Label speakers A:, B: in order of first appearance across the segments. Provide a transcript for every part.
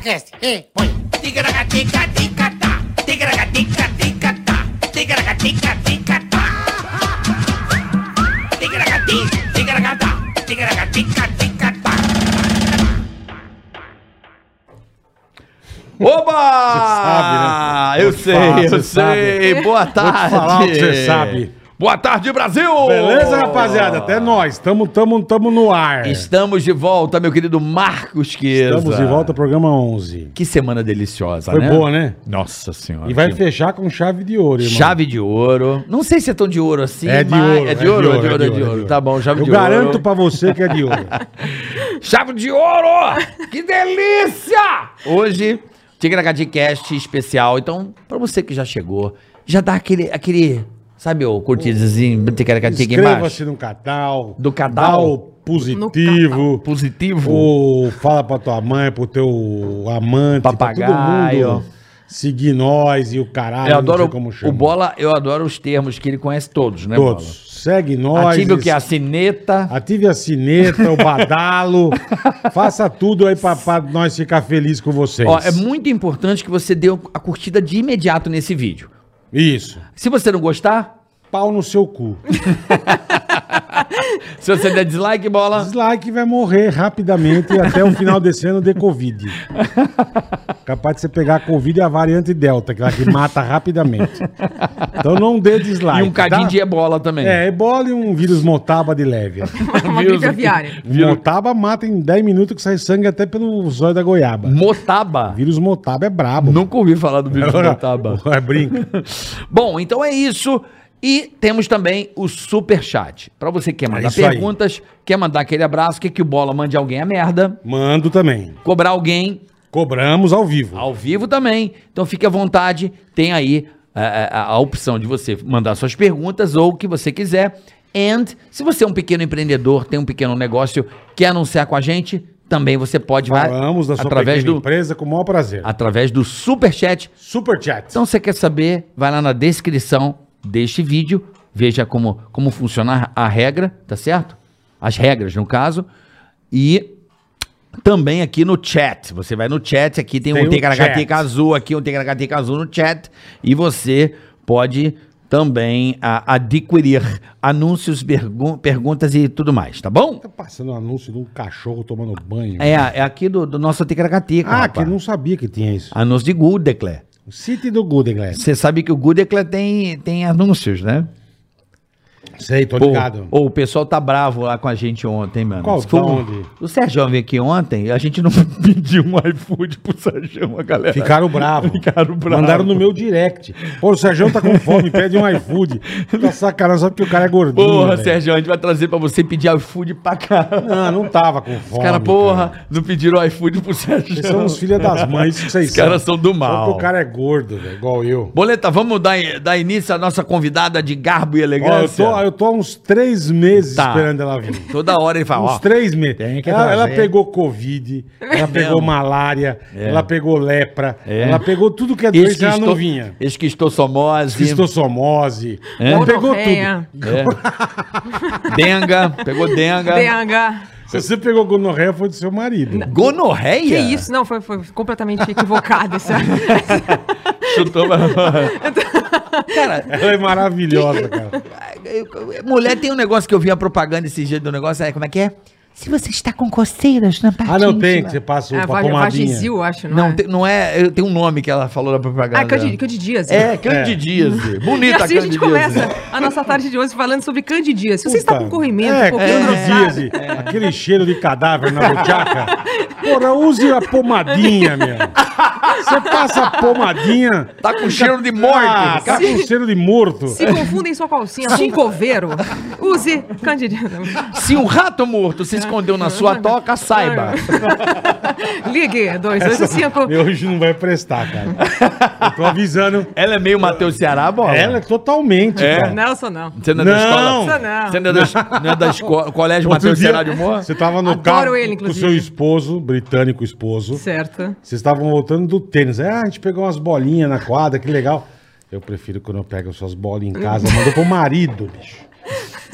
A: Tigracast. E põe. Tigracatica, ticatá. Tigracatica, ticatá. Tigracatica, ticatá. Tigracati, tigracatá. Tigracatica, ticatá.
B: Oba!
C: sabe, né?
B: Eu
C: Vou te
B: sei,
C: falar,
B: eu
C: você
B: sei. Boa tarde.
C: falar o que você sabe.
B: Boa tarde, Brasil!
C: Beleza, rapaziada? Até nós. Tamo, tamo, tamo no ar.
B: Estamos de volta, meu querido Marcos Queza.
C: Estamos de volta ao programa 11.
B: Que semana deliciosa,
C: Foi
B: né?
C: boa, né?
B: Nossa senhora.
C: E vai
B: que-
C: fechar com chave de ouro, irmão.
B: Chave de ouro. Não sei se é tão de ouro assim,
C: é de
B: mas-
C: ouro.
B: É de ouro, é de ouro, é de ouro. Tá bom, chave
C: Eu
B: de ouro.
C: garanto pra você que é de ouro.
B: Chave de ouro! Que delícia! Hoje, Tigracadicast especial. Então, pra você que já chegou, já dá aquele, aquele sabe o curtidazinho do Tigracadic embaixo?
C: Inscreva-se no Catal.
B: Do Catal?
C: Dá o positivo.
B: Positivo.
C: O fala pra tua mãe, pro teu amante,
B: Papagaio.
C: pra todo mundo seguir nós e o caralho.
B: eu
C: não
B: adoro
C: sei como
B: o
C: chama.
B: Bola, eu adoro os termos que ele conhece todos, né,
C: Todos. Segue
B: Bola?
C: nós.
B: Ative o que?
C: e-
B: A sineta.
C: Ative a sineta, o badalo. faça tudo aí pra, pra nós ficar feliz com vocês.
B: Ó, é muito importante que você dê a curtida de imediato nesse vídeo.
C: Isso.
B: Se você não gostar,
C: Pau no seu cu.
B: se você der dislike, bola.
C: Dislike vai morrer rapidamente até o final desse ano de Covid. Capaz de você pegar a Covid e a variante Delta, que é lá que mata rapidamente. Então não dê dislike.
B: E um cadinho
C: tá?
B: de ebola também.
C: É, ebola e um vírus motaba de leve.
D: Uma
B: Vírus aqui.
D: gripe aviária.
C: Motaba mata em 10 minutos que sai sangue até pelo zóio da goiaba.
B: Motaba.
C: Vírus motaba é brabo.
B: Nunca ouvi falar do vírus Motaba.
C: É brinca.
B: Bom, então é isso. E temos também o superchat. Pra você que quer mandar
C: É isso aí.
B: perguntas, quer mandar aquele abraço, quer que o Bola mande alguém a merda,
C: Mando também.
B: cobrar alguém
C: Cobramos ao vivo.
B: ao vivo também. Então fique à vontade, tem aí é, é, a, a opção de você mandar suas perguntas ou o que você quiser. And se você é um pequeno empreendedor, tem um pequeno negócio, quer anunciar com a gente, também você pode vai,
C: Falamos da sua
B: através
C: pequena
B: do
C: empresa com o maior prazer.
B: através do superchat
C: Super chat.
B: Então, se você quer saber, vai lá na descrição deste vídeo, veja como, como funciona a regra, tá certo? As regras, no caso. E também aqui no chat. Você vai no chat, aqui tem,
C: Tem
B: um
C: o chat.
B: Ticaracateca azul, aqui um Ticaracateca azul no chat. E você pode também a- adquirir anúncios, pergun- perguntas e tudo mais, tá bom?
C: Tá passando um anúncio de um cachorro tomando banho.
B: É, é aqui do, do nosso Ticaracateca.
C: ah,
B: rapaz.
C: que não sabia que tinha isso.
B: Anúncio de Gudecler.
C: O City do Gooden,
B: Você sabe que o Gudecler tem, tem anúncios, né?
C: Sei, tô
B: Pô,
C: ligado.
B: Ou o pessoal tá bravo lá com a gente ontem, mano.
C: Qual?
B: Se for
C: Da
B: um-
C: onde?
B: O Sérgio veio aqui ontem, a gente não pediu um iFood pro Sérgio, a galera.
C: Ficaram bravos.
B: Ficaram bravos.
C: Mandaram no meu direct. Pô, o Sérgio tá com fome, pede um iFood. Tá sacanagem, só porque o cara é gordinho.
B: Porra,
C: velho.
B: Sérgio, a gente vai trazer pra você pedir iFood pra caralho.
C: Não, não tava com
B: Os
C: fome.
B: caras, porra, não pediram iFood pro Sérgio.
C: Vocês são os filhos das mães, isso que vocês
B: Os caras são do mal.
C: Só porque o cara é gordo, velho, igual eu.
B: Boleta, vamos dar, dar início à nossa convidada de garbo e
C: Ó, eu,
B: elegância?
C: tô, eu tô há uns três meses
B: Tá.
C: esperando ela vir.
B: Toda hora ele fala,
C: Uns
B: Ah, ó,
C: três meses.
B: Tem que
C: Ela,
B: trazer.
C: ela pegou Covid, ela pegou malária, ela pegou lepra,
B: É.
C: ela pegou tudo que é doença, ela não vinha.
B: esquistossomose,
C: Cristossomose, ela pegou
D: Gonorreia,
C: tudo.
B: é. denga, pegou denga,
D: DH.
C: Se você pegou gonorreia, foi do seu marido.
B: gonorreia.
D: Que isso? Não, foi, foi completamente equivocado. Essa...
B: Chutou. Cara,
C: Ela é maravilhosa, cara.
B: eu- eu- mulher tem um negócio que eu vi a propaganda esse dia do negócio, é como é que é?
E: Se você está com coceiras na parte
C: Ah, não tem,
E: íntima.
C: que você passa
D: É,
C: pra
D: vag-
C: pomadinha.
D: vagizil, acho, não,
B: Não,
D: é?
B: tem, não é, eu- tem um nome que ela falou na propaganda.
D: Ah, Candid- Candidias.
B: É, Candidíase.
D: E
B: Bonita
D: assim a gente
B: Candidíase.
D: começa a nossa tarde de hoje falando sobre candidias. Se você está com corrimento,
C: é,
D: um pouquinho engrossado,
C: candidíase, aquele cheiro de cadáver na buchaca. Porra, use a pomadinha, meu. Você passa a pomadinha.
B: Tá com cheiro de morte.
C: Ah, tá com cheiro de morto.
D: se confundem sua calcinha com coveiro, use candidias.
B: Se um rato morto se escondeu na sua toca, saiba.
D: Ligue 225.
C: Meu, hoje não vai prestar, cara. Eu tô avisando.
B: Ela é meio Matheus Ceará, bola.
C: Ela é totalmente,
B: É?
C: cara.
D: Nelson, não.
B: Você não é da
C: Não.
B: escola.
D: Não.
B: Você não é da, es- não é da escola. Colégio Matheus
C: dia,
B: Ceará de Moura?
C: Você tava no
D: Adoro
C: carro
D: ele,
C: com o
D: inclusive.
C: seu esposo, britânico esposo.
D: Certo.
C: Vocês estavam voltando do tênis. Ah, a gente pegou umas bolinhas na quadra, que legal. Eu prefiro quando eu pego suas bolas em casa. Mandou pro marido, bicho.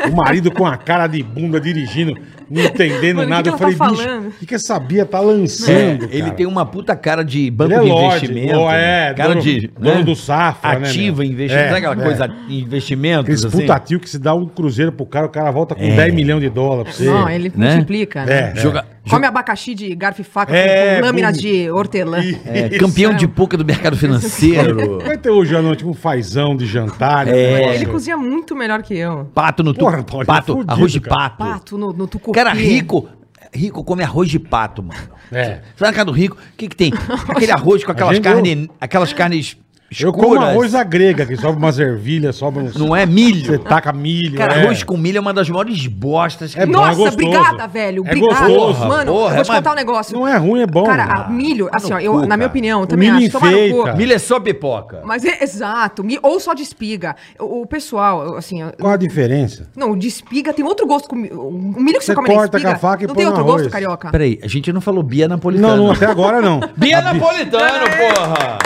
C: O marido com a cara de bunda dirigindo, não entendendo
D: Mano, o que
C: nada.
D: que
C: eu
D: ela
C: falei,
D: tá
C: bicho,
D: falando?"
C: o que, que essa Bia tá lançando?
B: É, ele
C: cara?
B: tem uma puta cara de banco
C: Ele é
B: de
C: lorde,
B: investimento.
C: ó, é,
B: né? cara
C: dono-
B: de.
C: dono do Safra, né,
B: Ativa,
C: meu?
B: investimento.
C: É,
B: sabe aquela
C: é.
B: coisa, assim? investimento?
C: Aqueles puta tio que se dá um cruzeiro pro cara, o cara volta
B: É.
C: com 10 milhões de dólares pra você.
D: Não, ele
B: Né?
D: multiplica, né?
C: É.
B: Joga,
D: Come abacaxi de garfo e faca
C: É,
D: com lâminas
C: bom.
D: de hortelã.
C: Ih.
B: é, campeão de pouca do mercado financeiro.
C: Vai ter hoje à noite um fazão de jantar. né?
B: É.
C: Nossa.
D: Ele cozinha muito melhor que eu.
B: pato no tu,
C: Porra, Paulo,
B: Pato,
C: é fudido,
B: arroz de
C: cara.
B: pato.
D: Pato no, no tucupi.
B: Cara rico, rico come arroz de pato, mano.
C: É.
B: Você vai na casa do rico, o que que tem? Aquele arroz com aquelas
C: gente,
B: carnes, aquelas carnes escuras.
C: Eu como arroz à grega, que sobra umas ervilhas, sobra uns...
B: Não é
C: Você tá
B: milho.
C: taca milho,
B: Cara,
C: é.
B: arroz com milho é uma das maiores bostas que
C: É bom,
D: Nossa,
C: gostoso.
D: obrigada, velho.
C: É
D: Obrigada.
C: gostoso.
D: Mano,
B: Porra,
D: eu vou te
B: mas
D: contar um negócio.
C: Não é ruim, é bom.
D: Cara,
C: Ah,
D: a milho, assim,
B: no
D: ó, eu,
B: cu,
D: na minha
B: cara.
D: opinião, eu
C: O
D: também
C: milho
D: acho. Tomar no
C: enfeita.
D: cu.
B: Milho é só pipoca.
D: Mas é exato, mi- ou só de espiga. O, o pessoal, eu- assim. eu-
C: Qual a diferença?
D: Não, o de espiga tem outro gosto. com mi- O milho que você,
C: Você
D: come na
C: corta
D: espiga.
C: com a faca e
D: não
C: põe
D: tem
C: no
D: outro
C: arroz.
D: gosto, carioca.
B: Peraí, a gente não falou Bia Napolitano.
C: Não, não, até agora não.
B: Bia
C: A Bi-
B: Napolitano, porra!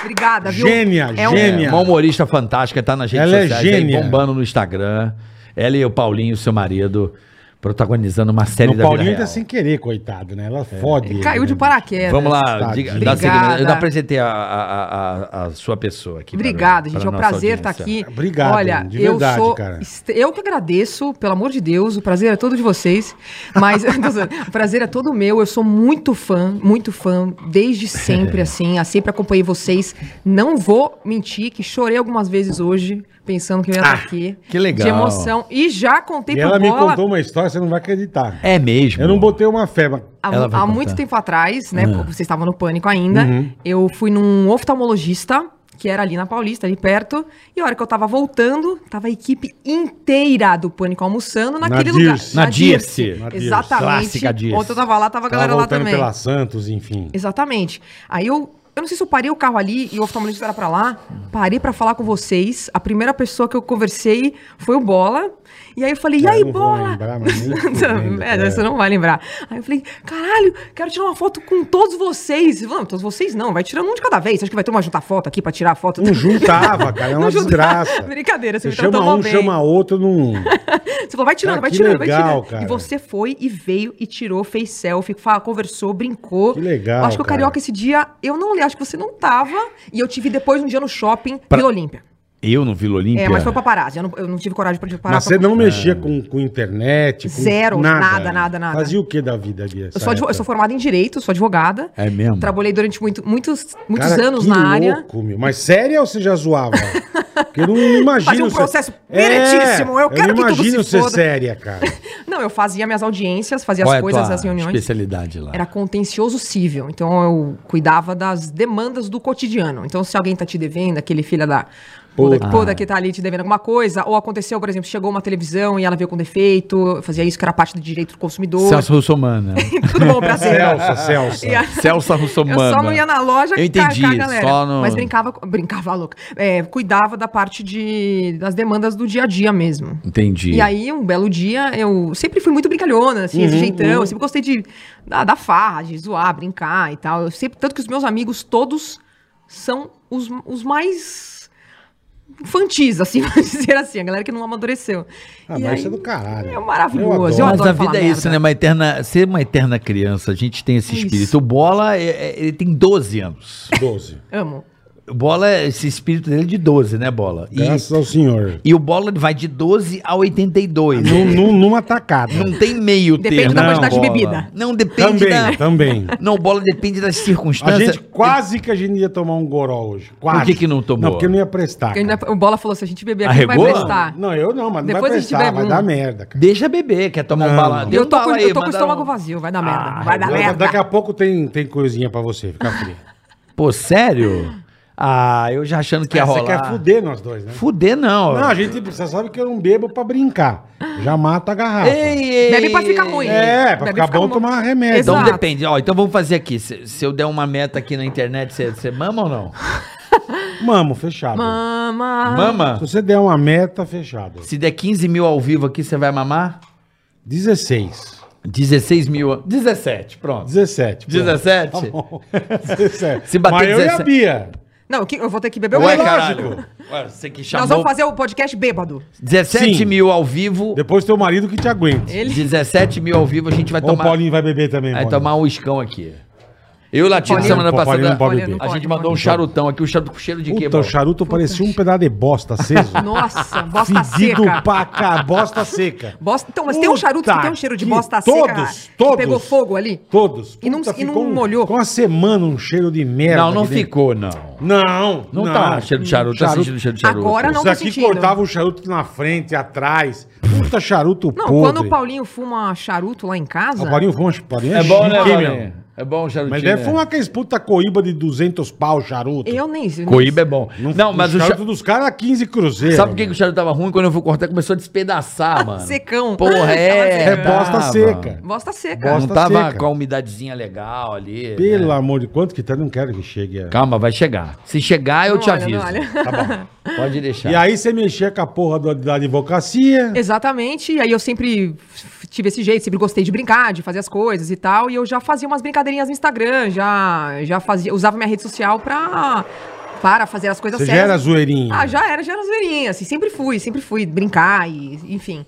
D: Obrigada, viu?
C: Gênia,
D: é um,
C: gênia.
B: É, uma humorista fantástica, tá nas redes
C: Ela é
B: sociais, aí
C: gênia.
B: bombando no Instagram. Ela e o Paulinho, seu marido, protagonizando uma série
C: O
B: da
C: Paulinho
B: vida
C: tá
B: real.
C: sem querer, coitado, né? Ela fode. ele,
D: É. Caiu de
C: né?
D: paraquedas.
B: Vamos lá,
C: Tadinho.
B: diga, dá
D: Obrigada.
B: seguimento. Eu não apresentei a, a- a- a- a sua pessoa aqui. para-
D: Obrigada, gente.
B: para
D: É um
B: nossa
D: prazer estar
B: audiência.
D: aqui.
C: Obrigado,
D: Olha,
C: de verdade,
D: eu sou.
C: cara.
D: est- Eu que agradeço, pelo amor de Deus. O prazer é todo de vocês. Mas tô zoando. o prazer é todo meu. Eu sou muito fã, muito fã, desde sempre, assim. Eu sempre acompanhei vocês. Não vou mentir que chorei algumas vezes hoje, pensando que eu ia estar aqui.
B: que legal.
D: De emoção. E já contei
C: Ah, E
D: pro
C: ela me
D: Bola-
C: contou uma história, você não vai acreditar.
B: É mesmo.
C: Eu não botei uma fé, mas...
D: Há,
B: Ela vai
D: há
B: contar. Ah. Uhum.
D: muito tempo atrás, né? porque Vocês estavam no pânico ainda. Eu fui num oftalmologista, que era ali na Paulista, ali perto. E a hora que eu tava voltando, tava a equipe inteira do pânico almoçando naquele lugar.
C: Dirce. Na
B: Dirce. Na
C: Dirce.
D: Exatamente.
B: Clássica Dirce.
D: Ontem eu tava lá, tava
C: Tava
D: a galera lá
C: voltando
D: também.
C: pela Santos, enfim.
D: Exatamente. Aí eu. Eu não sei se eu parei o carro ali e o oftalmologista era pra lá. Parei pra falar com vocês. A primeira pessoa que eu conversei foi o Bola. E aí eu falei, e
C: Eu
D: aí,
C: não vou
D: Bola?
C: lembrar, mas nem fudendo,
D: é,
C: cara.
D: você não vai lembrar. Aí eu falei, caralho, quero tirar uma foto com todos vocês. Não, todos vocês não, vai tirando um de cada vez. Você acha que vai ter uma junta foto aqui pra tirar a foto?
C: Não juntava, Um cara, é uma
D: Não junta-
C: desgraça.
D: Brincadeira, você,
C: Você
D: me tratou
C: chama
D: mal
C: um,
D: bem.
C: chama outro, não...
D: Você falou, vai tirando,
C: Cara,
D: vai
C: que
D: tirando, vai
C: legal,
D: tirando.
C: cara.
D: E você foi e veio e tirou, fez selfie, fa- conversou, brincou.
C: Que legal,
D: Eu acho que o
C: cara.
D: Carioca esse dia, eu não acho que você não tava. E eu tive depois um dia no shopping,
B: Pra-
D: Vila Olímpia.
B: Eu no Vila Olímpia?
D: É, mas foi paparazzi. Eu não, eu não tive coragem pra parar.
C: Mas você não mexia com, com internet, com
D: Zero, nada, nada, nada.
C: Fazia o que da vida, Bia?
D: Eu sou, advo- eu sou formada em Direito, sou advogada.
B: É mesmo?
D: Trabalhei durante muito- muitos, muitos
C: Cara,
D: anos
C: que
D: na área.
C: louco, meu. Mas séria ou você já zoava? Porque eu não imagino...
D: Fazia um
C: você- É,
D: processo direitíssimo, eu quero que
C: não
D: tudo se
C: imagino ser
D: foda.
C: séria, cara.
D: Não, eu fazia minhas audiências, fazia
B: Qual é
D: as
B: a
D: coisas,
B: tua
D: as reuniões.
B: especialidade lá?
D: Era contencioso cível. Então eu cuidava das demandas do cotidiano. Então, se alguém tá te devendo, aquele filho da. Puta, que- puta
B: Ah.
D: que tá ali te devendo alguma coisa, ou aconteceu, por exemplo, chegou uma televisão e ela veio com defeito, eu fazia isso que era parte do direito do consumidor.
B: Celso Russomana.
D: Tudo bom, prazer.
C: Celsa, Celsa.
D: Assim, E a-
B: Celso
D: Eu
B: Russomana.
D: só não ia na loja
B: Eu entendi, só no...
D: Mas brincava, com- brincava louca. É, cuidava da parte de, das demandas do dia a dia mesmo.
B: Entendi.
D: E aí, um belo dia, eu sempre fui muito brincalhona, assim, esse jeitão. Eu sempre gostei de da, da farra, de zoar, brincar e tal. Eu sempre, tanto que os meus amigos todos são os, os mais infantis, assim, vamos dizer assim, a galera que não amadureceu.
C: Ah,
D: E
C: mas
D: aí-
C: isso é do caralho.
D: É maravilhoso,
C: Eu adoro.
D: eu
B: Mas
D: adoro
B: a vida
D: falar
B: é isso,
D: merda. É
B: né? Uma eterna, ser uma eterna criança, a gente tem esse
D: Isso.
B: espírito. O Bola, é- é- ele tem 12 anos.
C: 12.
D: Amo.
B: O Bola, é- esse espírito dele é de 12, né, Bola? E,
C: Graças ao senhor.
B: e o Bola vai de 12 a 82.
C: Num- num- numa tacada.
B: Não tem meio
D: Depende
B: termo.
D: da
B: Não,
D: quantidade de
B: Bola.
D: bebida.
B: Não, depende
C: Também,
D: né?
B: da...
C: também.
B: Não, Bola depende das
C: A
B: circunstâncias.
C: gente quase que a gente ia tomar um goró hoje. Quase.
B: Por que que não tomou?
C: Não, porque não ia prestar.
D: Porque ainda-
C: cara.
D: o Bola falou: se a gente beber aqui, não vai
B: Arregou?
D: prestar.
C: Não, eu não, mas não
D: Depois a
C: vai
D: gente
C: prestar,
D: bebe
C: vai
D: um.
C: dar merda, cara.
B: Deixa beber, quer tomar um bala. Deu
D: Eu
B: um
D: tô, com,
B: bala
D: eu tô com o
B: manda
D: estômago
B: um-
D: vazio, vai dar merda.
B: Ah,
D: Vai dar
C: Da-
D: merda.
C: Daqui a pouco tem, tem coisinha pra você, fica frio.
B: Pô, sério? Ah, eu já achando que ia
C: Ah,
B: rolar.
C: Você quer fuder nós dois, né?
B: Fuder não.
C: Não, a gente você sabe que eu não bebo pra brincar. Já mata a garrafa.
B: ei,
D: Bebe pra ficar ruim.
C: É, pra
D: Bebe
C: ficar bom tomar remédio.
B: Então
D: Exato.
B: depende. Ó, então vamos fazer aqui. Se, se eu der uma meta aqui na internet, você- você mama ou não?
C: Mamo, fechado. Ah.
D: Mama.
B: Mama?
C: Se você der uma meta, fechado.
B: Se der 15 mil ao vivo aqui, você vai mamar?
C: 16.
B: 16 mil. a- 17, pronto.
C: 17. pronto.
B: 17?
C: Tá bom. 17.
B: Se bater
C: Mas eu e a
B: 17.
C: Bia.
D: Não, que- eu vou ter que beber o
B: Ué,
D: meu.
B: caralho. Ué, você que
D: Nós
B: chamou
D: vamos fazer o podcast bêbado.
B: 17
C: Sim.
B: mil ao vivo.
C: Depois teu marido que te aguenta.
D: Ele.
B: 17 mil ao vivo, a gente vai
C: Ou o
B: tomar.
C: Paulinho vai beber também.
B: Vai
C: Paulinho.
B: tomar um escão aqui. Eu e o Latino
D: Paulinho-
B: semana
C: Pô, Paulinho
B: passada.
C: não pode
D: Olha,
C: beber.
D: não
B: A gente
D: Pode,
B: mandou um
D: pode.
B: charutão aqui, o charuto com cheiro de quê,
C: Puta, o
B: Paulo?
C: charuto parecia um pedaço de bosta aceso.
D: Nossa, bosta
C: Fedido
D: seca.
C: pra cá, bosta seca.
D: Bosta... Então, mas tem um charuto
C: Puta
D: que tem um cheiro de
C: que-
D: bosta seca.
C: todos,
D: que
C: todos.
D: Pegou fogo ali.
C: Todos.
D: E não- e não
C: um-
D: molhou.
C: Ficou uma semana um cheiro de merda.
B: Não, não
C: aqui dentro.
B: ficou, não.
C: Não,
B: Não, tá cheiro de charuto, tá
C: Charuto.
B: sentindo cheiro de charuto.
D: Agora- Cara, Ah, não
C: Isso
D: tô
C: aqui
D: sentindo.
C: cortava o charuto na frente, atrás. Puta charuto
D: Não,
C: podre.
D: quando o Paulinho fuma charuto lá em casa.
C: Ah, O Paulinho fuma, o Paulinho
B: É bom,
C: chique,
B: né,
C: hein,
B: Paulinho? É bom o charutinho.
C: Mas deve
B: né?
C: fumar aqueles puta coíba de 200 pau charuto.
D: Eu nem sei.
B: Coíba é bom. Não,
C: Não,
B: mas
C: o
B: o cha-
C: charuto dos caras é 15 cruzeiros.
B: Sabe por que, que o charuto tava ruim? Quando eu fui cortar, começou a despedaçar, mano.
D: Secão.
B: Porra, é.
C: É bosta
B: tava.
C: seca.
D: Bosta seca.
B: Não
C: Bosta
B: tava
C: seca.
B: com a umidadezinha legal ali.
C: Pelo
B: né?
C: amor de quanto que tá, não quero que chegue. a-
B: Calma, vai chegar. Se chegar, eu
D: Não
B: te
D: olha,
B: aviso.
D: não olha.
C: Tá
B: Pode
C: bom.
B: deixar.
C: E aí você mexia com a porra do- da advocacia.
D: Exatamente, e aí eu sempre f- tive esse jeito, sempre gostei de brincar, de fazer as coisas e tal, e eu já fazia umas brincadeirinhas no Instagram, já, já fazia, usava minha rede social pra, para fazer as coisas
C: Você já era zoeirinho.
D: Ah, já era, já era zoeirinha, assim, sempre fui, sempre fui brincar e, enfim.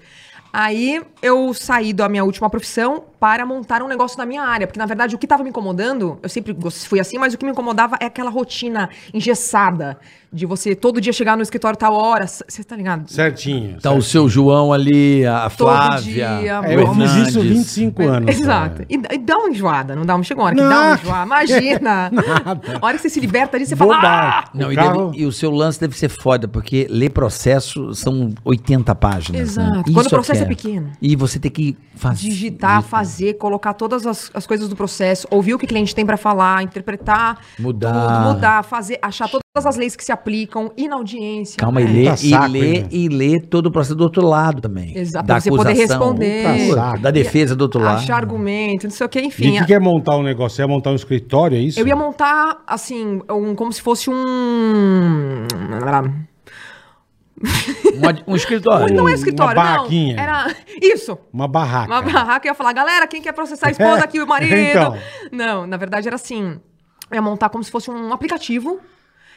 D: Aí eu saí da minha última profissão para montar um negócio na minha área, porque na verdade o que estava me incomodando, eu sempre gos- fui assim, mas o que me incomodava é aquela rotina engessada de você todo dia chegar no escritório tal hora, você tá ligado?
C: Certinho.
B: Tá o seu João ali, a Flávia.
D: dia,
B: o
D: amor.
C: É, eu fiz
B: Hernandes.
C: isso 25 anos.
D: É, Exato.
C: cara.
D: E, e dá uma enjoada, não dá? Não chega uma hora que dá
C: é Não.
D: uma enjoada. Imagina. A hora que você se liberta ali, você fala. "Ah!"
C: Bobagem.
B: Não,
C: o
B: e,
C: carro...
B: deve- e o seu lance deve ser foda, porque ler processo são 80 páginas. né?
D: Exato.
B: Isso
D: Quando o
B: que
D: processo é pequeno.
B: E você tem que fazer.
D: Digitar, fazer, colocar todas as, as coisas do processo, ouvir o que o cliente tem pra falar, interpretar,
B: Mudar.
D: tudo, mudar, fazer, achar todas as leis que se aplicam, ir na audiência.
B: Calma, e
D: É.
B: ler,
C: Puta
B: e
C: saco,
B: ler,
C: hein,
B: e ler todo o processo do outro lado também.
D: Exato, pra você poder responder.
B: Puta,
C: saco.
B: da defesa do outro lado.
D: Achar argumento, não sei o que,
C: E o
D: enfim.
C: que, que é montar um negócio? Você ia montar um escritório, é isso?
D: Eu ia montar, assim, um, como se fosse um.
B: Um ad- Um, escritório.
D: Não
C: Uma
D: é escritório, não.
C: barraquinha.
D: Era. Isso.
C: Uma barraca.
D: Uma barraca, eu ia falar, galera, quem quer processar a esposa aqui, o marido?
C: Então.
D: Não, na verdade era assim, eu ia montar como se fosse um aplicativo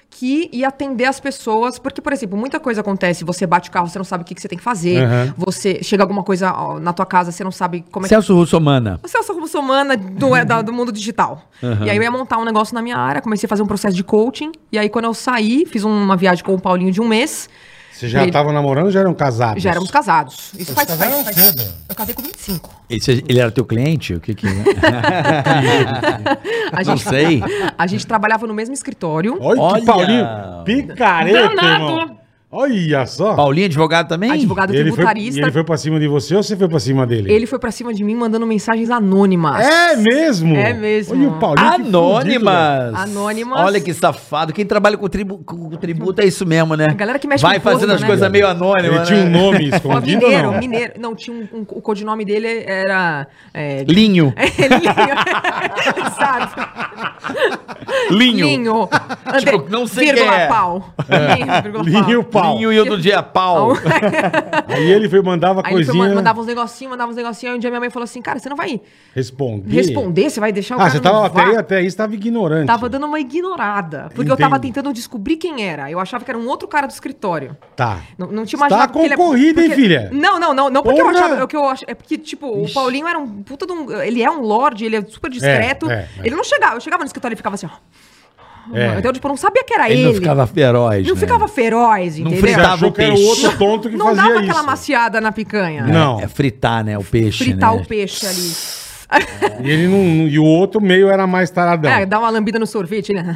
D: que ia atender as pessoas, porque, por exemplo, muita coisa acontece, você bate o carro, você não sabe o que, que você tem que fazer,
C: Aham.
D: você chega alguma coisa ó, na tua casa, você não sabe como é que
B: Celso Russomana.
D: você é só como somana do, é da- do mundo digital. E aí eu ia montar um negócio na minha área, comecei a fazer um processo de coaching. E aí quando eu saí, fiz um, uma viagem com o Paulinho de um mês.
C: Você já
D: Ele-
C: estavam namorando ou já um eram casados?
D: Já um éramos casados. Isso faz,
C: casaram
D: faz, faz- Eu casei com 25.
B: Esse- ele era teu cliente? O que que é? Não
D: A gente-
B: sei.
D: A gente trabalhava no mesmo escritório.
C: Olha,
B: Olha!
C: que Paulinho. Picareta, irmão. Olha só.
B: Paulinho, advogado também?
D: Advogado
C: Ele foi,
D: tributarista.
C: e ele foi pra cima de você ou você foi pra cima dele?
D: ele foi pra cima de mim mandando mensagens anônimas.
C: É mesmo?
D: É mesmo.
C: Olha o Paulinho. que fudido, velho.
B: Anônimas.
D: Anônimas.
B: Olha que safado. Quem trabalha com, tribu, com tributo é isso mesmo, né?
D: A galera que mexe
B: Vai
D: com imposto,
B: fazendo as
D: né?
B: coisas meio anônimas.
C: Ele tinha um
B: né?
C: nome
D: Ó,
C: escondido ou
D: mineiro,
C: não?
D: mineiro. Não, tinha um, um- o codinome dele era. É,
B: Linho.
D: Linho. Sabe? É,
B: Linho.
D: André,
B: Tipo, não sei
D: vírgula
B: quem é.
D: pau. Linho, vírgula
C: Linho
D: pau.
C: Pau.
B: Linho e outro dia pau.
C: Aí ele foi, mandava
D: Aí ele foi,
C: coisinha.
D: man- mandava uns negocinhos, mandava uns negocinhos. Aí um dia minha mãe falou assim: Cara, você não vai
C: Responder.
D: responder, você vai deixar o
C: Ah,
D: cara.
C: você
D: no
C: tava até aí,
D: vácuo?"
C: até aí, você tava ignorante.
D: Tava dando uma ignorada. Porque eu tava
C: Entendo.
D: tentando descobrir quem era. Eu achava que era um outro cara do escritório.
C: Tá.
D: Não, não te
C: Tá
D: imaginava. porque ele é-
C: concorrida, hein,
D: porque-
C: filha?
D: Não, não, não. Não porque eu
C: Porra!
D: achava. É, o que eu acho, é porque, tipo, o Paulinho era um puta de um. Ele é um lorde, ele é super discreto.
C: é, é.
D: Ele não chegava. Eu chegava no escritório e ficava assim, ó.
C: É.
D: Então, tipo, eu não sabia que era
B: Ele,
D: ele.
B: não ficava feroz.
D: Não
B: né?
D: ficava feroz,
B: Não
D: entendeu?
C: Você
B: fritava
C: achou
B: o
C: que era o
B: peixe.
C: outro tonto que
D: Não
C: fazia
D: dava
C: isso.
D: aquela maciada na picanha.
C: Não.
B: É fritar, né? O peixe.
D: Fritar
B: né?
D: o peixe ali.
C: E, ele não, não- e o outro meio era mais taradão.
D: É, dar uma lambida no sorvete, né?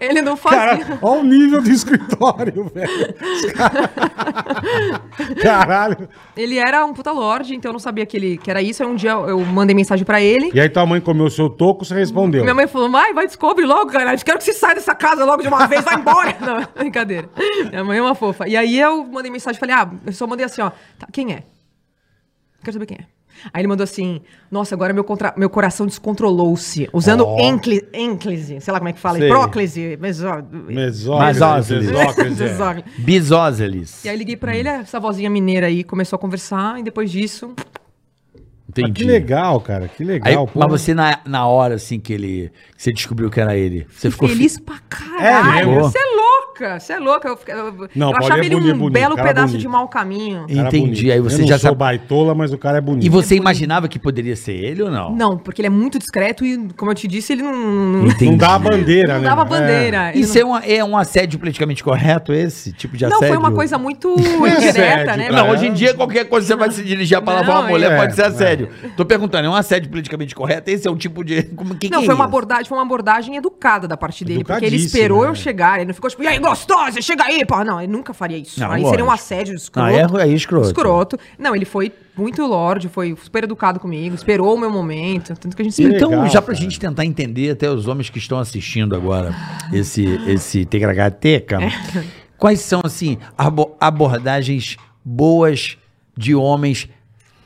D: Ele não fazia.
C: Cara, olha o nível do escritório, velho. Os cara- Caralho.
D: Ele era um puta lorde, então eu não sabia que, ele, que era isso. Aí um dia eu eu mandei mensagem pra ele.
C: E aí tua mãe comeu o seu toco, você respondeu.
D: Minha mãe falou, vai, vai, descobre logo, cara. Quero que você saia dessa casa logo de uma vez, vai embora. Não, brincadeira. Minha mãe é uma fofa. E aí eu mandei mensagem, falei, ah, eu só mandei assim, ó, tá, quem é? Quero saber quem é. Aí ele mandou assim, nossa, agora meu, contra- meu coração descontrolou-se. Usando
C: Ó.
D: encli- ênclise, sei lá como é que fala,
C: Sei.
D: próclise, mesó...
B: Mesóclise.
C: Mesóclise, mesóclise, é.
D: desóclise.
B: Bisóseles.
D: E aí liguei pra ele, essa vozinha mineira aí, começou a conversar, e depois disso,
C: Ah,
B: Entendi.
C: que legal, cara. Que
B: Aí,
C: legal. pô.
B: mas você, na, na hora, assim, que ele. que você descobriu que era ele, você ficou. fi-
D: Feliz pra caralho.
B: É mesmo?
D: Você é louca. Você é louca. Eu, fica- eu-
C: Não,
D: eu
C: Paulinho
D: achava
C: é
D: ele
C: bonito,
D: um
C: bonito,
D: belo
C: cara
D: pedaço
C: bonito.
D: de mau caminho.
B: E- Entendi, aí você
C: eu
B: já
C: não sou
B: sabe-
C: baitola, mas o cara é bonito.
B: E você imaginava que poderia ser ele ou não?
D: Não, porque ele é muito discreto e, como eu te disse, ele não, não,
B: Entendi.
C: Não dá a bandeira,
D: não
C: né?
D: dava
C: É.
D: bandeira. Ele
B: Isso é, uma- é um assédio politicamente correto, esse tipo de
D: Não,
B: assédio?
D: foi uma coisa muito
C: é assédio,
D: indireta, né?
C: cara.
B: É, Não, hoje em dia qualquer coisa você vai se dirigir a palavra
D: Não,
B: uma mulher,
C: é,
B: pode ser
C: é.
B: assédio. Tô perguntando, é um assédio politicamente correto? Esse é um tipo de. Como, que
D: não,
B: que
D: foi
B: é isso?
D: uma abordagem, foi uma abordagem educada da parte dele, porque ele
C: Educadíssima,
D: esperou
C: né?
D: eu chegar, ele não ficou tipo, e aí, gostosa, chega aí, porra. Não, ele nunca faria isso.
B: Não,
D: aí
B: lógico.
D: seria um assédio escroto.
B: Não, é- é escroto.
D: Escroto. Não, ele foi muito lorde, foi super educado comigo, esperou o meu momento, tanto que a gente
C: E-
D: esperou.
B: Então,
C: Legal,
B: já pra
C: cara.
B: gente tentar entender até os homens que estão assistindo agora esse, esse Tegragateca, quais são, assim, abo- abordagens boas de homens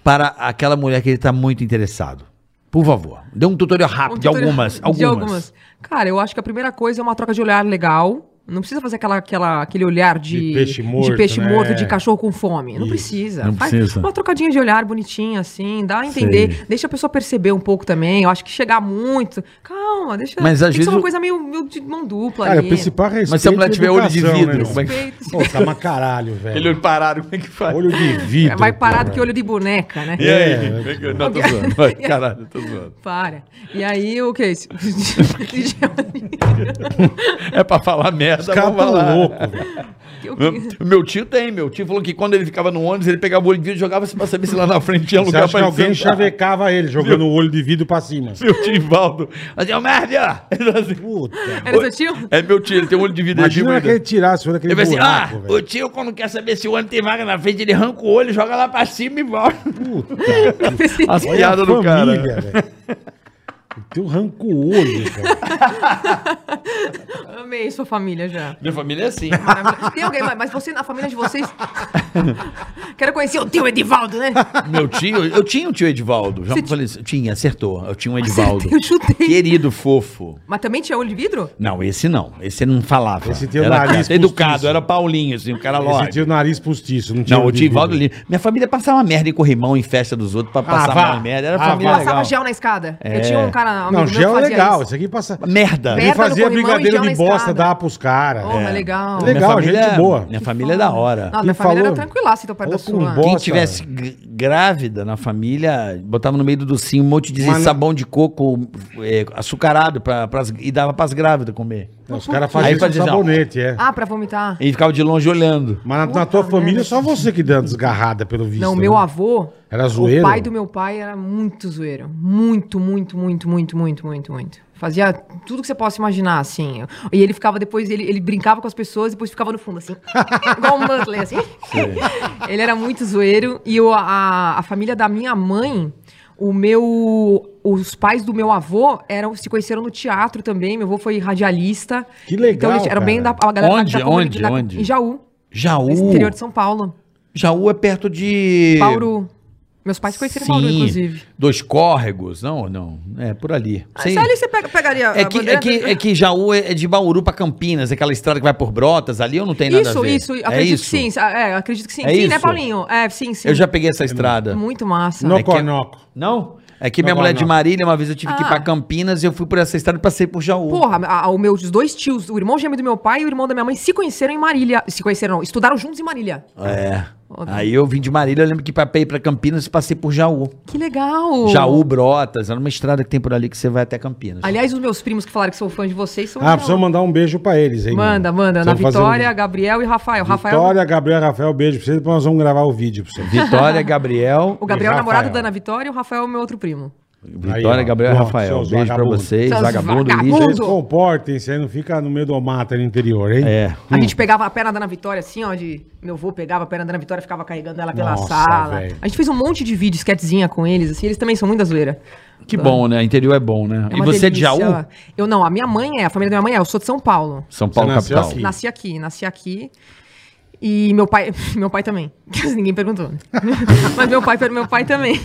B: para aquela mulher que ele tá muito interessado? Por favor, dê um tutorial rápido
D: Um
B: de
D: tutorial-
B: algumas. algumas.
D: De algumas. Cara, eu acho que a primeira coisa é uma troca de olhar legal. Não precisa fazer aquela, aquela, aquele olhar de,
C: De peixe morto,
D: de, peixe
C: né?
D: morto, de cachorro com fome. Não
C: Isso.
D: precisa.
B: Não
D: Faz
B: precisa.
D: Uma trocadinha de olhar bonitinha, assim, dá a entender.
B: Sei.
D: Deixa a pessoa perceber um pouco também. Eu acho que chegar muito. Calma, deixa.
B: Mas, às
D: tem que ser
B: vezes,
D: uma
B: o-
D: coisa meio, meio de mão dupla.
C: Cara, o
D: ali.
C: principal é respeito
B: Mas se a mulher
C: e
B: tiver olho de
C: educação,
B: vidro,
C: né,
B: como é que-
D: Respeito.
C: Pô, tá uma caralho, velho.
B: Ele olho parado, como é que faz?
C: Olho de vidro.
D: é, Vai parado
C: porra.
D: que olho de boneca, né?
B: E aí?
C: É.
B: Como é que- Não, tô zoando. Vai, Caralho, tô zoando.
D: Para. E aí, o que é isso?
B: É pra falar merda,
C: Os caras
B: Tá, vamos É um falar.
C: tão loucos, velho.
D: O que-
B: Meu- Meu tio tem, meu tio falou que quando ele ficava no ônibus, ele pegava o olho de vidro e jogava pra saber se lá na frente tinha
C: Você
B: lugar
C: acha
B: pra
C: que
B: ele
C: alguém
B: sentar.
C: chavecava ele, jogando o olho de vidro pra cima. Assim,
B: Meu tio Ivaldo. Mas é o merda! Ele fala assim,
C: Puta.
D: Era seu tio?
B: É meu tio, ele tem um olho de vidro.
C: Imagina
B: ele
C: que ele
B: tem
C: tirasse o olho
B: ele
C: daquele
B: vai assim,
C: buraco,
B: ah, o
C: velho.
B: tio quando quer saber se o ônibus tem vaga na frente, ele arranca o olho, joga lá pra cima e volta.
C: Puta.
B: As
C: Olha a
B: piadas do cara.
C: família, velho. O teu arranca o olho, cara.
D: Amei sua família já.
B: Minha família é assim.
D: Maravilhoso. Tem alguém, Tá, mas você, na família de vocês. Quero conhecer o tio Edivaldo, né?
B: Meu tio, eu tinha um tio Edivaldo. Já falei isso. Tinha, acertou. Eu tinha um Edivaldo.
D: Acertei, eu chutei.
B: Querido, fofo.
D: Mas também tinha olho de vidro?
B: Não, esse não. Esse não falava.
C: Esse tinha o
B: era
C: nariz
B: quieto, educado,
C: postiço.
B: era Paulinho, assim, o cara
C: Esse
B: lógico.
C: tinha o nariz postiço. Não, tinha
B: Não, o
C: olho de
B: tio Valdo
C: vidro.
B: ali. Minha família passava merda em corrimão, em festa dos outros, pra passar
C: vá.
B: mal em merda. Era
C: Ah,
B: família
C: vá.
B: legal.
D: Passava gel na escada. Eu tinha um cara. amigo
C: Não,
D: meu que
C: gel é
D: fazia
C: legal.
D: isso.
C: Esse aqui passa...
B: Merda.
C: Ele
D: Merda no
C: fazia
D: corrimão e
C: brigadeiro
D: gel
C: de
D: na
C: bosta,
D: escada.
C: dava pros caras.
D: Oh, mas legal.
C: É. Legal. gente boa.
B: Minha família é da hora.
D: Não,
C: Quem
D: minha família
C: falou?
D: era tranquila se tô perto da
C: Falou com
D: sua.
C: um bom-
B: Quem
C: Nossa.
B: tivesse gr- grávida na família, botava no meio do docinho um monte de
C: Mas não-
B: sabão de coco é, açucarado pra, pras- e dava pras grávidas comer.
C: Não, Os caras
B: Aí
C: faziam isso com
B: fazia, assim, não.
C: sabonete, é.
D: Ah, pra vomitar?
B: E ficava de longe olhando.
C: Mas na, na tua família é só você que deu uma desgarrada, pelo visto.
D: Não,
C: né?
D: meu avô.
C: Era zoeiro?
D: O pai do meu pai era muito zoeiro. Muito, muito, muito, muito, muito, muito, muito. Fazia tudo que você possa imaginar, assim. E ele ficava depois, ele, ele brincava com as pessoas e depois ficava no fundo, assim. igual o Muttley, assim. ele era muito zoeiro. E eu, a, a família da minha mãe, o meu. Os pais do meu avô eram, se conheceram no teatro também. Meu avô foi radialista.
C: Que legal,
D: Então eles eram bem da.
C: cara. Uh.
D: A galera da-
B: Onde?
D: da comuni-
B: Onde?
D: da-
B: Onde?
D: Em Jaú.
B: Jaú.
D: Interior de São Paulo.
B: Jaú é perto de.
D: Bauru. Meus pais conheceram
B: Sim.
D: Bauru, inclusive.
B: Dois córregos. Não, não. É por ali. Sei-
D: Se ali você pega- pegaria
B: É que, é, que, é que Jaú é é de Bauru pra Campinas, aquela estrada que vai por Brotas ali, eu não tenho nada a
D: Isso,
B: ver.
D: isso. Acredito
B: é isso.
D: que sim. sa- É, acredito que sim.
B: É
D: sim, né,
B: isso?
D: Paulinho? É, sim, sim.
B: Eu já peguei essa estrada.
D: Muito massa.
C: No
B: É que-
C: cornoco.
B: Não? É que
C: Não,
B: minha mulher
C: não.
B: de Marília, uma vez eu tive que ir
D: Ah.
B: pra Campinas e eu fui por essa estrada e passei por Jaú.
D: Porra, a- a- o meu, os dois tios, o irmão gêmeo do meu pai e o irmão da minha mãe, se conheceram em Marília. Se conheceram, não. Estudaram juntos em Marília.
B: É. Aí eu vim de Marília, eu lembro que papei pra Campinas e passei por Jaú.
D: Que legal.
B: Jaú, Brotas, era uma estrada que tem por ali que você vai até Campinas.
D: Aliás, os meus primos que falaram que são fãs de vocês são.
C: Ah,
D: de Jaú.
C: precisamos mandar um beijo pra eles, hein?
D: Manda, manda. Na
C: Precisamos fazer
D: Vitória,
C: um-
D: Gabriel e Rafael. Rafael.
C: Vitória, Gabriel, Rafael, beijo pra vocês. Depois nós vamos gravar o vídeo pra vocês.
B: Vitória, Gabriel.
D: O Gabriel é
C: E
D: o namorado
C: Rafael.
D: da Ana Vitória e o Rafael é o meu outro primo.
B: Vitória,
C: Aí, ó.
B: Gabriel e
C: Ó,
B: Rafael.
C: seus
B: Beijo pra
C: vagabundo.
B: vocês.
D: Seus
B: Vagabundo,
D: vagabundo.
B: lixo.
C: Vocês comportem-se aí, não fica no meio do mato aí no interior, hein?
B: É.
D: A gente pegava a perna da Ana Vitória assim, ó, de meu avô pegava a perna da Ana Vitória e ficava carregando ela pela
C: Nossa,
D: sala.
C: velho.
D: A gente fez um monte de vídeo, sketchzinha com eles, assim, eles também são muito da zoeira.
B: Que bom, né? Interior é bom, né?
D: É
B: e
D: uma
B: você é de
D: delícia.
B: Jaú?
D: Eu não, a minha mãe é, a família da minha mãe é, eu sou de São Paulo.
B: São Paulo,
C: Você nasceu
B: capital.
C: aqui. Sim.
D: Nasci aqui, nasci aqui. E meu pai, meu pai também. Ninguém perguntou. né? Mas meu pai, meu pai também.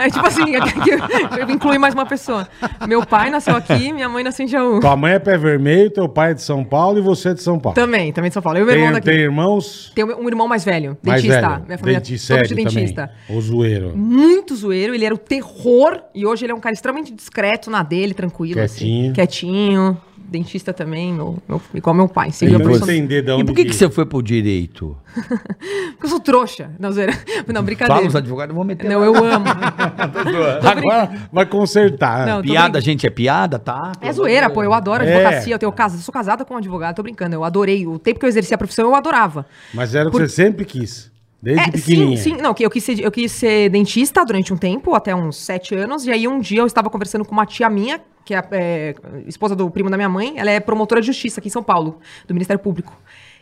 D: É tipo assim, eu, eu incluí mais uma pessoa. Meu pai nasceu aqui, minha mãe nasceu em Jaú.
C: Tua mãe é pé vermelho, teu pai é de São Paulo e você é de São Paulo.
D: Também, também de São Paulo. Eu e meu irmão
C: tem,
D: daqui.
C: tem irmãos
D: Tem um irmão mais velho,
C: mais
D: dentista.
C: velhos.
D: Minha família
C: Dentista, sério
D: todos de
C: também.
D: dentista.
C: O zoeiro.
D: Muito zoeiro, ele era o terror. E hoje ele é um cara extremamente discreto na dele, tranquilo.
C: Quietinho.
D: Assim, quietinho. Dentista também, meu, meu- igual meu pai.
C: Ele
D: Seguiu a
C: não
D: profissão-
C: entender de onde
B: E por que, que
C: veio.
B: você foi pro direito?
D: Porque eu sou trouxa. Não, zoeira. Não, brincadeira.
B: Fala os advogados, eu vou meter.
D: Não, eu amo.
C: Agora Tá vai consertar.
D: Não, tô
B: Piada, gente, é piada, tá?
D: É zoeira, pô. Eu adoro
C: É.
D: advocacia. Eu tenho casa, sou casada com um advogado, tô brincando. Eu adorei. O tempo que eu exerci a profissão, eu adorava.
C: Mas era o que
D: Por-
C: você sempre quis. Desde
D: É, sim,
C: pequenininha.
D: sim. Não, que eu quis, ser, eu quis ser dentista durante um tempo, até uns sete anos. E aí um dia eu estava conversando com uma tia minha, que é, a- é, esposa do primo da minha mãe. Ela é promotora de justiça aqui em São Paulo, do Ministério Público.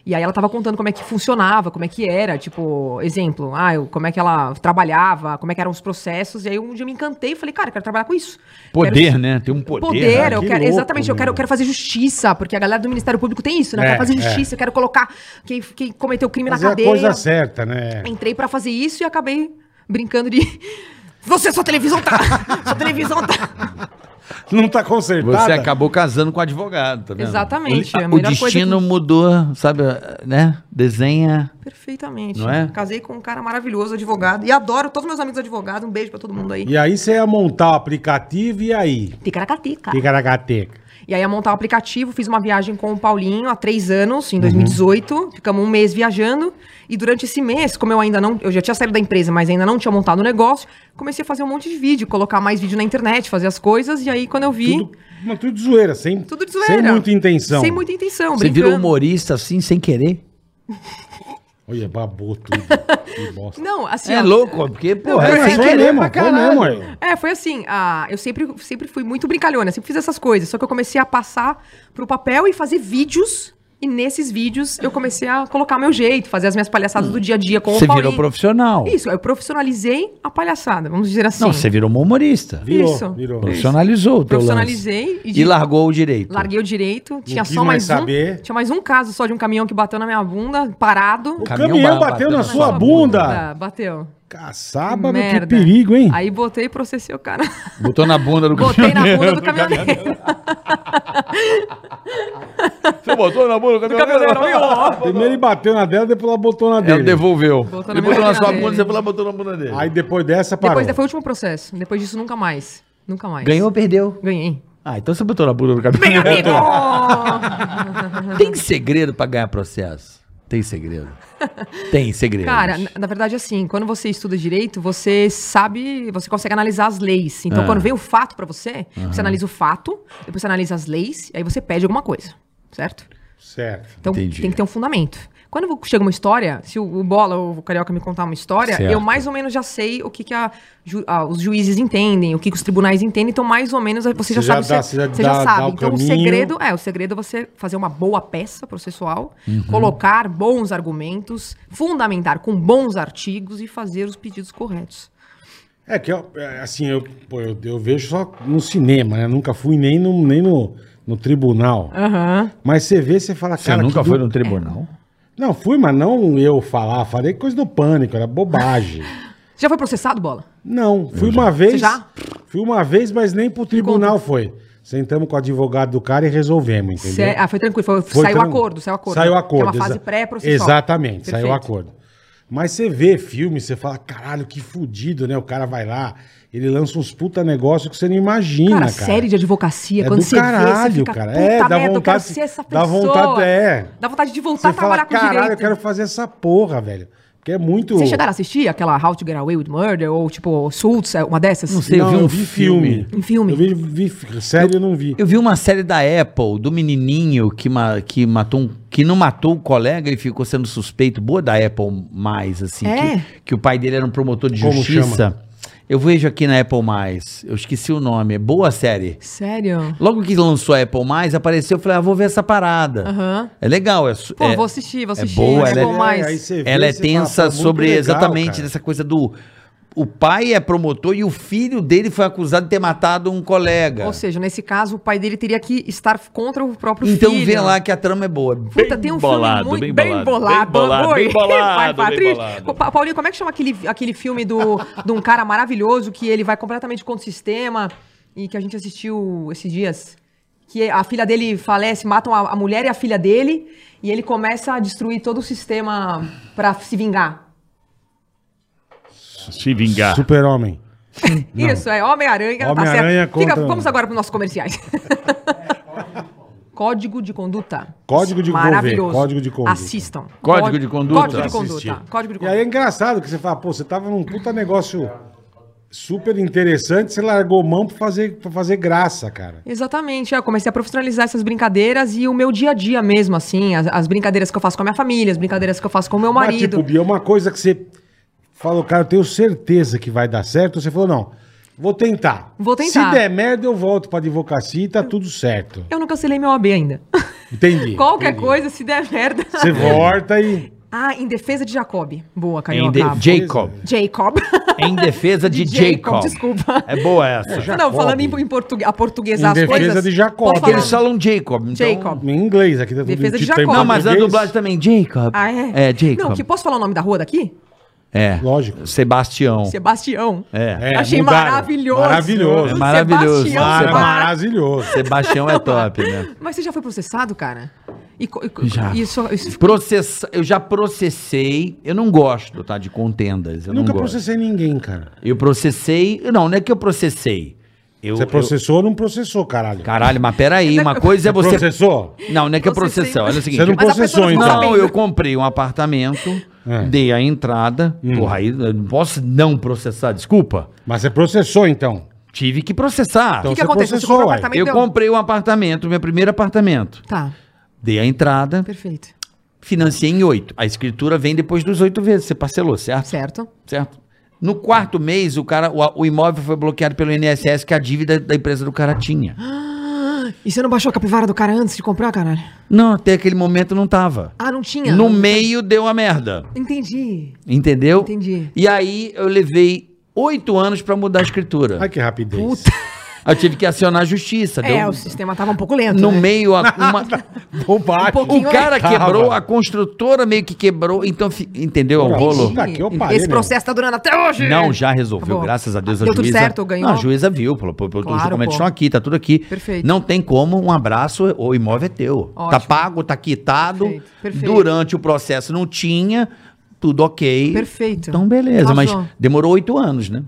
D: E aí ela tava contando como é que funcionava, como é que era, tipo, exemplo, ah, eu- como é que ela trabalhava, como é que eram os processos. E aí um dia eu me encantei e falei, cara, eu quero trabalhar com isso. Quero
B: Poder, né? Tem um poder.
D: poder,
B: né?
D: eu
C: Que
D: quero,
C: louco,
D: exatamente, eu quero,
C: meu.
D: eu quero fazer justiça, porque a galera do Ministério Público tem isso, né? Eu
C: É,
D: quero fazer
C: é.
D: justiça, eu quero colocar quem, quem cometeu crime
C: Mas é
D: na
C: a
D: cadeia.
C: coisa certa, né?
D: Entrei pra fazer isso e acabei brincando de. Você, sua televisão tá. sua televisão tá.
C: Não tá consertada.
B: Você acabou casando com o advogado, tá vendo?
D: Exatamente,
B: O,
D: é a
B: o
D: melhor coisa
B: destino
D: que-
B: mudou, sabe, né? Desenha.
D: Perfeitamente.
B: Não é?
D: Casei com um cara maravilhoso, advogado. E adoro todos meus amigos advogados. Um beijo pra todo mundo aí.
C: E aí você ia montar o aplicativo e aí?
D: Ticaracatica.
C: Ticaracateca.
D: E aí ia montar o aplicativo, fiz uma viagem com o Paulinho há três anos, em 2018.
C: Uhum.
D: Ficamos um mês viajando. E durante esse mês, como eu ainda não. Eu já tinha saído da empresa, mas ainda não tinha montado o negócio, comecei a fazer um monte de vídeo, colocar mais vídeo na internet, fazer as coisas. E aí, quando eu vi.
C: Tudo, mas tudo de zoeira, sem,
D: Tudo de zoeira.
C: sem muita intenção.
D: Sem muita intenção,
B: Você virou
D: brincando.
B: humorista assim, sem querer?
C: Olha, babou tudo. que bosta.
D: Não, assim.
B: é
D: ó,
B: louco, ó, porque, pô,
D: Não,
B: é
D: mas
B: sem
D: foi
B: querer
C: mesmo,
B: pra
C: foi
B: caralho.
C: mesmo, é.
D: É, foi assim. ah, eu sempre, sempre fui muito brincalhona, sempre fiz essas coisas. Só que eu comecei a passar pro papel e fazer vídeos. E nesses vídeos eu comecei a colocar meu jeito, fazer as minhas palhaçadas do dia a dia com
B: Você
D: o Paulinho.
B: virou profissional.
D: Isso, eu profissionalizei a palhaçada, vamos dizer assim.
B: Não, você virou um humorista.
C: Virou,
D: Isso.
C: virou.
B: Profissionalizou o teu lance.
D: Profissionalizei
B: É E,
D: e de-
B: largou o direito.
D: Larguei o direito, tinha
C: quis
D: só
C: mais
D: mais, um.
C: saber.
D: Tinha mais um caso só de um caminhão que bateu na minha bunda, parado.
C: O
B: Caminhão
C: caminhão,
B: ba-
C: bateu na
B: bateu
C: sua
D: Só
C: bunda.
D: Bateu.
C: Caçaba, meu, que
D: Merda.
C: perigo, hein?
D: Aí botei e processei o cara.
B: Botou na bunda do
D: Botei na bunda
B: caminhoneiro.
D: do caminhoneiro.
B: Você botou na bunda do caminhoneiro?
C: Primeiro ele bateu na dela, depois ela botou na dele.
B: Ela devolveu.
D: Botou
B: Ele
D: na
B: botou
D: bunda
B: na sua
D: dele.
B: bunda, você foi lá e botou na bunda dele.
C: Aí depois dessa parou.
D: Depois foi o último processo. Depois disso, nunca mais. Nunca mais.
B: Ganhou ou perdeu?
D: Ganhei.
B: Ah, então você botou na bunda do Então, caminhoneiro.
D: Amigo!
B: Oh! Tem segredo pra ganhar processo? Tem segredo. Tem segredo.
D: Cara, na, na verdade, assim, quando você estuda direito, você sabe, você consegue analisar as leis. Então,
B: Ah.
D: quando vem o fato pra você, você analisa o fato, depois você analisa as leis, aí você pede alguma coisa, certo?
C: Certo.
D: Então,
B: Entendi.
D: tem que ter um fundamento. Quando eu- chega uma história, se o, o Bola ou o Carioca me contar uma história,
B: Certo.
D: eu mais ou menos já sei o que, que a ju- a- os juízes entendem, o que, que os tribunais entendem, então mais ou menos você já
C: Você já
D: sabe.
C: dá-
D: você,
C: você já
D: você já
C: dá- dá
D: sabe.
C: o
D: então o
C: caminho.
D: segredo é, o segredo é você fazer uma boa peça processual,
C: Uhum.
D: colocar bons argumentos, fundamentar com bons artigos e fazer os pedidos corretos.
C: É que, eu, é, assim, eu, pô, eu, eu vejo só no cinema, né? Nunca fui nem no, nem no, no tribunal.
D: Ah. Aham.
C: Mas você vê, você fala,
B: você
C: cara...
B: nunca
C: que
B: foi
C: do-
B: no tribunal?
C: Não, fui, mas não eu falar. Falei coisa do pânico, era bobagem.
D: Você já foi processado, Bola?
C: Não, fui uma vez.
D: Você já?
C: Fui uma vez, mas nem pro tribunal foi. Sentamos com o advogado do cara e resolvemos, entendeu?
D: Cê- ah, foi tranquilo. foi-
C: Foi
D: saiu o
C: tran-
D: acordo, saiu o acordo.
C: Saiu o
D: né?
C: acordo.
D: Que é uma fase
C: exa-
D: pré-processual.
C: Exatamente, saiu o
D: Perfeito.
C: acordo. Mas você vê filme, você fala, caralho, que fudido, né? O cara vai lá, ele lança uns puta negócio que você não imagina,
D: Cara,
C: cara.
D: série de advocacia,
C: É
D: quando
C: do
D: você vê,
C: caralho,
D: você fica,
C: cara.
D: puta
C: É, dá
D: merda, eu quero
C: vontade-
D: ser essa
C: dá
D: pessoa.
C: vontade, é.
D: Dá vontade de voltar
C: Você
D: a
C: fala,
D: trabalhar com
C: caralho,
D: direito.
C: eu quero fazer essa porra, velho. Porque é muito...
D: Vocês chegaram a assistir aquela How to Get Away with Murder ou, tipo, Suits, uma dessas?
B: Não sei. Você viu um filme?
D: Um filme.
C: Eu vi, vi fi- série eu, não vi.
B: Eu vi uma série da Apple, do menininho que, ma- que, matou um- que não matou o colega e ficou sendo suspeito. Boa da Apple, mais, assim.
D: É.
B: Que, que o pai dele era um promotor de
C: Como
B: justiça.
C: chama?
B: Eu vejo aqui na Apple, mais. eu esqueci o nome. é Boa série.
D: Sério?
B: Logo que lançou a Apple, mais, apareceu. Eu falei, ah, vou ver essa parada.
D: Aham.
B: É legal. É, su-
D: Pô,
B: é-
D: vou assistir, vou
B: é
D: assistir.
B: boa,
D: é
B: ela é-
D: bom mais.
C: aí você vê,
B: ela é
C: você fala,
B: tensa
C: "Pô, muito
B: sobre
C: legal,
B: exatamente
C: cara."
B: dessa coisa do o pai é promotor e o filho dele foi acusado de ter matado um colega.
D: Ou seja, nesse caso, o pai dele teria que estar contra o próprio
B: então
D: filho.
B: vê lá que a trama é boa.
D: Puta, tem um
F: bolado,
D: filme
F: bem
D: muito bem
F: bolado,
D: bolado. amor.
F: bem bolado, bem bolado,
D: Vai,
F: bem
D: Patrícia.
F: bolado.
D: Co- Pa- Paulinho, como é que chama aquele, aquele filme do, de um cara maravilhoso que ele vai completamente contra o sistema e que a gente assistiu esses dias? Que a filha dele falece, matam a, a mulher e a filha dele e ele começa a destruir todo o sistema pra se vingar.
F: Se vingar.
C: Super-Homem.
D: Isso, é Homem-Aranha. tá
C: Homem-Aranha
D: certo. Fica-
C: contra-
D: Vamos agora pros nossos comerciais. Código de conduta.
C: Código de conver-
D: Maravilhoso.
C: código de conduta.
D: Assistam.
B: Código
D: Códi-
B: de conduta.
D: Código de
C: Assistir.
D: conduta. Código de
C: E aí é
D: conduta.
C: engraçado que você fala, pô, você tava num puta negócio super interessante, você largou mão pra fazer, pra fazer graça, cara.
D: Exatamente, é, eu comecei a profissionalizar essas brincadeiras e o meu dia a dia mesmo, assim, as, as brincadeiras que eu faço com a minha família, as brincadeiras que eu faço com o meu
C: Mas, tipo,
D: marido.
C: Bia, é uma coisa que você falou, cara, eu tenho certeza que vai dar certo. Você falou, não, vou tentar.
D: Vou
C: Se
D: tentar.
C: der merda, eu volto pra advocacia e tá tudo certo.
D: Eu não cancelei meu AB ainda.
C: Entendi.
D: Qualquer
C: entendi.
D: coisa, se der merda.
C: Você volta e.
D: Ah, em defesa de Jacob. Boa,
B: Em
D: Carioca.
B: de- Jacob.
D: Jacob.
B: Em defesa de,
D: De
B: Jacob.
D: Jacob, desculpa.
B: É boa essa.
C: Jacob.
D: Não, falando em, em português,
C: Em
D: aportuguesar as
C: defesa
D: coisas.
C: de Jacob.
D: pode
B: Porque
D: falar.
B: eles falam Jacob. Então...
D: Jacob.
C: Em inglês, aqui tá tudo
D: Defesa de
C: tá em
D: Jacob.
B: Não, mas a
C: português.
B: dublagem também. Jacob.
D: Ah, é?
B: É, Jacob.
D: Não, que posso falar o nome da rua daqui?
B: É.
C: Lógico.
B: Sebastião.
D: Sebastião.
B: É.
C: É,
D: Achei
C: mudaram.
D: maravilhoso.
C: Maravilhoso.
B: É maravilhoso.
D: Sebastião,
C: Mara-
B: Seba-
D: Mara-
C: maravilhoso.
B: Sebastião é top, né?
D: Mas você já foi processado, cara? E, co- e co-
B: Já.
D: Isso, isso-
B: Processa... Eu já processei. Eu não gosto, tá? De contendas. Eu
C: Nunca
B: não gosto.
C: processei ninguém, cara.
B: Eu processei. Não, não é que eu processei. Eu,
C: Você
B: eu-
C: processou ou não processou, caralho?
B: Caralho, mas peraí, uma coisa é você.
C: Processou?
B: Não, não é que é
D: Processei.
B: processão. Olha o seguinte.
C: Você não
B: eu-
D: Mas a
C: processou,
D: pessoa não
C: então.
D: sabe.
B: Não,
D: sabendo.
B: eu comprei um apartamento,
C: É. Hum.
B: dei a entrada. Porra, aí eu não posso não processar, desculpa.
C: Mas você processou, então.
B: Tive que processar.
C: Então,
D: O que, que
C: você
D: aconteceu? Você
C: processou,
D: comprou um
C: uai.
D: apartamento?
B: eu
D: deu?
B: comprei um apartamento, meu primeiro apartamento.
D: Tá,
B: Dei a entrada,
D: perfeito.
B: financiei em oito. A escritura vem depois dos oito vezes. Você parcelou, certo?
D: Certo.
B: Certo. No quarto mês, o, cara, o, o imóvel foi bloqueado pelo INSS, que a dívida da empresa do cara tinha.
D: Ah. E você não baixou a capivara do cara antes de comprar, caralho?
B: Não, até aquele momento não tava.
D: Ah, não tinha?
B: No
D: Não-
B: meio deu a merda.
D: Entendi.
B: Entendeu?
D: Entendi.
B: E aí eu levei oito anos pra mudar a escritura.
C: Ai, que rapidez.
D: Puta.
B: Eu tive que acionar a justiça.
D: É,
B: deu-
D: o sistema tava um pouco lento.
B: No
D: né?
B: meio, a- uma-
C: Bobagem.
B: o um cara
C: Tava.
B: quebrou, a construtora meio que quebrou. Então, fi- entendeu o
C: Porra,
B: rolo?
C: puta que eu parei,
D: Esse
C: meu.
D: processo tá durando até hoje.
B: Não, já resolveu,
D: Acabou.
B: graças a Deus.
D: Deu tudo certo, ganhou.
B: Não, a juíza viu, falou, pô, pô, os
D: Claro,
B: documentos
D: pô.
B: estão aqui, tá tudo aqui.
D: Perfeito.
B: Não tem como, um abraço, o imóvel é teu. Tá
D: Ótimo.
B: pago, tá quitado.
D: Perfeito, perfeito.
B: Durante o processo não tinha, tudo ok.
D: Perfeito.
B: Então, beleza, mas
D: Arrasou.
B: demorou oito anos, né?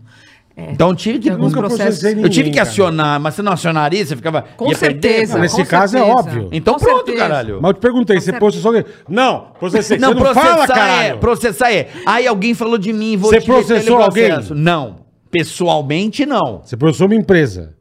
B: Então tive que.
D: Tem alguns
C: Nunca
D: processos.
C: processei ninguém.
B: eu tive que
C: cara.
B: acionar, mas você não acionaria, você ficava.
D: Com
B: ia perder,
D: certeza.
B: cara.
C: Nesse
D: com
C: caso é
D: certeza.
C: óbvio.
B: Então
D: Com
B: pronto,
D: certeza.
B: caralho.
C: Mas eu te perguntei, você
D: certeza.
C: processou alguém? Não, processei.
B: Não,
C: você não fala,
B: processar é.
C: caralho.
B: Processar é. Aí alguém falou de mim, vou
C: Você
B: te meter
C: processou
B: no processo.
C: alguém?
B: Não. Pessoalmente, não.
C: Você processou uma empresa.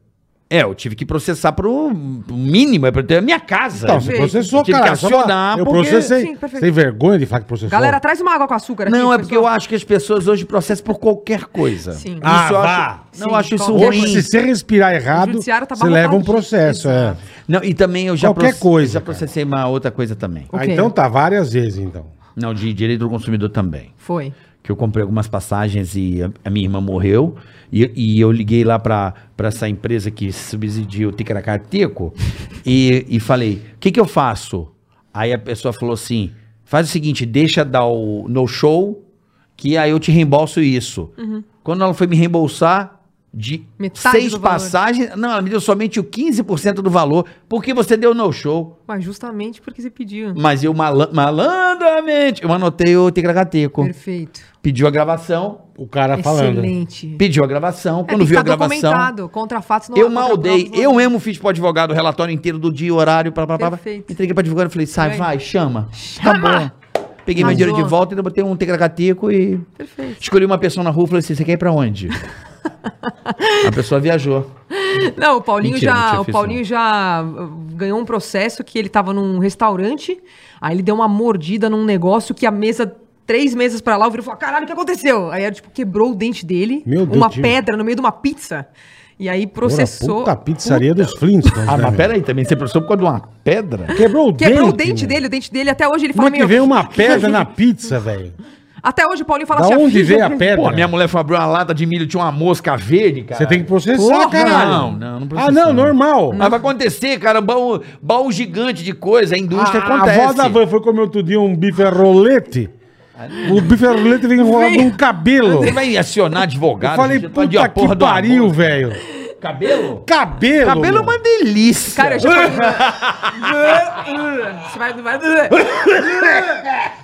B: É, eu tive que processar pro pro mínimo, é pra ter a minha casa.
C: Então, você
D: Perfeito.
C: processou,
B: Eu tive que
C: cara. só
B: acionar,
C: fala, eu
B: porque-
C: processei.
D: Sim, perfeito.
C: Tem vergonha de falar que processou?
D: Galera, tá traz uma água com açúcar aqui.
B: Não, é porque eu
D: pessoal.
B: acho que as pessoas hoje processam por qualquer coisa.
D: Sim.
C: Ah,
B: Isso eu
C: vá.
B: acho- não,
D: Sim,
B: eu acho isso
D: qualquer
B: ruim.
D: coisa.
C: se você respirar
D: O
C: errado,
D: judiciário tá
C: você leva um
D: abarrotadinho.
C: processo. É.
D: Exato.
B: Não, e também eu já,
C: Qualquer coisa,
B: já
C: cara.
B: processei uma outra coisa também.
C: Ah,
D: Ok.
C: então tá, várias vezes, então.
B: Não, de direito do consumidor também.
D: Foi.
B: que eu comprei algumas passagens e a, a minha irmã morreu. E, e eu liguei lá pra pra essa empresa que subsidia o Ticaracateco e, e falei: o que, que eu faço? Aí a pessoa falou assim: faz o seguinte, deixa dar o no show, que aí eu te reembolso isso. Quando ela foi me reembolsar. De
D: Uhum. Metade
B: seis
D: do valor.
B: passagens, não, ela me deu somente o 15% do valor, porque você deu no show.
D: Mas justamente porque você pediu.
B: Mas eu malan- malandramente, eu anotei o Ticaracateco.
D: Perfeito.
B: Pediu a gravação,
C: O cara Tá falando.
D: Excelente.
B: pediu a gravação,
D: É, tem
B: quando
D: que
B: viu a
D: tá
B: gravação,
D: documentado, Contra fatos não é
B: eu
D: há,
B: mal
D: contra
B: dei,
D: provas não
B: eu
D: há.
B: mesmo fiz pro advogado o relatório inteiro do dia, horário, blá, blá, blá, blá.
D: Perfeito.
B: entreguei pra advogado e falei, sai,
D: Bem.
B: vai, chama,
D: Chama!
B: acabou. Peguei meu
D: Arrasou.
B: dinheiro de volta e botei um tegracateco e
D: Perfeito.
B: escolhi uma pessoa na rua e falei assim, você quer ir pra onde? a pessoa viajou.
D: Não, o Paulinho
B: Mentira, não
D: já,
B: tinha
D: o
B: feito
D: Paulinho já uh, ganhou um processo que ele tava num restaurante, aí ele deu uma mordida num negócio que a mesa três mesas pra lá, o e falou: "Caralho, o que aconteceu?" Aí era tipo quebrou o dente dele,
C: Meu Deus,
D: uma
C: tio.
D: pedra no meio de uma pizza. E aí processou.
C: Puta pizzaria dos Flintstones.
B: Ah,
C: né,
B: mas
C: meu?
B: peraí também, você processou por causa de uma pedra?
C: Quebrou o dente.
D: Quebrou o dente
C: meu.
D: dele, o dente dele até hoje ele
C: Como
D: fala
C: é que
D: meio assim.
C: veio uma pedra na pizza, velho?
D: Até hoje o Paulinho fala
C: Da
D: assim,
C: onde veio a
D: gente-
C: pedra?
B: Pô, minha mulher foi abrir uma lata de milho, tinha uma mosca verde, cara.
C: Você tem que processar,
B: Porra,
C: caralho.
B: Não, não, não
C: Ah, não, normal.
B: Mas vai acontecer, cara, baú, baú gigante de coisa, a
D: Ah,
B: indústria
C: a,
B: acontece.
C: a avó da van foi comer outro dia um bife à rolete. O bife à rolete vem enrolado
D: Vem.
C: num cabelo.
B: Você vai acionar advogado.
C: Eu falei,
B: gente, pode ir a
C: puta
B: tá porra
C: que
B: do amor.
C: pariu, velho.
B: Cabelo?
C: Cabelo.
B: Cabelo é uma delícia.
D: Cara, eu já falei... Você vai... vai...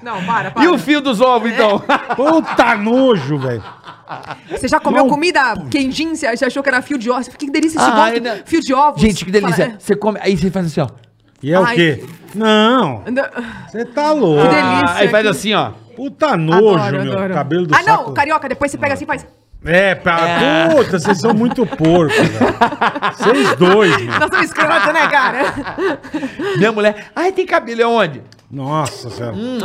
D: Não, para, para.
B: E o fio dos ovos,
D: É.
B: então?
C: Puta nojo, velho.
D: Você já comeu
C: Não.
D: comida quendinha? Você achou que era fio de ovos? Que delícia esse
B: Ah,
D: bolo,
B: ainda-
D: Fio de ovos.
B: Gente, que delícia.
D: Fala, é.
B: Você come, aí você faz assim, ó.
C: E é
D: Ai.
C: o quê? Não,
D: é. Não.
C: você tá louco.
D: Que delícia.
B: aí faz
D: que-
B: assim, ó.
C: Puta nojo,
D: Adoro,
C: meu.
D: adoro.
C: Cabelo do
D: Ah, não,
C: saco.
D: carioca, depois você pega assim e faz...
C: É, pra... puta, vocês são muito porco, velho. Vocês dois, meu.
D: Nós somos escroto, né, cara?
B: Minha mulher. Ai, tem cabelo, é onde?
C: Nossa, senhora.
D: Hum.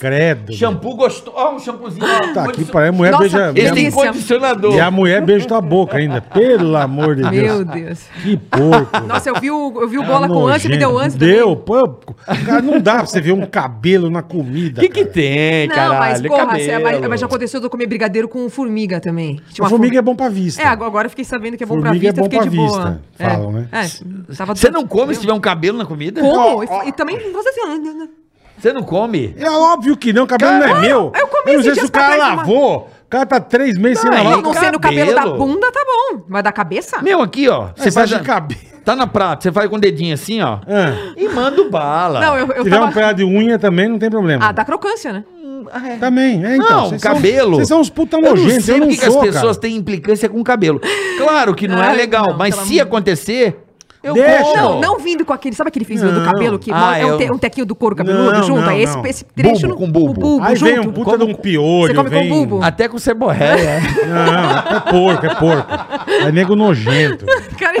C: Credo.
B: Shampoo gostoso. Ó, um shampoozinho. ó.
C: Tá aqui,
B: Condicio-
C: parece a mulher
D: Nossa,
C: beija...
B: Eles têm
D: Delícia.
B: condicionador.
C: E a mulher beija tua boca ainda. Pelo amor de Deus.
D: Meu Deus.
C: Que porco.
D: Nossa, eu vi o, eu vi o
C: Tá
D: bola com ânsia, me deu
C: nojento.
D: ânsia.
C: Deu, pô. Cara, não dá pra você ver um cabelo na comida.
B: O que, que
C: cara.
B: tem,
D: Não,
B: caralho?
D: mas
B: É
D: porra, cê- mas,
B: cabelo.
D: mas já aconteceu de eu comer brigadeiro com formiga também.
C: Uma
D: Tinha uma
C: formiga
D: formiga
C: é bom pra vista.
D: é, agora agora eu fiquei sabendo que é bom pra
C: Formiga é
D: vista,
C: bom
D: fiquei
C: pra
D: de boa.
C: vista, falam,
D: é.
C: né?
D: É, tava
B: Você não come se tiver um cabelo na comida?
D: Como? E, e também não faz assim. não, não, não.
B: Você não come?
C: É óbvio que não, o cabelo não é meu.
D: eu comi
C: não
D: esses
C: sei se
D: dias
C: o cara
D: pra trás uma-
C: lavou. O cara tá três meses sem
B: Não,
C: lavar.
B: é
D: Não sendo o cabelo da
B: cabelo.
D: bunda, tá bom. Mas da cabeça?
B: Meu, aqui, ó.
C: Você
B: Você faz.
C: faz de
B: a-
C: cabelo.
B: Tá na prata, você faz com o dedinho assim, ó.
C: Ah,
B: E manda o bala.
D: Não, eu,
C: se
D: eu
C: tiver um
D: tava...
C: pedaço de unha também, não tem problema.
D: Ah, dá crocância, né?
C: Também, é então.
B: Ah, Não,
C: vocês são-
B: cabelo.
C: Vocês são uns puta
B: Eu não
C: nojentos,
B: sei
C: eu não
B: porque que as
C: sou, cara.
B: pessoas têm implicância com o cabelo. Claro que não é
D: Ai,
B: legal,
D: não,
B: mas
D: pelo
B: se
D: amor-
B: acontecer, eu
C: Deixa.
B: como.
D: Não, não vindo com aquele... Sabe aquele fiozinho do
C: Não.
D: cabelo que
B: Ah,
D: mo- é um,
B: eu-
D: te- um tequinho do couro cabeludo
C: Não,
D: junto?
C: não,
D: é esse,
C: não.
D: esse
B: Bulbo
D: trecho... no-
B: com bulbo.
D: o bulbo
C: Aí vem
D: junto.
C: um puta de um piolho,
D: Você come com
C: vem...
D: bulbo?
B: Até com ceborréia.
C: Não, é porco, é porco. É nego nojento.
D: Cara é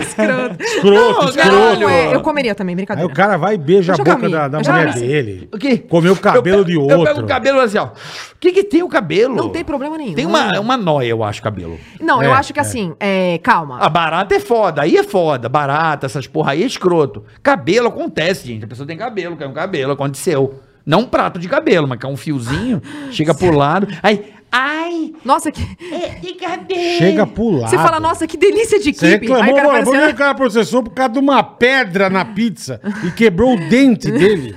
D: escroto.
C: Escroto,
B: Não,
C: escroto.
D: Não, é, eu comeria também,
C: Aí
D: brincadeira.
C: o cara vai e beija a
D: Eu já
C: boca
D: comi,
C: da, da
D: eu já
C: mulher
D: comi.
C: dele.
B: o quê?
C: Comeu o cabelo
B: Eu
C: de
B: pego-
C: outro.
B: Eu pego o cabelo assim, ó. O que que tem o cabelo?
D: Não tem problema nenhum.
B: Tem uma, uma noia, eu acho, cabelo.
D: Não, eu
C: É,
D: acho que
C: é. Ah,
D: assim, é, calma.
B: A barata é foda, aí é foda. Barata, essas porra aí é escroto. Cabelo acontece, gente. A pessoa tem cabelo, caiu um cabelo, aconteceu. Não um prato de cabelo, mas cai um fiozinho, chega pro lado. Aí, ai,
D: Nossa, que...
E: É, de cabelo.
C: Chega pro lado.
D: você fala, nossa, que delícia de
C: Você
D: equipe. Aí
C: reclamou,
D: o cara
C: mano,
D: fala
C: por
D: assim,
C: que o
D: ah,
C: cara processou por causa de uma pedra na pizza e quebrou o dente dele?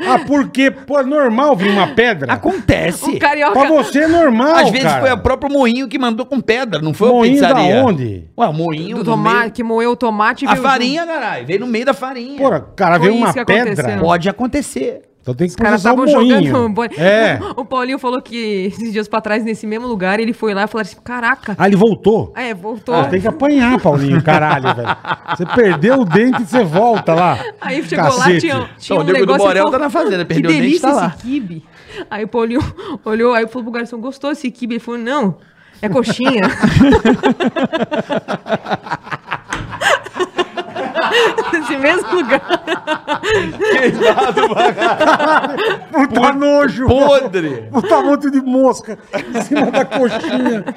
C: Ah, por quê? Pô, é normal vir uma pedra?
B: acontece.
D: o carioca...
C: Pra você é normal,
B: Às vezes
C: cara.
B: foi o próprio moinho que mandou com pedra, não foi
C: Moinho
B: a pizzaria.
C: da onde?
B: Ué, o moinho no
D: do tomate,
B: meio-
D: que moeu o tomate e
B: A
D: veio
B: farinha, caralho, veio no meio da farinha.
C: Porra, cara,
D: Foi
C: veio uma
D: isso que
C: pedra.
D: aconteceu.
B: Pode acontecer.
C: Então tem que
D: junto. Os caras
C: processar o
D: estavam jogando um
C: moinho.
D: boi.
C: É.
D: O Paulinho falou que esses dias pra trás, nesse mesmo lugar, ele foi lá e falou assim: caraca,
C: Ah, ele voltou.
D: é, voltou.
C: Pô, Ah, tem que apanhar, Paulinho, caralho, velho. Você perdeu o dente e você volta lá.
D: Aí chegou lá, tinha, tinha
B: Então, o
D: um
B: nego do
D: negócio...
B: Borel
D: ele
B: tá na fazenda,
D: que
B: perdeu o dente,
D: delícia
B: tá lá."
D: esse quibe. Aí o Paulinho olhou, aí falou pro garçom, gostou esse quibe? Ele falou, não, é coxinha. Nesse mesmo lugar.
C: Puta nojo.
B: Podre.
C: Puta monte de mosca em cima da coxinha.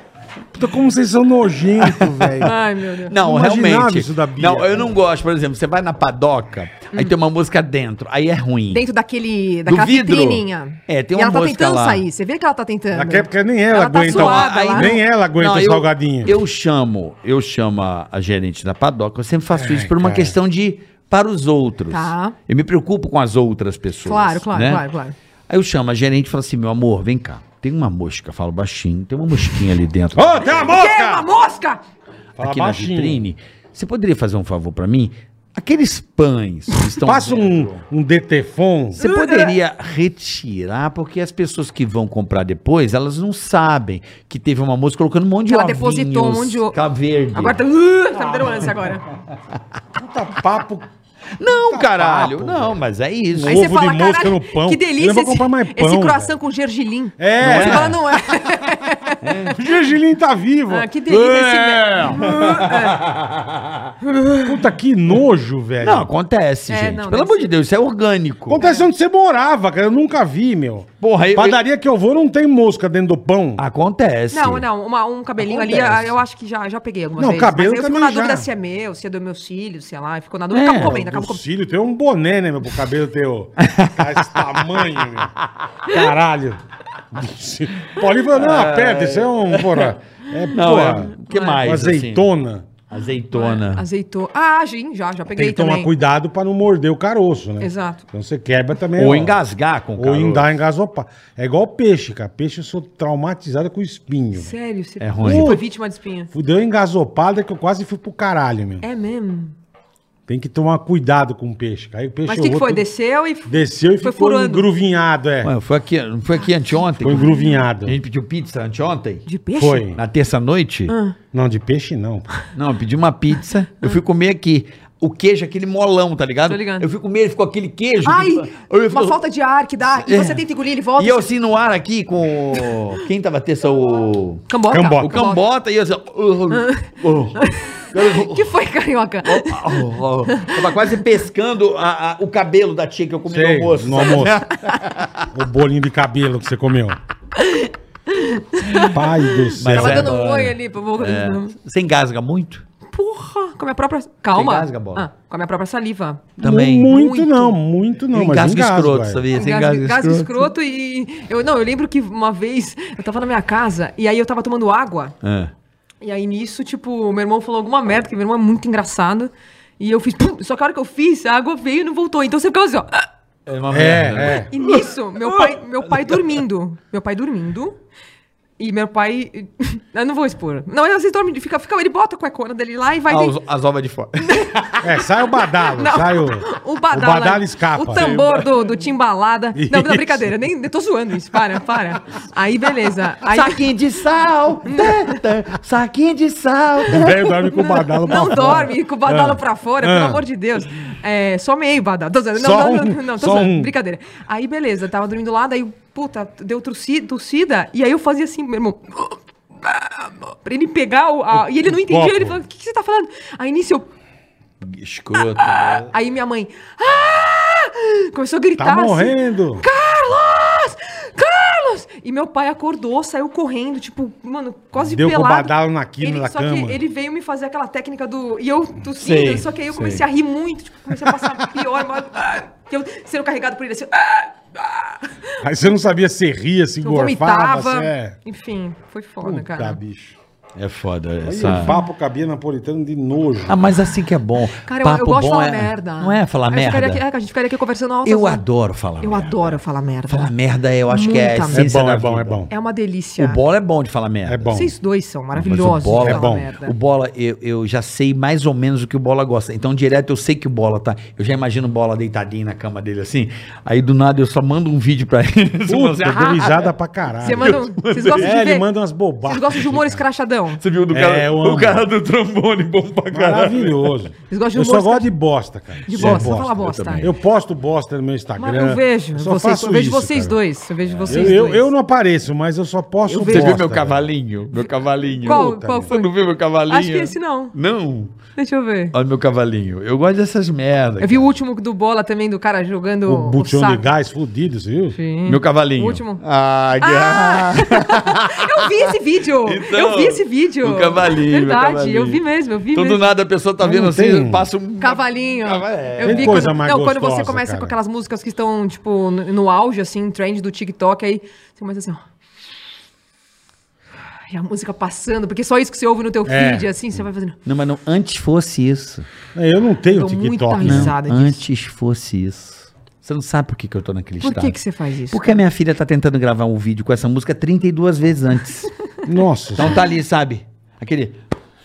C: Puta, como vocês são nojentos, velho.
D: Ai, meu Deus.
B: Não,
C: Imaginava
B: realmente.
C: isso da Bia.
B: Não, eu não gosto. Por exemplo, você vai na padoca,
D: Uhum.
B: aí tem uma música dentro, aí é ruim.
D: Dentro daquele, daquela
B: vidro.
D: vitrininha.
B: É, tem
D: E
B: uma
D: ela tá
B: mosca
D: tentando
B: lá.
D: sair. Você vê que ela tá tentando.
C: Daqui a pouco nem ela
D: tá
C: aguenta uma-
D: suada
B: aí
D: lá.
C: Nem ela aguenta
B: Não,
C: o
B: eu-
C: salgadinho.
B: Eu chamo, eu chamo a, a gerente da padoca, eu sempre faço isso por uma
C: É, cara.
B: questão de para os outros.
D: Tá.
B: Eu me preocupo com as outras pessoas.
D: Claro, claro,
B: né?
D: claro, claro.
B: Aí eu chamo a gerente e falo assim: meu amor, vem cá. Tem uma mosca, falo baixinho, tem uma mosquinha ali dentro.
C: Ô, tem uma
D: Que é
C: mosca!
D: uma mosca?
C: Fala
B: aqui
C: baixinho.
B: na vitrine. Você poderia fazer um favor pra mim? Aqueles pães que estão.
C: Passa
B: dentro,
C: um, um detefon.
B: Você poderia retirar, porque as pessoas que vão comprar depois, elas não sabem que teve uma moça colocando um monte de
D: Ela
B: ovinhos,
D: depositou um monte de o-
B: tá verde.
D: Agora tá, uh, tá me dando ânsia agora.
C: Puta papo.
D: Tá
B: Não,
C: Puta
B: caralho.
C: papo,
B: não, mas é isso.
C: Aí Ovo de mosca no pão.
D: que
C: Eu
D: delícia
C: não vou comprar mais pão,
D: esse croissant
C: velho.
D: com gergelim.
C: É.
D: Você fala, não é.
C: O gergelim tá vivo.
D: Ah, que delícia esse-
C: Puta, que nojo, velho.
B: Não, acontece,
D: É,
B: gente.
D: não,
B: Pelo
D: deve
B: amor
D: ser.
B: de Deus, isso é orgânico.
C: Acontece onde você morava, cara. Eu nunca vi, meu.
B: Porra, eu- Ah,
C: Padaria que eu vou não tem mosca dentro do pão.
B: Acontece.
D: Não, não, uma- um cabelinho
B: Acontece.
D: ali, ah, eu acho que já, já peguei algumas
C: Não,
D: vezes.
C: cabelo
D: mas aí eu fico
C: também
D: na
C: já.
D: dúvida se é meu, se é do meu filho, sei lá. Ficou na
B: É.
D: dúvida, acabou comendo, acabou
C: O
D: comendo.
C: cílio tem um boné, né, meu? Pro cabelo ter o... esse tamanho, meu. Caralho. Paulinho falou, não, aperta, isso é um, porra. É,
B: Não,
C: porra,
B: é, o que mais, assim?
C: azeitona.
B: Azeitona.
D: Azeitou. Ah, gin, já, já
C: Tem
D: peguei
C: que tomar
D: também.
C: cuidado pra não morder o caroço, né?
D: Exato.
C: Então você quebra também.
B: Ou
C: ó.
B: engasgar com o
C: Ou
B: caroço.
C: engar, engasopar. É igual peixe, cara. Peixe eu sou traumatizado com espinho.
D: Sério, você,
B: É ruim.
D: você foi vítima de espinha.
C: Fui- Deu engasopada que eu quase fui pro caralho, meu.
D: É mesmo.
C: Tem que tomar cuidado com o peixe. cara. Aí o peixe
D: Mas o que, que
C: errou
D: foi?
C: tudo.
D: Desceu e.
C: Desceu e
D: Foi
C: ficou
D: furando.
C: engruvinhado, é.
B: Mano, foi aqui, não foi aqui anteontem?
C: Ficou engruvinhado.
B: A gente pediu pizza anteontem?
D: De peixe?
C: Foi.
B: Na terça-noite?
D: Ah.
C: Não, de peixe não.
B: Não, eu pedi uma pizza, eu fui comer aqui. O queijo, aquele molão, tá ligado?
D: Tô ligado.
B: Eu fui comer, ele ficou aquele queijo.
D: Ai,
B: Eu- eu-
D: uma falta de ar que dá. E
B: É.
D: você tenta engolir, ele volta.
B: E eu assim no ar aqui com. o- Quem tava terça? O.
D: Cambota.
C: Cambota.
B: O Cambota e eu assim. uh,
D: que foi, carioca?
B: uh. Tava quase pescando a- a- o cabelo da tia que eu comi no
C: Sei,
B: almoço.
C: No almoço. o bolinho de cabelo que você comeu. Pai do céu.
D: Tava
B: é,
D: dando um
B: mano.
D: oi ali pra boca.
B: É. Você engasga muito?
D: Porra, com a minha própria. Calma.
B: engasga, bola.
D: Ah, com a minha própria saliva.
B: Também.
C: Muito,
D: Muito.
C: não, muito não. Mas
B: engasga
C: engasgo,
B: escroto,
C: é.
B: sabia? Você
D: Engasga,
B: engasga,
D: engasga
B: escroto.
D: escroto e. Eu, não, eu lembro que uma vez eu tava na minha casa e aí eu tava tomando água.
B: É.
D: E aí nisso, tipo, meu irmão falou alguma merda, que meu irmão é muito engraçado. E eu fiz. pum, só que a hora que eu fiz, a água veio e não voltou. Então você ficava assim, ó. ah!
B: É uma merda.
C: É, é.
D: E nisso, meu pai, meu pai dormindo. Meu pai dormindo. E meu pai. Eu não vou expor. Não, ele às vezes dorme, fica, fica, ele bota a cuecona dele lá e vai.
B: Ah,
D: deitar.
B: os- as ovas de fora.
C: É, sai o badalo,
D: Não.
C: sai o.
D: O badala,
C: O badala escapa.
D: O tambor do, do timbalada. Não,
C: Isso.
D: não, brincadeira. Nem, eu tô zoando isso. Para, para. Aí, beleza. Aí,
B: Saquinho de sal. tã, tã, Saquinho de sal.
C: O velho dorme com o badalo pra
D: não
C: fora.
D: dorme com o badala
C: Ah.
D: pra fora,
C: Ah.
D: pelo amor de Deus. É, só meio badala. Tô zoando. Não,
C: Só
D: não,
C: um,
D: não, não, não, tô
C: só
D: zoando.
C: um.
D: Brincadeira. Aí, beleza. Tava dormindo lá, daí, puta, deu torcida, torcida. E aí eu fazia assim, meu irmão... Pra ele pegar o... a- e ele não entendia,
C: copo.
D: ele falou, o que, que você tá falando? Aí, nisso, eu...
B: Escroto.
D: Aí minha mãe... "Ah!" Começou a gritar
C: Tá
D: assim.
C: morrendo.
D: Carlos! Carlos! E meu pai acordou, saiu correndo, tipo, mano, quase
C: Deu com o
D: pelado.
C: badalo na quina
D: ele,
C: da
D: só
C: cama.
D: que ele veio me fazer aquela técnica do. E eu tossindo,
B: Sei,
D: só que aí eu
B: sei.
D: comecei a rir muito, tipo, comecei a passar pior, mas, ah, que eu sendo carregado por ele assim. ah, ah.
C: Aí você não sabia se ria, se
D: eu
C: gorfava,
D: vomitava.
C: se é.
D: Enfim, foi foda,
C: Puta,
D: cara.
C: bicho.
B: É foda
C: Aí
B: essa.
C: o papo cabia napolitano de nojo.
B: Ah, mas assim que é bom.
D: Cara, eu, eu
B: Papo
D: gosto de
B: bom
D: falar
B: é...
D: merda.
B: Não é falar
D: a gente
B: merda.
D: ficaria Aqui, é, a gente ficaria aqui conversando altas
B: Eu
D: horas.
B: adoro falar
D: Eu
B: merda.
D: adoro falar merda.
B: Falar merda, eu acho que é a
D: Muita
B: essência
C: merda. É
B: da
C: bom, é
B: vida.
C: bom, é
D: É uma delícia.
B: O bola é bom de falar merda.
C: É bom.
D: Vocês dois são
B: Mas o
D: maravilhosos. de
B: bola,
C: é
D: falar
C: bom.
D: merda.
B: o bola eu, eu já sei mais ou menos o que o bola gosta. Então, direto eu sei que o bola tá. Eu já imagino o bola deitadinho na cama dele assim. Aí do nada eu só mando um vídeo pra ele. Você fala assim,
C: Puta, é eu dou risada pra caralho.
D: Você manda um- vocês gostam de
C: É, ele
D: ver-
C: manda umas bobagens.
D: Vocês gostam de humor
C: cara.
D: escrachadão?
B: Você viu do
C: É,
B: cara,
C: eu
B: o
C: amo.
B: cara do trombone bom pra caralho.
C: Maravilhoso.
D: Eles gostam de
C: eu
D: humor
C: só gosto de bosta, cara.
D: De
C: Só
D: bosta, só fala bosta. é.
C: Eu, também. Eu posto bosta no meu Instagram.
D: Mas eu vejo
C: Eu só
D: vocês,
C: faço
D: eu vejo
C: isso,
D: vocês
C: cara.
D: dois, eu vejo
C: Eu,
D: vocês
C: eu,
D: dois.
C: eu não apareço, mas eu só posto né?
B: Você viu meu
C: velho.
B: cavalinho? Meu cavalinho.
D: Qual,
C: Puta,
D: qual
B: Você
D: foi?
B: não viu meu cavalinho?
D: Acho que esse não.
B: Não.
D: Deixa eu ver.
B: Olha meu cavalinho. Eu gosto dessas merdas.
D: Eu vi o último do Bola também, do cara jogando
C: O botão de
D: saco.
C: gás fudido, você viu?
D: Sim.
B: Meu cavalinho.
D: um. O último.
B: Ah, que...
D: Ah! eu vi esse vídeo!
B: Então,
D: eu vi esse vídeo!
B: o cavalinho, o
D: Verdade,
B: cavalinho.
D: eu vi mesmo, eu vi
B: Então do
D: mesmo.
B: nada a pessoa tá
C: Não
B: vendo assim,
C: tem.
B: passa um.
D: Cavalinho.
B: Cava- é.
D: Eu
C: Tem
D: vi
C: coisa
D: quando,
C: mais
D: não, quando
C: gostosa,
D: você começa
C: cara.
D: com aquelas músicas que estão, tipo, no, no auge, assim, trend do TikTok, aí você começa assim, ó. E a música passando, porque só isso que você ouve no teu
C: É.
D: feed, assim, você vai fazendo.
B: Não, mas não, antes fosse isso.
C: Eu não tenho
D: Eu dou
C: TikTok.
D: muita
C: não.
D: risada. Nada disso.
B: Antes fosse isso. Você não sabe por que, que eu tô naquele
D: Por
B: estado.
D: que, que você faz isso?
B: Porque a minha filha tá tentando gravar um vídeo com essa música 32 vezes antes.
C: Nossa.
B: então tá ali, sabe? Aquele.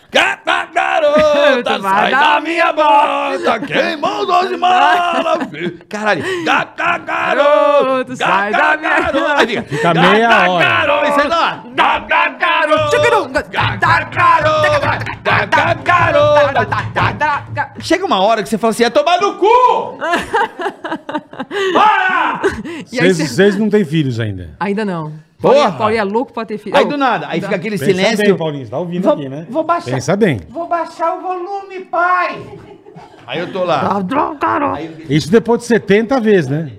B: Cata, garota, sai
D: Vai
B: da
D: dar-
B: minha bota, queimou doze malas. Caralho. Cata, garota, sai da minha garota.
C: Fica meia hora.
B: Garota, sei lá. Gata, garota, gata, garota, gata, garota. Chega uma hora que você fala assim, é tomar no cu! Para!
D: E aí
C: Vocês
D: você-
C: vocês não têm filhos ainda.
D: Ainda não.
B: Porra!
D: Paulinho- Paulinho é louco pra ter filho.
B: Aí
D: Não,
B: do nada, aí
D: dá.
B: fica aquele
C: Pensa
B: silêncio.
C: bem, Paulinho. Você tá ouvindo aqui, né?
B: vou baixar.
C: Pensa bem.
B: Vou baixar o volume, pai! Aí eu tô
D: Tá
B: lá.
C: Isso depois de 70 vezes, né?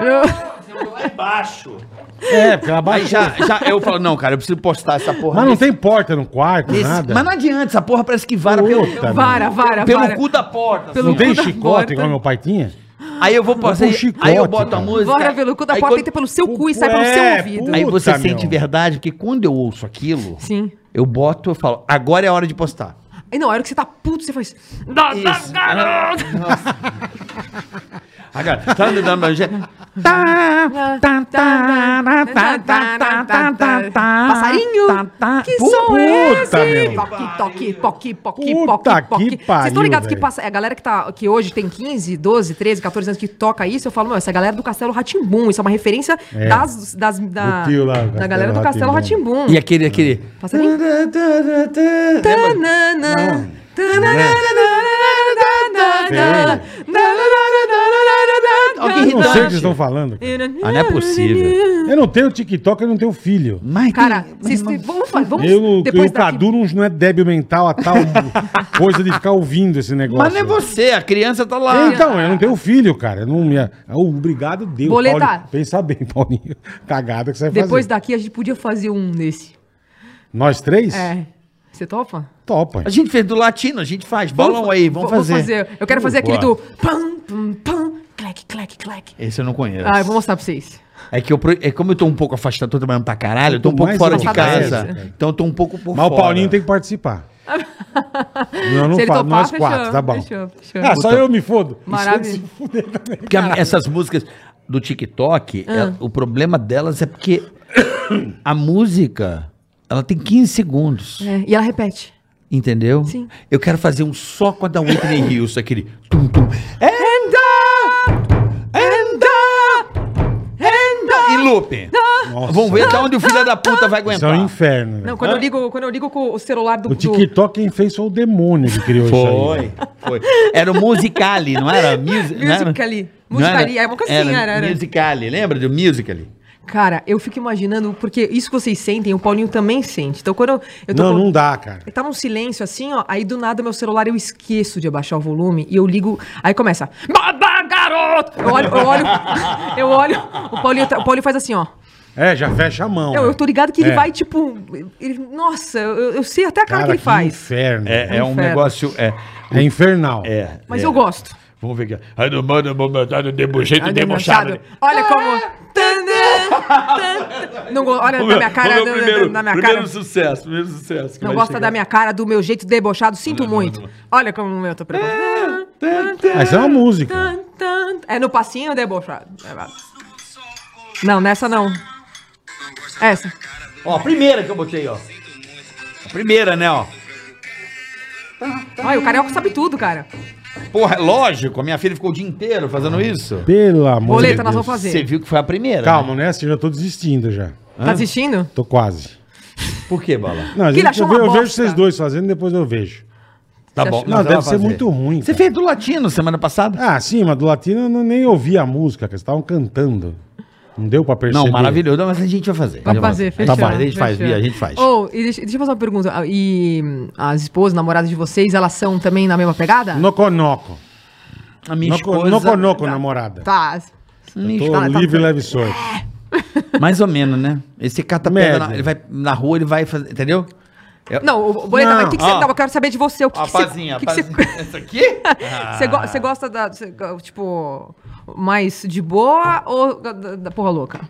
B: Eu lá embaixo.
C: É, porque ela
B: Aí
C: baixa.
B: já, já eu falo, não, cara, eu preciso postar essa porra.
C: Mas não
B: nesse-
C: tem porta no quarto,
B: nesse-
C: nada.
B: Mas não é adianta, essa porra parece que vara pelo,
C: Puta,
D: Vara, vara,
B: Tá pelo
D: vara.
B: cu da porta.
D: Pelo
C: Não
B: assim,
C: tem
D: cu da
C: chicote
D: porta.
C: igual meu pai tinha?
B: ó. Aí eu vou passar.
C: com chicote,
B: Aí eu boto a
C: cara.
B: música.
D: Bora pelo cu da
B: aí
D: porta,
B: quando-
D: entra pelo seu cu e sai pelo seu
C: É,
D: ouvido.
C: puta,
B: Aí você
C: meu.
B: sente verdade, porque quando eu ouço aquilo,
D: Sim.
B: eu boto, eu falo, agora é a hora de postar.
D: Aí não, a hora que você tá puto, você faz. Dá, dá,
B: Isso.
D: garota!
B: Agora, tá andando meu jeito.
D: Tá,
B: Tá,
D: tá. Passarinho, que
B: tá, Puta,
D: som é
C: puta,
D: esse?
C: meu.
D: Toque, toque, poque, poque,
C: Puta
D: poque,
C: que
D: poque. Vocês
C: pariu,
D: estão ligados que
C: velho.
D: passa, a galera que, tá, que hoje tem 15, 12, 13, 14 anos que toca isso, eu falo, meu, essa galera do Castelo Ratimbum, isso é uma referência
C: É.
D: das, das, da,
C: Do tio lá,
D: da galera do
C: Castelo
D: Castelo Ratimbum.
B: E é aquele, aquele.
D: Passarinho.
B: Lembra?
D: Tanana.
C: é. Eu não sei o que vocês
D: Tanana.
C: estão falando. cara.
B: Ah, não é possível.
C: Eu não tenho TikTok, eu não tenho filho.
B: Mas,
D: Cara,
B: que-
D: vocês te- vamos, fa- vamos
C: Eu, eu,
D: depois
C: o Cadu não, não é débil mental a tal coisa de ficar ouvindo esse negócio.
B: mas não é você, a criança tá lá.
C: Então, eu não tenho filho, cara. Eu não me... Ah, Obrigado, Deus.
D: Boleta.
C: Paulinho. pensa bem, Paulinho. Cagada que você vai
D: Depois
C: fazer.
D: daqui a gente podia fazer um desse.
C: Nós três?
D: É. Você topa?
C: Topa.
B: A gente fez do latino, a gente faz. Bolão aí, vamos
D: Vou- vou
B: fazer.
D: Eu quero fazer aquele
B: boa.
D: do pam, pam, pam, clac, clac, clac.
B: Esse eu não conheço.
D: Ah, eu vou mostrar pra vocês.
B: É que eu, pro- é como eu tô um pouco afastado, tô trabalhando pra caralho, eu tô um
C: Tô
B: pouco
C: mais
B: fora de
D: afastado
B: casa.
C: ainda.
B: Então eu tô um pouco por
C: Mas
B: fora.
C: o Paulinho tem que participar. não, não
D: Se ele
C: falo.
D: topar,
C: Nós
D: fechou,
C: quatro, tá bom.
D: fechou, fechou.
C: Ah, só eu me fodo.
D: é Maravilha.
B: Porque a- essas músicas do TikTok,
D: Ah.
B: é- o problema delas é porque a música, ela tem 15 segundos,
D: É, e ela repete.
B: entendeu?
D: Sim.
B: Eu quero fazer um só com a da Whitney Houston, aquele... Tum, tum. And up! And up! And up! E loop.
C: Nossa,
B: Vamos ver até onde o filho da puta vai
C: Isso é um
B: aguentar.
C: inferno. velho.
D: Não, quando eu ligo, quando eu ligo com o celular do,
C: O
D: do-
C: TikTok quem fez foi o demônio que criou isso aí.
B: Foi, foi. Era o Musicali, não era? Musi- não era?
D: Musical.ly.
B: Não era?
D: Musical.ly, é uma coisa assim, era, era.
B: Musicali, lembra do Musicali?
D: Cara, eu fico imaginando, porque isso que vocês sentem, o Paulinho também sente. Então, quando eu, eu tô
C: Não,
D: com-
C: não dá, cara.
D: Tá num silêncio assim, ó. Aí do nada meu celular eu esqueço de abaixar o volume e eu ligo. Aí começa. Baba, garoto! Eu olho, eu olho. Eu olho. O Paulinho, tá- o Paulinho faz assim, ó.
C: É, já fecha a mão.
D: Eu, eu tô ligado que ele
C: É.
D: vai, tipo. ele- nossa, eu, eu sei até a cara,
C: Cara,
D: que ele
C: que
D: faz.
C: inferno.
B: É,
C: É,
B: é um
D: Inferno.
B: negócio. É,
C: infernal.
B: é,
D: Mas
B: é.
D: eu gosto.
B: Vamos ver aqui. Ai, do mano, momentado, debochado, debochado.
D: Debochado. Olha como. Tanã, tanã. Não, go- olha na minha cara.
B: Vamos ver o
D: na- na-
B: primeiro,
D: na minha
B: primeiro
D: cara.
B: sucesso, primeiro sucesso. que
D: Não
B: vai
D: gosta
B: chegar.
D: da minha cara, do meu jeito debochado, sinto muito. Olha como eu tô preparado.
C: Mas é uma música.
D: Tan, tan. É no passinho debochado. É lá. Não, nessa não. Essa.
B: Ó, a primeira que eu botei, ó. A primeira, né, ó.
D: Olha, o carioca sabe tudo, cara.
B: Porra, é lógico, a minha filha ficou o dia inteiro fazendo isso.
C: Pelo amor
D: Boleta,
C: de
D: nós
C: Deus.
D: vamos fazer.
B: Você viu que foi a primeira.
C: Calma, né? Assim, eu já tô desistindo já.
D: Tá assistindo?
C: Tô quase.
B: né? Por que, Bala?
C: Não, a
D: Que ele
C: gente-
D: achou
C: eu, ve-
D: uma
C: eu vejo
D: bosta.
C: vocês dois fazendo, depois eu vejo.
B: Tá
D: Você
B: bom.
D: achou-
B: nós
C: Não, deve
B: vamos
C: ser
B: fazer.
C: muito ruim,
B: Você
C: cara.
B: fez do latino semana passada?
C: Ah, sim, mas do latino eu não- nem ouvi a música, que eles estavam cantando. Não deu pra perceber.
B: Não, maravilhoso, mas a gente vai fazer.
D: Vai fazer,
B: fechou.
D: fechou.
B: Tá bom, a gente faz,
D: fechou.
B: Bia, a gente faz.
D: Ô, e deixa, deixa eu fazer uma pergunta. Ah, E hum, as esposas, namoradas de vocês, elas são também na mesma pegada?
C: Noconoco.
B: A minha
C: Noconoco, noco, noco, namorada.
D: Tá.
B: Minha
C: Tô
B: esposa-
C: livre, leve e solto.
B: Mais ou menos, né? Esse cara tá pega
C: Média.
B: na, ele vai na rua, ele vai fazer, entendeu?
D: Não, o Boleta,
C: Não,
D: mas o que, que
B: ó.
D: você. Não, eu quero saber de você. O que,
B: A
D: que você-
B: pazinha,
D: o
B: a
D: que que você.
B: pazinha. Ah. Essa aqui?
D: Você go- você gosta da. você go- tipo. Mais de boa ou da, da- da porra louca?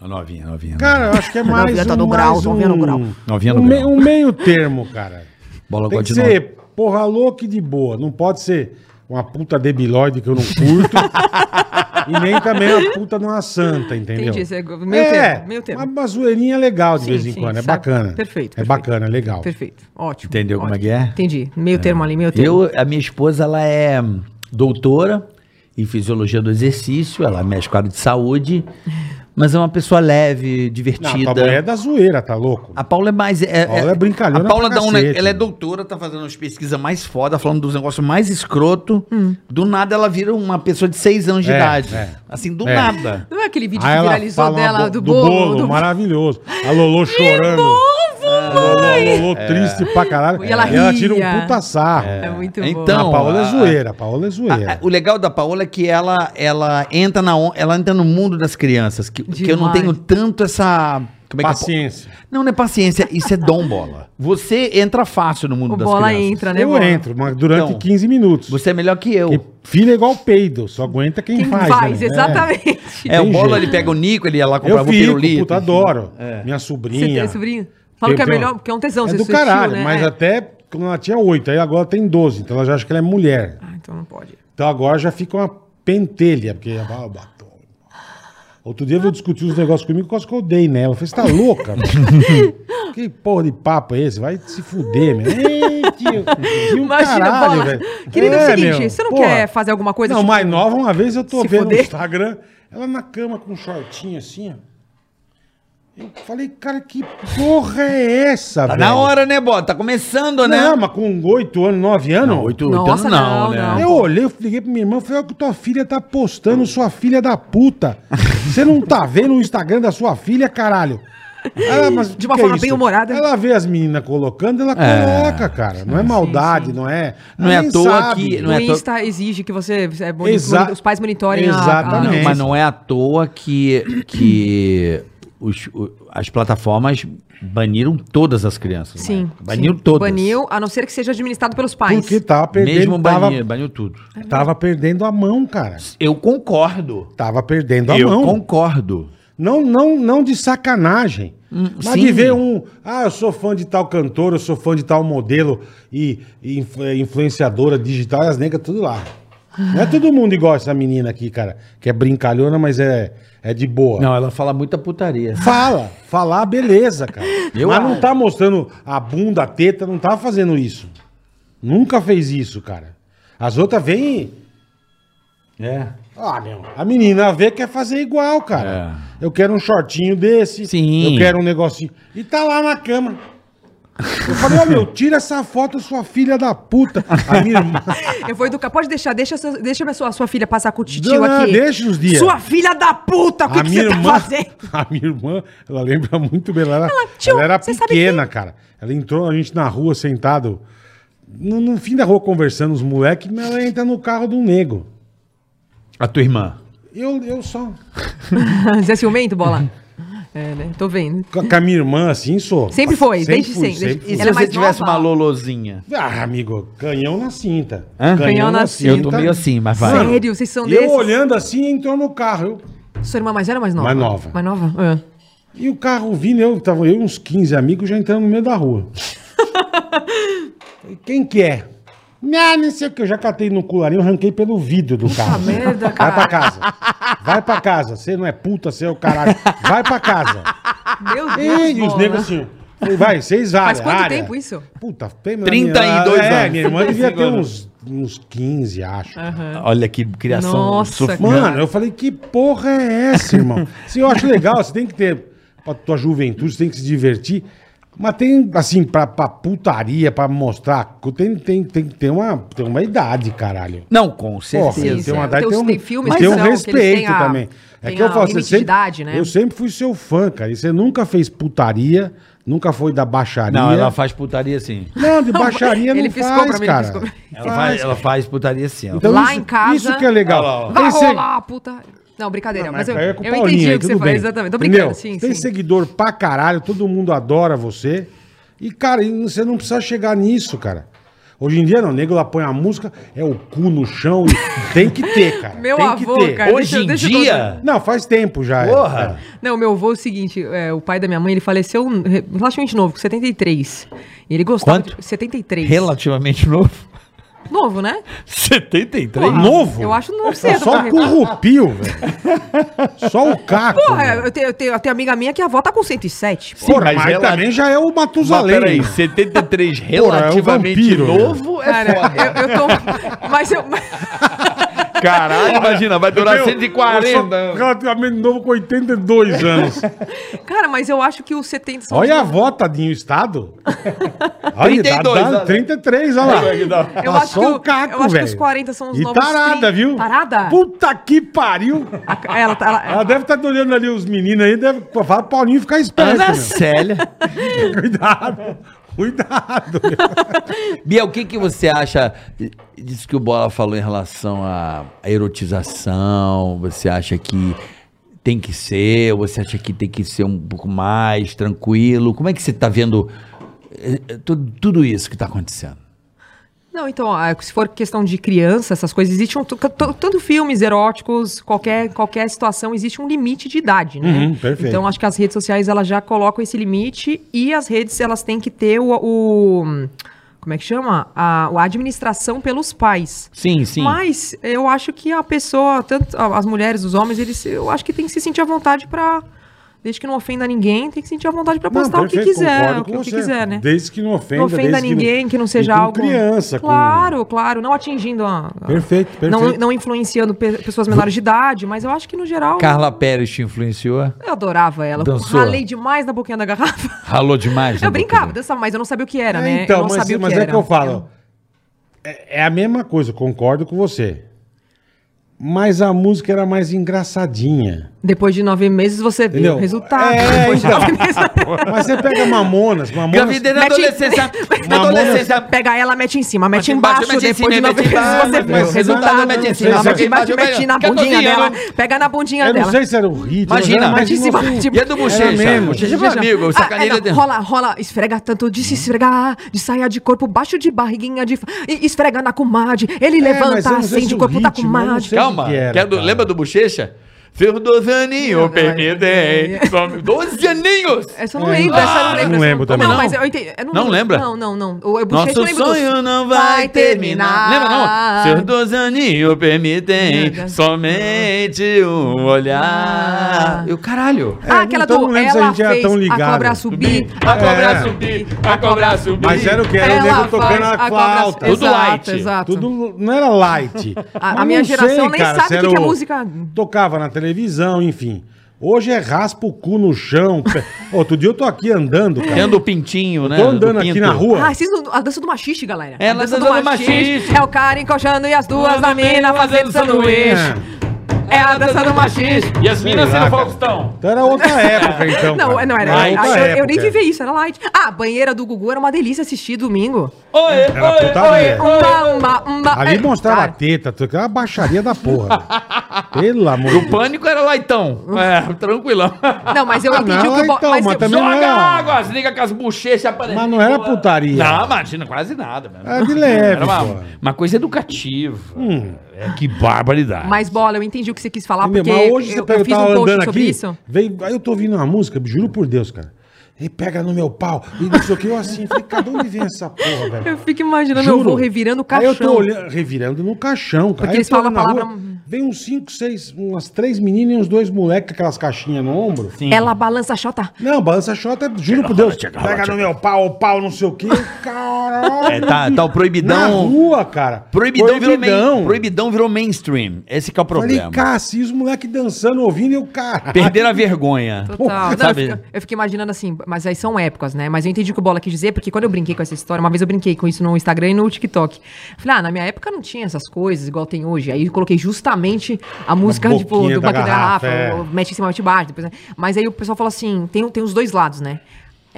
B: A Novinha, novinha.
C: Cara, eu acho que é mais
D: Novinha tá
C: um,
D: no grau,
C: mais um,
D: novinha no grau.
B: Novinha no
C: um
B: grau.
C: me- um meio termo, cara.
B: Bola
C: Tem
B: gosta de
C: que
B: novo.
C: ser porra louca e de boa. Não pode ser uma puta debilóide que eu não curto. e nem também uma puta de uma santa, entendeu? É,
D: Entendi, você- é meio termo, meio termo.
C: Uma, uma zoeirinha legal de
D: Sim,
C: vez em
D: sim,
C: quando. É
D: sabe?
C: bacana.
D: Perfeito,
C: É
D: perfeito.
C: bacana, legal.
D: Perfeito. Ótimo.
B: Entendeu como é que é?
D: Entendi. Meio termo ali, meio termo.
B: Eu, a minha esposa, ela é doutora em fisiologia do exercício, ela mexe com a área de saúde, mas é uma pessoa leve,
C: Não,
B: divertida.
C: tua mulher é da zoeira, tá louco?
B: A Paula é mais. É,
C: Paula é brincalhona
B: A Paula
C: pra
B: dá um,
C: cacete,
B: ne- ela é
C: né?
B: doutora, tá fazendo umas pesquisas mais foda, falando dos negócios mais escroto. Do nada ela vira uma pessoa de seis anos de
C: É,
B: idade.
C: é.
B: Assim, do
C: É.
B: nada.
D: Não é aquele vídeo
C: Aí
D: que
C: ela
D: viralizou
C: fala uma
D: dela
C: bo-
D: do bolo? do-
C: maravilhoso. A Lolô chorando. A Lolô, a Lolô
B: É.
C: triste pra caralho.
D: E ela ria.
C: tira um puta sarro.
D: É muito
B: Então,
D: bom.
C: a Paola é
B: a-
C: zoeira, a Paola é
B: A- a-
C: zoeira.
B: o legal da Paola é que ela, ela, entra na, on- ela entra no mundo das crianças, que, que eu não
D: Demais.
B: tenho tanto essa Como é que é?
C: Paciência.
B: Não, não é paciência, isso é dom bola. Você entra fácil no mundo
D: O
B: das
D: bola
B: crianças.
D: entra, né?
C: Eu
D: bola?
C: entro, mas durante
B: Então,
C: 15 minutos.
B: Você é melhor que eu.
C: Porque filho é igual peido, só aguenta quem,
D: Quem
C: faz.
D: faz,
C: né?
D: exatamente.
B: É, o
C: tem
B: bola
C: jeito.
B: ele pega o Nico, ele ia lá
C: É. Eu
B: comprava o
C: fico,
B: um pirulito. É.
C: puta, adoro. Minha
D: Você
C: sobrinha.
D: tem sobrinho? Fala que é
C: Tem- tem-
D: melhor, porque é um tesão.
C: É
D: você
C: do
D: ser tio,
C: caralho,
D: né?
C: mas
D: É.
C: até quando ela tinha 8, aí agora tem 12, então ela já acha que ela é mulher.
D: Ah, então não pode.
C: Então agora já fica uma pentelha, porque ela fala, "Ah, batom. Outro dia eu discutir uns negócios comigo por causa que eu dei nela. Eu falei, você tá louca? mano? que porra de papo é esse? Vai se fuder, meu. Ei, tio, tio, um
D: Imagina,
C: caralho,
D: bola.
C: velho.
D: Querida, é o seguinte,
C: meu,
D: você não
C: porra.
D: quer fazer alguma coisa?
C: Não,
D: tipo,
C: mais nova, uma vez eu tô
D: se
C: vendo
D: fuder?
C: no Instagram, ela na cama com um shortinho assim, ó. Eu falei, cara, que porra é essa,
B: Tá
C: velho?
B: na hora, né, bola? Tá começando, né?
C: Não, mas com 8 anos, 9 anos.
B: Oito,
D: Nossa,
B: oito anos né?
D: não, não.
C: Eu olhei, eu liguei pra minha irmã, falei, olha o que tua filha tá postando, sua filha da puta. Você não tá vendo o Instagram da sua filha, caralho? Ela, mas
D: De uma
C: que é
D: forma
C: isso?
D: bem humorada.
C: Ela vê as meninas colocando, ela
B: É.
C: coloca, cara. Não é maldade, não é.
B: Não é
C: Ela
B: à
C: nem
B: toa
C: sabe.
B: que- não
D: o
B: é to-
D: Insta exige que você é, moni-
C: Exa-
D: os pais monitorem a-
C: Exatamente.
D: a,
B: Não, mas não é à toa que, que os- o- as plataformas baniram todas as crianças. né?
D: Sim.
B: Baniram
D: sim.
B: todas.
D: Baniu, a não ser que seja administrado pelos pais.
C: Porque tava perdendo,
B: Mesmo
C: tava,
B: baniram, baniu tudo.
C: tava perdendo a mão, cara.
B: Eu concordo.
C: Tava perdendo a
B: eu
C: mão.
B: concordo.
C: Não, não, não de sacanagem. mas
B: Hum, sim.
C: de ver um. Ah, eu sou fã de tal cantor, eu sou fã de tal modelo e, e influ- eh, influenciadora digital, e as negras tudo lá. Não é todo mundo igual essa menina aqui, cara, que é brincalhona, mas é, é de boa.
B: Não, ela fala muita putaria.
C: Fala, falar, beleza, cara.
B: Eu
C: mas
B: acho.
C: não tá mostrando a bunda, a teta, não tá fazendo isso. Nunca fez isso, cara. As outras vêm.
B: É.
C: Ah, meu. A menina vê quer fazer igual, cara.
D: É.
C: Eu quero um shortinho desse.
B: Sim.
C: Eu quero um negocinho. E tá lá na cama. Eu falei, ó, meu, tira essa foto, sua filha da puta. A minha irmã.
D: Eu vou educar. Pode deixar, deixa, sua- deixa a sua, a sua filha passar com o titio
C: Não, não,
D: aqui.
C: deixa os dias.
D: Sua filha da puta, o que,
C: a
D: que
C: minha
D: você tá
C: irmã.
D: fazendo?
C: A minha irmã, ela lembra muito bem. Ela era,
D: tio,
C: ela era
D: você sabe
C: pequena, cara. Ela entrou a gente na rua sentado. No, no fim da rua conversando, os moleques, mas ela entra no carro do nego.
B: A tua irmã.
C: Eu, eu só.
D: Você é ciumento, bola? É, né? Tô vendo.
C: Com a- com a minha irmã, assim, sou.
D: Sempre foi, desde
C: fui,
D: sempre, desde-
C: fui.
B: E se
D: Ela é
B: você
D: mais
B: tivesse
D: nova?
B: uma lolozinha?
C: Ah, amigo, canhão na cinta.
B: Hã?
D: Canhão na
B: Eu tô meio assim, mas vai.
C: Mano,
D: Sério, vocês são
C: E eu
D: desses?
C: olhando assim, entrou no carro. eu-
D: Sua irmã mais velha ou mais nova?
C: Mais nova.
D: Mais nova? É.
C: E o carro vindo, eu tava eu e uns 15 amigos já entrando no meio da rua. Falei, Quem que é? Não, não sei o que. Eu já catei no cularinho, arranquei pelo vidro do carro.
D: merda,
C: Vai
D: cara.
C: pra casa. Vai pra casa. Você não é puta, você é o caralho. Vai pra casa.
D: Meu Deus,
C: Ei, e os
D: bola.
C: negros assim. falei, Vai, vocês área.
D: Faz quanto
C: área.
D: tempo isso?
C: Puta, tem
B: 32
C: é,
B: anos.
C: Minha irmã devia
B: 35
C: ter
B: anos.
C: uns, uns 15, acho.
B: Olha que criação.
D: É. Nossa,
B: sof-
D: cara.
C: Mano, eu falei, que porra é essa, irmão? Se eu acho legal, você tem que ter. Pra tua juventude, você tem que se divertir. Mas tem, assim, pra, pra putaria, pra mostrar. Tem, tem, tem que ter uma, tem uma idade, caralho.
B: Não, com
C: Porra,
B: certeza.
C: tem uma
D: certo.
C: idade,
D: Tem
C: tem
D: os-
C: um,
D: tem filmes
C: tem
D: que
C: um
D: são, que eles têm
C: respeito
D: a-
C: também. É
D: tem
C: que eu
D: a
C: falo,
D: limite
C: você
D: de
C: sempre,
D: idade, né?
C: eu sempre fui seu fã, cara. E você nunca fez putaria, nunca foi da baixaria.
B: Não, ela faz putaria sim.
C: Não, de baixaria não,
D: Ele fiscou
C: faz,
D: pra mim, ele
C: cara.
D: fiscou.
B: Ela faz, ela faz putaria assim, sim. ela
C: Então
D: Lá
C: isso-
D: em casa-
C: Isso que é
B: Olha lá, ó.
C: legal.
D: Vai
C: Tem se-
D: rolar, puta. Não, brincadeira. mas eu,
C: Aí é com
D: eu
C: Paulinho,
D: entendi
C: aí
D: o que você
C: tudo
D: faz.
C: bem.
D: Exatamente. Tô
C: Entendeu?
D: brincando, sim,
C: Tem
D: sim.
C: seguidor pra caralho, todo mundo adora você. E, cara, e você não precisa chegar nisso, cara. Hoje em dia, não, o nego lá põe a música, é o cu no chão. e tem que ter, cara.
D: Meu
C: tem
D: avô,
C: que ter.
D: cara,
B: Hoje
D: deixa eu-
B: em
D: deixa eu
B: dia.
C: Não, faz tempo já. é.
B: Porra!
D: Não, meu avô é o seguinte, é, o pai da minha mãe, ele faleceu re- relativamente novo, com 73. E ele gostava
B: Quanto?
D: de 73.
B: Relativamente novo.
D: Novo, né?
B: 73?
D: Porra,
C: novo?
D: Eu acho não
C: É
D: cedo. pra
C: só
D: re-
C: o currupio, velho. Só o caco.
D: Porra,
C: velho.
D: eu tenho, eu, tenho, eu tenho amiga minha que a avó tá com 107.
B: Sim,
D: pô.
C: Porra,
B: mas
C: mas,
B: rela-
C: também já é o
B: Mas
C: Matusalém.
B: peraí, 73
C: é um
B: relativamente
C: vampiro,
B: novo é
D: Cara,
B: foda.
D: eu, eu tô... Mas eu...
B: Caralho, imagina, vai durar
C: Meu,
B: 140.
C: eu sou Relativamente novo com 82 anos.
D: Cara, mas eu acho que os 70 são...
C: Olha a
D: os-
C: avó, tadinho, o estado. Olha,
B: 32,
C: dá- dá
B: olha.
C: 33, olha lá.
D: Eu
C: Tá
D: acho
C: só
D: que
C: o
D: o-
C: caco,
D: eu acho que
C: velho.
D: os 40 são os
C: e
D: novos
C: tarada,
D: 30.
C: viu?
D: Tarada?
C: Puta que pariu.
D: a- Ela, tá- ela,
C: Ela deve estar olhando ali os meninos aí, deve falar pro Paulinho ficar esperto.
B: Ana
C: meu.
B: Célia.
C: Cuidado, cuidado.
B: Bia, o que, que você acha disso que o Bola falou em relação à à erotização? Você acha que tem que ser? Ou você acha que tem que ser um pouco mais tranquilo? Como é que você tá vendo eh, eh, tu- tudo isso que tá acontecendo?
D: Não, então, ah, se for questão de criança, essas coisas, existem um- t- t- tanto filmes eróticos, qualquer, qualquer situação, existe um limite de idade, né?
C: Uhum, perfeito.
D: Então, acho que as redes sociais, elas já colocam esse limite e as redes, elas têm que ter o... o- como é que chama? A, a administração pelos pais.
B: Sim, sim.
D: Mas eu acho que a pessoa, tanto a- as mulheres, os homens, eles, eu acho que tem que se sentir à vontade pra... Desde que não ofenda ninguém, tem que sentir à vontade pra
C: Não,
D: postar o que
C: perfeito,
D: quiser,
C: concordo
D: o que,
C: com
D: o que
C: você.
D: quiser, né?
C: Desde que não ofenda,
D: não ofenda
C: desde
D: ninguém, que não, seja
C: e com
D: algo.
C: criança, com-
D: Claro, claro, não atingindo a.
C: Perfeito, perfeito.
D: Não, não influenciando pe- pessoas menores de idade, mas eu acho que no geral.
B: Carla Pérez te influenciou?
D: Eu adorava ela. Eu
B: Dançou?
D: Ralei demais na boquinha da garrafa.
B: Ralou demais? né,
D: Eu brincava,
B: doutora?
D: dançava, mas eu não sabia o que era,
C: É,
D: né? eu
C: Então,
D: não
C: mas,
D: sabia
C: mas é que eu falo. É, é a mesma coisa, eu concordo com você. Mas a música era mais engraçadinha.
D: Depois de nove meses você vê
C: Entendeu?
D: o resultado. né?
C: É,
D: Depois de
C: então.
D: nove meses-
C: Mas você pega Mamonas, Mamonas.
B: Gravidez na
D: Mete-
B: adolescência. Na
C: Mamonas-
B: adolescência.
D: Pega ela, mete em cima, mete,
B: Mete embaixo,
D: embaixo,
B: mete em cima,
D: depois de nove
B: mete
D: meses
B: embaixo,
D: você vê
C: mas-
D: o resultado.
B: mas-
D: Mete em
B: mas-
D: cima,
C: mas-
D: mete embaixo,
B: mas-
D: mete na
B: mas-
D: bundinha
B: mas-
D: dela.
B: mas-
D: Pega na bundinha
C: Eu não
D: dela.
C: sei se era o ritmo. mas
B: Imagina,
C: era mais
D: mas de cima,
C: inocente.
D: tipo-
B: E é do Bochecha?
C: Era mesmo.
B: Bochecha é meu amigo, o
D: Ah, é,
B: sacaneio
D: não,
B: dele.
D: rola, rola, esfrega tanto de se esfregar, de saia de corpo baixo de barriguinha de. fa- e esfrega na comadre, ele
C: É, mas eu
D: levanta,
C: não sei se
D: acende
C: o
D: o corpo da
C: ritmo, eu não
D: comadre.
C: sei.
B: Calma.
C: que era,
B: quer do-
C: cara.
B: lembra do Bochecha? Ferdosaninho,
D: Não,
B: permitei.
D: não,
B: Some 12 aninhos!
D: Essa eu não
C: É,
D: lembro, essa eu não
C: ah,
D: lembro.
C: não lembro também,
D: Não,
B: não?
D: mas eu entendi. eu
B: Não
D: lembro.
B: lembra?
D: Não, não, não. O eu Bochecha
B: Nosso
D: eu lembro
B: sonho
D: dos-
B: não vai terminar. Lembra não? Ferdosaninho, permitem
D: Nada.
B: somente um olhar. E o caralho.
D: Ah, aquela
C: então eu não
D: do
C: lembro se a
D: ela
C: gente era
D: fez
C: tão
D: a
C: ligado.
D: cobra subir.
B: A cobra
C: É.
B: subir, a cobra subir.
C: Mas era o que? Era
D: Ela
C: o nego tocando
D: faz
C: a
D: cobra-
C: flauta.
B: Tudo
D: exato,
B: light.
D: Exato.
C: Tudo não era light.
D: Ah, tá. A- a
C: Mas
D: minha
C: não
D: geração nem sabe
C: se
D: o que
C: era
D: que é música.
C: Tocava na televisão, enfim. Hoje é raspa o cu no chão. pé- Outro dia eu tô aqui andando, cara.
B: Tendo o pintinho, né?
C: Tô
B: do
C: andando aqui
B: pinto.
C: na rua.
D: Ah, vocês não- a dança do machiste, galera.
B: É,
D: a
B: na dança do machiste.
D: É o cara encoxando e as duas na mina fazendo sanduíche. É a dança do machiste.
B: E as minas
C: lá,
B: sendo
C: cara.
B: Faustão.
C: Então era outra época, então.
D: Não,
C: cara.
D: não era.
C: Era
D: aí
C: outra
D: eu- eu,
C: época.
D: nem vivi isso, era light. Ah, a banheira do Gugu era uma delícia assistir domingo.
B: Oi,
C: Era
B: oi,
C: putaria.
B: oi, oi.
D: Umba, umba, umba.
C: Ali
D: É,
C: mostrava a
D: cara,
C: teta, tudo, aquela baixaria da porra. Pelo amor de
B: Do pânico era laitão. É, tranquilão.
D: tá. Não, mas eu entendi
C: não,
D: o que o Bo-
C: então,
D: mas
C: mas
D: eu-
C: também-
B: Joga
C: não era-
B: água, se liga com as bochechas aparecendo.
C: Mas não era putaria.
B: Não, imagina, quase nada. mano.
C: Era de leve,
B: Era uma,
C: pô. Hum.
B: uma coisa educativa. É, que barbaridade.
D: Mas bola, eu entendi o que você quis falar,
C: Entendeu?
D: porque
C: Mas hoje você
D: eu,
C: pega,
D: eu
C: eu
D: fiz
C: tava
D: um post
C: andando
D: sobre
C: aqui,
D: isso.
C: veio- aí eu tô ouvindo uma música, juro por Deus, cara. E pega no meu pau, e não sei o que, eu assim, falei, cadê onde vem essa porra, velho?
D: Eu fico imaginando
C: Juro.
D: meu avô revirando o
C: Aí eu tô
D: caixão.
C: olhando, revirando no caixão, cara. Aí eu
D: eles
C: tô
D: falam
C: olhando
D: a
C: na
D: palavra-
C: vem uns cinco, seis, umas três meninas e uns dois moleques com aquelas caixinhas no ombro.
D: Ela balança a chota.
C: Não, balança chota, juro por Deus. pega no meu pau, o pau, não sei o que. Caralho.
B: É, tá, tá o
C: Na
B: proibidão.
C: rua, cara.
B: Proibidão, Virou main, proibidão virou mainstream. Esse que é o
C: Falei,
B: problema.
C: Cássio, e os moleques dançando, ouvindo, e o cara.
B: Perderam a vergonha.
D: Total. Não, eu,
B: Sabe?
D: fico, eu fico imaginando assim, mas aí são épocas, né? Mas eu entendi o que o Bola quis dizer, porque quando eu brinquei com essa história, uma vez eu brinquei com isso no Instagram e no TikTok. Falei, ah, na minha época não tinha essas coisas igual tem hoje. Aí eu coloquei justamente a música,
C: boquinha
D: tipo,
C: da
D: do Banco da
C: garrafa,
D: Garrafa,
C: é.
D: o mete em cima, mete embaixo. Depois, né? Mas aí o pessoal fala assim, tem, tem os dois lados, né?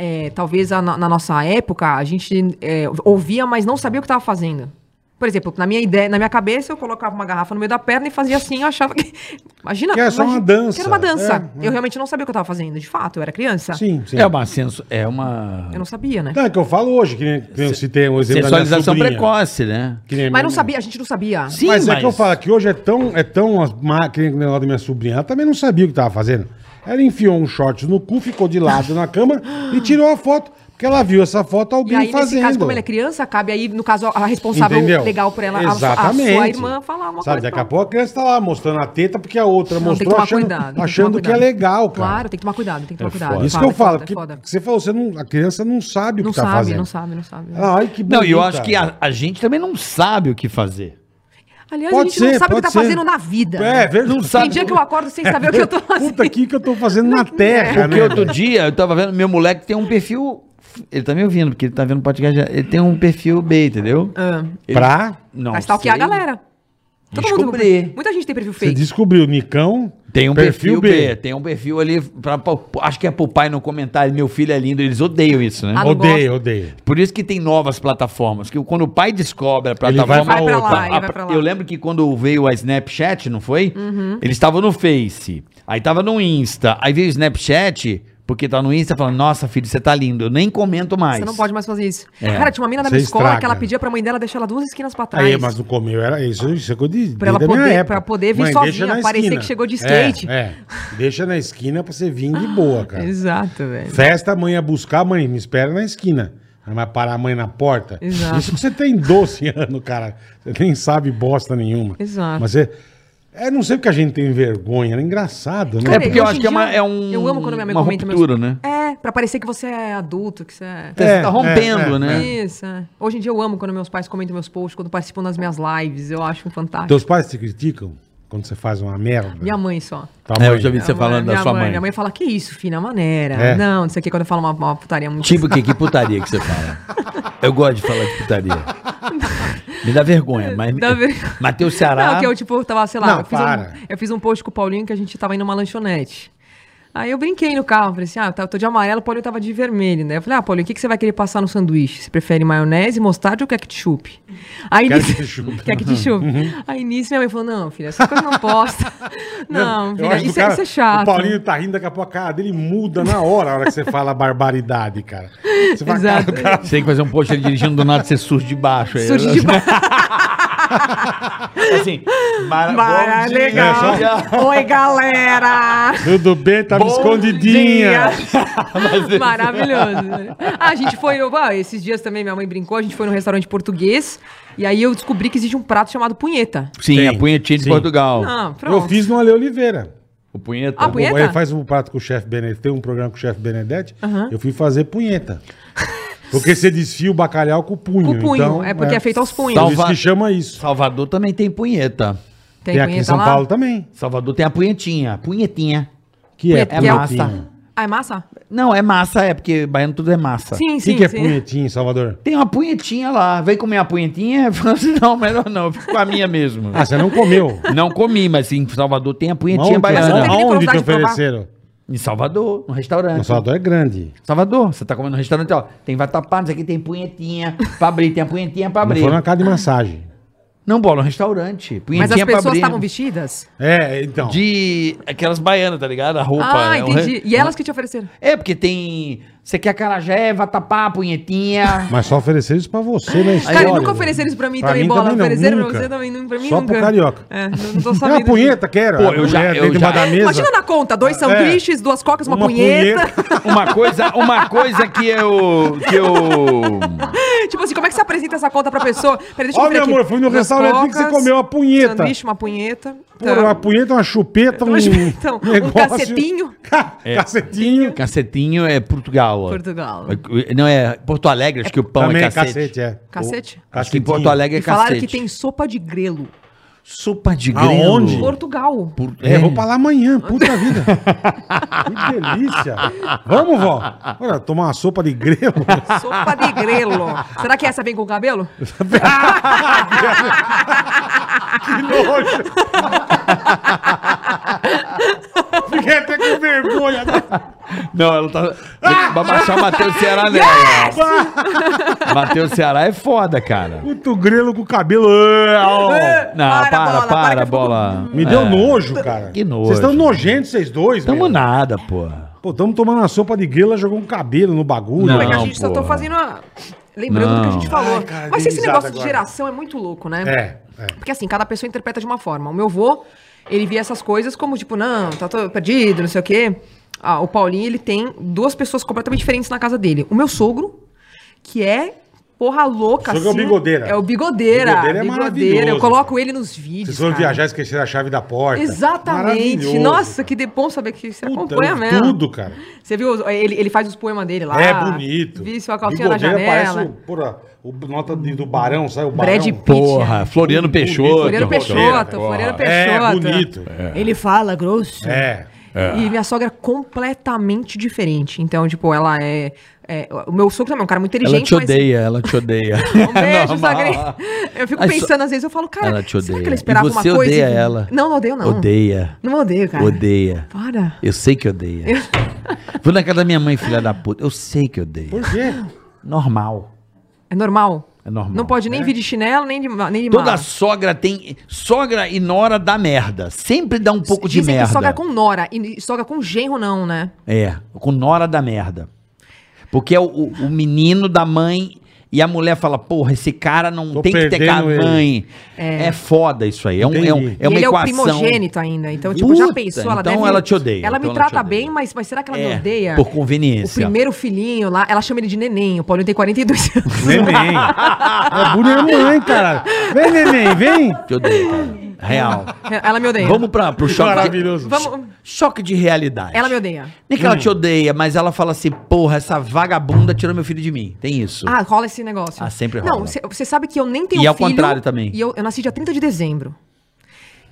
D: É, talvez a- na, na nossa época a gente é, ouvia, mas não sabia o que estava fazendo. Por exemplo, na minha ideia, na minha cabeça, eu colocava uma garrafa no meio da perna e fazia assim, eu achava que. Imagina.
C: Que era só uma
D: imagina-
C: dança.
D: Que era uma dança.
C: É, é.
D: Eu realmente não sabia o que eu tava fazendo. De fato, eu era criança.
C: Sim, sim.
B: É uma senso, é uma
D: Eu não sabia, né?
C: Não, é que eu falo hoje, que nem, que nem eu citei um exemplo da minha
B: sensualização
C: sobrinha,
B: precoce, né?
C: que nem
D: Mas não
C: minha-
D: sabia, a gente não sabia.
B: Sim,
C: mas, é que eu falo que hoje é tão, é tão as ma- que nem o negócio da minha sobrinha. Ela também não sabia o que tava fazendo. Ela enfiou um shorts no cu, ficou de lado na cama e tirou a foto. Porque ela viu essa foto
D: E
C: alguém
D: aí, nesse
C: fazendo.
D: caso, como ela é criança, cabe aí, no caso, a responsável legal por ela, a, a
C: Exatamente.
D: sua irmã, falar uma
C: Sabe,
D: coisa.
C: Daqui a
D: pra-
C: pouco a criança tá lá mostrando a teta porque a outra
D: Não, tem que
C: mostrou
D: tomar
C: achando,
D: cuidado. tem que
C: achando
D: tomar
C: que é
D: cuidado.
C: legal, cara. É
D: Claro, tem que tomar cuidado, tem que tomar cuidado.
C: Isso que
D: Foda,
C: eu falo,
D: é
C: porque
D: foda.
C: você falou, você não, a criança não sabe o
D: Não
C: que tá
D: sabe,
C: fazendo. Ah,
D: não sabe, não sabe.
C: Ela, Ai, que
B: Não, e eu
C: bonita.
B: acho que a, a gente também não sabe o que fazer.
D: Aliás, a
C: Pode
D: gente não
C: ser,
D: sabe o
C: pode
D: que tá
C: ser.
D: fazendo na vida.
C: É, verdade.
B: Não
D: Tem
B: sabe.
D: dia que eu acordo sem saber o que eu tô fazendo.
C: Puta, aqui que eu tô fazendo na terra,
B: Porque
C: né?
B: outro dia eu tava vendo, meu moleque tem um perfil. Ele tá me ouvindo, porque ele tá vendo podcast. Ele tem um perfil B, entendeu?
D: Ah,
B: Ele-
C: Pra...
B: Não.
D: Vai stalkear tá a
B: sei.
D: galera.
B: Descobri.
D: muita gente tem um perfil
C: Você
D: fake.
C: descobriu o Nicão.
B: Tem um perfil, B. tem um perfil ali, pra, pra- acho que é pro pai não comentar, meu filho é lindo, eles odeiam isso, né?
D: Ah, não
C: Odeio,
D: gosto.
C: odeio.
B: Por isso que tem novas plataformas, que quando o pai descobre a
C: vai
B: plataforma...
C: pra Vai pra outra.
D: lá, ele
B: a-
D: vai pra lá. Uhum.
B: Eu lembro que quando veio a Snapchat, não foi? Eles estavam no Face, aí tava no Insta, aí veio o Snapchat, porque tá no Insta falando, nossa filho, você tá lindo, eu nem comento mais.
D: Você não pode mais fazer isso.
B: É.
D: Cara, tinha uma mina na
C: Você
D: minha escola
C: estraga.
D: que ela pedia pra mãe dela deixar ela duas esquinas pra trás.
C: Aí, mas
B: um
C: não comeu, era isso, isso é coisa de,
D: Ah, Pra ela
C: da minha
D: poder-
C: época.
D: pra poder vir
C: deixa
D: sozinha,
C: na
D: parecer
C: esquina.
D: que chegou de skate. Ah,
C: É, é. deixa na esquina pra você vir de boa, cara.
D: Exato, velho.
C: Festa, a mãe ia buscar, mãe, me espera na esquina. Aí vai parar a mãe na porta.
D: Exato.
C: Isso que você tem 12 anos, cara. Você nem sabe bosta nenhuma.
D: Exato.
C: Mas você... É, não sei porque a gente tem vergonha, é engraçado, né?
B: É porque eu
D: hoje
B: acho
D: em
B: que é uma-
D: dia,
B: é um-
D: Eu amo quando minha mãe
B: uma
D: comenta
B: ruptura, né?
D: É, pra parecer que você é adulto, que você é.
B: Você
C: É,
B: tá rompendo,
C: é, é,
B: né?
D: Isso, é. Hoje em dia eu amo quando meus pais comentam meus posts, quando participam das minhas lives. Eu acho fantástico.
C: Teus pais te criticam quando você faz uma merda?
D: Minha mãe só.
C: Tua
B: É, eu
C: mãe.
B: já vi você
D: Minha mãe-
B: falando da
D: minha
B: sua mãe.
D: Minha mãe fala, que isso, filha, maneira.
C: É.
D: Não, não sei o que, quando eu falo uma, uma putaria muito...
B: Tipo, que, que putaria que você fala? Eu gosto de falar de putaria. Me dá vergonha, mas...
D: Dá vergonha.
B: Mateus Ceará...
D: Não, que eu, tipo, eu tava, sei lá,
C: Não,
D: eu, fiz
C: para.
D: um, eu fiz um post com o Paulinho que a gente tava indo numa lanchonete. Aí eu brinquei no carro, falei assim, ah, tá- eu tô de amarelo, o Paulinho tava de vermelho, né? Eu falei, ah, Paulinho, o que, que você vai querer passar no sanduíche? Você prefere maionese, mostarda ou ketchup? Aí
C: Quero
D: nisso-
C: ketchup. Uhum.
D: Quer ketchup. Aí nisso minha mãe falou, não, filha, essas coisas não posta. não,
C: eu
D: filha,
C: acho que o
D: isso, é-
C: cara-
D: isso é chato.
C: O Paulinho tá rindo, daqui a pouco a cara dele muda na hora, a hora que você fala barbaridade, cara. Você fala,
D: Exato.
C: cara, o cara-
B: Você tem que fazer um post ele dirigindo do nada, você surge de baixo. aí.
D: Surge de baixo.
B: Assim, mara,
D: Mara,
B: bom dia.
D: legal.
B: É,
D: Oi, galera!
C: Tudo bem, tava
B: Bom
C: tá escondidinha.
B: só-
D: Maravilhoso. né? Ah, a gente foi. eu- ah, esses dias também minha mãe brincou, a gente foi num restaurante português e aí eu descobri que existe um prato chamado punheta.
B: Sim,
C: Tem,
B: a punhetinha de
C: sim.
B: Portugal.
D: Ah, pronto.
C: Eu fiz no Ale Oliveira.
B: O punheta.
D: Ah, punheta?
C: Ele faz um prato com o chefe Benedete, tem um programa com o chefe Benedete. Eu fui fazer punheta. Porque você desfia o bacalhau com o punho.
D: Com o punho,
C: então,
D: é porque é feito aos punhos.
C: Por isso
B: Salva-
C: que chama isso.
B: Salvador também tem punheta.
C: Tem, aqui em São
D: lá?
C: Paulo também.
B: Salvador tem a punhetinha. Punhetinha.
C: Que é,
B: É
D: Que é
C: punhetinha.
B: massa.
D: Ah, é massa?
B: Não, é massa, é, porque baiano tudo é massa.
D: Sim,
C: O
D: sim.
C: que, que é
D: sim.
C: punhetinha em Salvador?
B: Tem uma punhetinha lá. Vem comer a punhetinha? Eu falo assim, não, melhor não, eu fico com a minha mesmo.
C: Ah, você não comeu.
B: Não comi, mas em Salvador tem a punhetinha
C: Onde,
B: baiana.
D: Mas não tem-
C: aonde te
D: curiosidade de provar?
C: ofereceram?
B: Em Salvador,
D: Um
B: no restaurante.
C: Não, Salvador é grande.
B: Salvador, você tá comendo no restaurante, ó. Tem vatapá, isso aqui tem punhetinha pra abrir, tem a punhetinha pra
C: Não
B: abrir.
C: foi na casa
D: Ah.
C: de massagem.
B: Não, bola, um restaurante.
D: Mas as
B: Punhetinha pra
D: pessoas
B: abrir.
C: né?
D: estavam vestidas?
C: É, então.
B: De aquelas baianas, tá ligado? A roupa.
D: ah,
C: é um
B: né? O re-
D: entendi. E elas que te ofereceram?
B: É, porque tem. Você quer acarajé, vatapá, punhetinha.
C: Mas só ofereceram isso pra você na história.
D: Cara, e nunca
C: velho.
D: ofereceram isso pra mim
C: Pra
D: também,
C: mim
D: bola.
C: também não,
D: ofereceram
C: nunca.
D: pra você também, não, pra mim
C: Só
D: nunca.
C: pro carioca.
D: É, não, não tô
C: É uma
D: sabendo.
C: punheta, quero.
B: Pô,
C: A
B: eu já-
C: mulher
B: eu
C: dentro de
B: já-
C: uma da mesa.
D: Imagina na conta, dois
C: É.
D: sanduíches, duas cocas, uma,
C: Uma
D: punheta.
B: Uma coisa, uma coisa que eu. Que eu.
D: tipo assim, como é que você apresenta essa conta pra pessoa? Peraí, deixa
C: Ó,
D: eu ver
C: meu
D: aqui.
C: amor, fui no
D: Duas
C: restaurante que você
D: cocas,
C: comeu uma punheta.
D: Sanduíche, uma punheta.
C: Porra,
D: Tá.
C: uma punheta, uma chupeta, um,
D: Então, um
C: negócio.
D: cacetinho.
C: Ca-
B: É.
C: Cacetinho.
B: Cacetinho é Portugal. ó.
D: Portugal.
B: Não, é Porto Alegre, acho que o pão
C: Também
B: é
C: é
B: cacete.
C: cacete, é.
D: Cacete?
B: Acho que em Porto Alegre é
D: E falaram
B: cacete.
D: que tem sopa de grelo.
B: Sopa de grelo.
C: Aonde?
D: Portugal.
B: Por-
C: É,
B: é.
C: eu vou pra lá amanhã, puta vida. que delícia. Vamos, vó. Bora tomar uma sopa de grelo.
D: Sopa de grelo. Será que essa vem com o cabelo?
C: que nojo. Fiquei até com vergonha.
B: Não, ela tá. Vai baixar o Matheus Ceará nela. Matheus Ceará é foda, cara.
C: Puto grelo com o cabelo.
D: É.
C: Ah, ó.
B: Não, para, para,
D: que eu fico-
B: bola. É.
C: Me deu nojo, cara.
B: que nojo.
C: Vocês estão nojentos, vocês dois,
B: um Tamo
C: meu.
B: nada, porra.
C: Pô, tamo tomando uma sopa de grilo, ela jogou um cabelo no bagulho.
B: Não,
D: Como é que a gente só tô
B: porra.
D: fazendo a... Lembrando do que a gente
B: Não.
D: falou.
C: Ai, cara,
D: Mas
C: dei
D: esse
C: risada
D: negócio de
C: agora.
D: geração é muito louco, né?
C: É, é.
D: Porque assim, cada pessoa interpreta de uma forma. O meu vô, ele via essas coisas como tipo, não, tá todo perdido, não sei o quê. Ah, o Paulinho, ele tem duas pessoas completamente diferentes na casa dele. O meu sogro, que é porra louca,
C: O sogro é o bigodeira.
D: É o bigodeira.
C: Bigodeira é maravilhoso.
D: Eu coloco ele nos vídeos,
C: Vocês foram
D: cara.
C: viajar e esqueceram a chave da porta.
D: Exatamente.
C: Maravilhoso.
D: Nossa, que de- bom saber que você
C: Puta,
D: acompanha mesmo.
C: Tudo, cara.
D: Você viu? os- Ele, ele faz os poemas dele lá.
C: é bonito.
D: Vi sua calcinha na
C: Bigodeira
D: janela.
C: Parece um o, porra, o nota de- do Barão, sabe? O Barão.
D: Brad Pitt.
B: Porra, Floriano
C: Bonito.
B: Peixoto.
D: Floriano Peixoto,
C: É,
D: Floriano Peixoto.
C: bonito.
D: Ele fala grosso.
C: É.
D: E minha sogra é completamente diferente. Então, tipo, ela é É, o meu sogro também é um cara muito
B: Ela
D: inteligente,
B: te odeia, ela te odeia.
D: Um beijo,
B: É Normal.
D: Sagre. Eu fico
B: Aí só-
D: pensando, às vezes, eu falo, cara,
B: Ela te
D: será
B: odeia.
D: que ela esperava
B: E
D: uma
B: você
D: coisa?
B: odeia
D: e-
B: ela?
D: Não, não odeio, não.
B: Odeia.
D: Não odeio, cara.
B: Odeia.
D: Para.
B: Eu sei que odeia. Vou na casa da minha mãe, filha da puta. Eu sei que odeia.
C: Por quê?
B: Normal.
D: É normal.
B: É normal.
D: Não pode nem vir de chinelo, nem de, ma- nem de
B: Toda
D: mala.
B: sogra tem. Sogra e nora dá merda. Sempre dá um pouco de
D: Dizem
B: merda.
D: que sogra com nora e sogra com genro não, né?
B: É, com nora da merda. Porque é o, o- o menino da mãe e a mulher fala, porra, esse cara não
C: Tô
B: tem que ter com a
C: perdendo ele."
B: mãe. É. foda isso aí. É, um, é, um-
C: Entendi.
B: é
D: E
B: uma
D: ele
B: equação.
D: é o primogênito ainda. Então, tipo, já
B: Puta,
D: pensou, ela
B: então
D: deve...
B: ela te odeia,
D: Ela me
B: então ela te
D: trata
B: odeia.
D: bem, mas, mas será que ela
B: É,
D: me odeia?
B: por
D: O
B: conveniência.
D: primeiro filhinho lá, ela chama ele de neném. O Paulinho tem 42 anos.
C: Neném. É bonita mãe, cara. Vem, neném, vem.
B: Te odeio, cara. Real.
D: Ela me odeia.
B: Vamos pra, pro choque. De,
C: Maravilhoso. Hum.
D: Vamos-
B: choque de realidade.
D: Ela me odeia.
B: Nem que ela te odeia, mas ela fala assim, porra, essa vagabunda tirou meu filho de mim. Tem isso.
D: Ah, rola esse negócio.
B: Ah, sempre rola.
D: Não, você sabe que eu nem tenho
B: E ao contrário também.
D: E eu, eu nasci dia 30 de dezembro.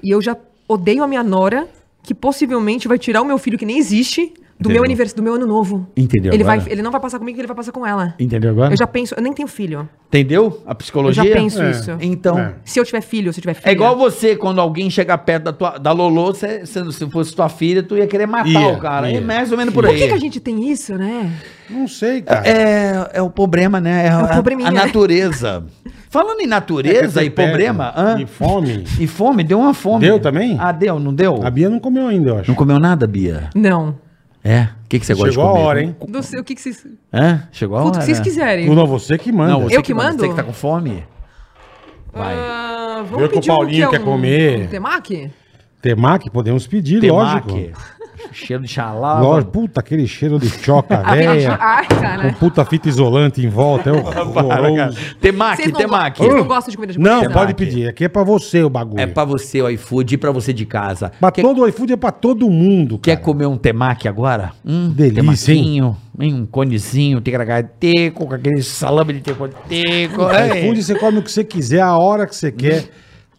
D: E eu já odeio a minha nora, que possivelmente vai tirar o meu filho que nem existe do
B: Entendeu.
D: meu aniversário, do meu ano novo.
B: Entendeu
D: Ele, vai,
B: agora? Então.
D: ele não vai passar comigo, ele vai passar com ela.
B: Entendeu agora?
D: Eu já penso, eu nem tenho filho.
B: Entendeu a
D: Eu
B: psicologia?
D: já penso
C: É.
D: isso.
B: Então...
C: É.
D: Se eu tiver filho, se eu tiver filha.
B: É igual você, quando alguém chega perto da, tua, da Lolô, cê- cê- se fosse tua filha, tu ia querer matar
C: Ia,
B: o cara.
C: ia.
B: É mais ou menos por
D: Por
B: aí.
D: que, que a gente tem isso, né?
C: Não sei, cara.
B: é, é o problema, né? É, a-
D: probleminha,
B: a,
D: né?
B: natureza.
C: É
B: Falando em natureza e problema... hã?
C: E fome.
B: E fome? Deu uma fome.
C: Deu também?
B: Ah, deu, não deu?
C: A Bia não comeu ainda, eu acho.
B: Não comeu nada, Bia?
D: Não.
B: É? O que, que você gosta de
C: Chegou a
B: comer? né?
C: hora, hein?
D: Não sei o que, que vocês.
B: Hã? Chegou a
D: Tudo
B: hora.
D: que vocês quiserem.
C: Não, você que manda.
B: Não, você
D: Eu que
B: manda.
D: mando?
B: Você que tá com fome? Vai.
D: Ah,
C: Vê o que o Paulinho
D: que é
C: quer comer.
D: Um temaki?
C: Temaki, podemos pedir,
B: Temaki.
C: lógico.
B: Cheiro de xalá.
C: Lógico. Puta, aquele cheiro de choca
D: Avenida.
C: velha.
D: Ai,
C: Com
D: cara.
C: puta fita isolante em volta. É horroroso.
B: Temaki,
D: Vocês não, go-
B: temaki.
D: vocês não gostam de comida de
C: Não,
D: japonesa?
C: pode pedir. Aqui é pra você o bagulho.
B: É pra você o iFood e pra você de casa.
C: Pra
B: Quer,
C: todo o iFood é pra todo mundo,
B: quer
C: cara.
B: comer um temaki agora? Hum,
C: Delícia, hein?
B: temaquinho, hein? Um conezinho, teco, com aquele salame de teco-teco.
C: É. iFood você come o que você quiser, a hora que você
B: Hum.
C: quer,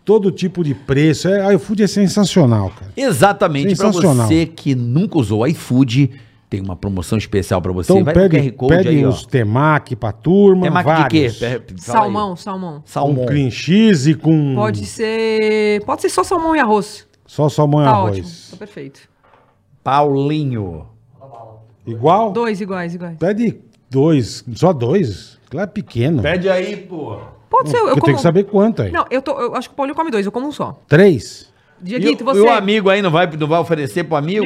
C: todo tipo de preço. É, iFood é sensacional, cara.
B: Exatamente. Pra
C: Sensacional.
B: você que nunca usou o iFood, tem uma promoção especial pra você.
C: Então
B: Vai no
C: pede,
B: QR Code
C: pede
B: aí, ó.
C: os temaki pra turma,
B: Temaki de quê? É, um
C: vários.
B: Pe-
C: Um
B: fala aí.
D: Salmão, salmão.
B: Salmão.
C: Com cream cheese, com
D: Pode ser. Pode ser só salmão e arroz.
C: só salmão e
D: Tá ótimo.
C: arroz.
D: Tá perfeito.
B: Paulinho.
C: Igual?
D: Dois iguais, iguais.
C: Pede dois, só dois. Lá é pequeno.
B: Pede aí, pô.
D: Pode ser, eu,
C: eu
D: como.
C: tenho que saber quanto aí.
D: Não, eu, tô, eu acho que o Paulinho come dois, eu como um só.
C: Três,
B: E,
D: Dieguito,
B: o-
D: você. é-
B: e o amigo aí não vai, não vai oferecer pro amigo?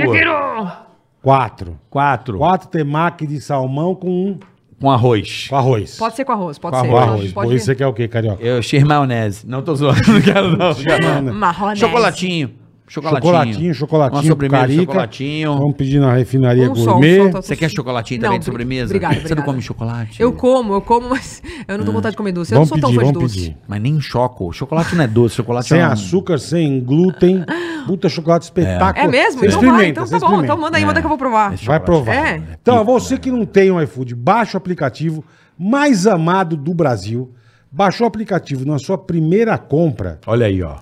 C: quatro.
B: Quatro.
C: Quatro temaki de salmão com um
B: Com arroz.
C: com arroz.
D: Pode ser com arroz, pode
B: Com
D: ser.
C: com arroz.
D: Pode
C: Pô, isso
D: ser.
C: você quer o quê, carioca?
B: Eu cheiro maionese. Não tô zoando, não quero não.
C: Não, né?
D: Marronese.
B: Chocolatinho. Chocolatinho.
C: Chocolatinho, chocolatinho,
B: Uma sobremesa de
C: carica.
B: chocolatinho.
C: Vamos pedir na refinaria
D: Um só, um
C: gourmet.
D: só, tá-
B: Você quer chocolatinho
D: Não,
B: também de
D: obri-
B: sobremesa?
D: obrigada,
B: Você não
D: obrigada.
B: come chocolate?
D: Eu como, eu como, mas eu não tô com vontade de comer doce. Eu
C: Vamos
D: não sou tão
C: pedir,
D: fã de
C: vamos
D: doce.
C: pedir.
B: Mas nem choco. Chocolate não é doce, chocolate
C: Sem
B: é um-
C: açúcar, sem glúten. Puta chocolate espetáculo.
D: É mesmo?
C: Você
D: Então vai,
C: experimenta,
D: então
C: você
D: tá bom.
C: experimenta.
D: Então manda aí, manda que eu vou provar.
B: Esse
C: Vai
B: chocolate.
C: provar.
D: É.
C: Então, você que não tem um iFood, baixa o aplicativo mais amado do Brasil. Baixou o aplicativo na sua primeira compra,
B: Olha aí, ó.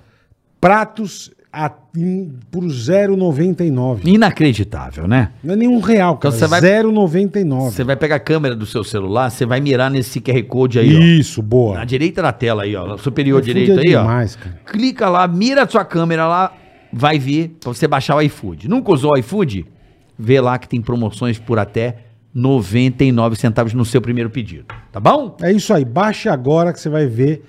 C: pratos a, em, por 0,99.
B: Inacreditável, né?
C: Não é nenhum real, cara.
B: Então você vai-
C: 0,99.
B: Você vai pegar a câmera do seu celular, você vai mirar nesse QR Code aí, ó.
C: Isso, boa.
B: Na direita da tela aí, ó. na Superior
C: iFood
B: direito
C: é
B: aí,
C: demais,
B: ó.
C: cara.
B: Clica lá, mira a sua câmera lá, vai vir pra você baixar o iFood. Nunca usou o iFood? Vê lá que tem promoções por até 99 centavos no seu primeiro pedido, tá bom?
C: É isso aí, baixe agora que você vai ver.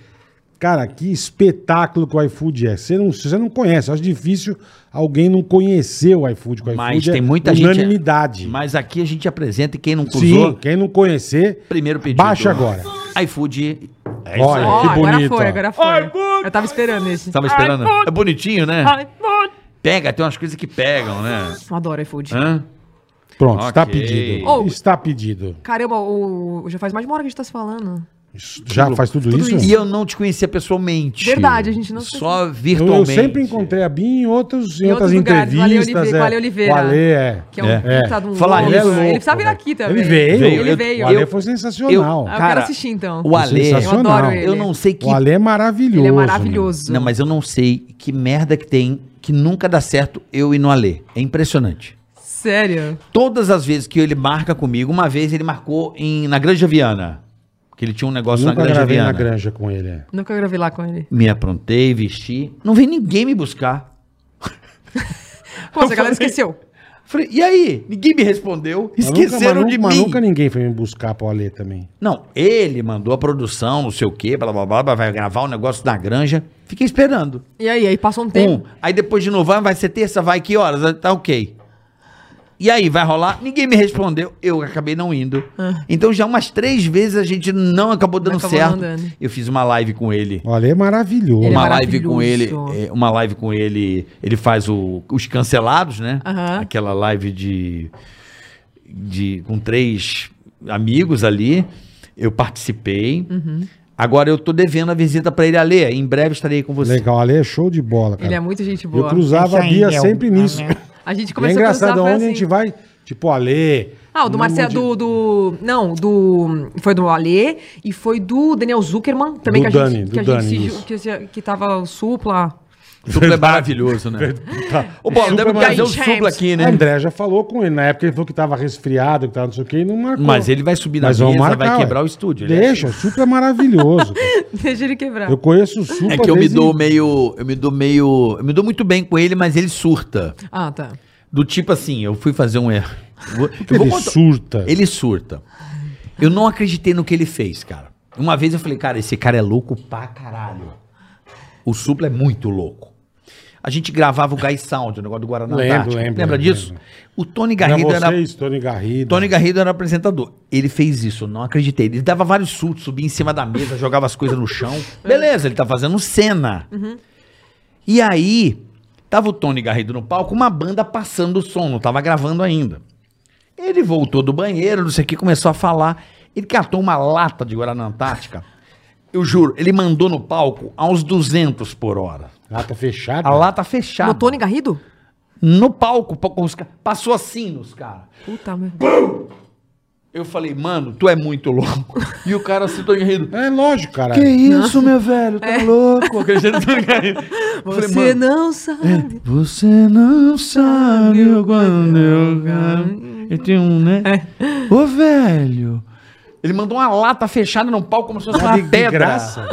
C: Cara, que espetáculo que o iFood é. Você não, se você não conhece, eu acho difícil alguém não conhecer o iFood. Que o
B: Mas
C: iFood é
B: tem muita gente.
C: unanimidade.
B: Mas aqui a gente apresenta e quem nunca
C: Sim,
B: usou,
C: quem não conhecer,
B: primeiro pedido.
C: baixa agora.
B: iFood. É isso
C: Olha,
B: aí.
D: Ó,
C: que
D: agora
C: bonito, ó.
D: foi, agora foi. Eu tava esperando esse.
B: Tava esperando. É bonitinho, né? Pega, tem umas coisas que pegam, né?
D: Eu adoro iFood.
B: Hã?
C: Pronto,
B: Ok.
C: está pedido.
D: Oh.
C: Está pedido.
D: Caramba, o... já faz mais de uma hora que a gente tá se falando.
C: Isso- Já faz tudo, isso?
B: E eu não te conhecia pessoalmente.
D: Verdade, a gente não se
B: Só
C: Eu,
B: virtualmente.
C: eu sempre encontrei a Bim em, outros, em,
D: Em
C: outras
D: outros lugares, com a Ale
C: entrevistas. é.
D: Oliveira- com a Ale Oliveira.
C: O Ale, é.
D: Que é um
C: É.
D: puta de um
B: Falar
D: louco.
B: nisso-
D: ele,
C: Ele é
D: precisa vir
C: louco,
D: aqui também.
C: Ele veio.
B: Veio,
D: Ele
B: eu-
D: veio.
C: O Ale
B: eu-
C: foi sensacional.
D: Ah, eu
B: Cara,
D: quero assistir então.
B: O Ale,
D: eu adoro ele.
B: eu não sei que.
C: O Ale é maravilhoso.
D: Ele é
C: meu.
D: maravilhoso.
B: Não, mas eu não sei que merda que tem que nunca dá certo eu e no Ale. É impressionante.
D: Sério?
B: Todas as vezes que ele marca comigo, uma vez ele marcou em, na Granja Viana. Que ele tinha um negócio
C: Nunca
B: na Granja
C: gravei
B: Viana.
C: na granja com ele. é.
D: Nunca gravei lá com ele.
B: Me aprontei, vesti. Não veio ninguém me buscar.
D: Pô, essa galera esqueceu.
B: Falei, e aí? Ninguém me respondeu.
C: Mas nunca-
B: Esqueceram
C: mas
B: de
C: nunca- mas
B: mim.
C: nunca ninguém foi me buscar pro Alê também.
B: Não, ele mandou a produção, não sei o quê, blá blá blá, blá, vai gravar o negócio na granja. Fiquei esperando.
D: E aí, aí passou um
B: Um.
D: tempo.
B: Aí depois de novo, ah, vai ser terça, vai que horas? Ah, Tá ok. E aí, vai rolar? Ninguém me respondeu. Eu acabei não indo. Então já umas três vezes a gente não acabou dando
D: Acabou
B: certo.
D: Ah. não dando.
B: Eu fiz uma live com ele.
C: O Alê é maravilhoso.
D: Ele é
B: uma
D: maravilhoso.
B: live com ele, é, uma live com ele, ele faz o- os cancelados, né?
D: Aham.
B: Aquela live de, de com três amigos ali, eu participei.
D: Uhum.
B: Agora eu tô devendo a visita pra ele ali, em breve estarei com você.
C: Legal, o Alê é show de bola, cara.
D: Ele é muito gente
C: Eu
D: boa.
C: cruzava a
E: Isso aí,
C: Bia
E: meu.
C: sempre nisso.
D: A gente
C: E é
D: começou a
C: engraçado,
D: cruzar, foi
C: onde a
D: assim.
C: gente vai, tipo, Alê...
D: Ah, o do
C: um
D: Marcelo,
C: monte de-
D: do, do- Não, do. Foi do Alê e foi do Daniel Zuckerman também,
C: Do
D: que a
C: Dani,
D: gente. Que,
C: do
D: a gente se
C: Dani,
D: ju-
C: isso.
D: que, se- que tava o supla.
B: O Supla é maravilhoso, né? Ô, Paulo,
C: Supla
B: deve
C: é
B: trazer o
D: maravilhoso.
B: Supla aqui,
C: O
B: né?
C: André já falou com ele. Na época ele falou que tava resfriado, que tava não sei o que, e não marcou.
B: Mas ele vai subir na
C: Mas
B: mesa,
C: vamos marcar,
B: vai
C: ué.
B: quebrar o estúdio. ele é
C: Deixa, o Supla é maravilhoso. cara.
D: Deixa ele quebrar.
C: Eu conheço o Supla
B: É que eu me
C: desde-
B: dou meio. Eu me dou meio. Eu me dou muito bem com ele, mas ele surta.
D: Ah, tá.
B: Do tipo assim, eu fui fazer um erro. Eu vou- eu vou
C: Ele
B: contar-
C: surta.
B: Ele surta. Eu não acreditei no que ele fez, cara. Uma vez eu falei, cara, esse cara é louco pra caralho. O Supla é muito louco. A gente gravava o Gás Sound, o negócio do Guaraná.
C: Lembro,
B: Antártico.
C: lembro,
B: Lembra
C: lembro,
B: disso?
C: lembro.
B: O Tony
C: Não é
B: Garrido era.
C: vocês, Tony Garrido.
B: Tony Garrido era apresentador. Ele fez isso, eu não acreditei. Ele dava vários surtos, subia em cima da mesa, jogava as coisas no chão. Beleza, ele tá fazendo cena. E aí, tava o Tony Garrido no palco, uma banda passando o som, não tava gravando ainda. Ele voltou do banheiro, não sei o que, começou a falar. Ele catou uma lata de Guaraná Antártica. Eu juro, ele mandou no palco a uns 200 por hora.
C: Lata fechada.
B: A lata fechada.
D: O Tony Garrido?
B: No palco, com os ca- passou assim nos caras.
D: Puta merda.
B: Eu falei, mano, tu é muito louco. E o cara se Tony rindo.
C: É lógico,
B: Que
C: caralho.
B: isso, meu velho? Tá louco? Acredito no Tony Garrido. tá Eu
D: Você
B: falei, mano,
D: não sabe.
B: você não sabe o quando eu quero. E tem um, né? Ô, velho. Tá Ele mandou uma lata fechada no palco como se fosse
C: Mas
B: uma
C: de- de
B: pedra.
C: graça.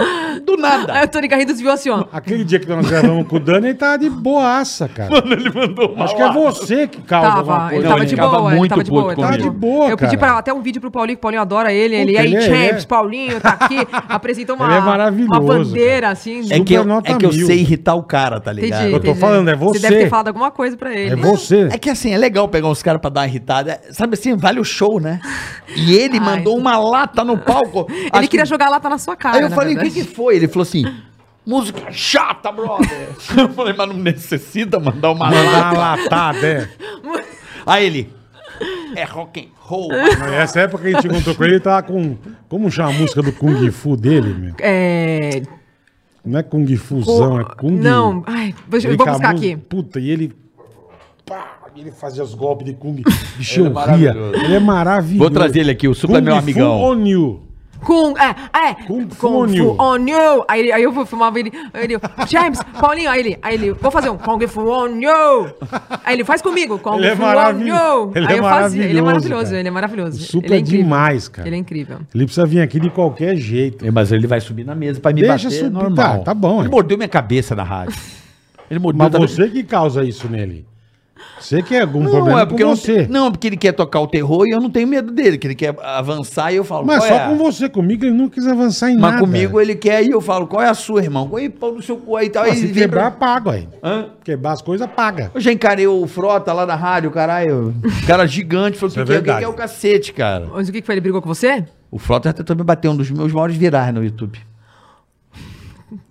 B: Do
C: É.
B: nada.
D: Aí o Tony Garrido desviou assim, ó.
C: Aquele dia que nós gravamos com o Dani, ele tava de boaça, cara.
B: Ele mandou uma
C: Acho que é você que causa alguma
D: Tava, ele
C: coisa.
B: Não,
D: tava
B: ele
D: de
B: ficava
D: boa, ele
B: muito
D: tava de boa.
B: puto
D: ele tava
C: comigo. Tava de boa,
D: Eu pedi
C: cara.
D: pra, até um vídeo pro Paulinho, que o Paulinho adora ele. Ele, e
C: Puta,
D: aí,
C: ele é-
D: champs, Paulinho tá aqui. apresentou uma,
C: Ele é maravilhoso,
D: uma bandeira,
C: cara.
D: assim.
B: É que, eu,
C: Super nota
B: é que eu
C: mil.
B: sei irritar o cara, tá ligado?
D: Entendi,
C: Eu tô
D: entendi.
C: falando, é
D: Você deve
C: você.
D: ter falado alguma coisa pra ele.
C: É você.
B: É que assim, é legal pegar uns caras pra dar uma irritada. Sabe assim, vale o show, né? E ele
D: Ai,
B: mandou
D: tô-
B: uma lata no palco.
D: Ele queria jogar lata na sua cara.
B: Aí eu
D: na
B: falei, o que,
D: verdade.
B: que foi? Ele falou assim, música chata, brother. eu falei, mas não necessita mandar uma
C: Mandar uma
B: lata.
C: latada, é.
B: Aí ele, é rock and roll. mano."
C: Nessa época que a gente encontrou com ele, ele tava com. Como chama a música do Kung Fu dele, meu?
D: É.
C: Não é Kung Fuzão, é Kung.
D: Não, ai, deixa-
C: Ele
D: vou
C: com a
D: buscar
C: música-
D: aqui.
C: Puta, e ele. Pá, e ele fazia os golpes de Kung. Bicho, ele, ria.
B: maravilhoso.
C: ele é maravilhoso.
B: Vou trazer ele aqui, o Supla é meu amigão.
C: Fu Onyu.
D: Kung, é, é,
C: Kung
D: Kung,
C: Fu on you.
D: Fu on you. Aí, ele- aí eu filmava ele, aí ele, James, Paulinho, aí ele, aí ele, vou fazer um Kung Fu on you. Aí ele, faz comigo, Kung
C: Ele é
D: Fu
C: maravilho-
D: on you.
C: ele
D: aí
C: é
D: eu fazia, ele é
C: maravilhoso,
D: maravilhoso,
C: cara.
D: ele é
C: O
D: maravilhoso.
C: Supla
D: ele
C: é
D: incrível.
C: demais, cara.
D: Ele é incrível.
C: Ele precisa vir aqui de qualquer jeito.
B: Mas ele vai subir na mesa pra me
C: Deixa
B: bater, é
C: subir,
B: normal.
C: tá, tá bom,
B: Ele
C: é.
B: mordeu minha cabeça na rádio. Ele mordeu
C: Mas
B: da-
C: você que causa isso nele. Você que é algum
B: Não,
C: problema
B: é porque eu
C: com
B: não,
C: você.
B: te- não, porque ele quer tocar o terror e eu não tenho medo dele, que ele quer avançar e eu falo,
C: Mas
B: "Qual
C: só
B: é?"
C: com você, comigo ele não quis avançar em
B: Mas
C: nada.
B: comigo ele quer e eu falo, qual é a sua, irmão? Oi, pau no seu cu aí e tal.
C: Ah,
B: Aí ele
C: se
B: vem pra-
C: quebrar, paga, aí.
B: Hã?
C: Quebrar as coisas, paga.
B: Eu já encarei o Frota lá na rádio, caralho. Cara gigante, falou
C: é
B: que que é, que
C: verdade.
B: que é o cacete, cara.
D: Mas o que que foi? Ele brigou com você?
B: O Frota tentou me bater um dos meus maiores virais no YouTube.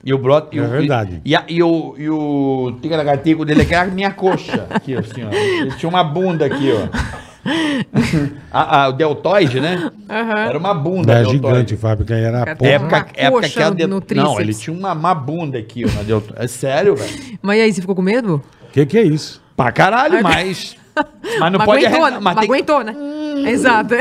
B: E o Brota. e
C: É
B: o-
C: verdade.
B: E, a- e o, e o tigaragatico dele aqui era a minha coxa. Aqui, assim, ó. Ele tinha uma bunda aqui, ó. a, a- o deltoide, né? Era uma bunda.
C: É
B: deltoide.
C: gigante, o Fábio, que aí era
D: Cara,
C: porra.
D: uma
B: Época, época que
D: coxa
B: a de...
D: no
B: Não,
D: tríceps.
B: ele tinha uma má bunda aqui, ó. na delto- É sério, velho.
D: Mas e aí, você ficou com medo?
C: Que que é isso?
B: Pra caralho, mas. Mas não pode
D: aguentou,
B: arre-
D: né?
B: mas
D: Mas
B: tem que-
D: aguentou, né? Exato.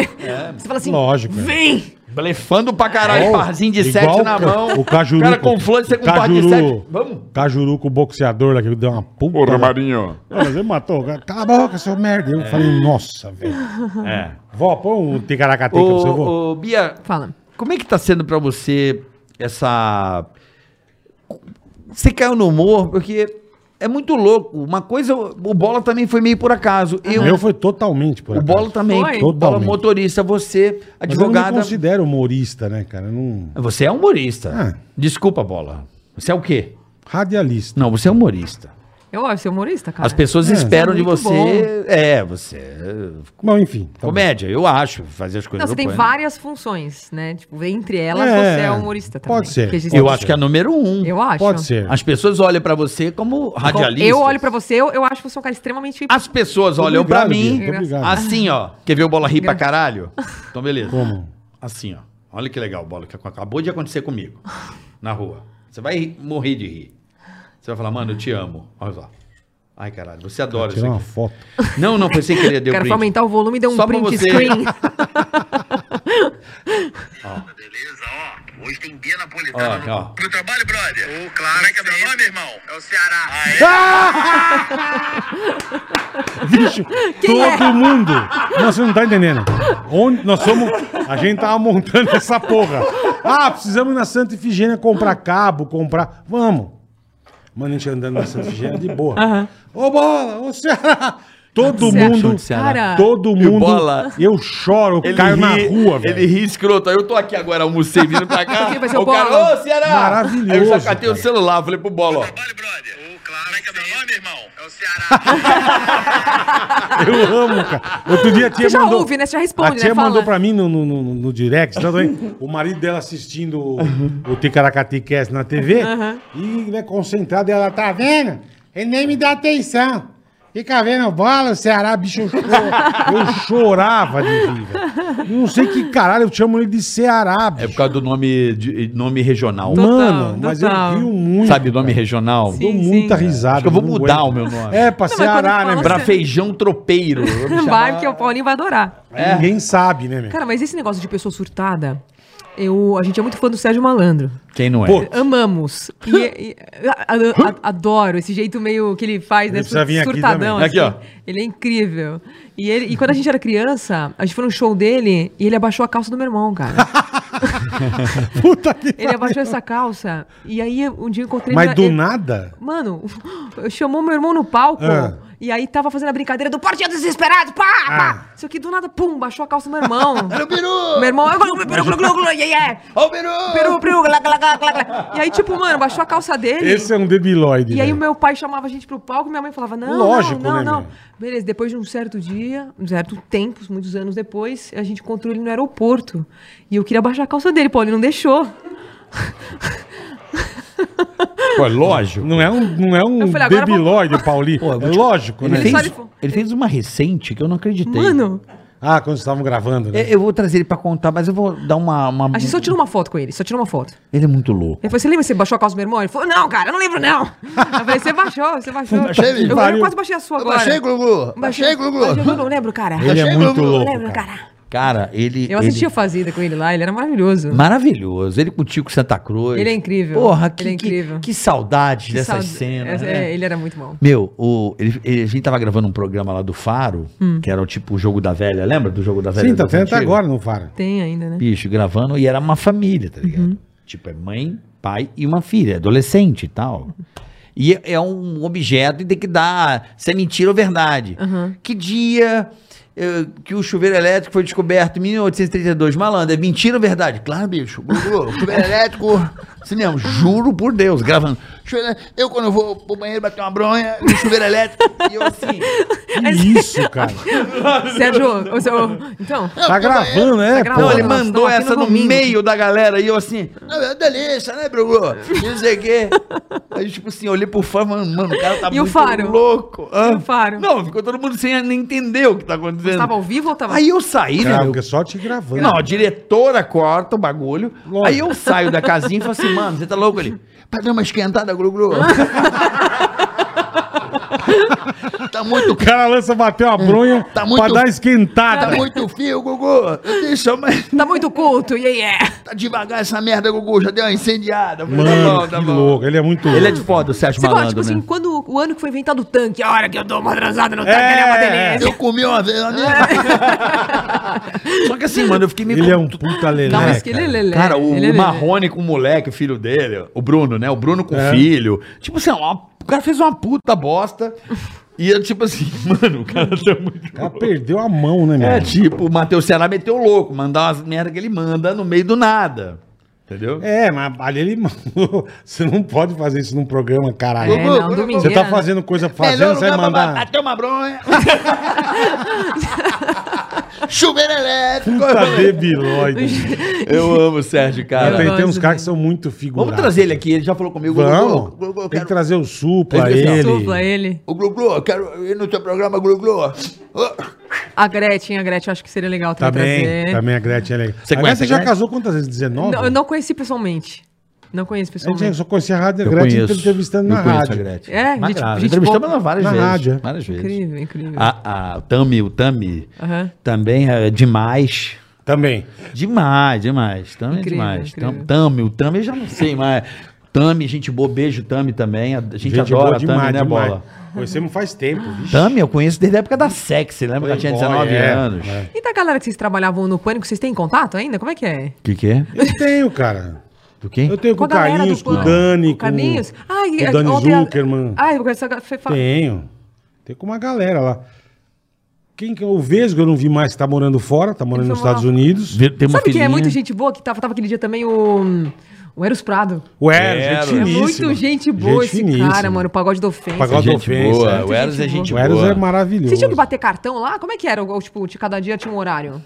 D: Você fala assim,
C: Hum. Lógico, é.
D: vem,
B: Blefando pra caralho,
C: Igual-
B: parzinho de
C: igual
B: sete
C: o
B: na
C: ca-
B: mão.
C: O Cajuru.
B: cara com flor, você com par de sete. Vamos.
C: Cajuru com o boxeador lá que deu uma puta.
F: Porra,
C: né?
F: Marinho.
C: Ah, mas ele matou. o cara. Cala a boca, seu merda. Eu falei, nossa, velho.
B: É.
C: Vó, põe um ticaracateca pra você, vó.
B: Ô, ô, Bia,
D: Fala.
B: como é que tá sendo pra você essa. Você caiu no humor, porque é muito louco. Uma coisa, o Bola também foi meio por acaso.
C: O
B: Eu,
C: Ah, meu foi totalmente por
B: o
C: acaso.
B: Bola também. é né?
D: Foi?
B: O Bola
C: Totalmente.
B: motorista, você,
C: Mas eu não me
B: advogada.
C: considero humorista, né, cara? Eu não...
B: Você é humorista.
C: Ah.
B: Desculpa, Bola. Você é o quê?
C: Radialista.
B: Não, você é humorista.
D: Eu acho, você é humorista, cara.
B: As pessoas esperam de
D: muito
B: você.
D: bom.
B: É, você. é
C: Mas enfim. tá bom.
B: Comédia, eu acho. Fazer as coisas.
D: Não, você
B: eu
D: tem
B: ponho.
D: várias funções, né? Tipo, entre elas,
C: É,
D: você é humorista também.
C: pode ser,
D: Porque existe-
B: Eu acho que é a número um.
D: Eu acho.
C: Pode ser.
B: As pessoas olham pra você como radialista.
D: Eu olho pra você, eu, eu acho que você é um cara extremamente...
B: As pessoas olham
C: Obrigado,
B: pra mim
C: Bia, muito obrigado.
B: assim, ó. Quer ver o bola rir pra caralho? Então, beleza.
C: Como?
B: Assim, ó. Olha que legal, bola, que ac- acabou de acontecer comigo. Na rua. Você vai rir- morrer de rir. Você vai falar, mano, eu te amo. Olha só. Ai, caralho, você adora isso
C: Tirar uma
B: aqui.
C: foto.
B: Não, não, foi sem querer,
D: O
B: deu
D: cara foi
B: print.
D: aumentar o volume e deu um
B: Só pra
D: print
B: você.
D: screen.
G: Beleza, ó. Hoje tem Bia Napolitana
B: Ó, ó.
G: no, pro trabalho, brother. claro. Como é que é meu nome, irmão? É o Ceará.
C: Vixe, todo
D: é?
C: mundo. Não, você não tá entendendo. Onde nós somos. A gente tava montando essa porra. Ah, precisamos ir na Santa Ifigênia comprar cabo, comprar. Vamos. Mano, a gente andando na Santa Ifigênia de boa. Ô, bola, ô, Ceará. Todo
D: Ceará.
C: mundo.
D: Cara.
C: Todo
B: E o
C: mundo.
B: Bola?
C: Eu choro, eu
B: Ele
C: caio na
B: ri-
C: rua,
B: Ele
C: velho.
B: ri escroto. Aí eu tô aqui agora, almocei, vindo pra cá.
D: Aqui vai ser o
B: o cara,
D: Bola.
B: ô, Ceará!
C: Maravilhoso,
B: Aí eu sacatei o
C: cara.
B: celular, falei pro Bola, ó.
G: Trabalho, brother. claro. Como é que é meu nome, irmão? É o Ceará.
C: Eu amo, cara. Outro dia a tia
D: Você já
C: mandou.
D: ouve, né? Você já responde,
C: a tia
D: né? Fala.
C: mandou pra mim no, no, no, no direct, tá doido? o marido dela assistindo o, o Ticaracati Cast na TV e né, concentrado, ela tá vendo? Ele nem me dá atenção. Fica vendo bola, o Ceará, bicho, eu, cho- eu chorava de rir, velho. Não sei que caralho, eu chamo ele de Ceará,
B: É por
C: bicho.
B: causa do nome, de- nome regional.
C: Mano,
D: Total,
C: mas
D: total.
C: eu rio muito.
B: Sabe o nome regional?
C: Dou
D: Sim,
C: muita
D: sim.
C: risada.
B: Acho que eu vou
C: não
B: mudar
C: aguento.
B: o meu nome.
C: É, pra
D: Não, mas
C: Ceará,
D: quando
C: né,
D: fala
C: meu?
B: Pra feijão tropeiro. eu vou me
D: "Hum, Vai,
B: chamar-
D: porque o Paulinho vai adorar.
B: É.
C: Ninguém sabe, né, meu?
D: Cara, mas esse negócio de pessoa surtada, eu, a gente é muito fã do Sérgio Malandro.
B: Quem não é?
C: Pô,
D: Amamos. E, e- a- a- a- adoro esse jeito meio que ele faz,
C: Ele
D: né?
C: precisa vir aqui
D: surtadão.
B: também.
D: assim.
B: Aqui,
D: Ele é incrível. E, ele, e quando a gente era criança, a gente foi num show dele e ele abaixou a calça do meu irmão, cara.
C: Puta que
D: Ele abaixou essa calça. E aí um dia eu encontrei. ele
C: Mas
D: na-
C: do
D: ele-
C: nada?
D: Mano, chamou meu irmão no palco.
C: Ah.
D: E aí tava fazendo a brincadeira do Partido Desesperado, pá, pá. Só que do nada, pum, baixou a calça do meu irmão. Era o peru. Meu irmão, eu glu, glu, glu, glu, glu, glu, yeah, yeah.
B: Ó o peru!
D: Peru, peru, glá, glá, glá, glá, glá. E aí, tipo, mano, baixou a calça dele.
C: Esse é um debilóide.
D: E aí
C: velho.
D: o meu pai chamava a gente pro palco, minha mãe falava, não,
C: Lógico,
D: não, não,
C: né,
D: não.
C: meu?
D: Beleza, depois de um certo dia, um certo tempo, muitos anos depois, a gente encontrou ele no aeroporto. E eu queria baixar a calça dele, pô, ele não deixou.
B: Pô, é lógico.
C: Não é um, não é um
D: Eu falei, agora
C: debilóide, Paulinho. é lógico, né?
B: Ele
D: só
B: fez,
D: ele fo-
B: ele fez uma recente que eu não acreditei.
D: Mano,
C: Ah, quando estavam gravando, né?
B: É, Eu vou trazer ele pra contar, mas eu vou dar uma. uma-
D: a gente só tirou uma foto com ele, só tirou uma foto.
B: Ele é muito louco.
D: Ele falou, você lembra que você baixou a calça do meu irmão? Ele falou, não, cara, eu não lembro, não. Eu falei, você baixou, você baixou.
C: Baixei,
D: eu, eu
C: pariu.
D: quase baixei a sua agora.
A: Baixei, Gugu. Baixei, Gugu.
D: Baixei, Gugu, eu lembro, cara.
C: Ele é muito
D: Eu
C: louco,
D: lembro,
C: cara.
D: cara.
B: Cara, ele.
D: Eu assisti
B: ele-
D: a Fazenda com ele lá, ele era maravilhoso.
B: Maravilhoso. Ele com o Tico Santa Cruz.
D: Ele é incrível.
B: Porra, que,
D: Ele é incrível.
B: que, que saudade
D: Que
B: dessas
D: saud-
B: cenas.
D: é,
B: né?
D: é, ele era muito bom.
B: Meu, o, ele- ele- a gente tava gravando um programa lá do Faro,
D: Hum.
B: que era o tipo o Jogo da Velha. Lembra do Jogo da Velha?
C: Sim, tá
B: das
C: até até
B: antigas?
C: agora no Faro.
D: Tem ainda, né?
B: bicho, gravando, e era uma família, tá ligado? Tipo, é mãe, pai e uma filha, adolescente e tal. E é- é um objeto e tem que dar se é mentira ou verdade. Que dia eh, que o chuveiro elétrico foi descoberto em 1832? Malandro, é mentira ou verdade? Claro, bicho.
A: Gugu, chuveiro elétrico.
B: Assim mesmo, juro por Deus, gravando.
A: Chuveiro elétrico. Eu, quando eu vou pro banheiro bater uma bronha, no chuveiro elétrico. E eu assim.
C: Que isso, cara.
D: Sérgio, ô, seu- ô, então,
C: Tá gravando, é,
D: Tá
C: pô.
D: gravando.
B: Não, ele
D: nós
B: mandou
D: estamos aqui
B: essa
D: no
B: no,
D: domingo.
B: meio da galera e eu assim,
A: Não, é uma delícia, né, Gugu?
D: É.
B: não sei o quê. Aí, tipo assim, eu olhei pro fã e falei, mano, o cara tá
D: E o
B: muito
D: Faro?
B: louco. Hã?
D: E o Faro?
B: Não, ficou todo mundo sem nem entender o que tá acontecendo.
D: tava ao vivo ou tava...
B: Aí eu saí, né?
C: Grava,
B: meu?
C: Tá porque só te gravando.
B: Não, a diretora corta o bagulho. Aí eu saio da casinha e falo assim, mano, você tá louco ali?
A: Pra dar uma esquentada, Gugu. tá
B: muito
C: O cara lança bater uma bronha
B: Tá muito-
C: pra dar esquentada.
A: Tá muito fio, Gugu. Deixa, mas
D: Tá muito culto, e aí é.
A: tá devagar essa merda, Gugu. Já deu uma incendiada.
B: tá
C: Mano, que louco. Ele é muito
B: Ele é
C: louco.
B: de foda, o Sérgio
D: Você fala,
B: Malandro,
D: tipo assim,
B: né?
D: quando o ano que foi inventado o tanque, a hora que eu dou uma transada no tanque,
C: É.
D: ele é uma delícia.
A: Eu comi uma vez, a minha
B: né?
D: É.
B: Só que assim, mano, eu fiquei meio...
C: Ele é um puta lelé,
D: Não, mas que
C: cara.
D: ele, ele,
B: Cara, o,
D: ele- é
B: o Marrone com o moleque, o filho dele, o Bruno, né? O Bruno com
C: É.
B: o filho. Tipo assim, ó, o cara fez uma puta bosta. E eu, tipo assim, mano, o cara tá muito.
C: Ela perdeu a mão, né, meu?
B: É tipo, o Matheus Ceará meteu o louco, mandar umas merda que ele manda no meio do nada. Entendeu?
C: É, mas ali ele mandou. Você não pode fazer isso num programa, caralho.
D: É, não, domingueira,
C: Você tá
D: né?
C: fazendo coisa fazendo, você vai
A: pra
C: mandar.
A: bater uma bronha. Chuveiro
B: é
A: elétrico.
C: Puta Tá debilóide.
B: Eu amo o Sérgio, cara.
D: Eu
C: Tem, tem uns
D: gosto
C: caras que são muito figurados.
B: Vamos trazer ele aqui, ele já falou comigo.
C: Vamos.
A: Gugu, Gugu, eu
C: Tem que
A: quero-
C: trazer o supla,
B: Ele-
C: ele.
D: né? Supla ele.
A: O Glu-Glu, eu quero ir no teu programa, Glu-Glu. Ô,
D: A Gretchen, a Gretchen, eu acho que seria legal também
C: Também,
D: trazer.
C: também a Gretchen é legal.
B: Você
C: a
B: conhece
C: Gretchen
B: a
C: já
B: Gretchen?
C: casou quantas vezes? 19?
D: Não, eu não conheci pessoalmente. Não conheço
C: A gente
D: pessoalmente.
C: só conhecia a rádio, a
B: Eu
C: Gretchen
B: conheço,
C: entrevistando
B: eu
C: na
B: conheço
C: rádio.
B: a Gretchen.
D: É,
B: Mas
D: gente-
B: grave,
D: gente
B: entrevistamos
D: boa.
B: ela várias
C: Na
B: vezes.
C: rádio.
B: Várias vezes.
D: Incrível, incrível.
C: Ah.
B: A, a- o Tami, o Tami,
D: Aham.
B: também é demais.
C: Também.
B: Demais, demais. Tami
D: Incrível,
B: é demais.
D: incrível.
B: Tam- Tami, o Tami eu já não sei, mas. Tami, gente boa, beijo, Tami também. A gente, adora a Tami, né, Bola?
C: Conhecemos faz tempo, vixe.
B: Tami, eu conheço desde a época da sexy, lembra? Que ela tinha
C: Playboy,
B: 19
C: é,
B: anos. O
C: é.
D: E da galera que vocês trabalhavam no Pânico, vocês têm contato ainda? Como é que é?
B: que, que é?
C: Eu tenho, cara.
B: Do quê?
C: Eu tenho com o
D: a galera do
C: Carlinhos, com o
D: Pânico.
C: Dani, com,
D: Carlinhos? Ai,
C: com
D: a-
C: o Dani
D: ontem a-
C: Zuckerman.
D: Ai, eu conheço a- foi fa-
C: Tenho. Tem com uma galera lá. Quem que o Vesgo eu não vi mais que tá morando fora, tá morando
D: Ele
C: nos
D: foi morar
C: Estados Unidos.
B: Vi- Tem uma
D: Sabe quem é
B: filhinha.
D: muita gente boa que tava, tava aquele dia também o, o Eros Prado.
C: Ué,
B: Era.
C: gente
B: É
D: É
C: finíssima.
D: muito gente boa esse
C: finíssima.
D: cara, mano. O pagode da ofensa.
C: Pagode-
B: Gente
C: ofensa, é.
B: boa. O Eros é gente
C: O
B: boa.
C: Eros é maravilhoso.
D: Vocês tinham que bater cartão lá? Como é que era? Ou, tipo, de cada dia tinha um horário?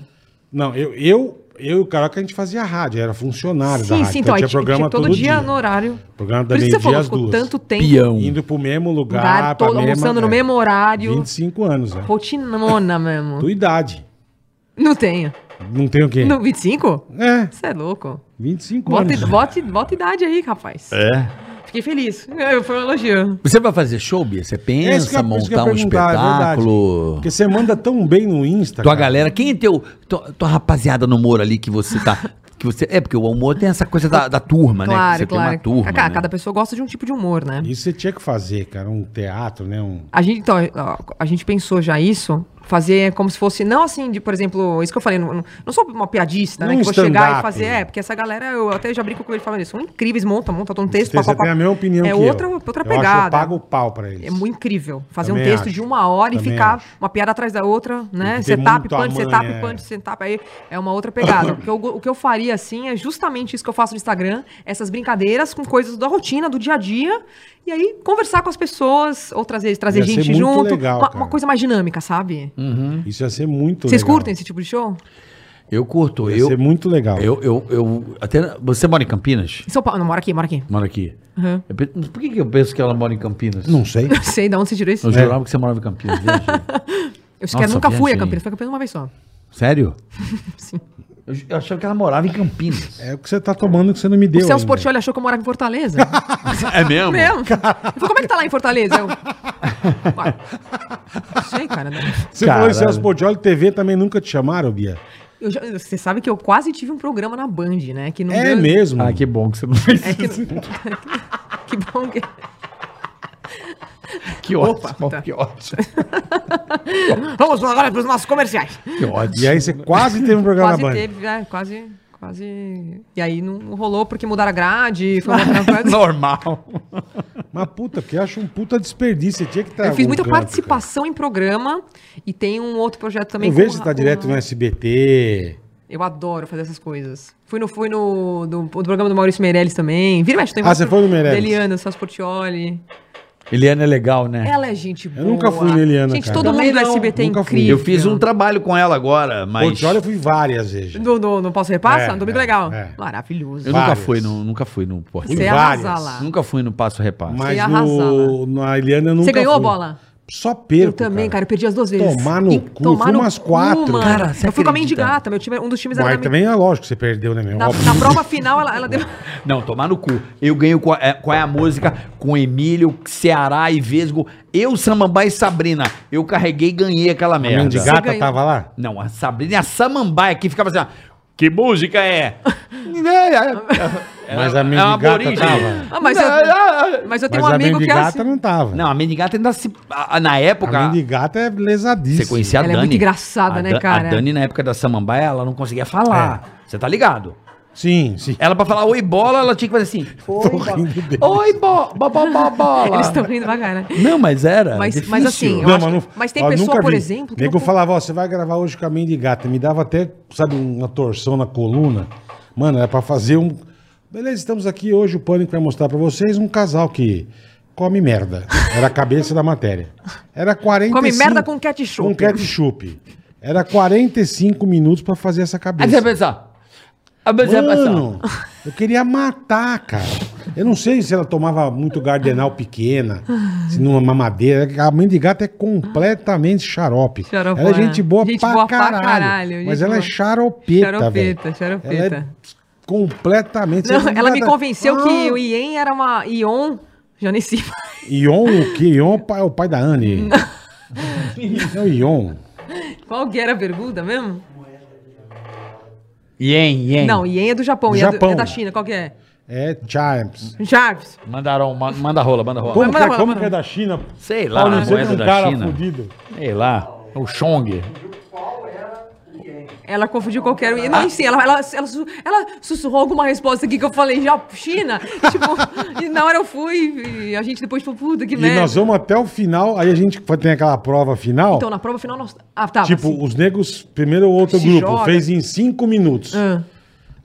C: Não, eu, eu, eu e o Caroca a gente fazia rádio, era funcionário da
D: sim,
C: rádio.
D: sim, então, aí
C: tinha
D: tinha,
C: programa
D: tinha todo, dia, no horário.
C: Programa da
D: Por isso que você
C: meio-dia
D: falou,
C: às
D: ficou
C: duas.
D: tanto tempo.
B: Peão.
C: Indo pro mesmo lugar,
D: lugar,
C: pra
D: todo
C: mesma-
D: almoçando no
C: é,
D: mesmo horário.
C: 25 anos, né?
D: Rotinona mesmo.
C: Tua idade.
D: Não tenho.
C: Não tem o quê?
D: No 25?
C: É,
D: Você é louco.
C: 25
D: Bota,
C: anos.
D: bota, bota idade aí, rapaz.
B: É.
D: Fiquei feliz. Eu- Foi um elogio.
B: Você vai fazer show, Bia? Você
C: É isso que
B: pensa,
C: eu- isso que eu ia
B: montar um
C: perguntar, é verdade.
B: espetáculo?
C: Porque você manda tão bem no Insta,
B: Tua
C: cara.
B: galera, quem é teu. Tua, tua rapaziada no humor ali que você tá. Que você, é, porque o humor tem essa coisa da, da turma, né? Que
D: Claro,
B: você
D: claro.
B: tem uma turma.
D: Cacá,
B: né?
D: Cada pessoa gosta de um tipo de humor, né?
C: Isso você tinha que fazer, cara. Um teatro, né? Um...
D: A gente, então, ó, a gente pensou já isso, fazer como se fosse, não assim, de, por exemplo, isso que eu falei, não, não sou uma piadista, né?
C: Um
D: Que vou chegar
C: stand-up.
D: e fazer, é, porque essa galera, eu até já brinco com ele falando isso, são incríveis, monta, monta, todo um texto,
C: Você
D: papapá.
C: tem a mesma opinião
D: É
C: que
D: outra,
C: eu.
D: outra
C: Eu acho que eu
D: pegada.
C: pago o pau pra eles.
D: É muito incrível. Fazer
C: Também
D: um texto
C: acho.
D: de uma hora
C: Também
D: e ficar
C: acho.
D: uma piada atrás da outra, né?
C: que ter
D: Setup,
C: muito
D: punch,
C: amanha,
D: setup,
C: é.
D: punch, setup. Aí é uma outra pegada. o, que eu, o que eu faria, assim, é justamente isso que eu faço no Instagram. Essas brincadeiras com coisas da rotina, do dia a dia. E aí conversar com as pessoas, ou trazer, trazer
C: Ia ser muito
D: gente junto.
C: legal,
D: uma,
C: cara.
D: uma coisa mais dinâmica, sabe?
C: Uhum. Isso ia ser muito
D: Vocês
C: legal.
D: curtem esse tipo de show?
B: Eu curto.
C: Ia
B: Eu,
C: ser muito legal.
B: eu, eu, eu- Até. Você mora em Campinas?
D: Em São Paulo. Não, mora aqui, mora aqui.
B: Mora aqui.
D: Uhum.
B: Eu pe- Por que, que eu penso que ela mora em Campinas?
C: Não sei.
D: Não sei de onde você tirou isso.
B: Eu jurava que você morava em Campinas. viajei.
D: Eu sequer
B: Nossa,
D: nunca fui a
C: assim.
B: viajei.
D: Campinas. Fui a Campinas uma vez só.
B: Sério?
D: Sim.
B: Eu, ju- eu achava que ela morava em Campinas.
C: É o que você tá tomando que você não me deu
D: o Celso
C: ainda.
D: Portioli achou que eu morava em Fortaleza.
B: É mesmo?
D: Mesmo? Ele falou, como é que tá lá em Fortaleza? Eu... Uai. Não sei, cara. né?
C: Você falou em
B: Caralho.
C: Celso Portioli, TV também nunca te chamaram, Bia?
D: Eu já- você sabe que eu quase tive um programa na Band, né? Que não
C: É
D: deu-
C: mesmo.
B: Ah, que bom que você não fez
D: É que,
B: isso.
D: que bom que...
B: Que ótimo,
D: Opa, tá.
B: que ótimo.
D: Vamos agora para os nossos comerciais.
B: Que ótimo.
C: E aí você quase teve um programa
D: Quase
C: na Band.
D: teve, né? Quase... Quase. E aí não não rolou porque mudaram a grade. Foi uma outra coisa.
B: Normal.
C: Mas puta, que eu acho um puta desperdício. Você tinha que tá estar.
D: Eu fiz muita participação em programa e tem um outro projeto também.
C: Eu
D: com
C: vejo que você
D: a-
C: tá direto
D: com a-
C: no SBT.
D: Eu adoro fazer essas coisas. Fui no, fui no do, do programa do Maurício Meirelles também. Vira e mexe, tem
C: Ah, você foi no Meirelles?
D: Eliana, Celso Portioli.
B: Eliana é legal, né?
D: Ela é gente boa.
C: nunca fui na Eliana,
D: Gente,
C: cara.
D: todo
B: Também
D: mundo do
B: não,
D: SBT é
C: nunca fui.
D: incrível.
B: Eu fiz um trabalho com ela agora, mas.
C: Portioli eu fui várias vezes.
D: Do, do, no Posso Repassa?
C: É,
D: Domingo
C: é,
D: Legal.
C: é.
D: Maravilhoso.
B: Eu nunca
C: Várias.
B: fui, no, nunca fui no Porto.
C: Fui
D: Você ia
C: várias.
D: arrasar lá.
B: Nunca fui no Passo Repasso.
C: Mas
D: ia arrasar
C: no, na Eliana eu nunca
D: né? Você ganhou a
C: fui.
D: bola?
C: Só perco.
D: Eu também, cara. eu perdi as duas vezes.
C: Tomar no
D: E-
C: cu, fui umas quatro.
D: mano.
B: Cara, você
D: eu fui com a
B: acredita?
D: Mendigata, meu time, era- um dos times
C: Mas
D: era da
C: também é lógico que você perdeu, né, meu?
D: Na,
C: Óbvio.
D: na prova final, ela, ela deu.
B: Não, tomar no cu. Eu ganho qual é, qual é a música com Emílio, Ceará e Vesgo. Eu, Samambaia e Sabrina. Eu carreguei e ganhei aquela
C: A
B: merda.
D: Você
C: mendigata
D: ganhou.
C: tava lá?
B: Não, a Sabrina e a Samambaia que ficava assim, ó, que música é?
C: Mas a
B: É uma
C: mendigata
B: aborígene.
C: tava.
D: Ah, mas, eu, mas eu tenho
C: Mas
D: um
C: a
D: amigo que é
C: mendigata
D: assim.
C: não tava.
B: é. Não, a Mendigata ainda se... a- a- na
C: A
B: época...
C: mendigata é lesadíssima.
B: Você conhecia a
D: Ela é
B: Dani.
D: muito engraçada,
B: A
D: né,
B: Dan-
D: cara?
B: A Dani, na época da Samambaia, ela não conseguia falar. Você tá ligado?
C: Sim, sim.
B: Ela, pra falar oi bola, ela tinha que fazer assim. Oi,
C: Tô rindo dele.
B: bo... oi bo... Bo, bo, bo, bola.
D: Eles estão rindo bacana.
B: Não, mas era.
D: Mas-
B: difícil.
D: mas assim, eu acho que- mas tem
C: ó,
D: pessoa,
C: nunca
D: por
C: vi.
D: exemplo, que
C: Nego
D: não-
C: falava, ó, você vai gravar hoje com a mendigata. Me dava até, sabe, uma torção na coluna. Mano, era pra fazer um... Beleza, estamos aqui hoje, o Pânico vai mostrar pra vocês um casal que come merda. Era a cabeça da matéria. Era 45...
D: Come merda com ketchup.
C: Com ketchup. Era 45 minutos pra fazer essa
B: Aí você
D: é
C: cabeça.
B: vai pensar. Aí você vai pensar.
C: Mano, eu queria matar, cara. Eu não sei se ela tomava muito gardenal pequena, se numa mamadeira. A mãe de gato é completamente xarope.
D: Xaropona.
C: Ela é gente boa,
D: né? Gente
C: pra,
D: boa pra
C: caralho,
D: caralho, gente
C: Mas ela é
D: boa.
C: xaropeta,
D: Xaropeta,
C: velho.
D: xaropeta.
C: Ela é completamente...
D: Não, ela me
C: Cada-
D: convenceu que
C: Ah,
D: o Ien era uma Ion. Já nem sei.
C: Ion o quê? Ion é o pai- é o pai da Anne. é o Ion.
D: Qual que era a pergunta mesmo?
B: Ien, ien.
D: Não, Ien é do Japão, Ien é do-
C: Japão.
D: é da China. Qual que é?
C: É Chimes.
D: Jarvis.
B: Mandaram, ma- manda rola, manda rola.
C: Como,
D: Mas,
C: que, é,
D: mas,
C: como
D: mas-
C: que é da China?
B: Sei lá,
C: Paulo,
B: a
C: você é
B: moeda
C: um
B: da
C: cara
B: China.
C: fudido.
B: Sei lá. O Chong.
D: Ela confundiu qualquer. um. Não,
C: Ah.
D: sim, ela, ela, ela, su- ela sussurrou alguma resposta aqui que eu falei, já, China? tipo, e na hora eu fui e a gente depois, tipo, puta que
C: E
D: merda.
C: nós vamos até o final, aí a gente tem aquela prova final.
D: Então, na prova final, nós. Ah, tá.
C: tipo,
D: assim.
C: os negros, primeiro o outro
D: Se
C: grupo,
D: joga.
C: fez em cinco minutos.
D: Ah.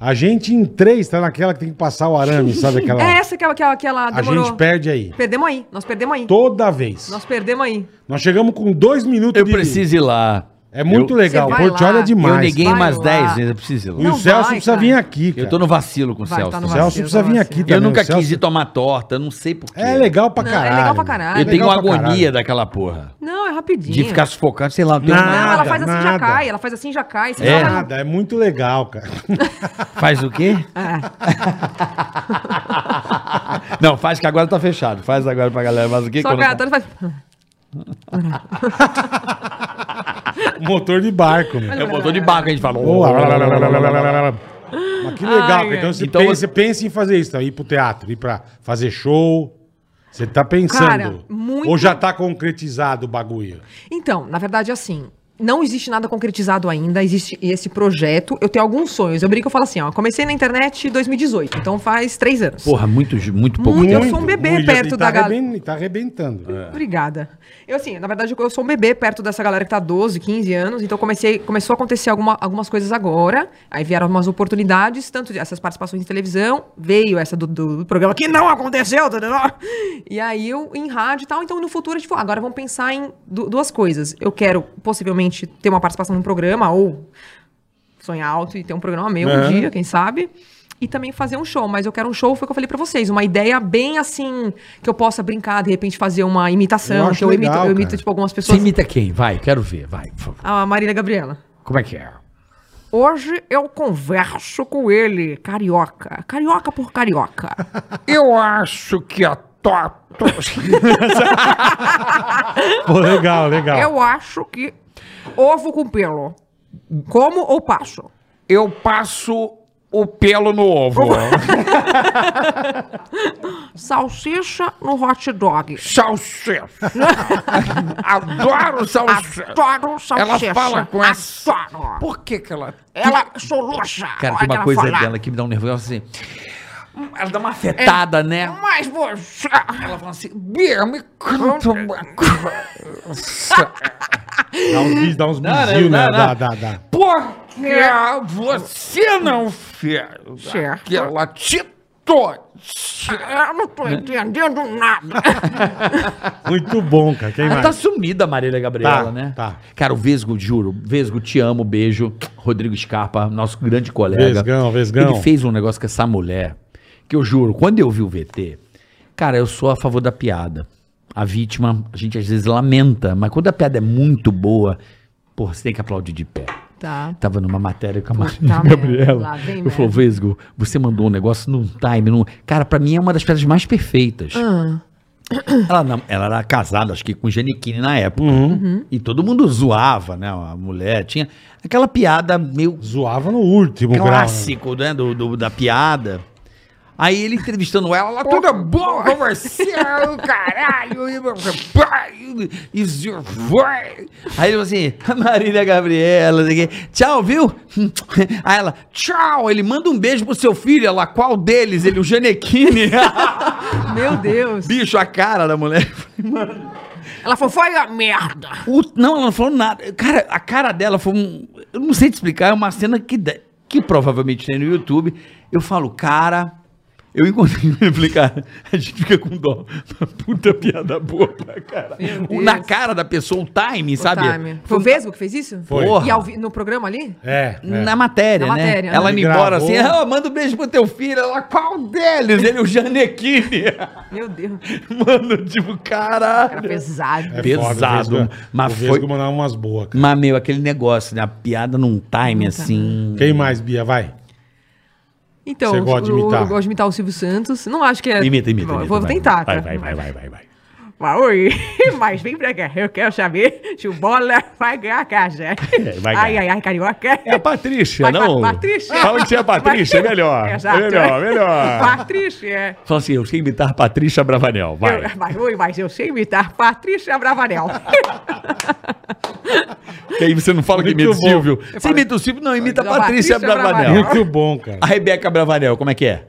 C: A gente em três tá naquela que tem que passar o arame, sabe aquela?
D: É essa que ela, que ela, que ela
C: a
D: demorou.
C: gente perde aí.
D: Perdemos aí. Nós perdemos aí.
C: Toda vez.
D: Nós perdemos aí.
C: Nós chegamos com dois minutos
B: Eu preciso ir lá.
C: É muito
B: eu,
C: legal.
D: Você
C: O
D: vai
C: Porto olha
D: lá.
C: demais.
B: Eu neguei
D: Vai
B: mais
D: lá.
B: 10 vezes, eu preciso ir
C: E
B: lá.
D: Não
C: o Celso
D: vai,
C: precisa
D: cara.
C: vir aqui.
B: Eu
C: cara.
B: tô no vacilo com o
D: Vai,
B: Celso.
D: tá no
C: O
B: também.
C: Celso
D: vacilo,
C: precisa
D: tá
C: vir
D: vacilo.
C: aqui
B: Eu
C: também.
B: nunca
C: O Celso-
B: quis ir tomar torta, não sei porquê.
C: É legal pra
D: Não, é
C: caralho.
D: legal pra caralho.
B: Eu tenho
C: Legal pra
B: agonia
C: caralho.
B: daquela porra.
D: Não, é rapidinho.
B: De ficar sufocado, sei lá. eu tenho
C: Não,
D: Não,
B: uma-
D: ela faz assim
C: nada.
D: já cai. Ela faz assim já cai. Você
B: É.
D: já vai-
C: Nada, é muito legal, cara.
B: Faz o quê? não, faz que agora tá fechado. Faz agora pra galera. Faz o quê?
D: Só
B: Quando-
D: cai a torta e faz.
C: Motor de barco, meu.
B: Eu botou de barco, a gente fala.
C: Boa. Mas que legal,
D: Ai,
C: cara. Então, você,
B: Então
C: pensa,
B: você-
C: pensa em fazer isso, tá? ir pro teatro, ir pra fazer show. Você tá pensando.
D: Cara, muito-
C: Ou já tá concretizado o bagulho?
D: Então, na verdade, assim, não existe nada concretizado ainda, existe esse projeto. Eu tenho alguns sonhos. Eu brinco, eu falo assim, ó, comecei na internet em 2018, então faz três anos.
B: Porra, muito, muito pouco.
D: Muito. Eu
B: tempo.
D: sou um bebê
C: Muito,
D: perto
C: e tá
D: da galera.
C: arreben- e Tá arrebentando.
B: É.
D: Obrigada. Eu, assim, na verdade, eu sou um bebê perto dessa galera que tá 12, 15 anos, então comecei, começou a acontecer alguma- algumas coisas agora, aí vieram umas oportunidades, tanto de- essas participações de televisão, veio essa do, do- do programa que não aconteceu, tá, tá, tá. e aí eu em rádio e tal, então no futuro, tipo, agora vamos pensar em du- duas coisas. Eu quero, possivelmente, ter uma participação num programa, ou sonhar alto e ter um programa meu
C: Aham.
D: um dia, quem sabe. E também fazer um show, mas eu quero um show, foi o que eu falei pra vocês, uma ideia bem assim, que eu possa brincar, de repente fazer uma
C: Eu
D: imitação,
C: acho
D: que eu imito,
C: legal,
D: eu imito
C: cara.
D: tipo algumas
B: Você
D: pessoas. Ah,
B: imita quem? Vai, quero ver, vai, por favor.
D: A Marília Gabriela.
B: Como é que é?
D: Hoje eu converso com ele, carioca. Carioca por carioca.
B: Eu acho que a Toto.
C: Pô, legal,
B: Tá.
C: legal.
D: Eu acho que ovo com pelo. Como ou passo?
B: Eu passo o pelo no ovo.
D: Salsicha no hot dog.
B: Salsicha. Adoro salsicha.
D: Adoro salsicha.
B: Ela fala com essa.
D: Adoro.
B: Por que, que ela.
D: Ela soluça.
B: Cara, tem
D: Olha que
B: uma
D: ela
B: coisa
D: fala.
B: dela que me dá um nervoso assim. Ela dá uma afetada, né?
D: Mas você...
B: Ela fala assim, Bia, me conta uma coisa.
C: Dá uns, bis- dá uns
B: Não, não, não,
C: bizinhos, né? Dá,
B: não.
C: dá, dá.
B: Por que você não fez
D: Certo.
B: aquela titose?
D: Eu não tô entendendo nada.
C: Muito bom, cara.
D: Ah,
C: Quem
B: Ela
C: mais?
B: tá
D: então
B: sumida, a Marília Gabriela,
C: Tá,
B: né?
C: tá.
B: Cara, o Vesgo, juro. Vesgo, te amo, beijo. Rodrigo Scarpa, nosso grande colega.
C: Vesgão, Vesgão.
B: Ele fez um negócio com essa mulher que eu juro, quando eu vi o VT, cara, eu sou a favor da piada. a vítima, a gente às vezes lamenta, mas quando a piada é muito boa, porra, você tem que aplaudir de pé.
D: Tá.
B: Tava numa matéria com a Marina
D: merda, lá
B: Gabriela.
D: vem né?
B: Eu falei,
D: merda.
B: Vesgo, você mandou um negócio num time. Num... Cara, pra mim é uma das piadas mais perfeitas.
D: Ah,
B: Ela, nam- ela era casada, acho que com o Giannichini na época.
D: Uhum.
B: E todo mundo zoava, né? A mulher tinha aquela piada meio
C: Zoava no último
B: clássico, né? Do, do- da piada. Aí ele entrevistando ela, ela toda boa, conversando, caralho. e- e- e- Aí ele falou assim, Marília Gabriela, não sei o quê. tchau, viu? Aí ela, tchau. Ele manda um beijo pro seu filho, ela, qual deles? Ele, o Janequine.
D: meu Deus.
B: Bicho, a cara da mulher.
D: Ela falou, foi a merda.
B: O- não, ela não falou nada. Cara, a cara dela foi um. Eu não sei te explicar, é uma cena que, de- que provavelmente tem no YouTube. Eu falo, cara. Eu encontrei. Eu falei, cara, a gente fica com dó. Uma Puta piada boa pra cara.
D: Meu
B: O- Na
D: Deus.
B: cara da pessoa, o timing, sabe?
D: Time. Foi o Vesgo que fez isso?
C: Foi.
D: E ao vi- no programa ali?
C: É. é.
B: Na matéria,
D: Na
B: né?
D: matéria, né?
B: Ela indo
C: Ele
B: embora
C: gravou.
B: assim, ah, manda um beijo pro teu filho. Ela, qual deles? Ele, o Janequine.
D: Meu Deus.
B: Mano, tipo,
D: Era
B: caralho.
D: pesado.
C: É
B: pesado,
C: foda, o Vesgo-
B: mas
C: o
B: foi-
C: Vesgo mandava umas boas, cara.
B: Mas, meu, aquele negócio, né? A piada num time assim.
C: Quem mais, Bia? Vai.
D: Então,
C: Você gosta de
D: eu-
C: imitar?
D: Eu gosto de imitar o Silvio Santos. Não acho que é.
B: Imita, imita.
D: Vou,
B: imita,
D: vou
B: vai.
D: tentar, tá?
B: Vai, vai,
D: cara.
B: vai, vai, vai, vai.
D: Mas, oi, mas vem pra cá. Eu quero saber se o Bola vai ganhar a casa.
B: vai
D: ai,
B: ganhar.
D: ai, ai, carioca.
F: É a Patrícia,
D: Vai,
F: não?
D: Pa- Patrícia.
F: Fala que você é a Patrícia, é melhor.
D: Exato.
F: É melhor, melhor.
D: Patrícia.
F: Fala assim, eu sei imitar a Patrícia Bravanel, vai.
D: Eu, mas, oi, mas eu sei imitar Patrícia Bravanel.
F: Porque aí você não fala que
C: Muito
F: imita o
C: bom.
F: Silvio. Você imita o Silvio? Não, imita a
D: Imita a
F: Patrícia
D: Patrícia
F: Bravanel.
D: Bravanel.
C: Muito bom, cara.
B: A Rebeca Bravanel, como é que é?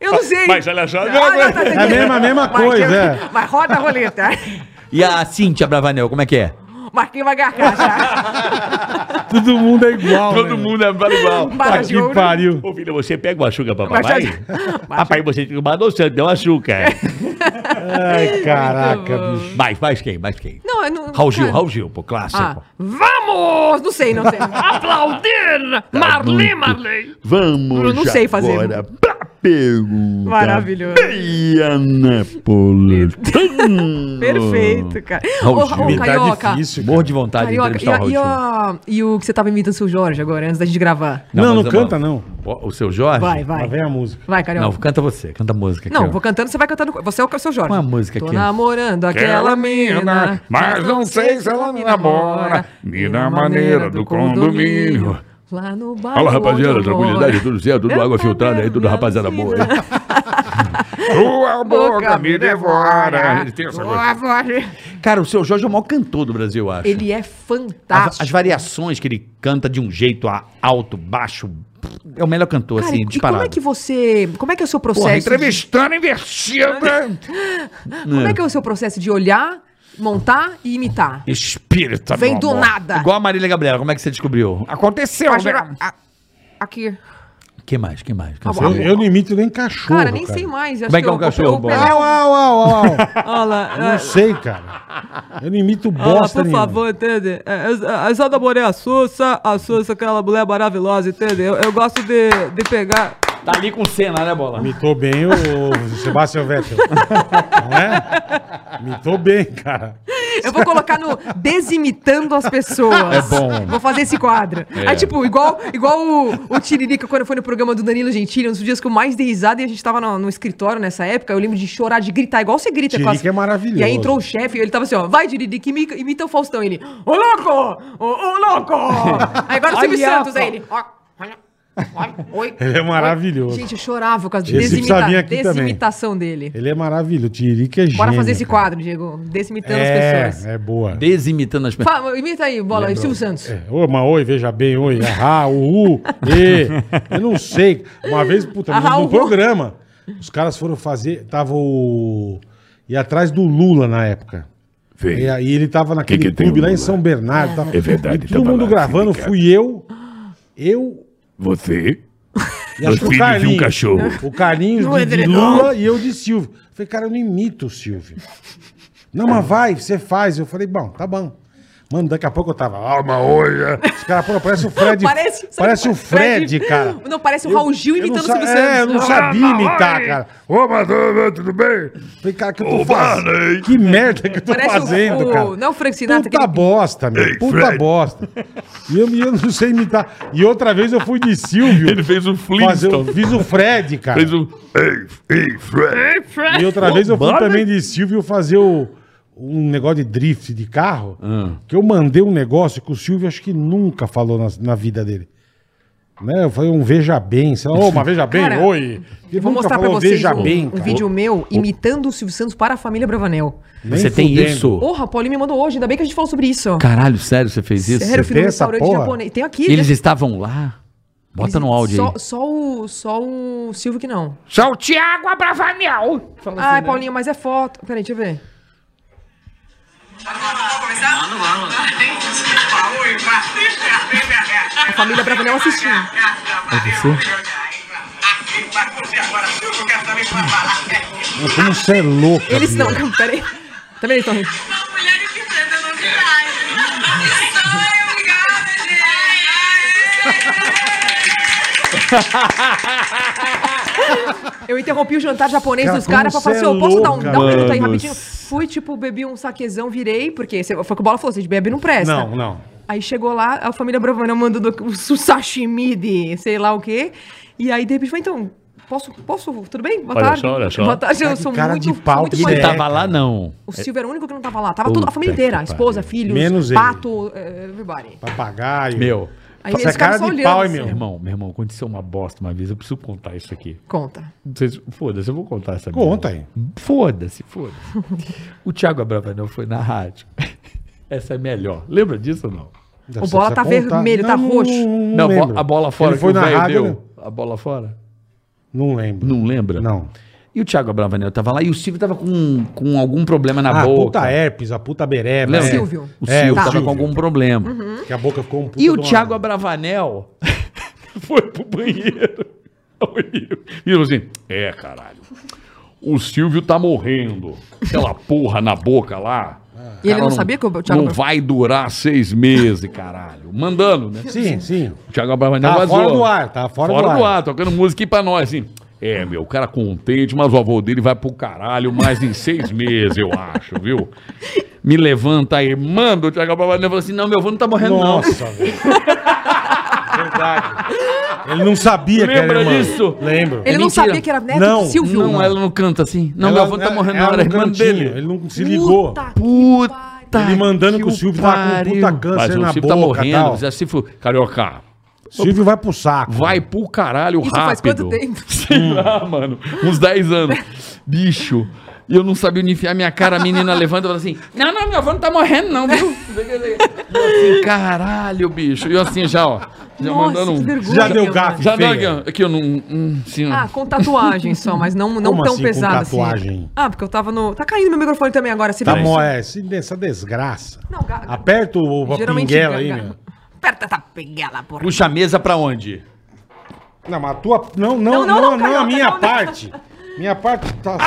D: Eu não sei.
F: Mas olha só,
D: Ah, não, tá
C: É a mesma, a mesma
D: Mas
C: coisa,
D: eu-
C: é.
D: Mas roda a roleta.
B: E a Cíntia Bravanel, como é que é?
D: Mas quem vai ganhar a casa?
C: Todo mundo é igual,
F: Todo
C: né?
F: mundo é igual.
D: Barra de
C: Que
D: ouro.
C: pariu.
F: Ô filho, você pega o açúcar pra
D: Mas
F: papai?
D: já-
F: Papai, você tem que tomar doce, deu açúcar.
C: Ai, caraca, bicho.
B: Mais, mais quem? Mais quem?
D: Não, eu não.
B: Raul Gil,
D: cara.
B: Raul Gil, pô, clássico.
D: Ah, vamos! Não sei, não sei. Aplaudir!
B: Tá
D: Marli, Marley!
F: Vamos
D: Eu não sei fazer.
F: agora pra pergunta.
D: Maravilhoso.
F: Indianápolis.
D: Perfeito, cara.
B: Raul
D: Ô,
B: Gil.
D: ô,
B: Tá
D: Carioca.
C: difícil,
B: Morro
C: cara.
B: de vontade de
D: Carioca, e,
B: entrevistar o
D: a-
B: Raul
D: e,
B: Gil.
D: a- e o que você tava imitando o seu Jorge agora, antes da gente gravar?
C: Não,
B: mas
C: não
B: a-
C: canta, não.
B: O, o seu Jorge?
D: Vai,
C: Lá
D: vai.
C: vem a música.
D: Vai, Carioca.
B: Não, canta você, canta a música.
D: Não,
B: ó.
D: vou cantando, você vai cantando. Você é o seu Jorge.
B: Uma música
D: Tô
B: aqui.
D: namorando aquela mina, mas não sei se ela me namora. Me na maneira do condomínio. Lá no bairro.
F: Fala, rapaziada,
D: onde eu
F: tranquilidade,
D: moro.
F: tudo certo, tudo
D: Eu
F: água filtrada aí,
D: também
F: tudo
D: me
F: rapaziada boa aí.
D: alucino.
F: Tua
D: Boca me devora.
F: Ele tem essa coisa.
D: Tua voz-
B: Cara, o seu Jorge é o maior cantor do Brasil, eu acho.
D: Ele é
B: As,
D: fantástico.
B: as variações que ele canta de um jeito a- alto, baixo, é o melhor cantor,
D: Cara,
B: assim,
D: e como
B: disparado.
D: é que você. Como é que é o seu processo?
F: Porra,
D: de-
F: entrevistando invertida.
D: Como é que é o seu processo de olhar, montar e imitar?
F: Espírita,
D: Vem
F: meu
D: do
F: amor.
D: nada.
B: Igual a Marília Gabriela, como é que você descobriu?
F: Aconteceu,
D: Mas
F: né?
D: era- a- Aqui.
B: Que mais, que mais? Que
D: Ah,
B: você-
C: Eu, eu não imito nem cachorro.
D: Cara, nem sei mais. acho
B: Como é que é um
D: eu-
B: cachorro,
D: eu-
B: Bola?
D: Pelé-
C: Au, au, au, au, au.
D: Olha lá,
C: Não
D: é,
C: sei, cara. Eu não imito
D: olha lá,
C: bosta
D: por
C: nenhuma.
D: favor, entende? É, é, é só namorei a Sussa, a Sussa, aquela mulher maravilhosa, entende? Eu, eu gosto de, de pegar.
B: Tá ali com cena, né, Bola?
C: Mitou bem o Sebastian Vettel. não é? Mitou bem, cara.
D: Eu vou colocar no Desimitando as Pessoas.
C: É bom. É.
D: Vou fazer esse quadro. Aí, tipo, igual, igual o, o Tiririca, quando foi no programa do Danilo Gentili, um dos dias que eu mais dei risada e a gente tava no, no escritório nessa época, eu lembro de chorar, de gritar, igual você grita.
C: Tiririca
D: quase.
C: é maravilhoso.
D: E aí entrou o chefe, ele tava assim, ó, vai Tiririca, imi- imita o Faustão. Ele, ô louco, ô, ô louco. Aí agora o Silvio
B: Olha,
D: Santos, aí ele, ó. olha, olha, Oi.
C: Ele é maravilhoso.
D: Gente, eu chorava por causa da
C: Esse precisa vir aqui também.
D: desimitação dele.
C: Ele é maravilhoso. Tirica é gênio.
D: Bora fazer esse
C: cara.
D: quadro, Diego. Desimitando
C: É,
D: as pessoas.
C: é boa.
B: Desimitando as pessoas.
D: Fala, imita aí, bola, Silvio Santos.
C: É, Ô, mas oi, veja bem, oi. Ahá, uhu, e. Eu não sei. Uma vez, puta, no-
D: Ahá,
C: no,
D: uhu.
C: programa, os caras foram fazer. Tava o. E atrás do Lula na época.
F: Vem.
C: E aí ele tava naquele
F: Que que tem
C: clube
F: o
C: lá em
F: Lula?
C: São Bernardo. tava-
F: É verdade,
C: E todo
F: tava
C: mundo
F: lá,
C: gravando,
F: fica.
C: fui eu, eu
F: Você,
C: e acho
F: dois
C: que o
F: filhos e um
C: Carlinhos.
F: cachorro.
C: O Carlinhos
D: Não é
C: de, de
D: dele,
C: Lula e eu de Silvio. Falei, cara, eu não imito o Silvio. Não, mas vai, você faz. Eu falei, bom, tá bom. Mano, daqui a pouco eu tava. Alma hoje. Os caras, pô, parece o Fred. parece
D: Parece-
C: o Fred, cara.
D: Não, parece o Raul Gil
C: Eu não
D: imitando o
C: sa-
D: Silvio
C: É, eu
D: Santos.
C: não sabia
F: Alma,
C: imitar,
F: oi.
C: cara.
F: Ô, Madonna, tudo bem?
C: Falei, cara, que eu tô
F: Ô, Barney.
C: fazendo? Que merda que eu tô
D: Parece o-
C: fazendo,
D: o-
C: cara.
D: não, o Frank Sinatra,
C: Puta
D: aquele-
C: bosta, meu.
F: Ei,
C: puta
F: Fred.
C: bosta. E eu, e eu não sei imitar. E outra vez eu fui de Silvio.
F: Ele fez o
C: Fazer, eu
F: Flintstone.
C: fiz o Fred, cara.
F: Fez o... Ei, ei, Fred.
C: E outra
F: Ô,
C: vez eu fui
F: Barney.
C: também de Silvio fazer o- um negócio de drift de carro.
F: Ah.
C: Que eu mandei um negócio que o Silvio acho que nunca falou na, na vida dele. Né? Foi um Veja Bem, sei lá. Ô, mas Veja Bem,
D: Cara,
C: oi. Ele
D: Eu vou
C: nunca
D: mostrar pra
C: falou
D: vocês
C: Veja
D: um,
C: Bem,
D: um
C: cara.
D: vídeo meu imitando o Silvio Santos para a família Bravanel.
C: Nem
B: Você tem
C: fudendo.
B: isso?
D: Porra, a Paulinha me mandou hoje, ainda bem que a gente falou sobre isso. ó.
B: Caralho, sério, você fez isso?
D: Sério, eu fui num
C: tem essa
D: restaurante
C: porra?
D: japonês. Tem aqui.
B: Eles
D: né?
B: estavam lá? Bota no áudio
D: só,
B: aí.
D: Só o, só o Silvio que não.
F: Sou o Thiago Abravanel. Fala
D: Ai, Paulinha, mas é foto. Peraí, deixa eu ver.
G: Vamos, vamos. A
D: família Bravanel assistindo.
G: você?
C: Mano, Como você é louco.
D: Eles
C: bicho.
D: não. Peraí. Também eles estão rindo.
H: São mulheres que sentam no cidade. Ai, obrigada, gente.
D: Eu interrompi o jantar japonês
C: Cara,
D: dos caras
C: como
D: pra falar
C: cê
D: assim:
C: é
D: eu posso dar um,
C: louca,
D: dar um minuto aí
F: mano.
D: rapidinho? Fui, tipo, bebi um saquezão, virei, porque cê- foi o que o Bola falou: vocês bebem não presta.
C: Não, não.
D: Aí chegou lá, a família Bravanel mandando o su- sashimi de um sei lá o quê. E aí, de repente, falou: então, posso, posso, tudo bem? Boa
F: Olha
D: tarde.
F: só, olha só.
D: Boa tarde, eu
C: Cara, que
D: sou
C: cara
D: muito,
C: de
D: sou
C: pau
D: muito
C: que
D: fã
C: você
B: Ele
C: é,
D: dele.
B: tava lá, não.
D: O Silvio era o único que não tava lá. Tava toda a família
B: Puta
D: inteira.
B: que
D: A esposa,
B: pariu.
D: filhos,
C: Menos ele.
D: pato, eh, everybody.
C: Papagaio.
B: Meu.
D: Aí
C: Essa
D: eles
C: é cara
D: ficaram só
C: de
D: olhando.
C: pau, hein,
D: assim.
B: Meu irmão, meu irmão, aconteceu uma bosta uma vez. Eu preciso contar isso aqui.
D: Conta.
B: Não sei se- Foda-se, eu vou contar essa merda.
C: Conta aí.
B: Foda-se, foda-se. o Thiago Abravanel foi na rádio. Essa é melhor. Lembra disso ou não?
C: Deve
D: O
C: ser
D: bola
C: essa
D: tá
C: ponta.
D: vermelho, tá roxo.
B: Não, bo-
C: lembro.
B: a bola fora
C: Ele foi
B: que
C: na
B: o velho
C: rádio,
B: deu.
C: né?
B: A bola fora?
C: Não lembro.
B: Não lembra?
C: Não.
B: E o Thiago Abravanel tava lá e o Silvio tava com, com algum problema na
C: a
B: boca.
C: Ah, puta herpes, a puta bereba.
B: Lembra?
C: é.
D: Silvio.
B: O
C: É,
B: Silvio
C: o
B: tava
C: Silvio.
B: com algum problema.
C: Que a boca ficou um puta
B: E o
C: de uma-
B: Thiago Abravanel foi pro banheiro.
F: E ele falou assim: É, caralho. O Silvio tá morrendo. Aquela porra na boca lá.
D: E ele
F: Cara,
D: não sabia que o Thiago
F: Não
D: Abravanel-
F: vai durar seis meses, caralho. Mandando, né?
C: Sim, sim.
F: O Thiago Abravanel
C: Tá
F: vazou.
C: fora do ar, tá fora,
F: Fora, do, ar. tocando música e pra nós, assim. É, meu, o cara contente, mas o avô dele vai pro caralho mais em seis meses, eu acho, viu?
B: Me levanta aí, manda o Thiago Abravanel. Falou assim, não, meu avô não tá morrendo não.
C: Nossa, velho. Verdade. Ele não sabia que
B: Lembra
C: era irmã.
B: disso?
C: Lembro.
D: Ele não
B: mentira.
D: sabia que era neto
C: Não,
D: do Silvio.
B: Não, ela não canta assim. Não,
C: Ela- é-
B: meu avô tá morrendo
C: ela
B: na hora,
C: no
B: irmã
C: cantinho,
B: dele.
C: Ele não se ligou.
B: Puta
C: Ele mandando que, o Silvio tava com um
B: pariu.
C: puta câncer
B: Mas
C: na
B: o Silvio
C: boca
B: tá
C: e
B: morrendo.
C: tal.
B: mas assim foi, Carioca,
C: Silvio vai pro saco.
B: vai pro caralho
D: Isso
B: rápido.
D: faz quanto tempo?
B: Sei
C: Hum.
B: lá, mano. Uns 10 anos. Bicho. E eu não sabia onde enfiar minha cara. A menina levanta e fala assim: Não, não, meu avô não tá morrendo, não, viu? Eu assim, caralho, bicho. E eu assim já, ó. Já mandando
D: que
B: um.
D: vergonha.
C: Já deu
D: mano.
C: gafe
B: Já não, aqui,
C: feia.
B: ó, aqui eu não. hum, assim, ó.
D: Ah, com tatuagem só, mas não, não
C: Como
D: tão
C: assim, com
D: pesado assim.
C: tatuagem?
D: Ah, porque eu tava no. Tá caindo meu microfone também agora, se
C: Tá
D: vê.
C: mó, é, esse- essa desgraça.
D: Não, ga- ga-
C: Aperta o, a
D: Geralmente
C: pinguela
D: ga-
C: aí,
D: ga-
C: meu.
H: Aperta essa pinguela, porra.
B: Puxa a mesa pra onde?
C: Não, mas a tua... Não, não, não,
D: Não, não,
C: não,
D: não,
C: a
D: Carioca,
C: minha
D: não, não.
C: parte. Minha parte tá...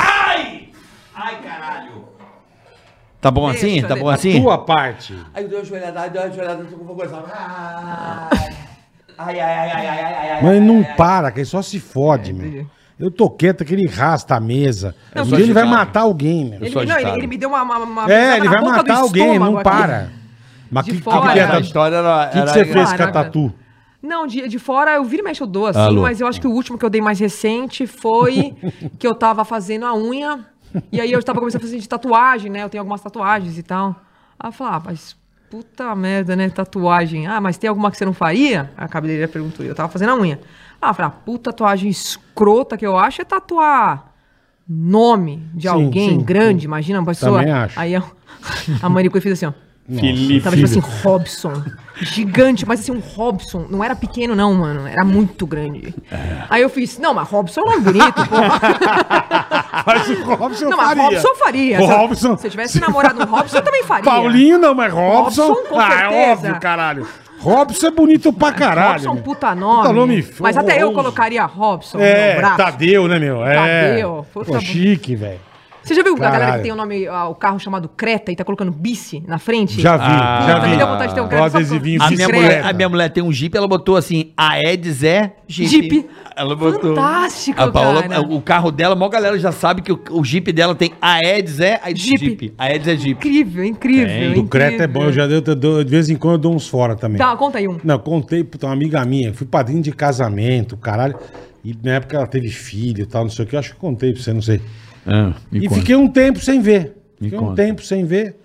B: Tá bom
D: Deixa,
B: assim? Tá bom
D: deixa.
B: assim?
C: Tua parte.
E: Aí deu uma joelhada, aí deu uma joelhada, eu vou gozar. Ai, ai, ai, ai, ai, ai, ai, ai.
C: Mas não para, que ele só se fode, meu. Eu tô quieto que ele rasta a mesa.
D: É, Não,
C: um
D: só
C: dia ele vai
B: agitado.
C: matar alguém, meu.
D: Ele,
B: sou
D: não, ele,
B: agitado.
D: ele me deu uma. uma, uma
C: É,
D: pisada
C: ele
D: na
C: vai
D: boca do
C: matar alguém, não
D: estômago aqui.
C: para. Mas o
D: De
C: que, que, que,
D: fora.
C: é da- que,
B: história era.
C: que você fez com a
D: Caraca.
C: tatu?
D: né? Não, de, de fora eu viro e mexe eu dou
C: Ah,
D: assim,
B: Alô.
D: mas eu acho que o último que eu dei mais recente foi que eu tava fazendo a unha e aí eu tava começando a fazer de tatuagem, né? Eu tenho algumas tatuagens e tal. Aí eu falei, ah, mas puta merda, né? Tatuagem. Ah, mas tem alguma que você não faria? A cabeleireira perguntou, e eu tava fazendo a unha. Ah, eu falei, ah, puta tatuagem escrota que eu acho é tatuar nome de alguém
C: sim,
D: grande, imagina uma pessoa.
C: Também acho.
D: Aí eu, a manicure fez assim, ó.
C: Felipe.
D: Tava tipo assim, Robson. Gigante, mas assim, um Robson. Não era pequeno, não, mano. Era muito grande. Aí eu fiz, não, mas Robson é um nome bonito, pô.
C: Mas o Robson
D: não, mas
C: faria.
D: Robson eu faria.
C: O
D: Se eu-
C: Robson-
D: Se eu tivesse namorado um Robson, eu também faria.
C: Paulinho não, mas Robson...
D: Robson, com
C: ah, é
D: certeza.
C: óbvio, caralho. Robson é bonito pra caralho.
D: Robson, é
C: meu.
D: puta nome.
C: Puta nome
D: mas até eu
C: horroroso.
D: colocaria Robson no
C: É,
D: Então, braço.
C: Tadeu, né, meu? É.
D: Tadeu,
C: Pô,
D: puta-
C: chique, velho.
D: Você já viu a galera
C: Caralho.
D: que tem o nome, ah, o carro chamado Creta e tá colocando bice na frente?
C: Já vi,
B: Ah,
C: já
D: Puta,
C: vi.
D: me deu vontade de ter um cara
C: O
D: só com-
C: adesivinho
B: A
D: Isso,
B: minha,
D: credo.
B: mulher, a minha mulher tem um Jeep, ela botou assim, a Eds é Jeep.
D: Jeep.
B: Ela Ah, botou.
D: Fantástico,
B: A Paola, é
D: cara.
B: o carro dela, a maior galera já sabe que o, o Jeep dela tem a Eds é aí
D: Jeep.
B: A Eds é Jeep.
D: Incrível, incrível.
C: O Creta é bom, eu já dei, eu dou- de vez em quando eu dou uns fora também.
D: Tá, conta aí um.
C: Não, eu contei pra uma amiga minha, fui padrinho de casamento, caralho. E na época ela teve filho e tal, não sei o que. Eu acho que eu contei pra você, não sei.
F: Ah,
C: E fiquei um tempo sem ver.
F: Me
C: Fiquei um
F: conta.
C: tempo sem ver.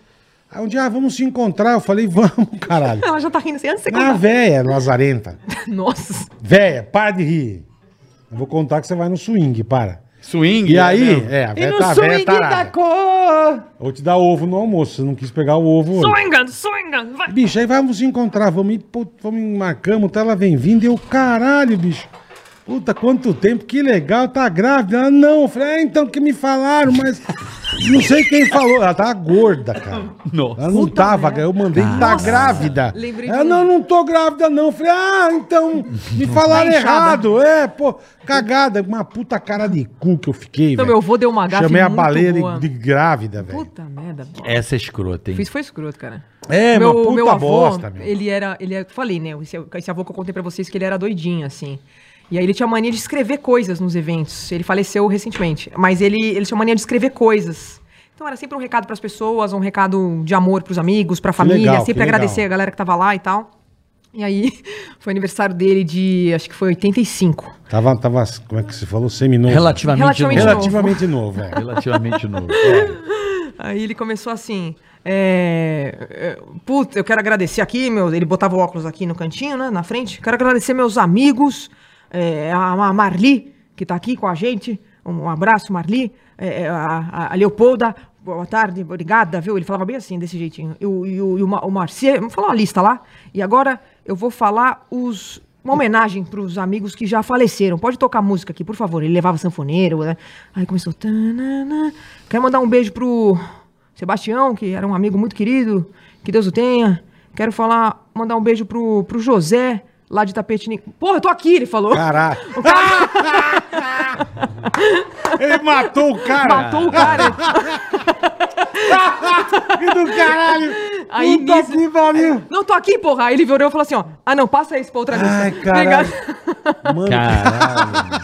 C: Aí um dia, ah, vamos se encontrar. Eu falei, vamos, caralho.
D: Ela já tá rindo assim, antes de você
C: Ah,
D: contar.
C: véia, lazarenta.
D: Nossa.
C: Véia, para de rir. Eu vou contar que você vai no swing, para.
F: Swing.
C: E aí, é, a
B: E
C: véia
B: no
C: tá a véia
B: swing
C: tarada.
B: da cor.
C: Eu Vou te dar ovo no almoço, você não quis pegar o ovo hoje.
D: Swingando, swingando, vai.
C: Bicho, aí vamos se encontrar, vamos, ir, pô, vamos marcamos, tá, ela vem vindo, e eu, caralho, bicho. Puta, quanto tempo, que legal, tá grávida. Ela, não, eu falei, ah, então, que me falaram, mas não sei quem falou. Ela tá gorda, cara.
B: Nossa.
C: Ela não tava, eu mandei que tá grávida.
D: lembrei de
C: Ela,
D: um.
C: não, não tô grávida, não. Eu falei, ah, então, me falaram
D: Tá inchada.
C: errado. É, pô, cagada, uma puta cara de cu que eu fiquei,
D: Então,
C: velho.
D: meu avô deu uma gafe
C: Chamei a
D: muito
C: baleia
D: boa.
C: de, de grávida, velho.
D: Puta merda. bom.
B: Essa é escrota, hein?
D: Fiz foi escroto, cara.
C: É, uma puta bosta, meu.
D: ele era, ele é, falei, né, esse, esse avô que eu contei pra vocês que ele era doidinho, assim. E aí ele tinha mania de escrever coisas nos eventos. Ele faleceu recentemente, mas ele, ele tinha mania de escrever coisas. Então era sempre um recado pras pessoas, um recado de amor pros amigos, pra família,
C: legal, que
D: sempre
C: legal.
D: agradecer a galera que tava lá e tal. E aí foi aniversário dele de, acho que foi 85.
C: Tava, tava, como é que se falou? Seminovo.
B: Relativamente,
D: Relativamente
B: novo.
C: Relativamente novo, é.
B: Relativamente novo.
D: Aí ele começou assim. É, é, puta, eu quero agradecer aqui, meu. Ele botava o óculos aqui no cantinho, né? Na frente. Quero agradecer meus amigos, é, a, a Marli, que tá aqui com a gente. Um, abraço, Marli. É, é, a, a- a Leopolda, boa tarde, obrigada, viu? Ele falava bem assim, desse jeitinho. E o, e o, e o, Ma- o Marcelo, falou uma lista lá. E agora eu vou falar os. Uma homenagem pros amigos que já faleceram. Pode tocar música aqui, por favor. Ele levava sanfoneiro, né? Aí começou. tanana. Quero mandar um beijo pro Sebastião, que era um amigo muito querido. Que Deus o tenha. Quero falar, mandar um beijo pro, pro José, lá de Tapetini. Porra, eu tô aqui, ele falou.
C: Caralho.
D: O cara
C: Ele matou o cara.
D: matou o cara.
C: Que do caralho.
D: Aí
C: Puta
D: nisso-
C: que pariu.
D: Não, tô aqui, porra. Aí ele virou e falou assim, ó. Ah, não, passa isso pra outra lista.
C: Ai, caralho. Mano,
B: Caralho.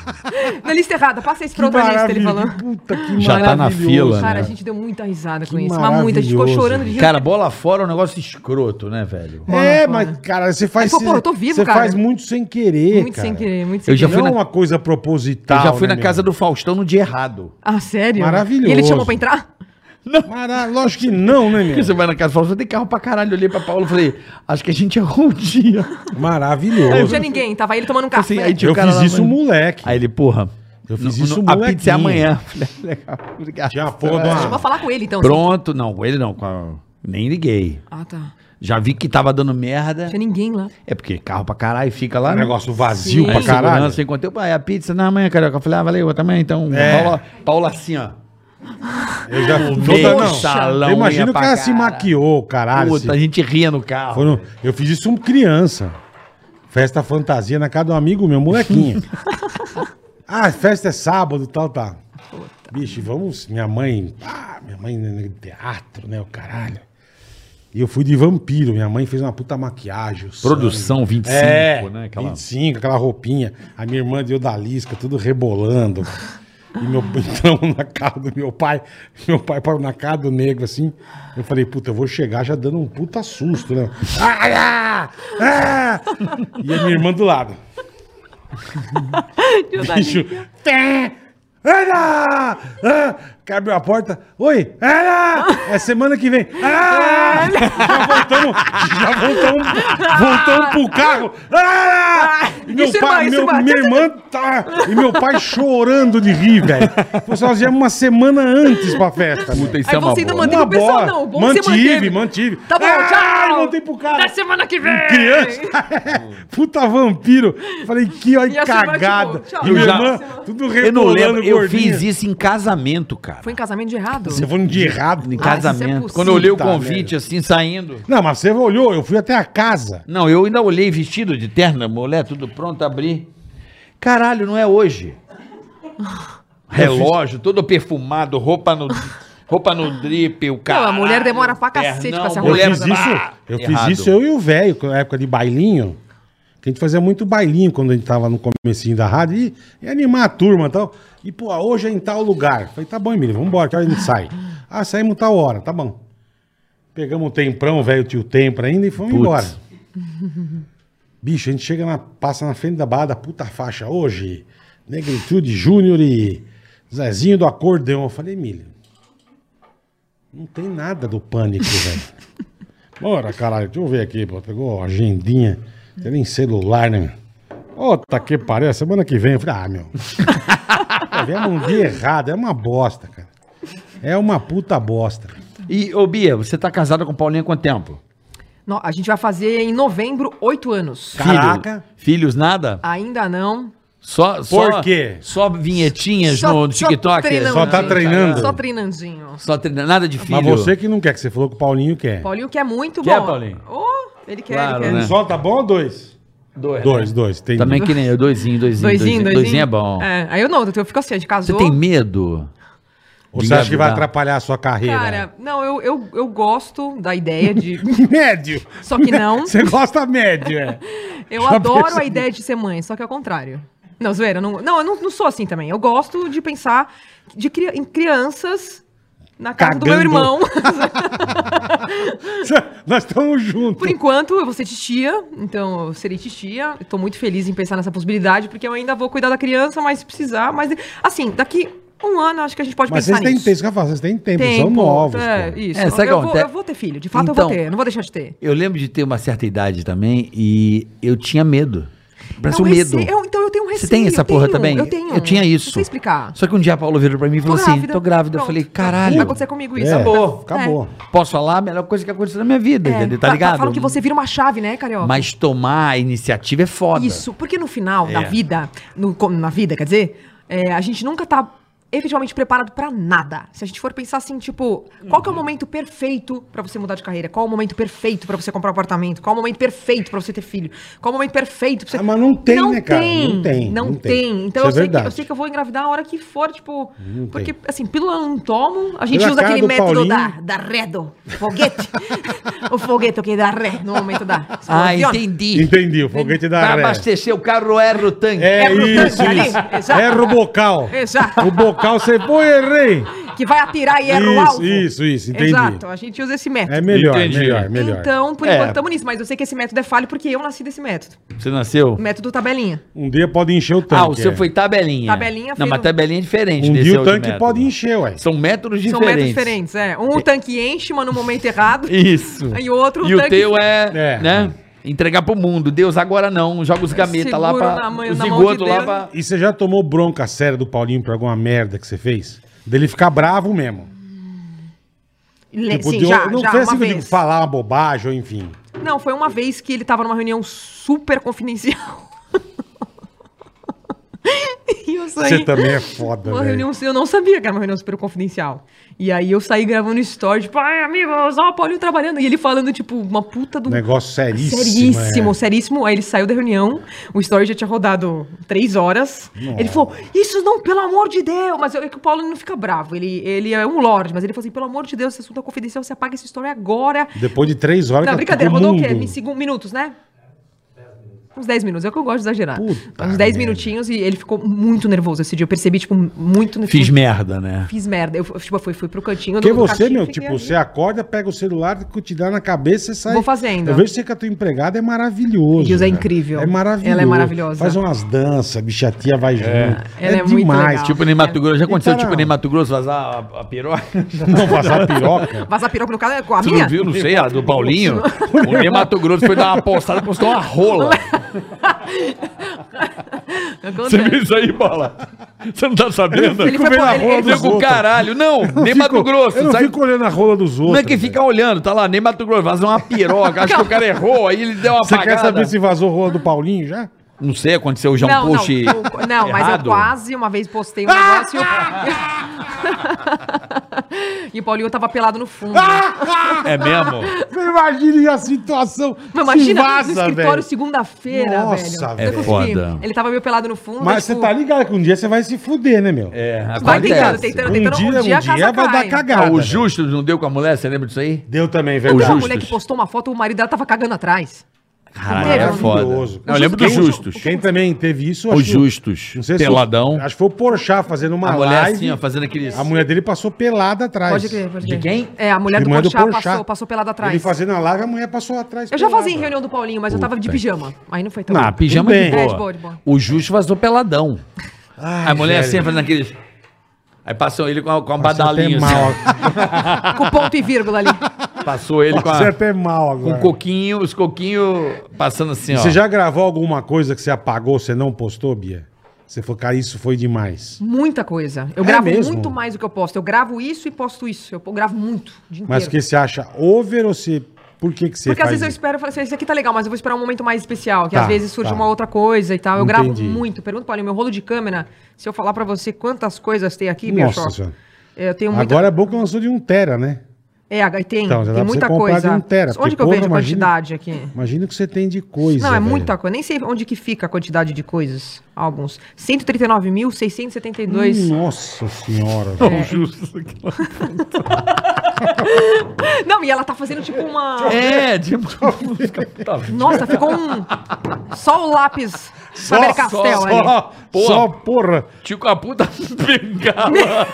D: Na lista errada, passa isso
C: que
D: pra outra lista, ele
C: maravilhoso.
D: falou.
C: Puta que
B: Já tá na
C: maravilhoso.
B: fila,
D: Cara,
B: né?
D: a gente deu muita risada com
C: Que
D: isso. Mas muita, a gente ficou
C: maravilhoso,
D: chorando de rir.
B: Cara, bola fora é um negócio escroto, né, velho?
C: É,
D: Mano,
C: mas, cara, você faz...
D: Aí, pô, pô, eu tô vivo,
C: Você
D: cara.
C: faz muito sem querer,
D: muito
C: cara.
D: sem querer, muito sem
B: Eu já
D: querer.
B: fui
C: Não é
B: na-
C: uma coisa proposital,
B: Eu já fui
C: né,
B: na
C: meu?
B: casa do Faustão no dia errado.
D: Ah, sério?
C: Maravilhoso.
D: E ele te chamou pra entrar?
C: Mara- Lógico que não, né,
B: Porque
C: meu?
B: você vai na casa do Faustão, tem carro pra caralho. Eu olhei pra Paula e falei, acho que a gente errou um dia.
D: Não
C: Maravilhoso.
D: tinha ninguém, tava ele tomando um café.
B: Assim, aí tinha
C: Eu
B: o cara
C: fiz
B: lá,
C: isso,
B: mano.
C: moleque.
B: Aí ele, porra.
C: Eu fiz
B: no-
C: isso
B: no- A pizza é
C: molequinho.
B: amanhã. Falei, "Ah, Legal, obrigado.
C: Tinha a porra de
D: Eu vou
C: uma...
D: falar com ele, então. assim.
B: ah. Pronto, não, com ele não. com a- Nem liguei.
D: Ah, tá.
B: Já vi que tava dando merda.
D: Não tinha ninguém lá.
B: É porque carro pra caralho fica lá.
C: Um
B: né?
C: negócio vazio
D: Sim.
C: pra caralho.
B: Segurança, enquanto eu, pai, Ah, é a pizza na manhã, carioca. Eu falei, ah, valeu, eu também. Então,
C: É.
B: Paula, Paula assim, ó.
C: Eu já
B: meio
C: toda, não.
B: um salão
C: Eu imagino
B: ia
C: que
B: pra
C: ela se
B: cara.
C: maquiou, caralho.
B: Puta,
C: se-
B: a gente ria no carro.
C: Foi no- eu fiz isso como criança. Festa fantasia na casa de um amigo meu, molequinho. ah, festa é sábado, tal, tá. Bicho, vamos. Minha mãe. Ah, minha mãe né, né, teatro, né? O caralho. E eu fui de vampiro. Minha mãe fez uma puta maquiagem. o
B: Produção
C: sangue.
B: 25,
C: é,
B: né? Aquela-
C: 25, aquela roupinha. A minha irmã deu da lisca, tudo rebolando. E meu então na casa do meu pai, meu pai parou na casa do negro assim. Eu falei, puta, eu vou chegar já dando um puta susto, né? Ai, ah, ah! E a minha irmã do lado. Bicho. Té! Ana! Ah! Que abriu a porta. Oi! Ana! É semana que vem. Ah! Já voltamos. Já voltamos. Voltamos pro carro. Ah! E meu
D: Isso é
C: pai,
D: mais,
C: meu,
D: isso é mais.
C: minha irmã tá. E meu pai chorando de rir, velho. Pois nós viemos uma semana antes pra festa.
F: Puta, isso
D: Aí
F: é uma
D: você ainda
F: boa.
D: manteve
C: Uma
D: o pessoal,
C: bola.
D: não. O bom que você
C: Mantive,
D: manteve.
C: mantive.
D: Tá bom,
C: Ah,
D: tchau. Tá
C: Voltei pro carro.
D: Na semana que vem.
C: Criança. Puta vampiro. Falei, que
D: E
C: olha
D: a senhora,
C: cagada.
D: tipo, tchau.
C: E minha
B: Eu já-
C: irmã, tudo
B: Eu não
C: rebolando,
B: lembro, eu
C: gordinha.
B: fiz isso em casamento, cara.
D: Foi em casamento de errado?
C: Você foi um dia errado.
B: Em
D: Ah, isso é
B: casamento.
D: possível.
B: Quando eu olhei o
C: Tá,
B: convite, assim, saindo.
C: Não, mas você olhou, eu fui até a casa.
B: Não, eu ainda olhei vestido de terno, mulher, tudo pronto, abri. Caralho, não é hoje. relógio, todo perfumado, roupa no, roupa no drip, o cara.
D: a mulher demora pra cacete pra se
C: Eu
D: Mulher-
B: tá
C: fiz isso, eu fiz isso eu e o velho, na época de bailinho. Que a gente fazia muito bailinho quando a gente tava no comecinho da rádio e, e animar a turma e tal. E, pô, hoje é em tal lugar. Falei, tá bom, Emílio, vambora, que hora a gente sai? Ah, saímos tal hora, tá bom. Pegamos o temprão, o velho tio Tempra ainda e fomos
B: Putz.
C: embora. Bicho, a gente chega na, passa na frente da barra da puta faixa hoje. Negritude Júnior e Zezinho do Acordeão. Eu falei, Emílio, não tem nada do pânico, velho. Bora, caralho, deixa eu ver aqui, pô. Pegou a agendinha, não tem nem celular, né? Ô, tá que pariu, semana que vem. Eu falei, ah, meu. Pô, Viemos um dia errado, é uma bosta, cara. É uma puta bosta.
B: E, ô Bia, você tá casada com Paulinha há quanto tempo?
D: No- a gente vai fazer em novembro oito anos.
C: Caraca.
B: Filho- filhos, nada?
D: Ainda não.
B: Só, só,
C: Por quê?
B: Só vinhetinhas
D: Só-
B: no TikTok? é assim,
D: treinandinho,
C: Só tá treinando.
D: Só treinandinho.
B: Só treinando, nada de filho.
C: Mas você que não quer, que você falou que o Paulinho quer.
D: Paulinho quer muito
B: Quer,
D: bom.
B: Paulinho?
D: Oh, ele quer,
B: Claro,
D: ele quer.
B: né?
C: Só tá bom ou dois?
B: Dois.
C: Dois, dois. Tem
B: Também que nem eu, doisinho, doisinho.
D: Doisinho, doisinho.
B: é bom.
D: aí eu não, eu fico assim, a gente
B: Você
D: casou.
B: tem medo?
C: Ou você acha que vai
B: engravidar?
C: atrapalhar a sua carreira?
B: né?
D: Cara, não, eu, eu, eu gosto da ideia de.
C: médio.
D: Só que não.
C: Você gosta médio, é.
D: Eu
C: Já
D: adoro
C: percebi.
D: a ideia de ser mãe, só que ao contrário. Não, zoeira, não, não, eu não, não sou assim também. Eu gosto de pensar de, cri- em crianças na casa do meu
C: Cagando.
D: irmão.
C: Nós estamos juntos.
D: Por enquanto, eu vou ser titia, então eu serei titia. Eu tô muito feliz em pensar nessa possibilidade, porque eu ainda vou cuidar da criança, mas se precisar, mas assim, daqui um ano acho que a gente pode
C: Mas vocês
D: pensar
C: têm,
D: nisso.
C: tempo, isso que eu falo, vocês têm tempo, são novos.
D: É,
C: pô.
D: isso.
B: É, sabe o que
D: eu, vou,
B: acontece?
D: eu vou ter filho, de fato eu
B: Então-
D: vou ter, eu não vou deixar de ter.
B: Eu lembro de ter uma certa idade também e eu tinha medo. Parece
D: É
B: um
D: receio-
B: medo.
D: eu- então eu tenho um receio.
B: Você tem essa
D: eu
B: porra
D: tenho,
B: também?
D: Eu tenho.
B: Eu tinha isso.
D: Não sei explicar.
B: Só que um dia a Paulo virou pra mim e falou assim: tô grávida. Eu
D: Pronto.
B: falei:
D: Vai
B: caralho,
D: acontecer comigo isso.
C: É,
D: Acabou.
C: Acabou.
B: posso falar? A melhor coisa que aconteceu na minha vida,
D: É.
B: entendeu?
D: Fa-
B: Tá
D: fa-
B: ligado?
D: Falam que você vira uma chave, né, Carioca?
B: Mas tomar a iniciativa é foda.
D: Isso, porque no final
C: É.
D: da vida, no, co- na vida, quer dizer, é, a gente nunca tá efetivamente preparado pra nada. Se a gente for pensar assim, tipo, qual que
C: Uhum.
D: é o momento perfeito pra você mudar de carreira? Qual é o momento perfeito pra você comprar um apartamento? Qual é o momento perfeito pra você ter filho? Qual é o momento perfeito pra você
C: Ah, mas não tem, né, cara?
D: Tem,
C: Não tem,
D: Não
C: não
D: tem.
C: tem.
D: Então
C: Isso é
D: eu, sei que, eu
C: verdade.
D: sei que eu vou engravidar a hora que for, tipo,
C: Não
D: porque
C: tem.
D: assim, pílula eu não tomo, a gente
C: Pela
D: usa
C: cara
D: aquele
C: do
D: método da,
C: Paulinho.
D: da redo, foguete. o foguete que dá ré no momento da
B: Ah,
D: explosiona.
B: entendi.
C: Entendi, o foguete da
B: Pra
C: ré.
B: abastecer o carro era o tanque.
C: É,
D: É pro
C: isso,
D: tanque ali,
C: isso.
D: exato.
C: Erra o bocal.
D: Exato.
C: O bocal você pô, errei.
D: que vai atirar e erra o
C: Isso,
D: alvo.
C: isso, isso, entendi.
D: Exato, a gente usa esse método.
C: É melhor,
F: Entendi.
C: melhor, melhor.
D: Então, por
B: É.
D: enquanto, estamos nisso, mas eu sei que esse método é falho porque eu nasci desse método.
B: Você nasceu?
D: O método tabelinha.
C: Um dia pode encher o tanque.
B: ah, o seu
C: é.
B: foi tabelinha.
D: Tabelinha
B: Não,
D: fez
B: mas
D: um-
B: tabelinha é diferente.
C: Um
B: desse
C: dia o
B: outro
C: tanque
B: método.
C: pode encher, ué.
B: São métodos
D: São
B: diferentes.
D: métodos diferentes, é. Um o tanque enche, mas no momento errado.
B: Isso.
D: E outro
B: E o
D: tanque-
B: teu é,
C: É.
B: né? Entregar pro mundo. Deus, agora não. Joga os gametas lá
D: Seguro
B: pra...
D: na mão-
B: os
D: na mão de
B: zigotos lá
D: Deus.
B: pra...
C: E você já tomou bronca séria do Paulinho por alguma merda que você fez? Dele ficar bravo mesmo.
D: Le-
C: tipo,
D: Sim,
C: de-
D: já,
C: não
D: já,
C: foi
D: uma
C: assim que eu digo
D: vez.
C: falar uma bobagem, ou enfim.
D: Não, foi uma vez que ele tava numa reunião super confidencial. e eu saí...
C: Você também é foda,
D: Uma
C: velho.
D: reunião, assim, eu um não sabia que era uma reunião super confidencial. E aí eu saí gravando story, tipo, ai, amigos, ó, o Paulinho trabalhando. E ele falando, tipo, uma puta do.
C: Negócio seríssimo,
D: Seríssimo,
C: é.
D: seríssimo. Aí ele saiu da reunião, o story já tinha rodado três horas. Ele falou: Isso não, pelo amor de Deus! Mas eu- é que o Paulo não fica bravo, ele, ele é um lorde, mas ele falou assim: Pelo amor de Deus, esse assunto é confidencial, você apaga esse story agora.
C: Depois de três horas
D: Não,
C: que é
D: brincadeira,
C: todo
D: rodou o quê?
C: mundo-
D: Em segun- minutos, né? Uns 10 minutos, é o que eu gosto de exagerar.
C: Puta
D: Uns 10
C: merda.
D: minutinhos e ele ficou muito nervoso esse dia. Eu percebi, tipo, muito nervoso.
B: Fiz merda, né?
D: Fiz merda. Eu tipo, fui, fui pro cantinho.
C: Porque
D: do- do
C: você,
D: cantinho,
C: meu,
D: fiquei
C: tipo,
D: ali.
C: você acorda, pega o celular, que te dá na cabeça e sai.
D: Vou fazendo.
C: Eu vejo você com a tua empregada, é maravilhoso.
D: Deus, é
C: velho.
D: incrível.
C: É maravilhoso.
D: Ela é maravilhosa.
C: Faz umas danças, bichatia vai junto.
D: Ela é muito legal.
B: Tipo, nem Mato Grosso. Já aconteceu,
C: E, cara,
B: tipo, nem Mato Grosso vazar a, a piroca?
C: tipo, Não passar piroca.
D: Vazar piroca no caso é com a
B: Você
D: minha?
B: não viu? Não sei, a do Paulinho. O nem Mato Grosso foi dar uma postada, postou uma rola.
D: Acontece.
F: Você viu isso aí, bola? Você não tá sabendo?
D: Ele foi
C: vendo
D: pra-
C: a
D: ele-
C: rola
D: ele-
C: dos
B: Nego,
C: outros.
B: caralho. Não, nem
C: Eu
B: Mato
C: fico- Eu
B: Grosso.
C: não
B: Sabe
C: fico olhando a rola dos outros. né?
B: Não é que
C: velho.
B: fica olhando, tá lá, nem Mato Grosso, vaza uma piroca. Acho que o cara errou, aí ele deu uma
C: Você
B: apagada.
C: quer saber se vazou a rola do Paulinho já?
B: Não sei, aconteceu já
D: Não,
B: um
D: não,
B: post.
D: eu- não, mas eu
B: errado.
D: quase uma vez postei um negócio.
C: Ah,
D: e o Paulinho tava pelado no fundo.
F: É mesmo?
C: imagine a situação.
D: Mas
C: Se
D: imagina no
C: vaza,
D: escritório
C: velho.
D: segunda-feira,
C: Nossa,
D: velho.
C: velho.
D: Eu
B: É
D: consegui.
B: foda.
D: Ele tava meio pelado no fundo.
C: Mas você
D: tipo,
C: tá ligado que um dia você vai se fuder, né, meu?
B: É,
D: Vai
B: acontece.
D: tentando, tentando,
C: Um
D: tentando.
C: dia, um
D: a
C: dia
D: casa
C: vai
D: cai.
C: dar cagada.
B: Ah, o
C: velho.
B: Justo não deu com a mulher, você lembra disso aí?
C: Deu também,
D: Tem
C: velho.
D: uma
F: Justus.
D: mulher que postou uma foto, o marido dela tava cagando atrás.
B: Caralho,
D: Teve,
B: era É
D: né?
B: foda.
C: É Maravilhoso.
F: Não, eu lembro do Justus.
C: Quem também teve isso,
F: O
C: acho que-
F: Justus.
C: Não sei se
F: Peladão.
C: foi- acho que foi o Porchat fazendo uma
B: A mulher
C: live.
B: assim, ó, fazendo aqueles...
C: a mulher dele passou pelada atrás.
D: Pode crer, pode
B: De
D: crer.
B: quem?
D: É, a mulher do
C: Irmã do
D: Porchat
C: Porchat.
D: passou, passou pelada atrás.
C: Ele fazendo a live, a mulher passou atrás.
D: Eu já
C: pelada.
D: fazia em reunião do Paulinho, mas eu tava de pijama. Aí não foi tão
B: Ah,
D: bom.
B: pijama
C: Tudo
B: de
C: bem.
B: boa.
D: É, de boa, de boa.
B: O Justo vazou peladão.
C: Ai,
B: a mulher
C: velho.
B: assim, fazendo aqueles... Aí passou ele com a, com a
C: Passei
B: badalinha.
C: até
B: assim.
C: mal.
D: Com ponto e vírgula ali.
B: Passou ele com,
C: Passei
B: a,
C: até mal
B: com o
C: agora.
B: coquinho, os coquinhos passando assim, ó.
C: Você já gravou alguma coisa que você apagou, você não postou, Bia? Você falou, cara, isso foi demais.
D: Muita coisa. Eu
C: É
D: gravo
C: mesmo?
D: muito mais do que eu posto. Eu gravo isso e posto isso. Eu gravo muito. O dia
C: Mas o
D: inteiro.
C: que você acha over ou você. Por que, que você
D: Porque às
C: faz
D: vezes eu
C: isso?
D: espero e falo assim, esse aqui tá legal, mas eu vou esperar um momento mais especial, que
C: Tá,
D: às vezes surge
C: tá.
D: uma outra coisa e tal. Eu gravo
C: Entendi.
D: muito. Pergunta para mim, meu rolo de câmera, se eu falar pra você quantas coisas tem aqui,
C: Nossa
D: bicho,
C: Senhora.
D: é, eu tenho muita...
C: Agora é bom que lançou de 1 tera, né?
D: É, aí tem,
C: Então, já dá pra você
D: tem muita
C: comprar de
D: coisa.
C: um tera, porque,
D: onde que eu
C: porra,
D: vejo a
C: imagina-
D: quantidade aqui?
C: Imagina o que você tem de coisa.
D: Não, é
C: velho.
D: muita coisa. Nem sei onde que fica a quantidade de coisas. Álbuns.
C: Hum.
D: 139.672.
C: Nossa senhora.
D: É.
C: velho.
D: Não, e ela tá fazendo tipo uma...
B: É, tipo... Tá vendo?
D: Nossa, ficou um... Só o lápis Faber Castell ali.
C: só,
B: Porra.
C: só, porra.
B: Tio Caputa bengala.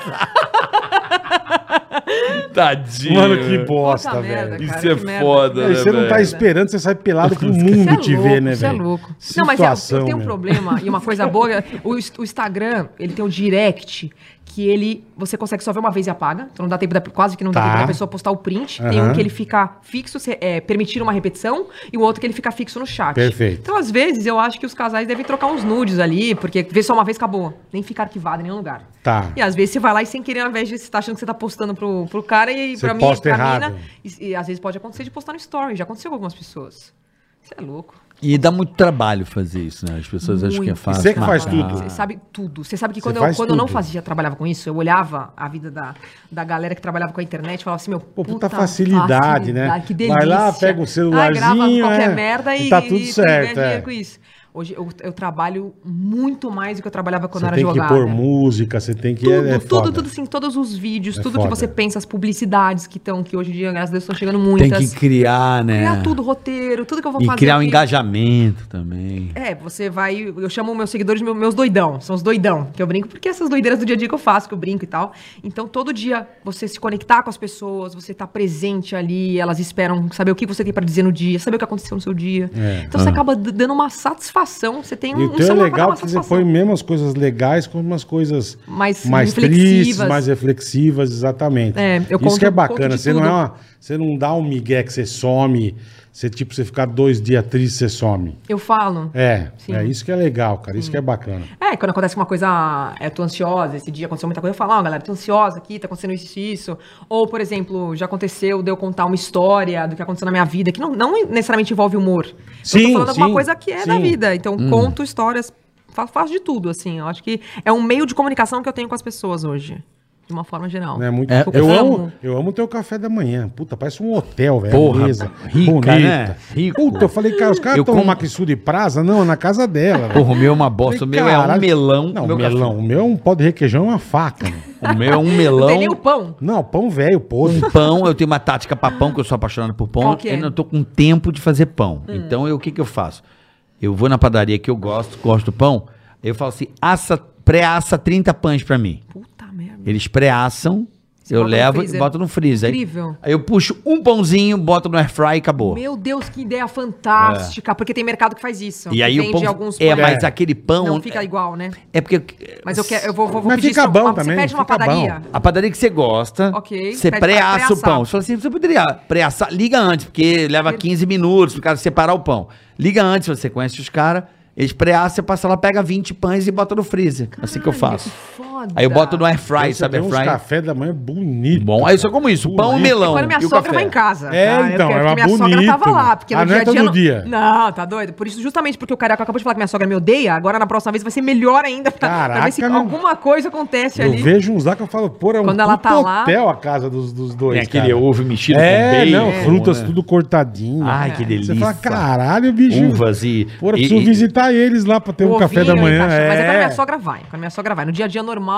B: Tadinho.
C: Mano, que
B: velho.
C: bosta,
D: Puta
C: velho.
D: merda,
C: E
B: Isso
D: que
B: é
D: merda.
B: foda, né,
C: aí você não tá
B: velho?
C: esperando, você sai pelado pro
D: Você
C: mundo
D: é
C: te
D: louco,
C: ver, né, velho?
D: Você é louco.
C: Não, mas
D: não, mas é, tem um
C: problema.
D: problema e uma coisa boa. é, O, ins- o Instagram, ele tem um direct que ele. Você consegue só ver uma vez e apaga. Então não dá tempo da, quase que não
C: Tá.
D: dá tempo da pessoa postar o print. Tem
C: Aham.
D: um que ele fica fixo, se- é, permitir uma repetição, e o outro que ele fica fixo no chat.
C: Perfeito.
D: Então, às vezes, eu acho que os casais devem trocar uns nudes ali, porque ver só uma vez acabou. Nem fica arquivado em nenhum lugar.
C: Tá.
D: E às vezes você vai lá e sem querer, ao invés de você tá achando que você tá postando pro, pro cara e
C: Você
D: pra mim,
C: posta
D: pra
C: errado.
D: mina. E, e às vezes pode acontecer de postar no story. Já aconteceu com algumas pessoas. Você é louco.
B: E dá muito trabalho fazer isso, né? As pessoas acham que é
D: Muito.
B: fácil.
C: Você que faz
B: marcar.
C: tudo.
D: Você sabe tudo. Você sabe que quando, eu,
C: faz
D: quando eu não
C: tudo.
D: fazia, trabalhava com isso, eu olhava a vida da, da galera que trabalhava com a internet e falava assim, meu,
C: Pô, puta facilidade, né?
D: Que delícia. Ah,
C: Vai lá, pega o celularzinho,
D: grava qualquer
C: é,
D: merda e,
C: e tá tudo
D: ganha
C: certo,
D: dinheiro
C: é.
D: com isso. Hoje eu, eu trabalho muito mais do que eu trabalhava quando
C: Você
D: eu era
C: tem que
D: advogada.
C: pôr música, você tem que.
D: Tudo,
C: é, é
D: tudo,
C: foda.
D: tudo, sim, todos os vídeos,
C: É
D: tudo
C: foda.
D: que você pensa, as publicidades que estão, que hoje em dia, graças a Deus, estão chegando
B: Tem
D: muitas.
B: que criar, né?
D: Criar tudo, roteiro, tudo que eu vou
B: E
D: fazer.
B: criar um
D: aqui.
B: engajamento também.
D: É, você vai. Eu chamo meus seguidores de meu- meus doidão. São os doidão que eu brinco, porque essas doideiras do dia a dia que eu faço, que eu brinco e tal. Então, todo dia, você se conectar com as pessoas, você tá presente ali, elas esperam saber o que você tem pra dizer no dia, saber o que aconteceu no seu dia. Então, você acaba d- dando uma satisfação. Você tem um,
C: É, E o
D: um
C: teu é
D: celular pra dar
C: legal
D: uma
C: que você
D: satisfação.
C: põe mesmo as coisas legais como umas coisas
D: Mais
C: mais
D: reflexivas.
C: tristes, mais reflexivas, exatamente.
D: É, eu
C: Isso
D: conto-
C: que é
D: conto
C: bacana.
D: de
C: Você não, é
D: tudo.
C: uma- você não dá um migué que você some, você tipo, você ficar dois dias triste, você some.
D: Eu falo.
C: É,
D: Sim.
C: é isso que é legal, cara. Isso que é bacana.
D: É, quando acontece uma coisa, é, tô ansiosa, esse dia aconteceu muita coisa, eu falo, ó, galera, tô ansiosa aqui, tá acontecendo isso e isso. Ou, por exemplo, já aconteceu de eu contar uma história do que aconteceu na minha vida, que não, não necessariamente envolve humor. eu
C: Sim,
D: tô falando alguma
C: sim,
D: coisa que é
C: sim. Hum.
D: da vida. Então, conto histórias, fa- faço de tudo, assim. Eu acho que é um meio de comunicação que eu tenho com as pessoas hoje, de uma forma geral.
C: Né? Muito...
B: É,
C: eu,
B: eu
C: amo,
D: amo.
C: eu amo o teu café da manhã. Puta, parece um hotel, velho.
B: Porra,
C: A mesa,
B: rica,
C: bonita.
B: né? Rico.
C: Puta, eu falei, cara, os caras
B: Eu
C: tomam
B: com-
C: maquissu de praza? Não, é na casa dela. velho.
B: Porra, o meu é uma bosta. O
C: Falei,
B: meu é um
C: caralho.
B: melão.
C: Não,
B: o, meu
C: melão. O meu é um pó de requeijão, é uma faca. né?
B: café- o meu é um
D: Não tem nem o
B: melão.
D: pão.
C: Não, pão velho, podre.
B: Um pão, eu tenho uma tática pra pão, que eu sou apaixonado por pão.
D: Qual que é? Hum.
B: Eu não tô com tempo de fazer pão. Então, eu, o que que eu faço? Eu vou na padaria que eu gosto, gosto do pão. Eu falo assim, assa, pré-assa 30 pães pra mim.
D: Puta merda.
B: Eles pré-assam, eu
D: bota no
B: levo e
D: freezer.
B: boto no freezer. Aí-
D: Incrível.
B: Aí eu puxo um pãozinho, boto no air fry e acabou.
D: Meu Deus, que ideia fantástica,
C: É.
D: porque tem mercado que faz isso.
B: e
D: que
B: aí o
D: vende
B: pão
D: alguns
B: é,
D: pães.
B: mas aquele pão
D: Não fica igual, né?
B: é porque
D: Mas eu, quero, eu vou, vou, vou
C: Mas fica
D: isso-
C: bom
D: uma-
C: também,
D: Você pede uma
C: fica bom.
D: padaria.
B: A padaria que você gosta,
D: Ok,
B: você
D: pede pra
B: pré-assa o
D: pré-assar.
B: pão. Você fala assim, você poderia pré-assar, liga antes, porque leva 15 minutos pro cara separar o pão. Liga antes, você conhece os caras, eles pré-assam, você passa lá, pega 20 pães e bota no freezer. assim que eu faço.
D: Que Foda.
B: Aí eu boto no air fry,
C: Então, Você
B: sabe
C: tem
B: air
C: uns
B: fry?
C: café da manhã bonito.
B: Bom, aí eu só como isso, pão e
C: Bonito.
B: melão.
D: Quando minha
B: e o
D: sogra
B: café.
D: vai em casa.
C: É,
D: tá? Eu
C: então,
D: quero-
C: era
D: porque minha sogra
C: bonito,
D: tava lá,
C: mano.
D: porque
C: Ah,
D: no
C: não é
D: dia a dia.
C: todo dia.
D: Não, tá doido. Por isso, justamente porque o Carioca acabou de falar que minha sogra me odeia, agora na próxima vez vai ser melhor ainda pra, pra
C: Caraca,
D: ver se
C: não.
D: alguma coisa acontece
C: Eu
D: ali.
C: vejo uns lá que eu falo, pô, é um
D: Quando ela
C: puta
D: tá lá-
C: hotel a casa dos, dos dois.
B: Tem aquele
C: cara.
B: ovo mexido
C: é,
B: com bacon.
C: não, frutas
B: né?
C: tudo cortadinho.
B: Ai, que delícia. Um
C: Você fala, caralho, bicho.
B: Uvas e...
C: Pô, eu
B: e-
C: preciso
B: e-
C: visitar eles lá pra ter um
D: O
C: café da
D: ovinho,
C: manhã.
D: embaixo. tá Mas agora
C: É.
D: minha sogra vai. Quando minha sogra vai. No dia a dia normal,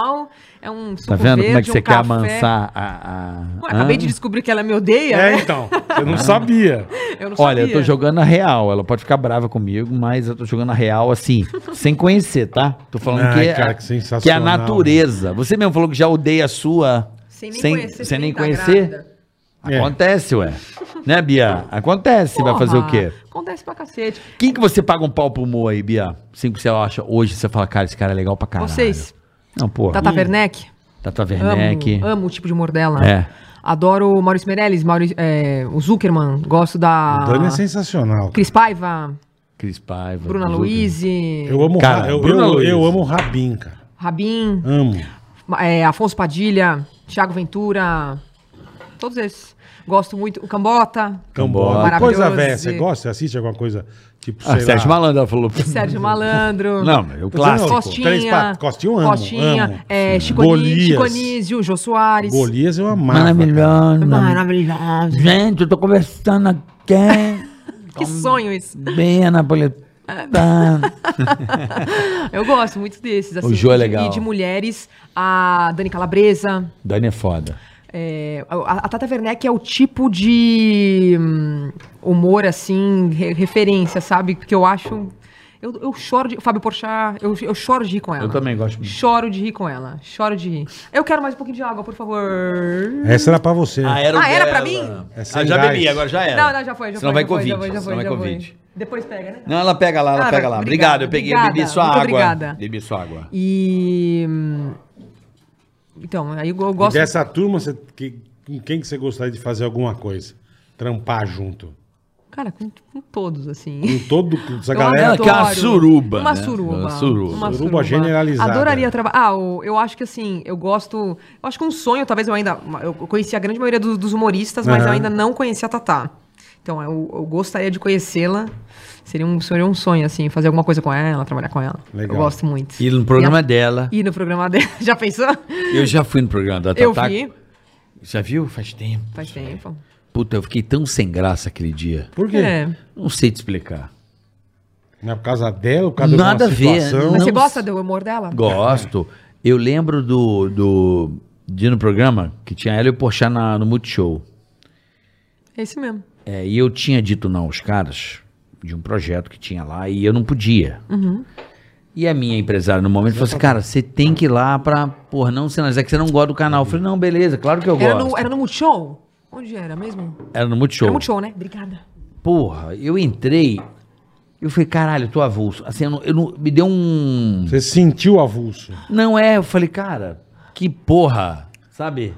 D: é um suco
B: Tá vendo como é
D: verde,
B: que você
D: um
B: quer
D: café.
B: amansar a... a-
D: Ué, acabei
B: Hã?
D: de descobrir que ela me odeia,
C: É,
D: né?
C: então. Eu não sabia.
D: Eu não
B: Olha, eu
D: sabia.
B: tô jogando a real. Ela pode ficar brava comigo, mas eu tô jogando a real assim, sem conhecer, tá? Tô falando
C: Ai,
B: que, é-
C: cara, que
B: que,
C: sensacional. né?
B: é a natureza. Você mesmo falou que já odeia a sua.
D: Sem nem
B: sem-
D: conhecer.
B: sem nem
D: tá
B: conhecer?
D: grávida.
C: É.
B: Acontece, ué. Né, Bia? Acontece. Vai fazer o quê?
D: Porra, Acontece pra cacete.
B: Quem que você paga um pau pro Mo aí, Bia? Assim que você acha hoje, você fala, cara, esse cara é legal pra caralho.
D: Vocês.
B: Não, pô.
D: Tata Werneck.
B: Tata Werneck.
D: Amo, amo o tipo de humor dela.
B: né, É.
D: Adoro o Maurício Meirelles, Maurício, é, o Zuckerman. Gosto da.
B: Ah.
C: O Dani é sensacional.
D: Cris Paiva,
B: Cris Paiva.
D: Bruna
B: Zuckerman.
D: Luiz,
C: Eu amo,
B: Cara,
C: ra- eu,
B: Bruna
C: eu,
B: Luiz.
C: eu amo Rabin, cara.
D: Rabin,
C: Amo.
D: Ma- é, Afonso Padilha, Thiago Ventura. Todos esses. Gosto muito. O Cambota.
C: Cambora.
D: Maravilhoso.
C: Coisa velha. Você gosta? Você assiste alguma coisa? Tipo,
B: Ah,
C: sei
B: Sérgio
C: lá.
B: Malandro ela falou.
D: Sérgio Malandro.
B: Não, mas o
C: Tô dizendo,
B: clássico.
C: Costinha. Três patas. Costinha eu amo,
D: Costinha,
C: amo.
D: é,
C: Sim.
D: Chico Ani-
C: Golias.
D: Chico Anísio, Jô Soares.
C: Golias eu amava. cara.
B: Maravilhosa.
D: Maravilhoso.
B: Gente, eu tô conversando aqui.
D: Que sonho isso.
B: Bem a napoletana.
D: Eu gosto muito desses. Assim,
B: Jô é
D: e de-
B: legal.
D: E de mulheres, a Dani Calabresa.
B: Dani é foda.
D: é, a, a Tata Werneck é o tipo de hum, humor, assim, re- referência, sabe? Porque eu acho... Eu, eu choro de... Fábio Porchat, eu, eu choro de rir com ela.
B: Eu também gosto muito.
D: Choro de rir com ela. Choro de rir. Eu quero mais um pouquinho de água, por favor.
C: Essa era pra você.
B: era, É
D: o Ah, era dela. pra mim?
C: Ah, já bebi, agora
B: já
D: Não, não, já foi, já
B: Senão vai
D: foi. já foi,
B: Covid.
D: já foi, já foi,
B: senão vai
D: já foi.
B: Covid.
D: Depois pega, né?
B: Não, ela pega lá, ela
D: Cara,
B: pega lá. Obrigado,
D: obrigada,
B: eu peguei, eu
D: obrigada,
B: bebi sua
D: muito
B: água.
D: obrigada.
B: Bebi sua água.
D: E... hum, Então, aí eu eu
C: E
D: gosto...
C: dessa turma, você, que, com quem que você gostaria de fazer alguma coisa? Trampar junto.
D: Cara, com, com todos, assim.
C: Com todo essa
D: Eu
C: galera.
B: adoro. que é uma
D: adoro.
B: suruba,
D: Uma
B: né?
D: suruba.
B: Uma suruba.
D: Uma
C: Suruba generalizada.
D: Adoraria trabalhar. Ah, o- eu acho que assim, eu gosto. Eu acho que um sonho, talvez eu ainda. Eu conheci a grande maioria do- dos humoristas, mas
C: Aham.
D: eu ainda não conheci a Tatá. Então eu, eu gostaria de conhecê-la. Seria um, seria um sonho, assim, fazer alguma coisa com ela, trabalhar com ela.
C: Legal.
D: Eu gosto muito.
B: E no programa
D: E a-
B: dela.
D: E no programa dela. Já pensou?
B: Eu já fui no programa da Tatá.
D: Eu vi.
B: Já viu? Faz tempo.
D: Faz tempo.
B: Puta, eu fiquei tão sem graça aquele dia.
C: Por quê?
D: É.
B: Não sei te explicar.
C: Não é por causa dela, por causa
B: Nada
C: de
B: a ver, né?
C: alguma situação.
D: Mas
B: Não
D: você gosta
B: s-
D: do humor dela?
B: Gosto. Eu lembro do, do dia no programa que tinha ela e o Porchat na, no Multishow.
D: É isso mesmo.
B: É, e eu tinha dito não aos caras de um projeto que tinha lá e eu não podia.
D: Uhum.
B: E a minha empresária no momento falou assim, cara, você tem que ir lá pra, porra, não sinalizar que você não gosta do canal. Eu falei, não, beleza, claro que eu
D: Era
B: gosto.
D: no, era no Multishow? Onde era mesmo?
B: Era no Multishow.
D: Era Multishow, né? Obrigada.
B: Porra, eu entrei, eu falei, caralho, tô avulso. Assim, eu não- eu não, me deu um...
C: Você sentiu o avulso.
B: Não é, eu falei, cara, que porra, sabe?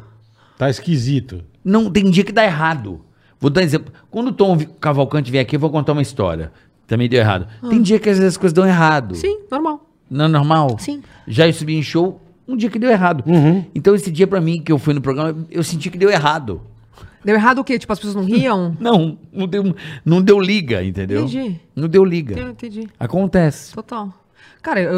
C: Tá esquisito.
B: Não, tem dia que dá errado. Vou dar um exemplo. Quando o Tom Cavalcante vier aqui, eu vou contar uma história. Também deu errado. Tem dia que às vezes as coisas dão errado.
D: Ah. Sim, normal.
B: Não é normal?
D: Sim.
B: Já eu subi em show um dia que deu errado.
C: Uhum.
B: Então esse dia pra mim que eu fui no programa, eu senti que deu errado.
D: Deu errado o quê? Tipo, as pessoas não riam?
B: Não, não deu, não deu liga, entendeu?
D: Entendi.
B: Não deu liga.
D: Eu entendi.
B: Acontece.
D: Total. Cara, eu,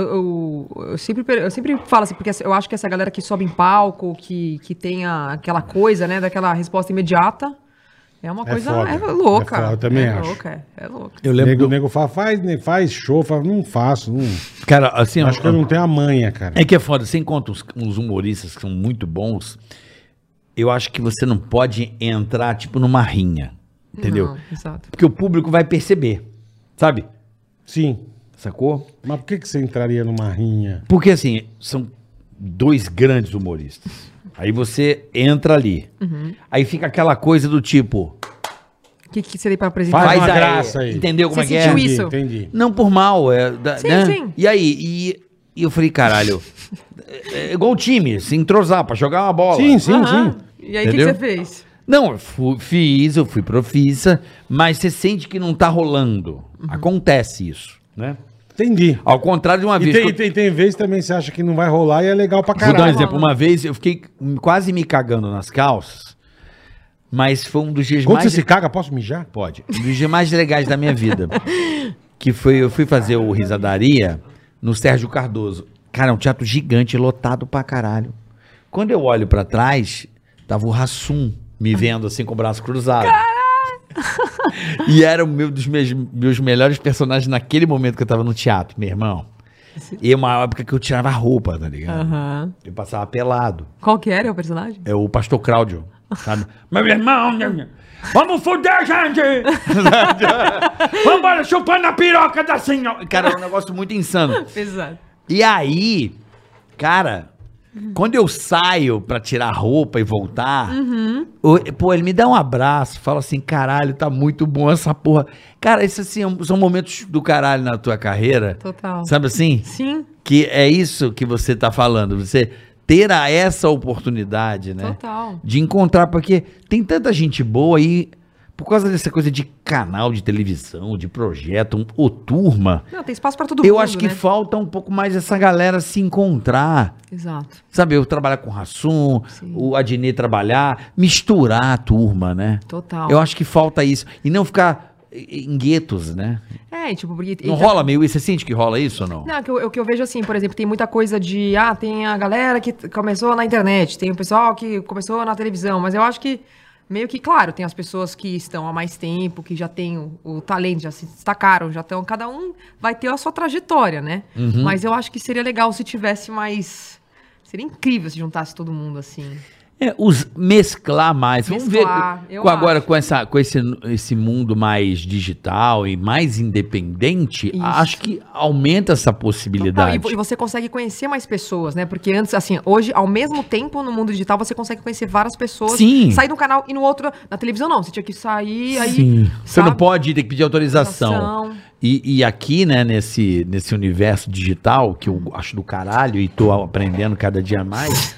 D: eu, eu sempre, per- eu sempre falo assim, porque essa- eu acho que essa galera que sobe em palco, que, que tem a- aquela coisa, né, daquela resposta imediata, é uma
C: É
D: coisa
C: foda.
D: é louca.
C: É foda, eu também
D: é
C: acho.
D: Louca, é, é louca.
B: Eu
C: O nego,
B: lembro.
C: o nego fala, faz, né, faz show, fala, não faço. Não...
B: Cara, assim,
C: Acho que eu não tenho a manha, cara.
B: É que é foda, você encontra uns, uns humoristas que são muito bons. Eu acho que você não pode entrar, tipo, numa rinha. Entendeu?
D: Não, exato.
B: Porque o público vai perceber. Sabe?
C: Sim.
B: Sacou?
C: Mas por que, que você entraria numa rinha?
B: Porque assim, são dois grandes humoristas. Aí você entra ali.
D: Uhum.
B: Aí fica aquela coisa do tipo,
D: O que, que seria pra apresentar?
C: Faz
B: faz,
C: uma
B: aí,
C: graça aí.
B: Entendeu como
D: Você
B: é que é?
D: sentiu Isso.
C: Entendi.
B: Não por mal, é. da-
D: Sim,
B: né?
D: sim.
B: E aí, e, e eu falei, caralho, é, é igual o time, se entrosar pra jogar uma bola.
C: Sim, sim,
D: Aham.
C: sim.
D: E aí, o que, que
B: Entendeu?
D: você fez?
B: Não, eu fu- fiz, eu
D: Uhum.
B: fui profissa, mas você sente que não tá rolando. Acontece isso, né?
C: Entendi.
B: Ao contrário de uma vez.
C: E
B: que
C: tem,
B: eu-
C: e tem, tem vez também que você acha que não vai rolar e é legal pra
B: Vou dar um
C: caralho.
B: exemplo. Uma vez eu fiquei quase me cagando nas calças, mas foi um dos dias
C: Quando
B: mais.
C: você se caga, posso mijar?
B: Pode. Um dos dias mais legais da minha vida. Que foi, eu fui fazer o Risadaria no Sérgio Cardoso. Cara, é um teatro gigante, lotado pra caralho. Quando eu olho pra trás, tava o Rassum me vendo assim com o braço cruzado. E era um meu, dos meus, meus melhores personagens naquele momento que eu tava no teatro, meu irmão. E uma época que eu tirava a roupa, tá ligado?
D: Aham.
B: Eu passava pelado.
D: Qual que era o personagem?
B: É o pastor Cláudio, sabe? Meu irmão, meu irmão, vamos foder, gente! vamos embora, chupando a piroca da senhora! Cara, é um negócio muito insano.
D: Exato.
B: E aí, cara, quando eu saio pra tirar a roupa e voltar,
D: Uhum.
B: o- pô, ele me dá um abraço, fala assim, caralho, tá muito bom essa porra. Cara, esses assim, são momentos do caralho na tua carreira.
D: Total.
B: Sabe assim?
D: Sim,
B: Que é isso que você tá falando. Você ter a essa oportunidade, né?
D: total.
B: De encontrar, porque tem tanta gente boa aí. Por causa dessa coisa de canal de televisão, de projeto, um- ou turma,
D: Não, tem espaço pra todo mundo.
B: eu acho que
D: né?
B: falta um pouco mais essa galera se encontrar.
D: Exato.
B: Sabe, eu trabalhar com o Rassum,
D: Sim.
B: o Adnet trabalhar, misturar a turma, né?
D: Total.
B: Eu acho que falta isso. E não ficar eh, em guetos, né?
D: É, tipo, porque.
B: Não rola meio isso? Você sente que rola isso ou não?
D: Não, o que eu- o que eu vejo assim, por exemplo, tem muita coisa de. Ah, tem a galera que t- começou na internet, tem o pessoal que começou na televisão, mas eu acho que. Meio que, claro, tem as pessoas que estão há mais tempo, que já têm o, o talento, já se destacaram, já estão. Cada um vai ter a sua trajetória, né? Mas eu acho que seria legal se tivesse mais. Seria incrível se juntasse todo mundo assim.
B: É, os mesclar mais.
D: Mesclar,
B: Vamos ver
D: eu
B: com, agora
D: acho.
B: com, essa, com esse, esse mundo mais digital e mais independente,
D: Isso.
B: acho que aumenta essa
D: Total, e
B: possibilidade.
D: vo- E, você consegue conhecer mais pessoas, né? Porque antes, assim, hoje, ao mesmo tempo, no mundo digital, você consegue conhecer várias pessoas.
B: Sim.
D: Sair de um canal e no outro. Na televisão, não. Você tinha que sair, aí.
B: Sim. Você não
D: sabe?
B: pode ter que pedir autorização.
D: Ação.
B: E, e aqui, né, nesse, nesse universo digital, que eu acho do caralho e tô aprendendo cada dia mais,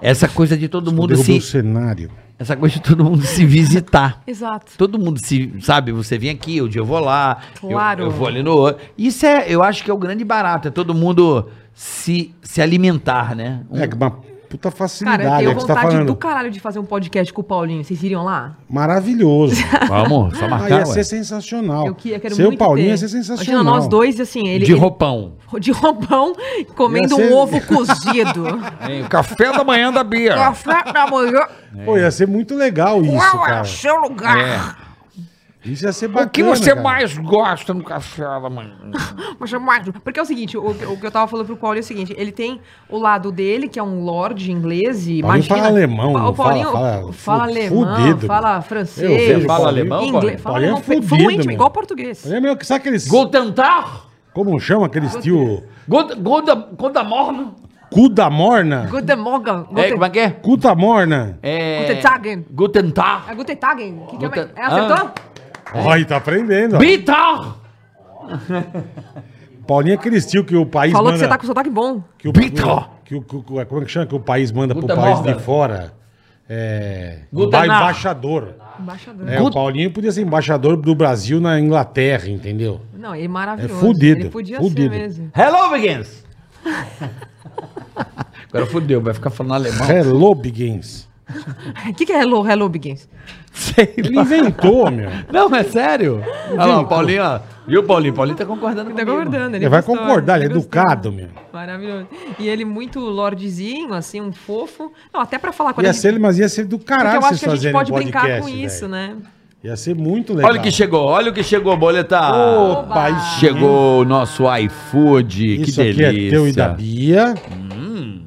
B: essa coisa de todo mundo
C: Derrubei o
B: se.
C: cenário.
B: Essa coisa de todo mundo se visitar.
D: Exato.
B: Todo mundo se, sabe, você vem aqui, o dia eu vou lá, eu-
D: Claro.
B: eu, vou ali no outro. Isso é, eu acho que é o grande barato, é todo mundo se, se alimentar, né? Um-
C: É que uma puta
D: Cara,
C: facilidade.
D: eu
C: é
D: tenho
C: que você tá
D: vontade
C: falando.
D: do caralho de fazer um podcast com o Paulinho. Vocês iriam lá?
C: Maravilhoso.
B: Vamos, só
C: Ah,
B: marcar,
C: ia
B: ué.
C: ser
D: é
C: sensacional.
D: Eu, que- eu quero
C: Seu
D: muito
C: Paulinho
D: ter.
C: ia ser sensacional.
D: Imagina nós dois, assim, ele...
B: De
D: ele-
B: roupão.
D: de roupão, comendo
C: Ia ser-
D: um ovo cozido.
B: o café da manhã da Bia.
D: Café da manhã,
C: Pô, ia ser muito legal isso,
D: qual é
C: cara. É.
D: o seu lugar?
C: Isso ia ser bacana.
F: O que você
C: cara.
F: mais gosta no café da manhã?
D: Mas é mais- Porque é o seguinte, o, o que eu tava falando pro Paulinho é o seguinte, ele tem o lado dele, que é um lorde inglês e
C: Paulinho fala alemão,
D: Pa-
C: não
D: O Paulinho
C: fala-
D: fala,
C: fala-
D: alemão,
C: fudido,
D: fala
C: meu.
D: francês.
C: vejo o
B: Fala
C: Paulinho-
B: alemão,
D: Inglês,
B: Paulinho?
D: fala
C: Paulinho é
D: alemão, fe-
C: fudido,
D: fluente,
C: meu.
D: igual português.
C: Ele é meio que sabe aqueles.
B: Gotentar?
C: Como chama aqueles tio.
B: Goda morno?
C: Cu da morna?
D: Guten Morgen,
B: É,
D: guten-
B: como é que é?
C: Cu da morna?
B: é...
D: Guten Tagen.
B: Gotentar.
D: É Guten Tagen. Que que é?
B: Guten- Ah.
D: É, acertou?
C: Olha, tá aprendendo. ó.
B: Bitar!
C: Paulinho é aqueles tio que o país
D: Falou que
C: manda.
D: você tá com sotaque bom.
C: que o,
B: Bitó.
C: que o- que o- que o- como é que chama que o país manda pro
B: Guta
C: país
B: Morgan.
C: de fora? É.
B: Guta
C: ba-
B: Nar.
C: embaixador.
D: Embaixador.
C: É, o Paulinho podia ser embaixador do Brasil na Inglaterra, entendeu?
D: Não, ele é maravilhoso.
C: É fudido,
D: Ele podia
C: fudido.
D: ser mesmo.
B: Hello, Begins! Agora fudeu, vai ficar falando alemão.
C: Hello, Biggins.
D: O que, que é Hello, Hello Begins?
B: Sei
C: Ele inventou, meu.
B: Não, é sério? Olha lá, o Paulinho, ó. Viu, Paulinho? Paulinho tá concordando
D: Tá
B: comigo.
D: concordando.
C: Ele vai
D: gostou,
C: concordar, ele é
D: gostou.
C: educado, meu.
D: Maravilhoso. E ele muito lordezinho, assim, um fofo. Não, até pra falar com
C: Ia
D: ele.
C: ser, mas ia ser do
D: Porque
C: caralho
D: eu acho
C: vocês
D: que a gente
C: fazerem
D: pode
C: um podcast,
D: brincar com isso,
C: velho.
D: né?
C: Ia ser muito legal.
B: Olha o que chegou, olha o que chegou, Boleta.
C: Ô, país
B: Chegou o nosso iFood,
C: Isso
B: que delícia.
C: aqui é teu e da Bia.
D: Hum.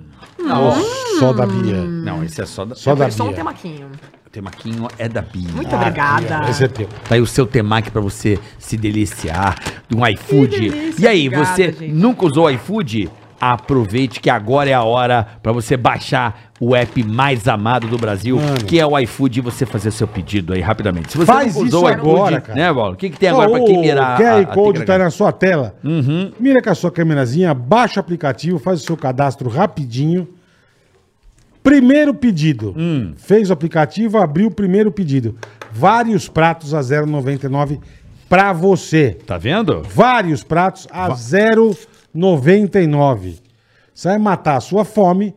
C: Ou Só da Bia.
B: Não, esse é só da...
C: Só da
D: Só um
C: Bia.
D: temaquinho.
B: O temaquinho é da Bia.
D: Muito obrigada.
C: Esse é teu.
B: Tá aí o seu temaki pra você se deliciar do iFood.
D: delícia,
B: E aí,
D: obrigada,
B: você
D: gente.
B: nunca usou o iFood? Aproveite que agora é a hora pra você baixar o app mais amado do Brasil,
C: Mano.
B: que é o iFood, e você fazer seu pedido aí rapidamente. Se você
C: Faz
B: nunca
C: isso agora, cara.
B: né, Bola? O que, que tem agora pra quem mirar?
C: O QR
B: a- Uhum. a
C: Code tá
B: tecnologia?
C: na sua tela. Mira com a sua câmerazinha, baixa o aplicativo, faz o seu cadastro rapidinho. Primeiro pedido.
B: Hum.
C: Fez o aplicativo, abriu o primeiro pedido. Vários pratos a 0,99 pra você.
F: Tá vendo?
C: Vários pratos a 0,99. Você vai matar a sua fome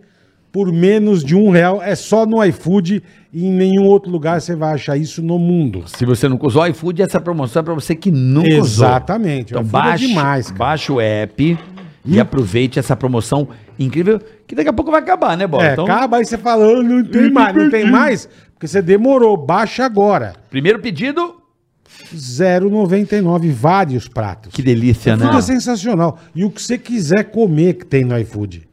C: por menos de um real. É só no iFood e em nenhum outro lugar você vai achar isso no mundo.
B: Se você nunca usou o iFood, essa promoção é pra você que nunca usou.
C: Exatamente.
B: Então
C: O iFood é
B: baixa,
C: demais, cara. Hum.
B: baixa o app e aproveite essa promoção incrível, que daqui a pouco vai acabar, né, Bola?
C: É,
B: então,
C: acaba aí você falando, não tem mais, não tem mais, porque você demorou, baixa agora.
B: primeiro pedido.
C: 0,99 vários pratos.
B: Que delícia, né?
C: Fica sensacional. E o que você quiser comer que tem no iFood.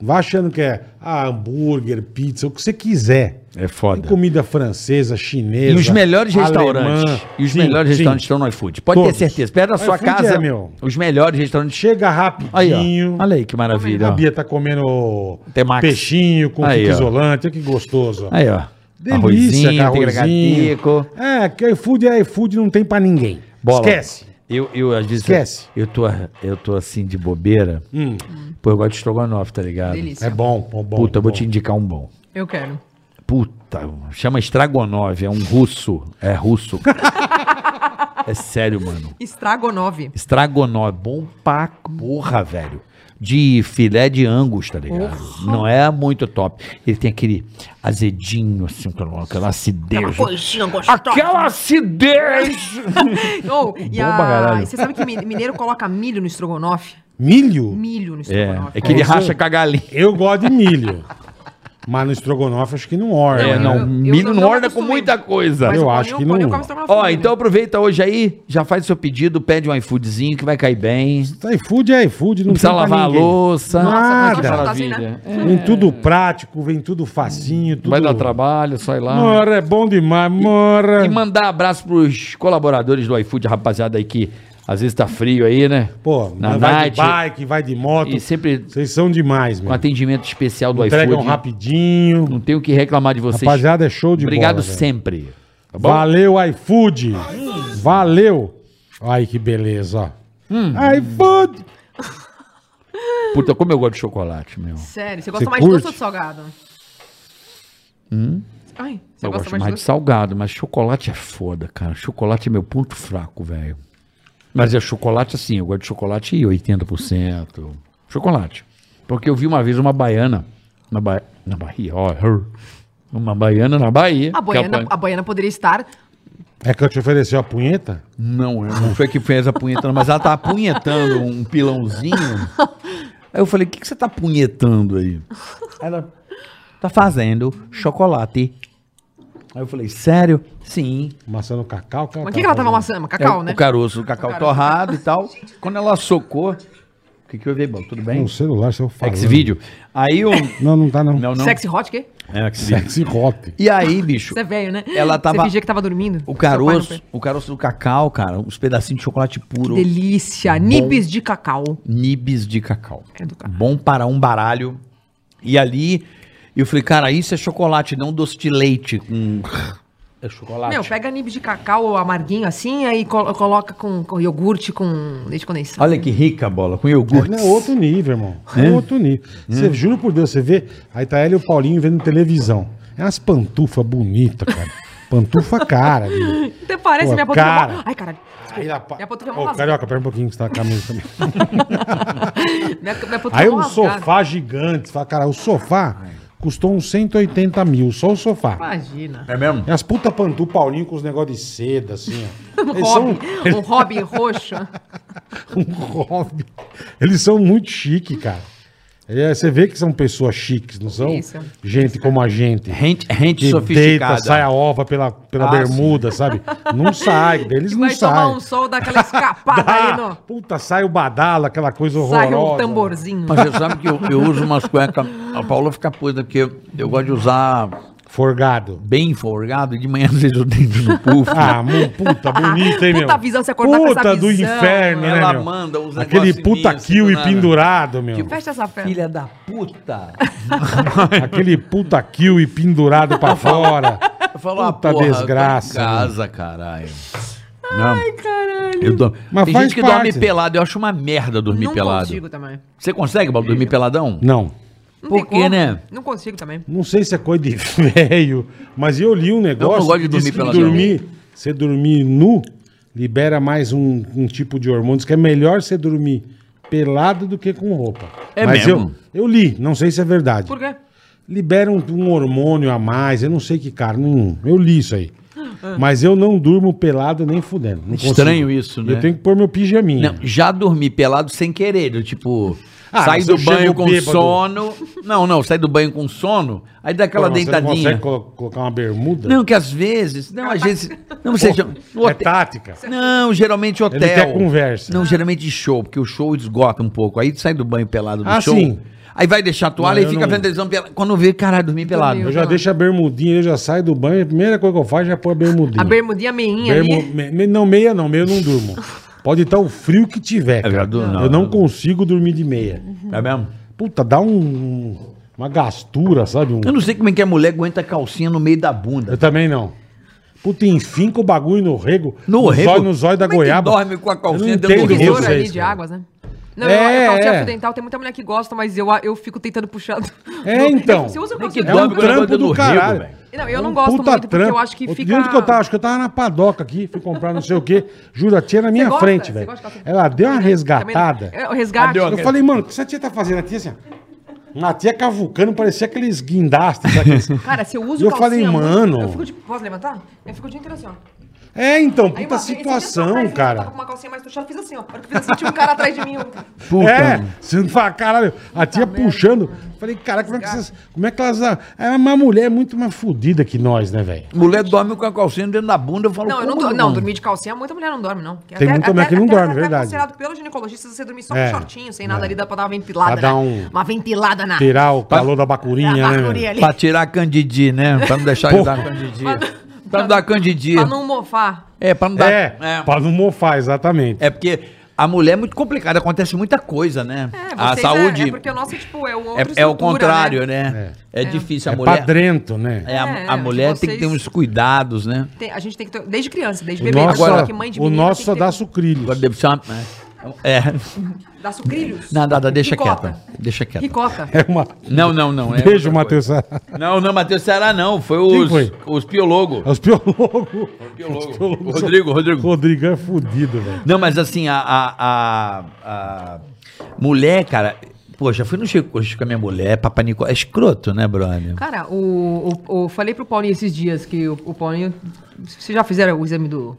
C: Não Vai achando que é ah, hambúrguer, pizza, o que você quiser.
F: É
C: Tem
F: foda.
C: comida francesa,
B: E
C: chinesa.
B: os melhores restaurantes.
C: alemã.
B: E os
C: Sim,
B: melhores
C: sim.
B: restaurantes estão no iFood. Pode
C: Todos.
B: ter certeza. Perto da sua
C: iFood é,
B: casa,
C: meu.
B: os melhores restaurantes.
C: Chega
B: Aí, ó.
C: rapidinho.
B: Olha aí que maravilha.
C: A
B: ó.
C: Bia tá comendo
B: Temaki.
C: peixinho com
B: Aí,
C: fita
B: ó.
C: isolante. Olha que gostoso.
B: Aí, ó.
C: Delícia,
B: Arrozinho,
C: cara,
B: arrozinho.
C: arrozinho. É, que iFood é iFood, não tem pra ninguém.
B: Bola.
C: Esquece.
B: Eu, eu às vezes.
C: Esquece. Hum.
B: Eu, tô, eu tô assim de bobeira. Pô, eu gosto de estrogonofe, tá ligado?
D: Delícia.
C: É bom, bom, bom.
B: Puta, eu vou
C: bom.
B: te indicar um bom.
D: Eu quero.
B: Puta, chama Stragonov, é um russo. É russo. é sério, mano.
D: Estragonove.
B: Stragonov, é bom pra porra, velho. De filé de angus, tá ligado? Não é muito top. Ele tem aquele azedinho, assim, aquela acidez. Aquela acidez!
D: Oh, e,
B: Bom pra
D: a...
B: caralho.
D: e você sabe que mi- mineiro coloca milho no estrogonofe?
C: Milho?
D: Milho no
B: É,
D: estrogonofe.
B: é que ele
C: Nossa.
B: racha com a galinha.
C: Eu gosto de milho. mas no estrogonofe acho que não orna.
B: É,
C: né?
B: não,
D: eu-
B: milho
D: eu
B: não
D: não
B: orna com
D: acostumei.
B: muita coisa.
C: Mas- eu
D: o
C: acho
D: Paulinho-
C: que
D: o Paulinho
C: não-
D: come estrogonofe
B: Ó,
D: também,
B: então
D: né?
B: aproveita hoje aí, já faz seu pedido, pede um iFoodzinho que vai cair bem.
C: iFood é iFood, não,
B: Não precisa
C: tem pra
B: lavar a
C: ninguém.
B: louça.
D: Nossa,
C: Nada.
D: mas tá assim, né?
B: Maravilha.
C: Vem tudo prático, vem tudo facinho. Tudo...
B: Vai dar trabalho, sai lá.
C: Mora, é bom demais, mora.
B: E mandar abraço pros colaboradores do iFood, rapaziada aí que às vezes tá frio aí, né?
C: Pô,
B: na
C: vai
B: night.
C: de bike, vai de moto.
B: E sempre
C: Vocês são demais,
B: com
C: mano.
B: atendimento especial do
C: Entregam
B: iFood.
C: rapidinho.
B: Não tenho o que reclamar de vocês.
C: um Rapaziada, é show de
B: Obrigado
C: bola. velho.
B: sempre. Tá bom?
C: Valeu, iFood. Valeu. Ai, que beleza, ó.
B: Hum.
C: iFood.
B: Puta, como eu gosto de chocolate, meu.
D: Sério,
C: Você
D: você gosta mais de doce ou
C: curte? Hum?
D: de salgado? Hum? Ai, você
B: Eu
D: gosta
B: gosto
D: mais de
B: mais de
D: doce?
B: salgado, mas chocolate é foda, cara. Chocolate é meu ponto fraco, velho. Mas é chocolate assim, eu gosto de chocolate 80%. Chocolate. Porque eu vi uma vez uma baiana na, ba... na Bahia, ó. her. Uma baiana na Bahia.
D: A baiana,
B: Que
D: a baiana poderia estar.
C: É que eu te ofereci a punheta?
B: Não, eu não foi que fez a punhetando, mas ela tá apunhetando um pilãozinho. Aí eu falei, o que, que você tá apunhetando aí? Ela tá fazendo chocolate. Aí eu falei, sério? Sim.
C: Maçã no cacau, cara. tá
D: Mas o que, que ela tava amassando? Cacau,
B: É,
D: né?
B: O caroço do cacau,
D: O caroço.
B: torrado e tal. Quando ela socou. O que, que eu vi, Bom? Tudo bem? É
C: No celular, seu falando.
B: Ex-vídeo. Aí o.
C: Não, não tá, não.
B: Não, não.
D: Sexy hot, o quê?
B: É, Xvideo.
C: Sexy hot.
B: E aí, bicho.
D: Você é velho, né?
B: Ela tava-
D: Você fingia que tava dormindo.
B: O
D: Seu pai não
B: caroço,
D: per-
B: o caroço do cacau, cara, uns pedacinhos de chocolate puro.
D: Delícia. Nibs de cacau.
B: Nibs de cacau.
D: É do cacau.
B: Bom para um baralho. E ali, eu falei, cara, isso é chocolate, não doce de leite. Hum, é chocolate.
D: Meu, pega nibs de cacau amarguinho assim, aí col- coloca com, com iogurte, com leite condensado.
B: Olha que rica a bola, com iogurte.
C: Não, é outro nível, irmão. É, outro nível. Você, juro por Deus, você vê. Aí tá ela e o Paulinho vendo televisão. É umas pantufas bonitas, cara. Pantufa cara. viu?
D: Até parece
C: Pô,
D: minha pantufa.
C: cara.
D: Ai, caralho.
C: Aí ela pa-
D: Minha pantufa é mó
C: Ô,
D: rasgada.
C: Carioca, pera um pouquinho que você tá com a camisa também.
D: Minha, minha pantufa
C: Aí
D: é
C: um
D: mó rasgada.
C: sofá gigante. Você Fala, cara, o sofá custou uns 180 mil, só o sofá.
D: Imagina.
B: É mesmo?
C: E as puta pantu Paulinho com os negócios de seda, assim, ó.
D: Um
C: Eles são
D: hobby, um hobby roxo.
C: um hobby. Eles são muito chique, cara. É, você vê que são pessoas chiques, não são?
D: Isso.
C: Gente como a gente.
B: Gente, gente
C: que
B: sofisticada.
C: deita, sai a ova pela, pela
B: Ah,
C: bermuda, sabe? Não sai, eles
D: E
C: não
D: vai tomar
C: saem.
D: um sol, dá aquela escapada
C: Dá,
D: ali no...
C: Puta, sai o badalo, aquela coisa
D: Sai
C: horrorosa.
D: um tamborzinho.
B: Mas você sabe que eu, eu uso umas cuecas. A Paula fica puta, porque eu gosto de usar
C: Forgado.
B: bem folgado e de manhã às vezes eu deito no puff.
C: Ah, mu- puta, bonito, hein, meu?
D: Puta visão, você acordar com
C: Puta
D: essa
C: do
D: visão,
C: inferno, né,
B: Ela
C: meu?
B: manda uns
C: Aquele
B: negócio
C: puta
B: nisso,
C: kill
B: do
C: e
B: nada.
C: pendurado, meu.
D: Fecha essa perna.
B: Filha da puta!
C: Aquele puta kill e pendurado pra fora.
B: Eu falo, ah,
C: Puta
B: porra,
C: desgraça, né?"
B: eu tô em casa, caralho. Ai, caralho. Eu dou-
C: Mas
B: Tem
C: faz
B: gente que dorme
C: parte.
B: pelado, eu acho uma merda dormir
D: não
B: pelado.
D: consigo também.
B: Você consegue, Paulo, dormir peladão?
C: Não.
D: Não
B: Por
D: tem
B: quê,
D: como.
B: né?
D: Não consigo também.
C: Não sei se é coisa de velho, mas eu li um negócio.
B: Eu não gosto de
C: que diz
B: dormir
C: que
B: peladão.
C: dormir, Você dormir nu libera mais um, um tipo de hormônios que é melhor você dormir pelado do que com roupa.
I: É mesmo?
C: Eu, eu li, não sei se é verdade.
D: Por quê?
C: Libera um, um hormônio a mais, eu não sei que cara, não, eu li isso aí. Mas eu não durmo pelado nem fudendo. não
I: Ah, Estranho
C: consigo.
I: isso, né?
C: Eu tenho que pôr meu pijaminha.
I: Não, já dormi pelado sem querer. Eu, tipo,
C: Ah,
I: saí
C: mas
I: do
C: você
I: banho
C: chegou
I: com
C: bêbado.
I: sono. Não, não, saí do banho com sono. Aí dá aquela
C: Pô, mas Você
I: deitadinha.
C: não consegue colo- colocar uma bermuda?
I: Não, que às vezes. Não, às vezes. Não, você já- no
C: é
I: hotel-
C: tática.
I: não, geralmente hotel.
C: quer conversa.
I: Não, geralmente de show, porque o show esgota um pouco. Aí sai do banho pelado do
C: Ah,
I: show.
C: sim.
I: Aí vai deixar a toalha
C: Não, eu
I: e fica
C: não-
I: vendo televisão pelado. Quando vê, caralho, dormi pelado.
C: Eu já
D: Não.
C: deixo a bermudinha, eu já saio do banho, a primeira coisa que eu faço é pôr a bermudinha.
D: A bermudinha meinha
C: Bermu-
D: ali.
C: me- me- não, meia não, meia eu não durmo. Pode estar o frio que tiver. cara.
I: É verdade, não.
C: eu não consigo dormir de meia.
I: É mesmo?
C: Puta, dá um, uma gastura, sabe? Um-
I: Eu não sei como é que a mulher aguenta a calcinha no meio da bunda.
C: Eu também não. Puta, enfim, com o bagulho no rego.
I: No rego?
C: Zóio, no zóio da
I: Como é que
C: goiaba.
I: dorme com a calcinha
C: eu não
I: dentro do
C: entendo
I: rego?
D: Divisor
C: vocês,
D: ali de
C: cara.
D: águas, né? Não,
C: É,
D: eu, eu calcinha
C: é.
D: é. dental, tem muita mulher que gosta, mas eu, eu fico tentando puxar. do-
C: É, então.
D: Você usa
I: É que
D: calcinha
C: É
D: dental?
C: um
I: Dorme com a
C: trampo
I: bunda
C: do
I: no
C: caralho.
I: rego, velho.
D: Não,
C: É
D: eu não
C: um
D: gosto
C: puta
D: muito, porque
C: trampo.
D: eu acho que
C: Outro
D: fica...
C: dia, onde que eu tava? Acho que eu tava na padoca aqui, fui comprar não sei o quê. Jura, tinha na minha
D: gosta?
C: frente,
D: Você
C: velho.
D: gosta de calcinha?
C: Ela deu uma
D: Também não-
C: resgatada.
D: É, o resgate.
C: Eu falei, mano, o que essa tia tá fazendo? A tia assim, ó. A tia cavucando, parecia aqueles guindastes. sabe aqueles-
D: Cara, se eu
C: E
D: uso
C: eu falei,
D: muito,
C: mano.
D: Eu fico de... Posso levantar? Eu fico o dia inteiro assim, ó.
C: é, então,
D: Aí
C: puta
D: uma vez, esse dia
C: situação,
D: atrás, Eu
C: cara.
D: tava com uma calcinha mais puxada, eu fiz assim, ó. A hora que eu fiz assim, tinha um cara atrás de mim. eu-
I: Puta.
C: É, você não fala, caralho. A tia puxando. Falei, cara, como é que vocês. Como é que elas. Era uma mulher é muito mais fodida que nós, né, velho?
I: Mulher dorme com a calcinha dentro da bunda, eu falo.
D: Não, eu não,
I: como
D: dou- não,
I: dorme?
D: dormir de calcinha, muita mulher não dorme, não. Tem
C: muita mulher que não dorme, é verdade.
D: considerado pelo ginecologista você dormir só
C: É.
D: com shortinho, sem nada ali, dá pra dar uma ventilada.
C: Pra dar
D: né?
C: um-
D: Uma ventilada na.
C: Tirar o calor da
D: na
C: bacurinha, né?
D: barburinha
C: velho?
D: ali.
I: Pra tirar a candidi, né? Pra não deixar ele
C: Porra.
I: dar candidi. Pra não dar candidi.
D: Pra não mofar.
I: É, pra não dar.
C: É,
I: É,
C: pra não mofar, exatamente.
I: É porque a mulher é muito complicada, acontece muita coisa, né?
D: É,
C: Ah,
I: a
D: vocês é-
I: saúde.
D: É,
I: É,
D: porque o nosso, tipo, é o outro
I: é o contrário, né? É, difícil. A
C: É
I: mulher.
C: padrento, né?
I: é, a,
D: É,
I: a mulher tem que ter
D: vocês-
I: uns cuidados, né?
D: Tem- a gente tem que. ter- Desde criança, desde
C: O
D: bebê.
C: nosso,
D: Agora,
C: o nosso só
D: tem que
C: dá
D: ter-
C: sucrilhos.
I: Agora deve ser uma. É.
D: Dá sucrilhos.
I: Não, nada, deixa
D: Ricota.
I: quieta. Deixa quieta.
D: Ricota.
C: É uma...
I: Não, não, não. é
C: Beijo,
I: outra coisa.
C: Matheus. Sara.
I: Não, não, Matheus Ceará não. Foi
C: Quem
I: os,
C: foi?
I: os piologos.
C: É os piologos.
I: Piologo.
C: Os piologos
I: O
C: são-
I: Rodrigo, Rodrigo.
C: Rodrigão é fudido, velho.
I: Não, mas assim, a, a, a- a mulher, cara. Poxa, fui no Chico Coxo com a minha mulher, Papa Nicolau. É escroto, né, brother?
D: Cara, o, o, o- falei pro Paulinho esses dias que o, o Paulinho. Vocês já fizeram o exame do.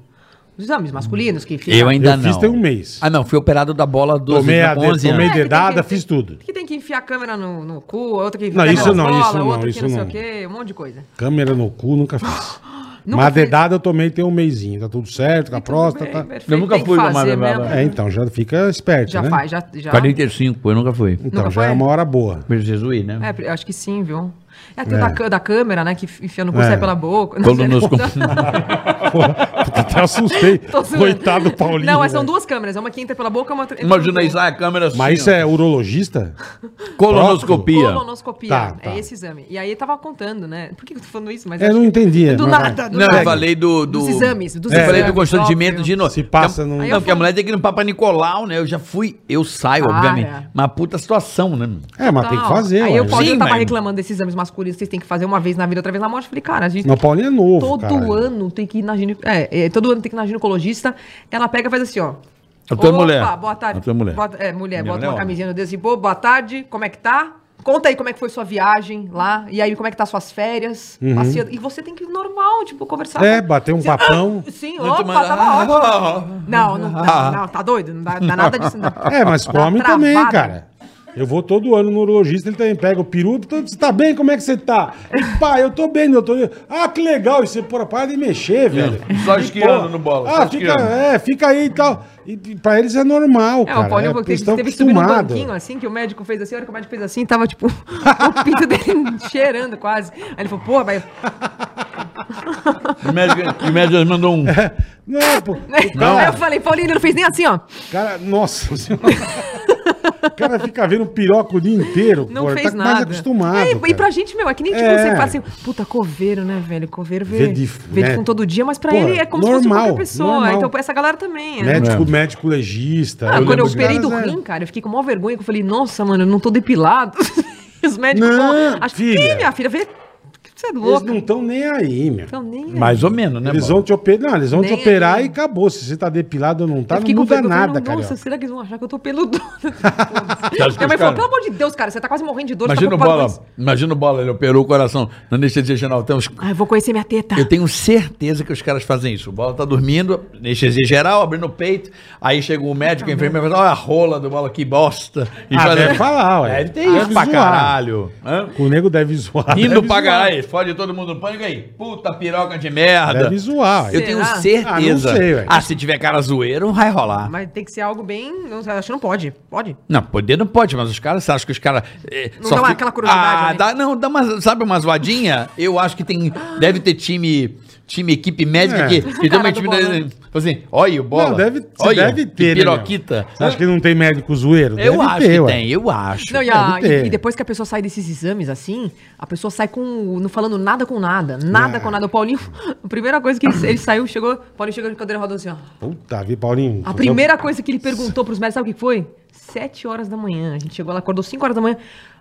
D: Os exames masculinos que fica-
I: Eu ainda
C: Eu
I: não.
C: fiz tem um mês.
I: Ah, não, fui operado da bola 12
C: Tomei a
I: vezes,
C: de-
I: com 11
C: tomei
I: anos.
D: É, que tem
C: dedada,
D: que-
C: fiz tudo.
D: Que tem que enfiar a câmera no, no cu, outra que
C: Não,
D: pega
C: isso
D: nas
C: não,
D: bolas,
C: isso não,
D: outra que
C: isso
D: não sei
C: não.
D: o quê, um monte de coisa.
C: Câmera no cu, nunca fiz.
D: Nunca
C: Mas
D: fez? Então,
C: dedada eu tomei tem um mêsinho, tá tudo certo, com a próstata.
D: É,
C: tá?
D: Perfeito,
I: nunca
D: tem que
I: fui
D: fazer
I: mamar, mamar,
D: mesmo.
C: É, então, já fica esperto,
D: Já
C: né?
D: faz, já. já.
I: 45, eu nunca fui.
C: Então,
D: Nunca
C: já é
D: foi?
C: uma hora boa.
I: Primeiro Jesus, né?
D: É, eu acho que sim, viu? É, tem o
C: É.
D: Da, cã- da câmera, né? Que enfia no cu,
C: É.
D: sai pela boca.
I: Quando nos
D: Não,
I: com-
C: Porra, até assustei.
D: tô zoando.
C: Coitado do Paulinho. né?
D: Não, mas são
C: velho.
D: duas câmeras. Uma que entra pela boca, uma outra.
I: Imagina aí, sai a câmera assim.
C: Mas isso é urologista?
I: Colonoscopia.
D: Colonoscopia.
C: Tá, tá.
D: É esse exame. E aí tava contando, né? Por que eu tô falando isso? Mas
C: É, eu não entendi.
D: Do
C: mas vai. É.
D: nada, do
I: Não,
D: nada.
I: eu falei do, do-
D: Dos exames, dos
I: Eu falei do
D: exames,
I: constrangimento
D: óbvio.
I: de novo.
C: Se passa num-
I: Não,
D: Aí eu
I: porque a
D: fui-
I: mulher tem que é ir no Papa Nicolau, né? Eu já fui, eu saio,
D: Para.
I: obviamente. Uma puta situação, né? meu?
C: É, mas tem que
D: Não,
C: fazer.
D: Aí
C: ué.
D: eu, Paulinho,
I: Sim,
D: tava
I: mas-
D: reclamando desses exames masculinos que vocês têm que fazer uma vez na vida, outra vez na morte. Eu falei, cara, a gente
C: Não, Paulinho é novo,
D: todo
C: caralho.
D: ano tem que ir na gine... é, é, todo ano tem que ir na ginecologista. Ela pega e faz assim, ó.
I: A tua mulher.
D: boa tarde.
I: A tua mulher.
D: Bota, é, mulher, bota
I: mulher é
D: uma camisinha no dedo assim, pô, boa tarde, como é que tá? Conta aí como é que foi sua viagem lá, e aí como é que tá suas férias, passeando. E você tem que ir normal, tipo, conversar.
C: Uhum. É,
D: com-
C: bater um papão.
D: Sim,
I: Não,
D: opa,
I: tu manda-
D: tava ótimo.
I: Ah,
D: Não, não, não, não, tá doido? Não dá, dá nada disso, não. Tá
C: É, mas pro
D: Dá
C: homem também,
D: travada.
C: cara. Eu vou todo ano no urologista, ele também pega o peru, "Tô- você tá bem? Como é que você tá? Pá, eu tô bem, doutor. Ah, que legal, e você, porra, para de mexer, velho.
B: Só
C: E,
B: esquiando
C: pô,
B: no bola, só
C: Ah, fica,
B: esquiando.
C: é, fica aí e tal. E, e pra eles é normal,
D: É,
C: cara.
D: o Paulinho
C: é,
D: teve,
C: eles estão
D: teve que subir num
C: acostumados.
D: banquinho, assim, que o médico fez assim, a hora que o médico fez assim, tava, tipo, o pinto dele cheirando quase. Aí ele falou, porra, vai...
I: O médico, o médico mandou um.
C: É. Não, pô, o
D: Aí eu
C: cara,
D: falei, Paulinho, ele não fez nem assim, ó.
C: cara, nossa senhora. O cara fica vendo piroca o dia inteiro,
D: Não
C: porra,
D: fez
C: tá
D: nada.
C: mais acostumado.
D: É, e
C: cara.
D: pra gente, meu, é que nem tipo,
C: É.
D: você fala assim, puta, coveiro, né, velho? Coveiro vê,
C: Vê
D: vê,
C: de-
D: de,
C: né?
D: com todo dia, mas pra
C: Pô,
D: ele é como se fosse
C: normal,
D: qualquer pessoa.
C: normal.
D: Então, pra essa galera também, é.
C: Médico, médico legista.
D: Ah, quando
C: lembro
D: eu
C: dos
D: operei do
C: caras, é.
D: rim, cara, eu fiquei com maior vergonha, que eu falei, nossa, mano, eu não tô depilado. Os médicos
C: Não,
D: Acho que
C: filha.
D: Ih, minha filha, vê. Você é
C: Eles
D: louco.
C: não estão nem aí, meu.
D: Então, nem aí.
I: Mais ou menos, né,
C: Eles
I: mano?
C: vão te operar, não, eles vão te
D: Nem
C: operar
D: aí.
C: e acabou. Se você tá depilado ou não tá,
D: Eu
C: não
D: fiquei com
C: muda
D: medo, eu falei,
C: nada,
D: nossa,
C: cara.
D: será que eles vão achar que eu tô peludona?
I: acha que
D: Minha mãe
I: os cara-
D: falou, pelo amor de Deus, cara, você tá quase morrendo de dor.
I: Imagina
D: você
I: o
D: tá preocupado
I: Bola, imagina o Bola, ele operou o coração na anestesia geral. Tem uns-
D: com isso. Ai, "Ah, eu vou conhecer minha teta.
I: Eu tenho certeza que os caras fazem isso. O Bola tá dormindo, anestesia geral, abrindo o peito, aí chega o médico, a enfermeira, fala, olha a rola do Bola, que bosta. E
C: Ah,
I: faz-
C: deve falar, ué.
I: É, ele tem isso
C: Deve
I: pra
C: zoar.
I: caralho. Hã?
C: O nego deve zoar.
I: Rindo
C: deve
I: pra
C: zoar.
I: caralho, fode todo mundo no pânico aí. Puta piroca de merda.
C: Deve zoar. ué.
I: Eu tenho
D: Será?
I: certeza.
C: Ah,
I: Ah,
C: não sei, velho.
I: se tiver cara zoeiro, não vai rolar.
D: Mas tem que ser algo bem. eu Acho que não pode. Pode.
I: Não, poder não pode, mas os caras, você acha que os caras. eh,
D: Não dá uma- aquela curiosidade,
I: Ah,
D: né?
I: dá, não, dá uma, sabe, uma zoadinha? Eu acho que tem. Deve ter time. Time, equipe médica
C: É.
I: que, que tem
D: Cara
I: uma
D: do
I: time.
D: Bola.
I: né, tipo Assim, olha o bola.
C: Não, deve,
I: olha,
C: deve
I: que
C: ter, né, meu?
I: Piroquita.
C: Você acha que não tem médico zoeiro?
I: eu
C: Deve
I: acho
C: ter,
I: que
C: ué.
I: tem, eu acho.
D: Não, e, a-
C: deve ter.
D: e- e depois que a pessoa sai desses exames assim, a pessoa sai com. não falando nada com nada. Nada
C: É.
D: com nada. O Paulinho, a primeira coisa que ele, ele saiu, chegou. O Paulinho chegou de cadeira rodando assim, ó.
C: Puta, vi, Paulinho.
D: A primeira coisa que ele perguntou pros médicos, sabe o que foi? Sete horas da manhã. A gente chegou lá, acordou cinco horas da manhã,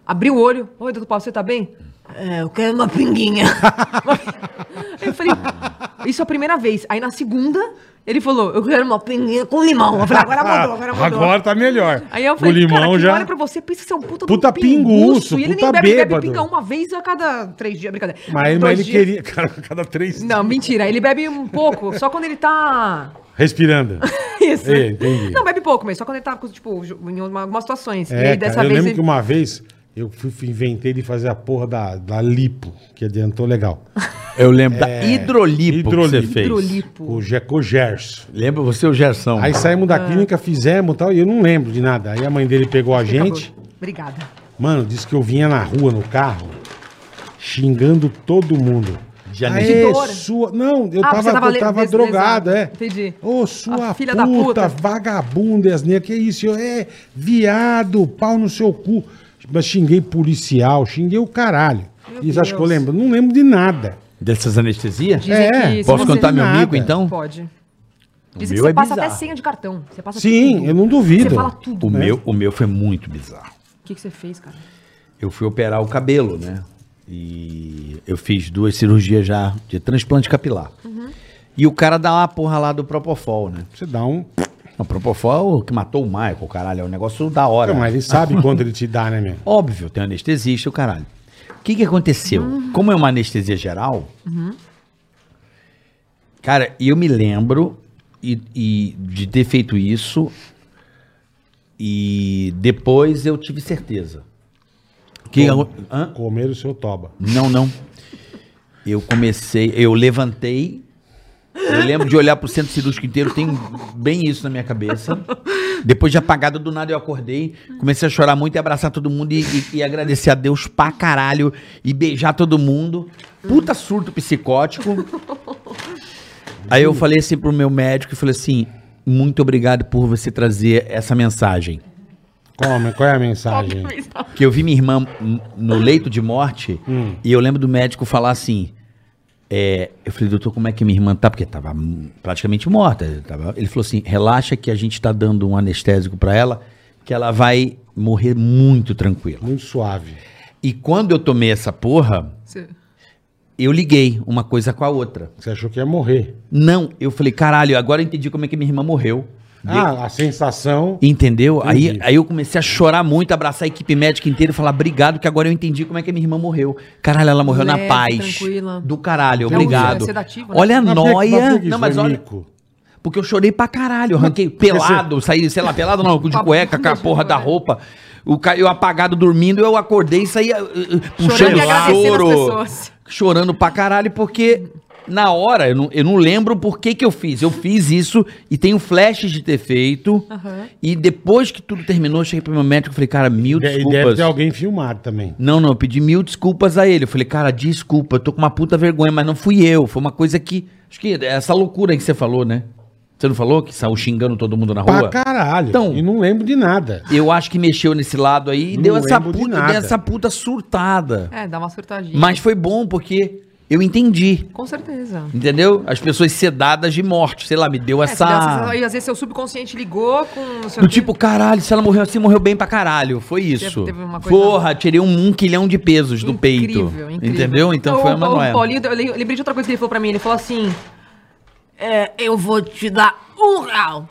D: abriu o olho. Oi, doutor Paulo, você tá bem? É, eu quero uma pinguinha. eu falei, isso é a primeira vez. Aí na segunda, ele falou, eu quero uma pinguinha com limão. Eu falei, agora mudou, agora
C: Ah,
D: mudou.
C: agora tá melhor.
D: Aí eu
C: Com
D: falei, cara,
C: limão
D: quem
C: já.
D: olha pra você, pensa que você é um puta, de um
C: Puta pinguço,
D: E ele
C: puta
D: nem bebe,
C: bêbado.
D: bebe pinga uma vez a cada três dias, brincadeira.
C: Mas,
D: Dois
C: mas ele
D: dias.
C: queria. Cara, a cada três.
D: Não, mentira, ele bebe um pouco, só quando ele tá...
C: Respirando.
D: Isso.
C: É, entendi.
D: Não, bebe pouco, mas só quando ele tava, tipo, ju- em uma- algumas situações. e
C: É,
D: aí,
C: cara,
D: dessa
C: eu
D: vez,
C: lembro
D: ele...
C: que uma vez eu fui, fui- inventei de fazer a porra da, da lipo, que adiantou legal.
I: Eu lembro da
C: É.
I: hidrolipo, que
C: hidrolipo.
I: você fez.
D: Hidrolipo.
C: O Jeco Gerson.
I: Lembra você e o Gerson?
C: Aí saímos
D: Ah.
C: da clínica, fizemos e tal, e eu não lembro de nada. Aí a mãe dele pegou a
D: Acabou.
C: gente.
D: Obrigada.
C: Mano, disse que eu vinha na rua, no carro, xingando todo mundo.
I: De
C: Aê,
D: anestesia.
C: sua... Não, eu
D: Ah,
C: tava,
D: você tava
C: eu tava
D: le- des-
C: drogado,
D: lesado.
C: é.
D: Entendi.
C: Ô, sua
D: A filha da
C: puta,
D: puta.
C: vagabunda, asneira, que isso? Eu, é, viado, pau no seu cu. Mas xinguei policial, xinguei o caralho.
D: Meu
C: Isso acho que eu
D: Deus.
C: lembro. Não lembro de nada.
I: Dessas anestesias?
D: Dizem
C: É,
D: que se
I: Posso
D: você-
I: contar meu
C: Nada.
I: mico, então?
D: Pode. Dizem que
I: meu
D: você
I: é
D: passa
I: bizarro.
D: até senha de cartão. Você passa
C: Sim,
D: tudo.
C: eu não duvido.
D: Você fala tudo.
C: É.
I: O
D: O,
I: meu, o meu foi muito bizarro.
D: que, que você fez, cara?
I: eu fui operar o cabelo, né? E eu fiz duas cirurgias já de transplante capilar.
C: Uhum.
I: E o cara dá uma porra lá do Propofol, né?
C: Você dá um.
I: O Propofol é o que matou o Michael, caralho. É um negócio da hora.
C: Não, mas ele sabe quanto ele te dá, né, meu?
I: Óbvio, tem anestesista, o caralho. O que que aconteceu?
C: Uhum.
I: Como é uma anestesia geral, cara, eu me lembro e, e de ter feito isso e depois eu tive certeza. Que, Hã?
C: Comer o seu toba.
I: Não, não. Eu comecei, eu levantei. Eu lembro de olhar pro centro cirúrgico inteiro, tem bem isso na minha cabeça. Depois de apagado do nada, eu acordei, comecei a chorar muito e abraçar todo mundo e, e- e agradecer a Deus pra caralho e beijar todo mundo. Puta surto psicótico. Aí eu falei assim pro meu médico e falei assim: muito obrigado por você trazer essa mensagem
C: Qual, a- qual é a mensagem?
I: que eu vi minha irmã hum, no leito de morte e eu lembro do médico falar assim. é, eu falei, doutor, como é que minha irmã tá? Porque tava hum, praticamente morta. Ele tava- ele falou assim: relaxa que a gente tá dando um anestésico pra ela, que ela vai morrer muito tranquila.
C: Muito suave.
I: E quando eu tomei essa porra,
D: Você-
I: eu liguei uma coisa com a outra.
C: Você achou que ia morrer.
I: Não, eu falei, caralho, agora eu entendi como é que minha irmã morreu.
C: Ah, a sensação.
I: Entendeu? Aí,
C: Entendi.
I: aí eu comecei a chorar muito, abraçar a equipe médica inteira e falar obrigado, que agora eu entendi como é que a minha irmã morreu. Caralho, ela morreu na
D: Leve,
I: paz.
D: tranquila.
I: Do caralho,
D: Não,
I: obrigado.
D: é sedativo, né?
I: Olha a
C: Mas por que- mas por
I: noia.
C: que
I: Não,
C: isso
I: mas
C: é
I: olha.
C: mico?
I: Porque eu chorei pra caralho. Eu arranquei pelado, saí, sei lá, pelado não, de
D: Com a
I: cueca,
D: bunda
I: com a
D: de
I: porra da
D: fora.
I: roupa. O ca... Eu apagado dormindo, eu acordei e saí uh, uh,
D: Chorando
I: puxando
D: e agradecendo as
I: choro.
D: pessoas.
I: Chorando pra caralho, porque na hora, eu não, eu não lembro por que que eu fiz. Eu fiz isso e tenho flashes de ter feito.
D: Aham.
I: E depois que tudo terminou, eu cheguei pro meu médico e falei, cara, mil
C: E de- e deve
I: desculpas.
C: ter alguém filmado também.
I: Não, não, eu pedi mil desculpas a ele. Eu falei, cara, desculpa, eu tô com uma puta vergonha, mas não fui eu. Foi uma coisa que. Acho que é essa loucura aí que você falou, né? Você não falou que saiu xingando todo mundo na
C: Pra
I: rua?
C: caralho.
I: Então-
C: e não lembro de nada.
I: Eu acho que mexeu nesse lado aí e
C: Não
I: deu essa,
C: lembro de
I: puta,
C: nada.
I: deu essa puta surtada.
D: É, dá uma surtadinha.
I: Mas foi bom porque eu entendi.
D: Com certeza.
I: Entendeu? As pessoas sedadas de morte, sei lá, me deu
D: É, se dá uma sensação-
I: essa.
D: e às vezes seu subconsciente ligou com. não sei o
I: Do
D: quê.
I: tipo, caralho, se ela morreu assim, morreu bem pra caralho. Foi isso.
D: Teve- teve uma coisa-
I: Porra, tirei um, um quilhão de pesos do peito.
D: Incrível, incrível.
I: Entendeu? Então
D: o,
I: foi a
D: o
I: Manuela.
D: Paulinho, eu le- lembrei de outra coisa que ele falou pra mim. Ele falou assim: é, Eu vou te dar um real.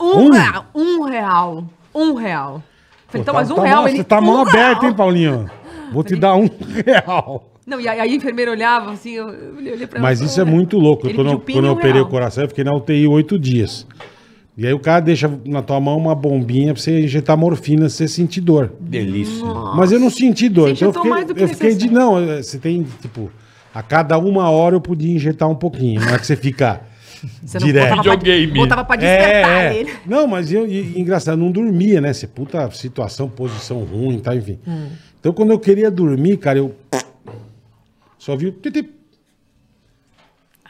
D: Um,
C: Um?
D: real. Um real. Um real. Falei, então,
C: Pô,
D: mas um
C: tá-
D: real.
C: nossa,
D: ele,
C: tá mão
D: um
C: aberta,
D: real.
C: hein, Paulinho? Vou te dar um real.
D: Não, e aí, aí a enfermeira olhava assim, eu, eu olhei pra
C: Mas
D: ela,
C: isso é
D: "Ah".
C: muito louco.
D: Ele
C: quando eu,
D: pediu pinga
C: quando eu
D: e um
C: operei
D: real.
C: o coração, eu fiquei na UTI oito dias. E aí o cara deixa na tua mão uma bombinha pra você injetar morfina, você sentir dor.
I: Delícia.
C: Mas eu não senti dor. então
D: Você
C: eu
D: injetou
C: fiquei,
D: mais do que
C: eu fiquei de.
D: necessário.
C: Não, eh, você tem, tipo, a cada uma hora eu podia injetar um pouquinho. Não é que você fica.
D: Você não
C: direto.
D: botava pra-
B: Videogame.
D: Botava pra despertar
C: É, é.
D: ele.
C: Não, mas eu, e- e engraçado, eu não dormia, né? Você puta situação, posição ruim, tá? Enfim.
D: Hum.
C: Então quando eu queria dormir, cara, eu. Só vi o. titip.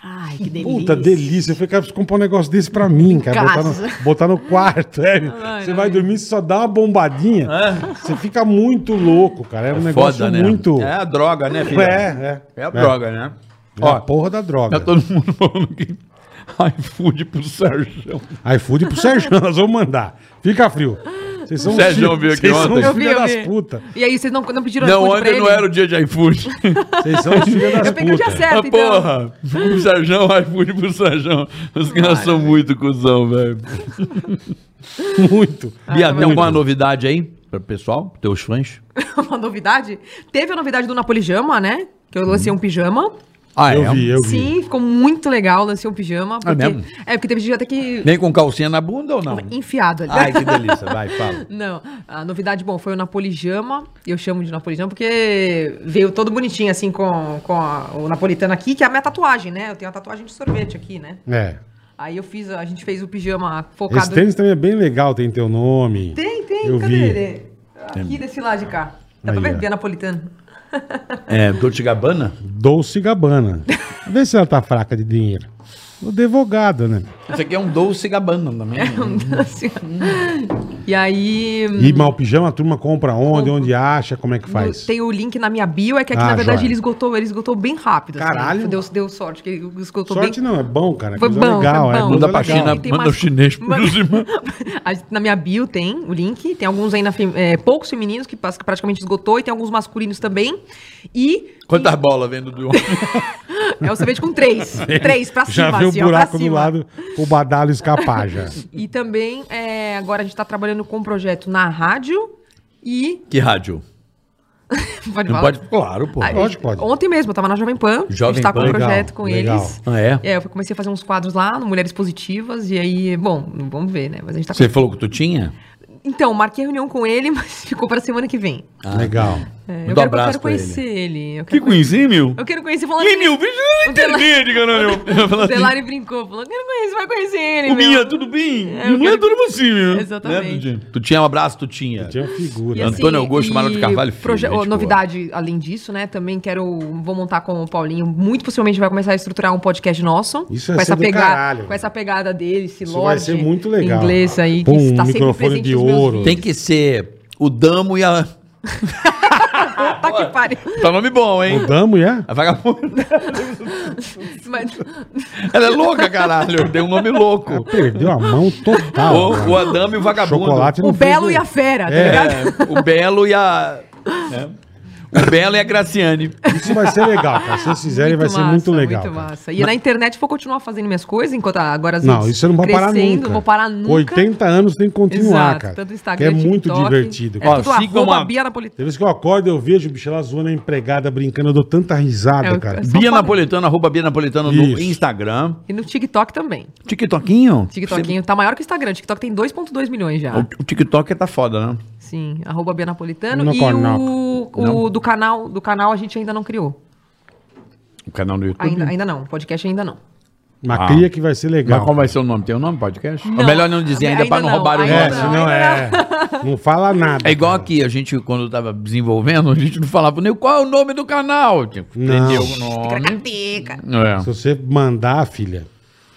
D: Ai, que delícia.
C: Puta delícia. Eu falei, cara, preciso comprar um negócio desse pra mim, cara. Botar
D: casa.
C: no, botar no quarto. é. você vai dormir, você só dá uma bombadinha.
B: É.
C: Você fica muito louco, cara. É um negócio
I: Foda, né?
C: muito.
I: É a droga, né, filho?
C: É, é.
I: É a droga, né?
C: É a porra da droga.
B: Tá todo mundo falando que iFood pro Sérgio.
C: iFood pro Sérgio, nós vamos mandar. Fica frio. Vocês são
B: O Sérgio veio aqui
C: vocês são
B: ontem.
C: os
D: Eu vi,
C: filhos
D: eu
C: das
D: vi.
C: putas.
D: E aí, vocês não, não pediram
B: Não,
D: iFood pra
B: ontem
D: ele?
B: não era o dia de iFood.
C: Vocês são os filhos das
D: Eu peguei o dia
C: putas.
B: Ah,
D: certo, então.
B: porra! Pro Sérgio, iFood pro Sérgio. Os caras são muito cuzão, velho.
C: Muito.
D: Ah,
I: Bia, tem alguma novidade aí pro pessoal, pros teus fãs?
D: uma novidade. Teve a novidade do Napoli Jama, né? Que eu lancei um pijama.
I: Ah,
C: Eu vi, eu vi.
D: é um Sim, ficou muito legal, lancei um pijama. Porque...
I: mesmo?
D: É, porque teve gente até que.
I: Vem com calcinha na bunda ou não?
D: Enfiado ali.
I: Ai, que delícia. Vai, fala.
D: Não, a novidade, bom, foi o Napolijama, eu chamo de Napolijama porque veio todo bonitinho, assim, com, com a- o napolitano aqui, que é a minha tatuagem, né? Eu tenho a tatuagem de sorvete aqui, né?
C: É.
D: Aí eu fiz, a gente fez o pijama
C: Esse
D: focado...
C: tênis também é bem legal, tem teu nome.
D: Tem, tem,
C: Eu
D: cadê
C: vi.
D: ele? Aqui, desse lado de cá.
C: Aí,
D: Tá pra ver?
C: ó.
D: Bia Napolitano.
I: É, Dolce Gabbana?
C: Dolce Gabbana. Vê se ela tá fraca de dinheiro. O advogado, né?
I: Isso aqui é um Dolce Gabbana também.
D: Assim, e aí...
C: E mal pijama, a turma compra onde, onde acha, como é que faz?
D: No- tem o link na minha bio, é que aqui,
C: Ah,
D: na verdade,
C: joia.
D: ele esgotou, ele esgotou bem rápido. assim.
C: Caralho.
D: deu, deu sorte, que ele esgotou bem
C: Sorte não, é bom, cara. É
D: Foi
C: coisa
D: bom,
C: legal.
D: foi
C: É
D: bom.
C: coisa
B: Manda pra
C: legal.
B: China,
D: E tem
B: manda
D: mais-
B: o chinês
D: Ma-
B: pros irmãos.
D: A gente- Na minha bio tem o link, tem alguns ainda fem- é, poucos femininos que pas- praticamente esgotou e tem alguns masculinos também. E
I: Quantas bolas vendo do homem?
D: é o sorvete com três. três pra
C: Já
D: cima,
C: viu o
D: assim, ó, pra
C: buraco do
D: cima.
C: lado, o badalo escapar já.
D: E também é, agora a gente tá trabalhando com um projeto na rádio e.
I: Que rádio?
D: Pode
I: Não
D: falar?
I: pode? Claro, pô.
D: Ah,
C: Lógico que pode.
D: Ontem mesmo, eu tava na Jovem Pan. a
I: Jovem
D: gente tá
I: Pan,
D: com um
C: legal,
D: projeto com
C: legal.
D: eles.
I: Ah, é?
D: É, eu comecei a fazer uns quadros lá, no Mulheres Positivas, e aí, bom, vamos ver, né? Mas a gente tá com...
I: Você falou que tu tinha?
D: Então, marquei reunião com ele, mas ficou pra semana que vem.
C: Legal.
D: É,
I: Manda
D: eu,
I: um
D: quero, eu
I: abraço
D: quero
I: pra ele.
D: conhecer ele. Eu
B: Que
D: quero
B: coisinha, meu?
D: Eu quero conhecer falando.
B: Ih, meu vídeo na
D: O Delari-
B: internet, caralho.
D: O Delari brincou, falou: quero conhecer, vai conhecer ele.
B: O
D: meu."
B: Minha, tudo bem?
D: É, eu
B: não é
D: quero-
B: tudo assim, meu.
D: Exatamente.
B: Né, Dudinho?
I: Tu tinha um abraço, tu tinha.
C: Tinha
D: É. E
C: figura.
I: assim, Antônio Augusto,
D: e
I: Mário de Carvalho, filho,
D: proje- oh,
I: gente boa.
D: novidade, além disso, né? Também quero. Vou montar com o Paulinho. Muito possivelmente vai começar a estruturar um podcast nosso.
C: Isso vai
D: com
C: ser
D: essa
C: do
D: pegada,
C: caralho.
D: Com essa pegada dele, esse
C: Isso
D: lorde
C: vai ser muito legal.
D: Inglês aí,
C: Pô, um
D: está
C: microfone de
D: tá nos meus
C: ouro.
D: vídeos.
I: Tem que ser o Damo e a.
D: Puta que pariu.
I: Tá nome bom, hein?
C: Mudamos, é?
D: Ah.
I: A vagabunda.
D: Mas-
I: Ela é louca, caralho. Deu um nome louco.
C: Perdeu a mão total.
I: O,
C: cara.
I: o Adamo e o Vagabundo.
C: Chocolate
D: O
C: não fez
D: Belo
C: nem-
D: e a Fera, tá
C: É.
D: ligado?
I: É, o Belo e a. né? O Belo e a Graciane.
D: É
C: Isso vai ser legal, cara. Se vocês fizerem, vai
D: Muito
C: ser muito
D: massa,
C: legal.
D: Muito
C: cara.
D: massa. E na internet vou continuar fazendo minhas coisas, enquanto a- agora as
C: Não,
D: redes
C: isso eu não vou parar
D: crescendo,
C: nunca.
D: Não vou parar nunca.
C: 80 anos tem que continuar,
D: Exato,
C: cara.
D: tanto
C: que é
D: Instagram,
C: muito
D: TikTok.
C: divertido.
D: É
C: Cara.
I: Ó,
D: tudo
I: sigam
D: arroba
I: a-
D: Bia Napolitano.
C: Tem vezes que eu acordo, eu vejo, bicho, ela zoando a empregada, brincando, eu dou tanta risada,
D: É, eu-
C: cara.
D: eu-
I: Bia
D: Só para-
I: Napolitano, arroba Bia Napolitano no
C: Isso.
I: Instagram.
D: E no TikTok também.
I: TikTokinho?
D: TikTokinho tá maior que o Instagram. TikTok tem 2.2 milhões já.
I: O TikTok tá foda, né?
D: Sim, arroba Bia Napolitano.
C: No
D: e
C: Conoco.
D: o, o do, canal, do canal a gente ainda não criou.
I: O canal no YouTube.
D: Ainda, ainda não. Podcast ainda não.
C: Mas cria que vai ser legal.
I: Ah. Mas é qual vai ser o nome? Tem o nome podcast?
D: Não.
I: Ou melhor não dizer ainda,
D: Ainda
I: pra não,
D: não,
I: roubar o
D: ainda
C: É,
I: nome.
D: não.
C: senão é. Não fala nada.
I: É igual
C: cara.
I: aqui, a gente, quando tava desenvolvendo, a gente não falava nem qual é o nome do canal. Tipo,
C: Não.
I: Entendeu o nome?
D: Fica.
I: É.
C: Se você mandar, filha,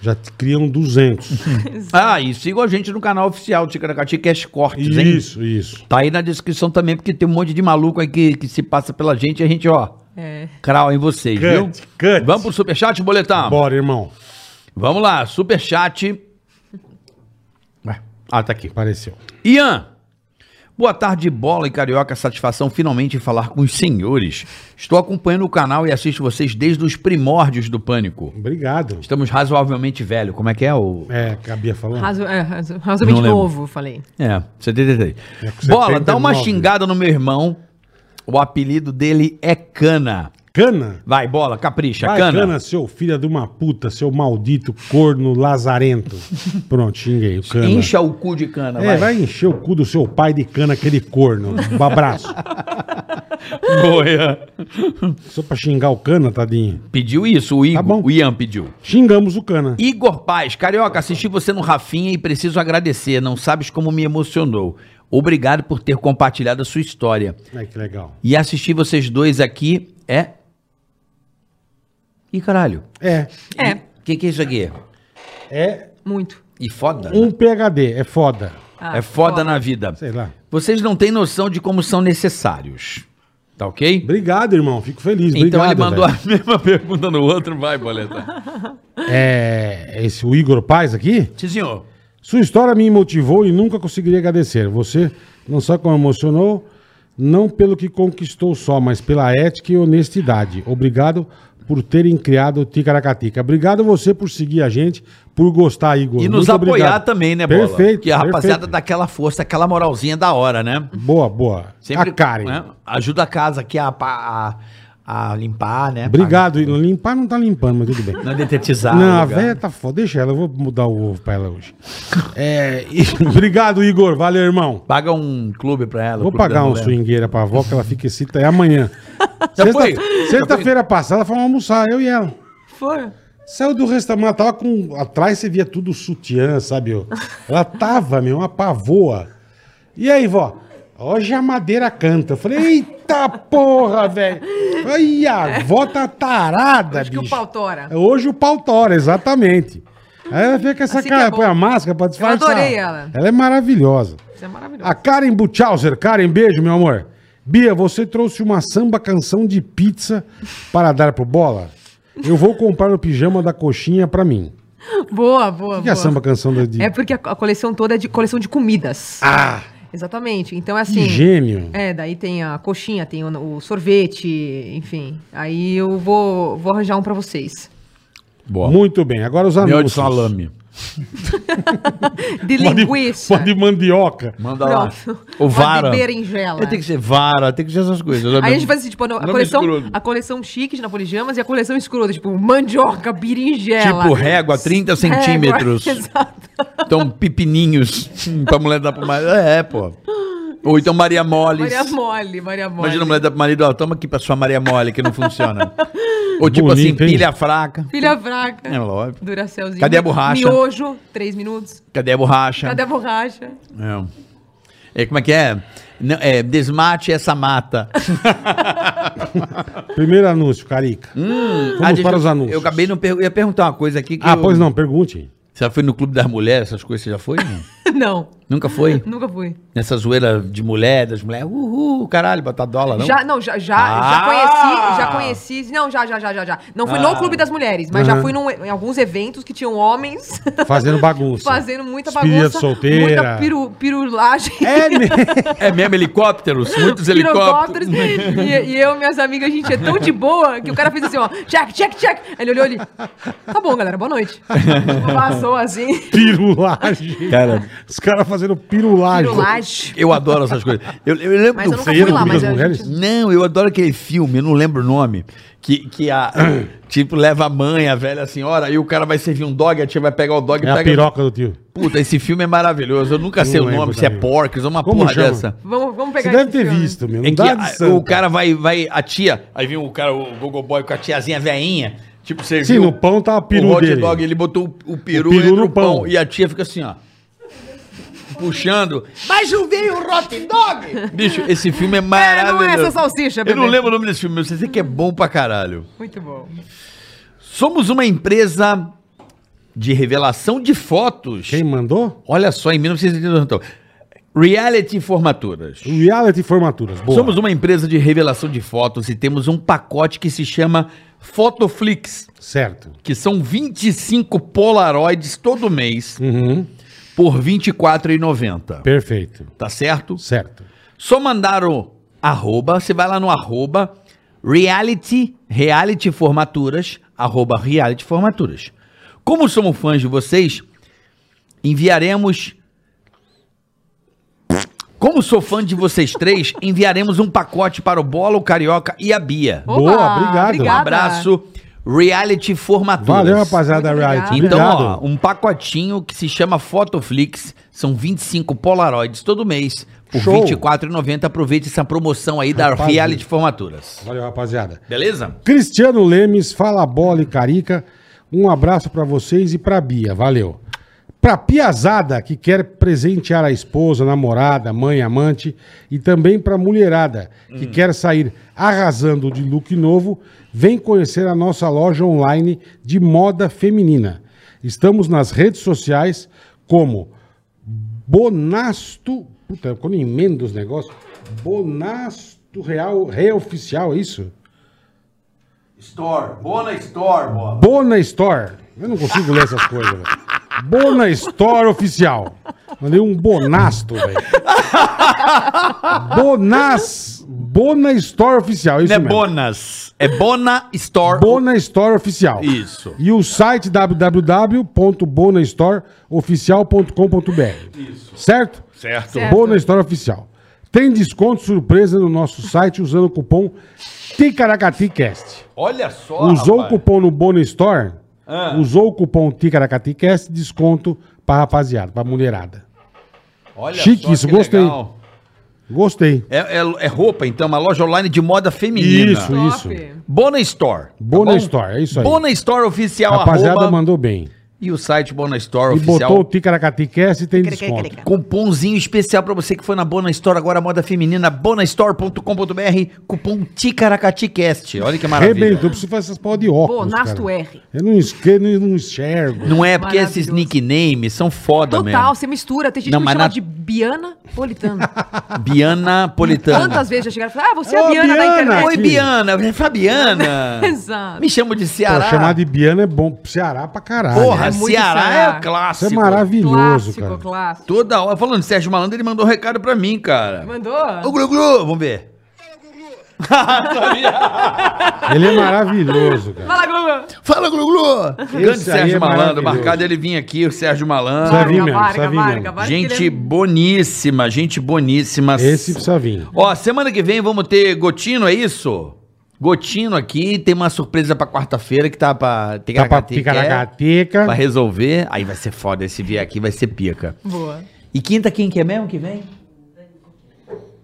C: já te criam 200.
I: Ah, e sigam a gente no canal oficial do Ticaracati Cash Cortes, hein?
C: isso, isso.
I: Tá aí na descrição também, porque tem um monte de maluco aí que, que se passa pela gente e a gente, ó,
D: É,
I: Crau em vocês,
C: Cut,
I: viu?
C: cut.
I: Vamos pro superchat, boletar?
C: Bora, irmão.
I: Vamos lá, superchat. Ué, Ah, tá aqui.
C: Apareceu.
I: Ian! Boa tarde, bola e carioca. Satisfação finalmente falar com os senhores. Estou acompanhando o canal e assisto vocês desde os primórdios do pânico.
C: Obrigado.
I: Estamos razoavelmente velho. Como é que é o.
C: É, cabia falando.
D: Razo, é, razo- razoavelmente
I: Não lembro.
D: novo, eu falei.
I: É, 73.
C: É com
I: Bola, dá uma
C: 79.
I: xingada no meu irmão. O apelido dele é Cana.
C: Cana?
I: Vai, bola, capricha,
C: Vai,
I: Cana.
C: cana, seu filho de uma puta, seu maldito corno lazarento. Pronto, xinguei o cana.
I: Incha o cu de cana,
C: É, vai encher o cu do seu pai de cana, aquele corno. Um abraço.
I: Boa, Ian.
C: Só pra xingar o cana, tadinho.
I: Pediu isso, o, Igor,
C: Tá bom.
I: o Ian pediu.
C: Xingamos o cana.
I: Igor Paz, carioca, assisti você no Rafinha e preciso agradecer. Não sabes como me emocionou. Obrigado por ter compartilhado a sua história.
C: Ai, que legal.
I: E assistir vocês dois aqui é. Ih, caralho.
C: É,
D: É,
I: O que, que é isso aqui?
C: é
D: muito.
I: E foda. né?
C: um PHD, é foda.
D: Ah,
I: é foda, na vida.
C: Sei lá.
I: Vocês não têm noção de como são necessários. Tá ok?
C: Obrigado, irmão. Fico feliz.
I: então
C: Obrigado,
I: ele mandou
C: velho.
I: a mesma pergunta no outro, vai, boleta.
C: É, esse, o Igor Paz aqui?
I: Sim, senhor.
C: Sua história me motivou e nunca conseguiria agradecer. Você não só como emocionou, não pelo que conquistou só, mas pela ética e honestidade. Obrigado por terem criado o Ticaracatica. Obrigado você por seguir a gente, por gostar, Igor.
I: E nos
C: Muito
I: apoiar
C: obrigado.
I: também, né, Bola?
C: Perfeito.
I: Que a rapaziada
C: perfeito.
I: dá aquela força, aquela moralzinha da hora, né?
C: Boa, boa. a Karen.
I: né, Ajuda a casa aqui a, pa- a, a limpar, né?
C: Obrigado. Igor. Limpar não tá limpando, mas tudo bem.
I: Pra Não é detetizar.
C: Não,
I: o
C: a
I: lugar.
C: véia tá foda. Deixa ela, eu vou mudar o ovo pra ela hoje. É, e- Obrigado, Igor. Valeu, irmão.
I: Paga um clube pra ela. o
C: Vou
I: clube da
C: pagar um
I: mulher.
C: swingueira pra avó, que ela fica excita. É amanhã.
I: Já
C: Sexta-
I: foi?
C: Sexta-feira passada, fomos almoçar, eu e ela.
D: Foi.
C: Saiu do restaurante, tava com... Atrás você via tudo sutiã, sabe? ó. Ela tava, meu, uma pavoa. E aí, vó? Hoje a madeira canta. Eu falei, eita porra, velho. Aí a vó tá tarada,
D: Acho que
C: bicho.
D: o pau tá. tora.
C: É Hoje o pau tora, exatamente. Aí ela fica com essa
D: Assim que
C: cara,
D: é bom.
C: põe a máscara pra disfarçar.
D: adorei ela.
C: Ela é maravilhosa.
D: Isso é maravilhoso.
C: A Karen Buchauser, Karen, beijo, meu amor. Bia, você trouxe uma samba canção de pizza para dar pro bola? Eu vou comprar o pijama da coxinha pra mim.
D: Boa, boa,
C: O que
D: boa.
C: é samba canção da de...
D: É porque a, a coleção toda é de coleção de comidas.
C: Ah,
D: Exatamente. Então é
C: que
D: assim.
C: gênio.
D: É, daí tem a coxinha, tem o, o sorvete, enfim. Aí eu vou, vou arranjar um pra vocês. É
J: Boa.
C: Muito bem, agora os
J: Mel de
C: anúncios.
J: salame.
D: De
C: Uma de-
D: linguiça.
C: uma de mandioca.
I: Manda lá.
D: Pronto.
I: O vara.
D: Uma de berinjela.
I: É, Tem que ser vara, tem que ser essas coisas.
D: Aí a gente faz assim, tipo, a,
J: Nome
D: coleção,
J: escroto.
D: a coleção chique de napolijamas e a coleção escrota, tipo, mandioca, berinjela.
I: Tipo régua, 30 centímetros.
D: Exato.
I: Então, pepininhos pra mulher dar pro marido. É, pô. Ou então Maria Moles.
D: Maria Mole, Maria Mole.
I: Imagina a mulher dar pro marido, ó, toma aqui pra sua Maria Mole que não funciona. Ou tipo
C: Bonito,
I: assim,
C: hein?
I: pilha fraca.
D: Filha fraca.
I: É lógico.
D: Duracelzinho.
I: Cadê a borracha?
D: Miojo, três minutos.
I: Cadê a borracha?
D: Cadê a borracha?
I: É. É, como é que é? Não, é, desmate essa mata.
C: Primeiro anúncio, Carica.
I: Hum.
C: Vamos
I: Ah, deixa
C: para
I: eu-
C: os anúncios.
I: Eu acabei não per... eu ia perguntar uma coisa aqui. Que
C: Ah,
I: eu-
C: pois não, pergunte.
I: Você já foi no Clube das Mulheres, essas coisas? Você já foi? não?
D: Não,
I: Nunca foi?
D: nunca fui.
I: Nessa zoeira de mulher, das mulheres. Uhul, caralho, botar dólar, não?
D: Já, não, já, já,
I: Ah!
D: já conheci, já conheci. Não, já, já, já, já, já. Não fui no Clube das Mulheres, mas já fui num- em alguns eventos que tinham homens
C: Fazendo bagunça.
D: fazendo muita
C: Despedida
D: bagunça.
C: solteira.
D: Muita piru, pirulagem.
C: É mesmo.
I: É mesmo helicópteros? Muitos helicópteros.
D: pirocópteros. E, e eu e minhas amigas, a gente é tão de boa que o cara fez assim, ó, check, check, check. Aí ele olhou ali. Tá bom, galera, boa noite. Passou assim.
C: Pirulagem.
I: Cara.
C: Os caras fazendo pirulagem.
D: Pirulagem.
I: Eu adoro essas coisas. Eu, eu lembro
D: Mas eu nunca
C: Você ia
D: fui
C: no
D: lá,
C: Clube
D: mas
C: das
D: a
C: Mulheres?
D: gente...
I: Não, eu adoro aquele filme, eu não lembro o nome, que, que a, tipo, leva a mãe, a velha senhora, e o cara vai servir um dog, a tia vai pegar o dog
C: É
I: e
C: a
I: pega...
C: piroca do tio.
I: Puta, esse filme é maravilhoso, eu nunca sei o
C: lembro
I: nome, se é
C: também.
I: Porks, uma
C: Como
I: porra
C: chama?
I: dessa.
D: Vamos, vamos
C: Você
D: pegar
C: deve
D: esse
C: ter
D: filme.
C: visto, meu. Não
I: É que
C: dá de
I: a-
C: santa.
I: o cara vai, vai, a tia, aí vem o cara, o gogoboy com a tiazinha veinha, tipo, serviu...
C: Sim, no pão tá o peru
I: o hot
C: dele.
I: dog, ele botou o, o peru,
C: O peru
I: entre
C: no
I: o pão.
C: pão.
I: E a tia fica assim, ó. Puxando. Mas não veio o hot dog! Bicho, esse filme é
D: É,
I: maravilhoso.
D: não é essa salsicha,
I: Eu não
D: bebê.
I: lembro o nome desse filme, mas eu sei que é bom pra caralho.
D: Muito bom.
I: Somos uma empresa de revelação de fotos.
C: Quem mandou?
I: Olha só, em 1980. então. Reality Formaturas.
C: Reality Formaturas. Boa.
I: Somos uma empresa de revelação de fotos e temos um pacote que se chama Fotoflix,
C: Certo.
I: que são 25 Polaroids todo mês
C: Uhum.
I: por R$ 24,90.
C: Perfeito.
I: Tá certo?
C: Certo.
I: Só mandar o arroba, você vai lá no arroba reality, reality formaturas, arroba reality formaturas. Como somos fãs de vocês, enviaremos... Como sou fã de vocês três, enviaremos um pacote para o Bola, o Carioca e a Bia.
D: Opa,
C: Boa, obrigado.
I: Um
D: obrigada.
I: abraço, reality formaturas.
C: Valeu, rapaziada.
D: Muito
C: Reality.
I: Então,
C: Obrigado.
I: ó, um pacotinho que se chama Fotoflix. São 25 Polaroids todo mês por
C: Show.
I: R$ 24,90. Aproveite essa promoção aí da
C: Rapaz, é.
I: Reality Formaturas.
C: Valeu, rapaziada.
I: Beleza?
C: Cristiano Lemes, Fala Bola e Carica. Um abraço pra vocês e pra Bia. Valeu. Pra Piazada, que quer presentear a esposa, namorada, mãe, amante. E também pra mulherada, que
I: Hum.
C: quer sair arrasando de look novo, vem conhecer a nossa loja online de moda feminina. Estamos nas redes sociais como Bonasto. Puta, quando emenda os negócios. Bonasto Real, Real Oficial, é isso?
K: Store, Bona Store, bola.
C: Bona Store. Eu não consigo ler essas coisas, velho. Bona Store Oficial. Mandei um bonasto, velho. Bonas. Bona Store Oficial. é Isso
I: Não é
C: mesmo.
I: Bonas. É Bona Store.
C: Bona Store Oficial.
I: Isso.
C: E o site www.bonastoreoficial.com.br. Isso. Certo?
L: Certo.
D: Certo.
C: Boa na história oficial. Tem desconto surpresa no nosso site usando o cupom TICARACATICAST.
I: Olha só.
C: Usou o
I: rapaz. Ah.
C: cupom no Bono Store, usou o cupom TICARACATICAST, desconto pra rapaziada, pra mulherada.
I: Olha
C: Chique
I: só
C: isso,
I: que
C: gostei.
I: legal.
C: Gostei.
I: É, é- é roupa, então, uma loja online de moda feminina.
C: Isso.
I: Bona Store. tá
C: Bona
I: bom?
C: Store, é isso aí.
I: Bona Store oficial.
C: rapaziada
I: É um arroba,
C: mandou bem.
I: E o site Bona Store
C: E
I: oficial.
C: botou o TICARACATICAST e tem desconto.
I: Cupomzinho especial pra você que foi na Bona Store agora, moda feminina, bonastore.com.br, cupom TICARACATICAST. Olha que maravilha.
C: Arrebentou, preciso fazer essas porra de óculos,
D: Bonasto
C: cara.
D: R.
C: Eu não, esque, não, não enxergo.
I: Não é porque esses
D: Maravilhoso.
I: nicknames são foda
D: Total,
I: mesmo.
D: você mistura. Tem gente
I: Não,
D: que me
I: mas
D: chama
I: na-
D: de Biana Politano.
I: Biana Politana.
D: Quantas vezes já chegaram e falaram, ah, você é
C: Ô,
D: a Biana, da
C: Biana!
D: internet.
I: Oi, Biana. É Fabiana.
D: Exato.
I: Me chamo de
C: Pô,
I: Ceará.
C: chamar de Biana é bom pro Ceará pra caralho.
D: É
I: Porra,
D: muito
I: Ceará
D: Ceará.
I: é
C: Isso
I: clássico.
C: é maravilhoso,
D: Clássico,
C: cara.
D: clássico.
I: Toda hora. Falando de Sérgio Malandro, ele mandou um recado pra mim, cara. Ô,
D: Mandou?
I: Gru Gru, vamos ver.
C: Ele é maravilhoso, cara.
D: Fala, Globo.
I: Fala, Gru Gru. Grande
C: Esse aí
I: Sérgio
C: é
I: Malandro.
C: maravilhoso.
I: Marcado ele vinha aqui, o Sérgio Malandro.
C: Precisa vir mesmo, precisa vir mesmo.
I: Gente boníssima, gente boníssima.
C: Esse precisa vir.
I: Ó, semana que vem vamos ter Gotino, é isso? Gotino aqui, tem uma surpresa pra quarta-feira que tá
C: Tá
I: pra...
C: pra
I: ticaracatica,
C: picaracateca.
I: é Pra resolver. Aí vai ser foda, esse vier aqui vai ser pica.
D: Boa.
I: E quinta quem que é mesmo que vem?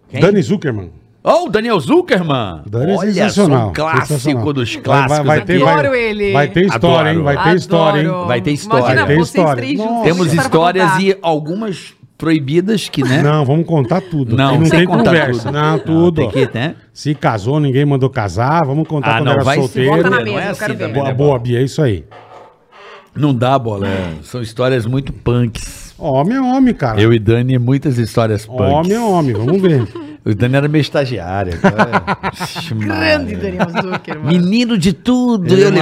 I: Quem?
C: Dani Zuckerman.
I: Ó, o Daniel Zuckerman!
C: Dani é
I: Olha só,
C: sensacional.
I: um clássico
C: sensacional.
I: dos
C: Vai-
I: clássicos
C: Vai, vai, ter,
I: aqui.
C: vai,
D: Adoro ele.
C: vai ter história, hein? Vai ter
D: Adoro.
C: história, hein?
I: Vai ter história.
D: Imagina
I: Vai
C: ter
D: vocês
C: história.
D: três
C: Nossa.
D: juntos.
I: Temos
D: história pra
I: histórias
D: contar.
I: e algumas proibidas que, né?
C: Não, vamos contar tudo.
I: Não,
C: Aqui não
I: sem
C: tem
I: contar
C: conversa.
I: tudo.
C: Não,
I: Não,
C: tudo.
I: tem que, né?
C: Se casou, ninguém mandou casar. Vamos contar
I: Ah,
C: quando
I: não,
C: era
I: vai
C: solteiro.
D: Bota na
I: Não é
D: mesa, eu
I: assim
D: quero ver.
I: também,
C: Boa,
I: né,
C: boa, Bia, é isso aí.
I: Não dá bola. é. São histórias muito punks.
C: Homem é homem, cara.
I: Eu e Dani, muitas histórias punks.
C: Homem é homem, vamos ver.
I: O Dani era meu estagiário. agora- Ixi,
C: É.
D: Grande
I: Maria.
D: Daniel Zucker, mano.
I: Menino de tudo,
C: Ele é
I: eu levei ele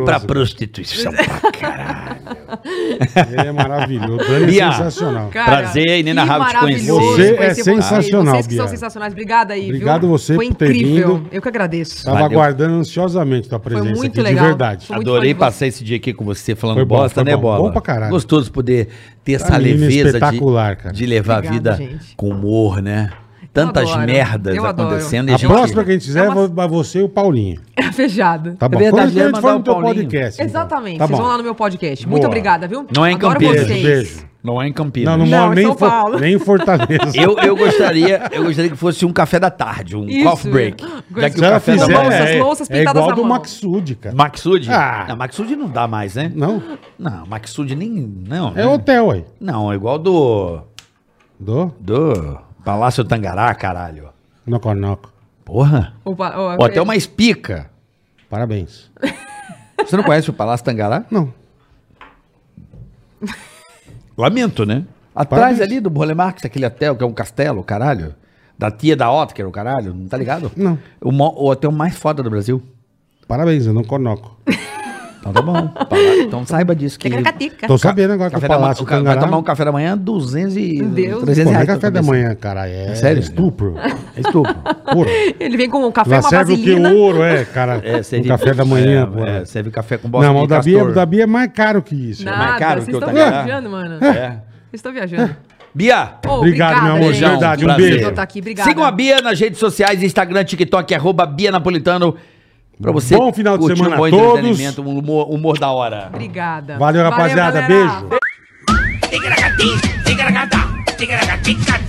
C: maravilhoso.
I: pra prostituição. pra
C: Ele é maravilhoso. O Dani é
I: Bia.
C: sensacional.
D: Cara,
I: Prazer, Nina
D: que
I: Rabi, te conhecer.
D: maravilhoso
C: Você é
D: conhecer
C: sensacional,
D: Vocês que são
C: Bia.
D: sensacionais. Obrigada aí,
C: Obrigado
D: viu?
C: você
D: Foi
C: por ter
D: incrível.
C: vindo. Tá
D: Eu que agradeço.
C: Tava
I: Valeu.
C: aguardando ansiosamente tua presença aqui,
D: muito legal.
C: de verdade.
D: Foi muito
I: Adorei
D: bom de você.
I: passar esse dia aqui com você falando
C: Foi bom,
I: bosta,
C: foi
I: né,
C: bom.
I: Bola?
C: Bom pra caralho.
I: Gostoso poder ter essa
C: Tá, menino,
I: leveza
C: espetacular,
I: de,
C: cara.
I: de levar
D: Obrigada,
I: a vida
D: gente.
I: com humor, né? Tantas
D: adoro,
I: merdas
D: eu adoro.
I: acontecendo. e
C: A
I: gente-
C: próxima que a gente fizer
D: É uma-
C: vai você e o Paulinho.
D: Fechado.
C: Tá bom.
I: verdade,
C: Quando a
I: ia
C: gente
I: mandar
C: for no
I: o
C: teu
I: Paulinho.
C: podcast. então.
D: Exatamente.
C: Tá
D: vocês
C: bom.
D: vão lá no meu podcast. Muito
C: Boa.
D: obrigada, viu?
I: Não é em
D: Adoro
I: Campinas.
D: vocês.
C: Beijo.
I: Não é em Campinas.
C: Não, não,
D: Não,
C: mora
D: em
C: nem,
D: São
C: em Fo-
D: Paulo.
C: nem em Fortaleza.
I: Eu, eu, gostaria, eu gostaria que fosse um café da tarde, um
D: Isso.
I: coffee break.
D: Gosto.
I: Já que
C: Se
I: o
C: ela
I: café
C: fizer,
I: da manhã...
D: louças,
C: é,
D: louças
C: é
D: pintadas
C: igual
D: na
C: do
D: mão.
C: Maxud, cara.
I: Maxud?
C: Ah.
I: Não, Maxud não dá mais, né?
C: Não,
I: Não, Maxud nem... Não,
C: é
I: né?
C: hotel aí.
I: Não, é igual do...
C: Do
I: Do Palácio Tangará, caralho.
C: Noconoco.
I: Porra.
D: Opa, ó,
I: Ou até uma espica.
C: Parabéns.
I: Você não conhece o Palácio Tangará?
C: Não.
I: Lamento, né? Atrás
C: Parabéns.
I: ali do Bolemarx, aquele hotel que é um castelo, caralho. Da tia da Otker, o caralho, não tá ligado?
C: Não.
I: O, mo- o hotel mais foda do Brasil.
C: Parabéns, é eu não conoco.
I: Então tá bom. Pala- então saiba disso.
D: é
I: Que
D: Tica-tica.
C: Tô sabendo agora que
I: café
C: o
I: da manhã,
C: Palácio
I: o cara vai
C: Tangará...
I: tomar um café da manhã 200 e...
C: Pô,
D: Deus.
I: 300
C: não é
I: reais.
C: café da
I: talvez.
C: manhã, cara. É,
I: sério?
C: estupro.
I: É estupro.
C: Porra.
D: Ele vem com um café,
C: Lá
D: uma
C: serve o que?
D: vaselina.
C: Ouro, é, cara.
I: É,
C: o café da manhã,
I: é,
C: porra.
I: é, serve café com bosta
C: não, mas o
I: de
C: da Bia,
I: castor.
C: o da Bia é mais é caro que isso.
D: Nada,
I: mais caro
D: vocês
I: que o
D: estão
I: Tangará.
D: viajando, mano.
I: É.
D: Vocês estão viajando.
I: Bia!
D: Ô,
C: Obrigado, meu amor, de
D: gente.
C: verdade. Um
I: prazer.
C: beijo.
D: Eu tô aqui, obrigada.
I: Sigam a Bia nas redes sociais, Instagram, TikTok, arroba Bia Napolitano. Pra você
C: Bom final de
I: curtir
C: semana
I: um bom
C: a todos.
I: entretenimento, um humor, humor da hora.
D: Obrigada.
C: Valeu, rapaziada.
D: galera.
C: beijo.
M: Tica-tica-tica, tica-tica-tica, tica-tica-tica,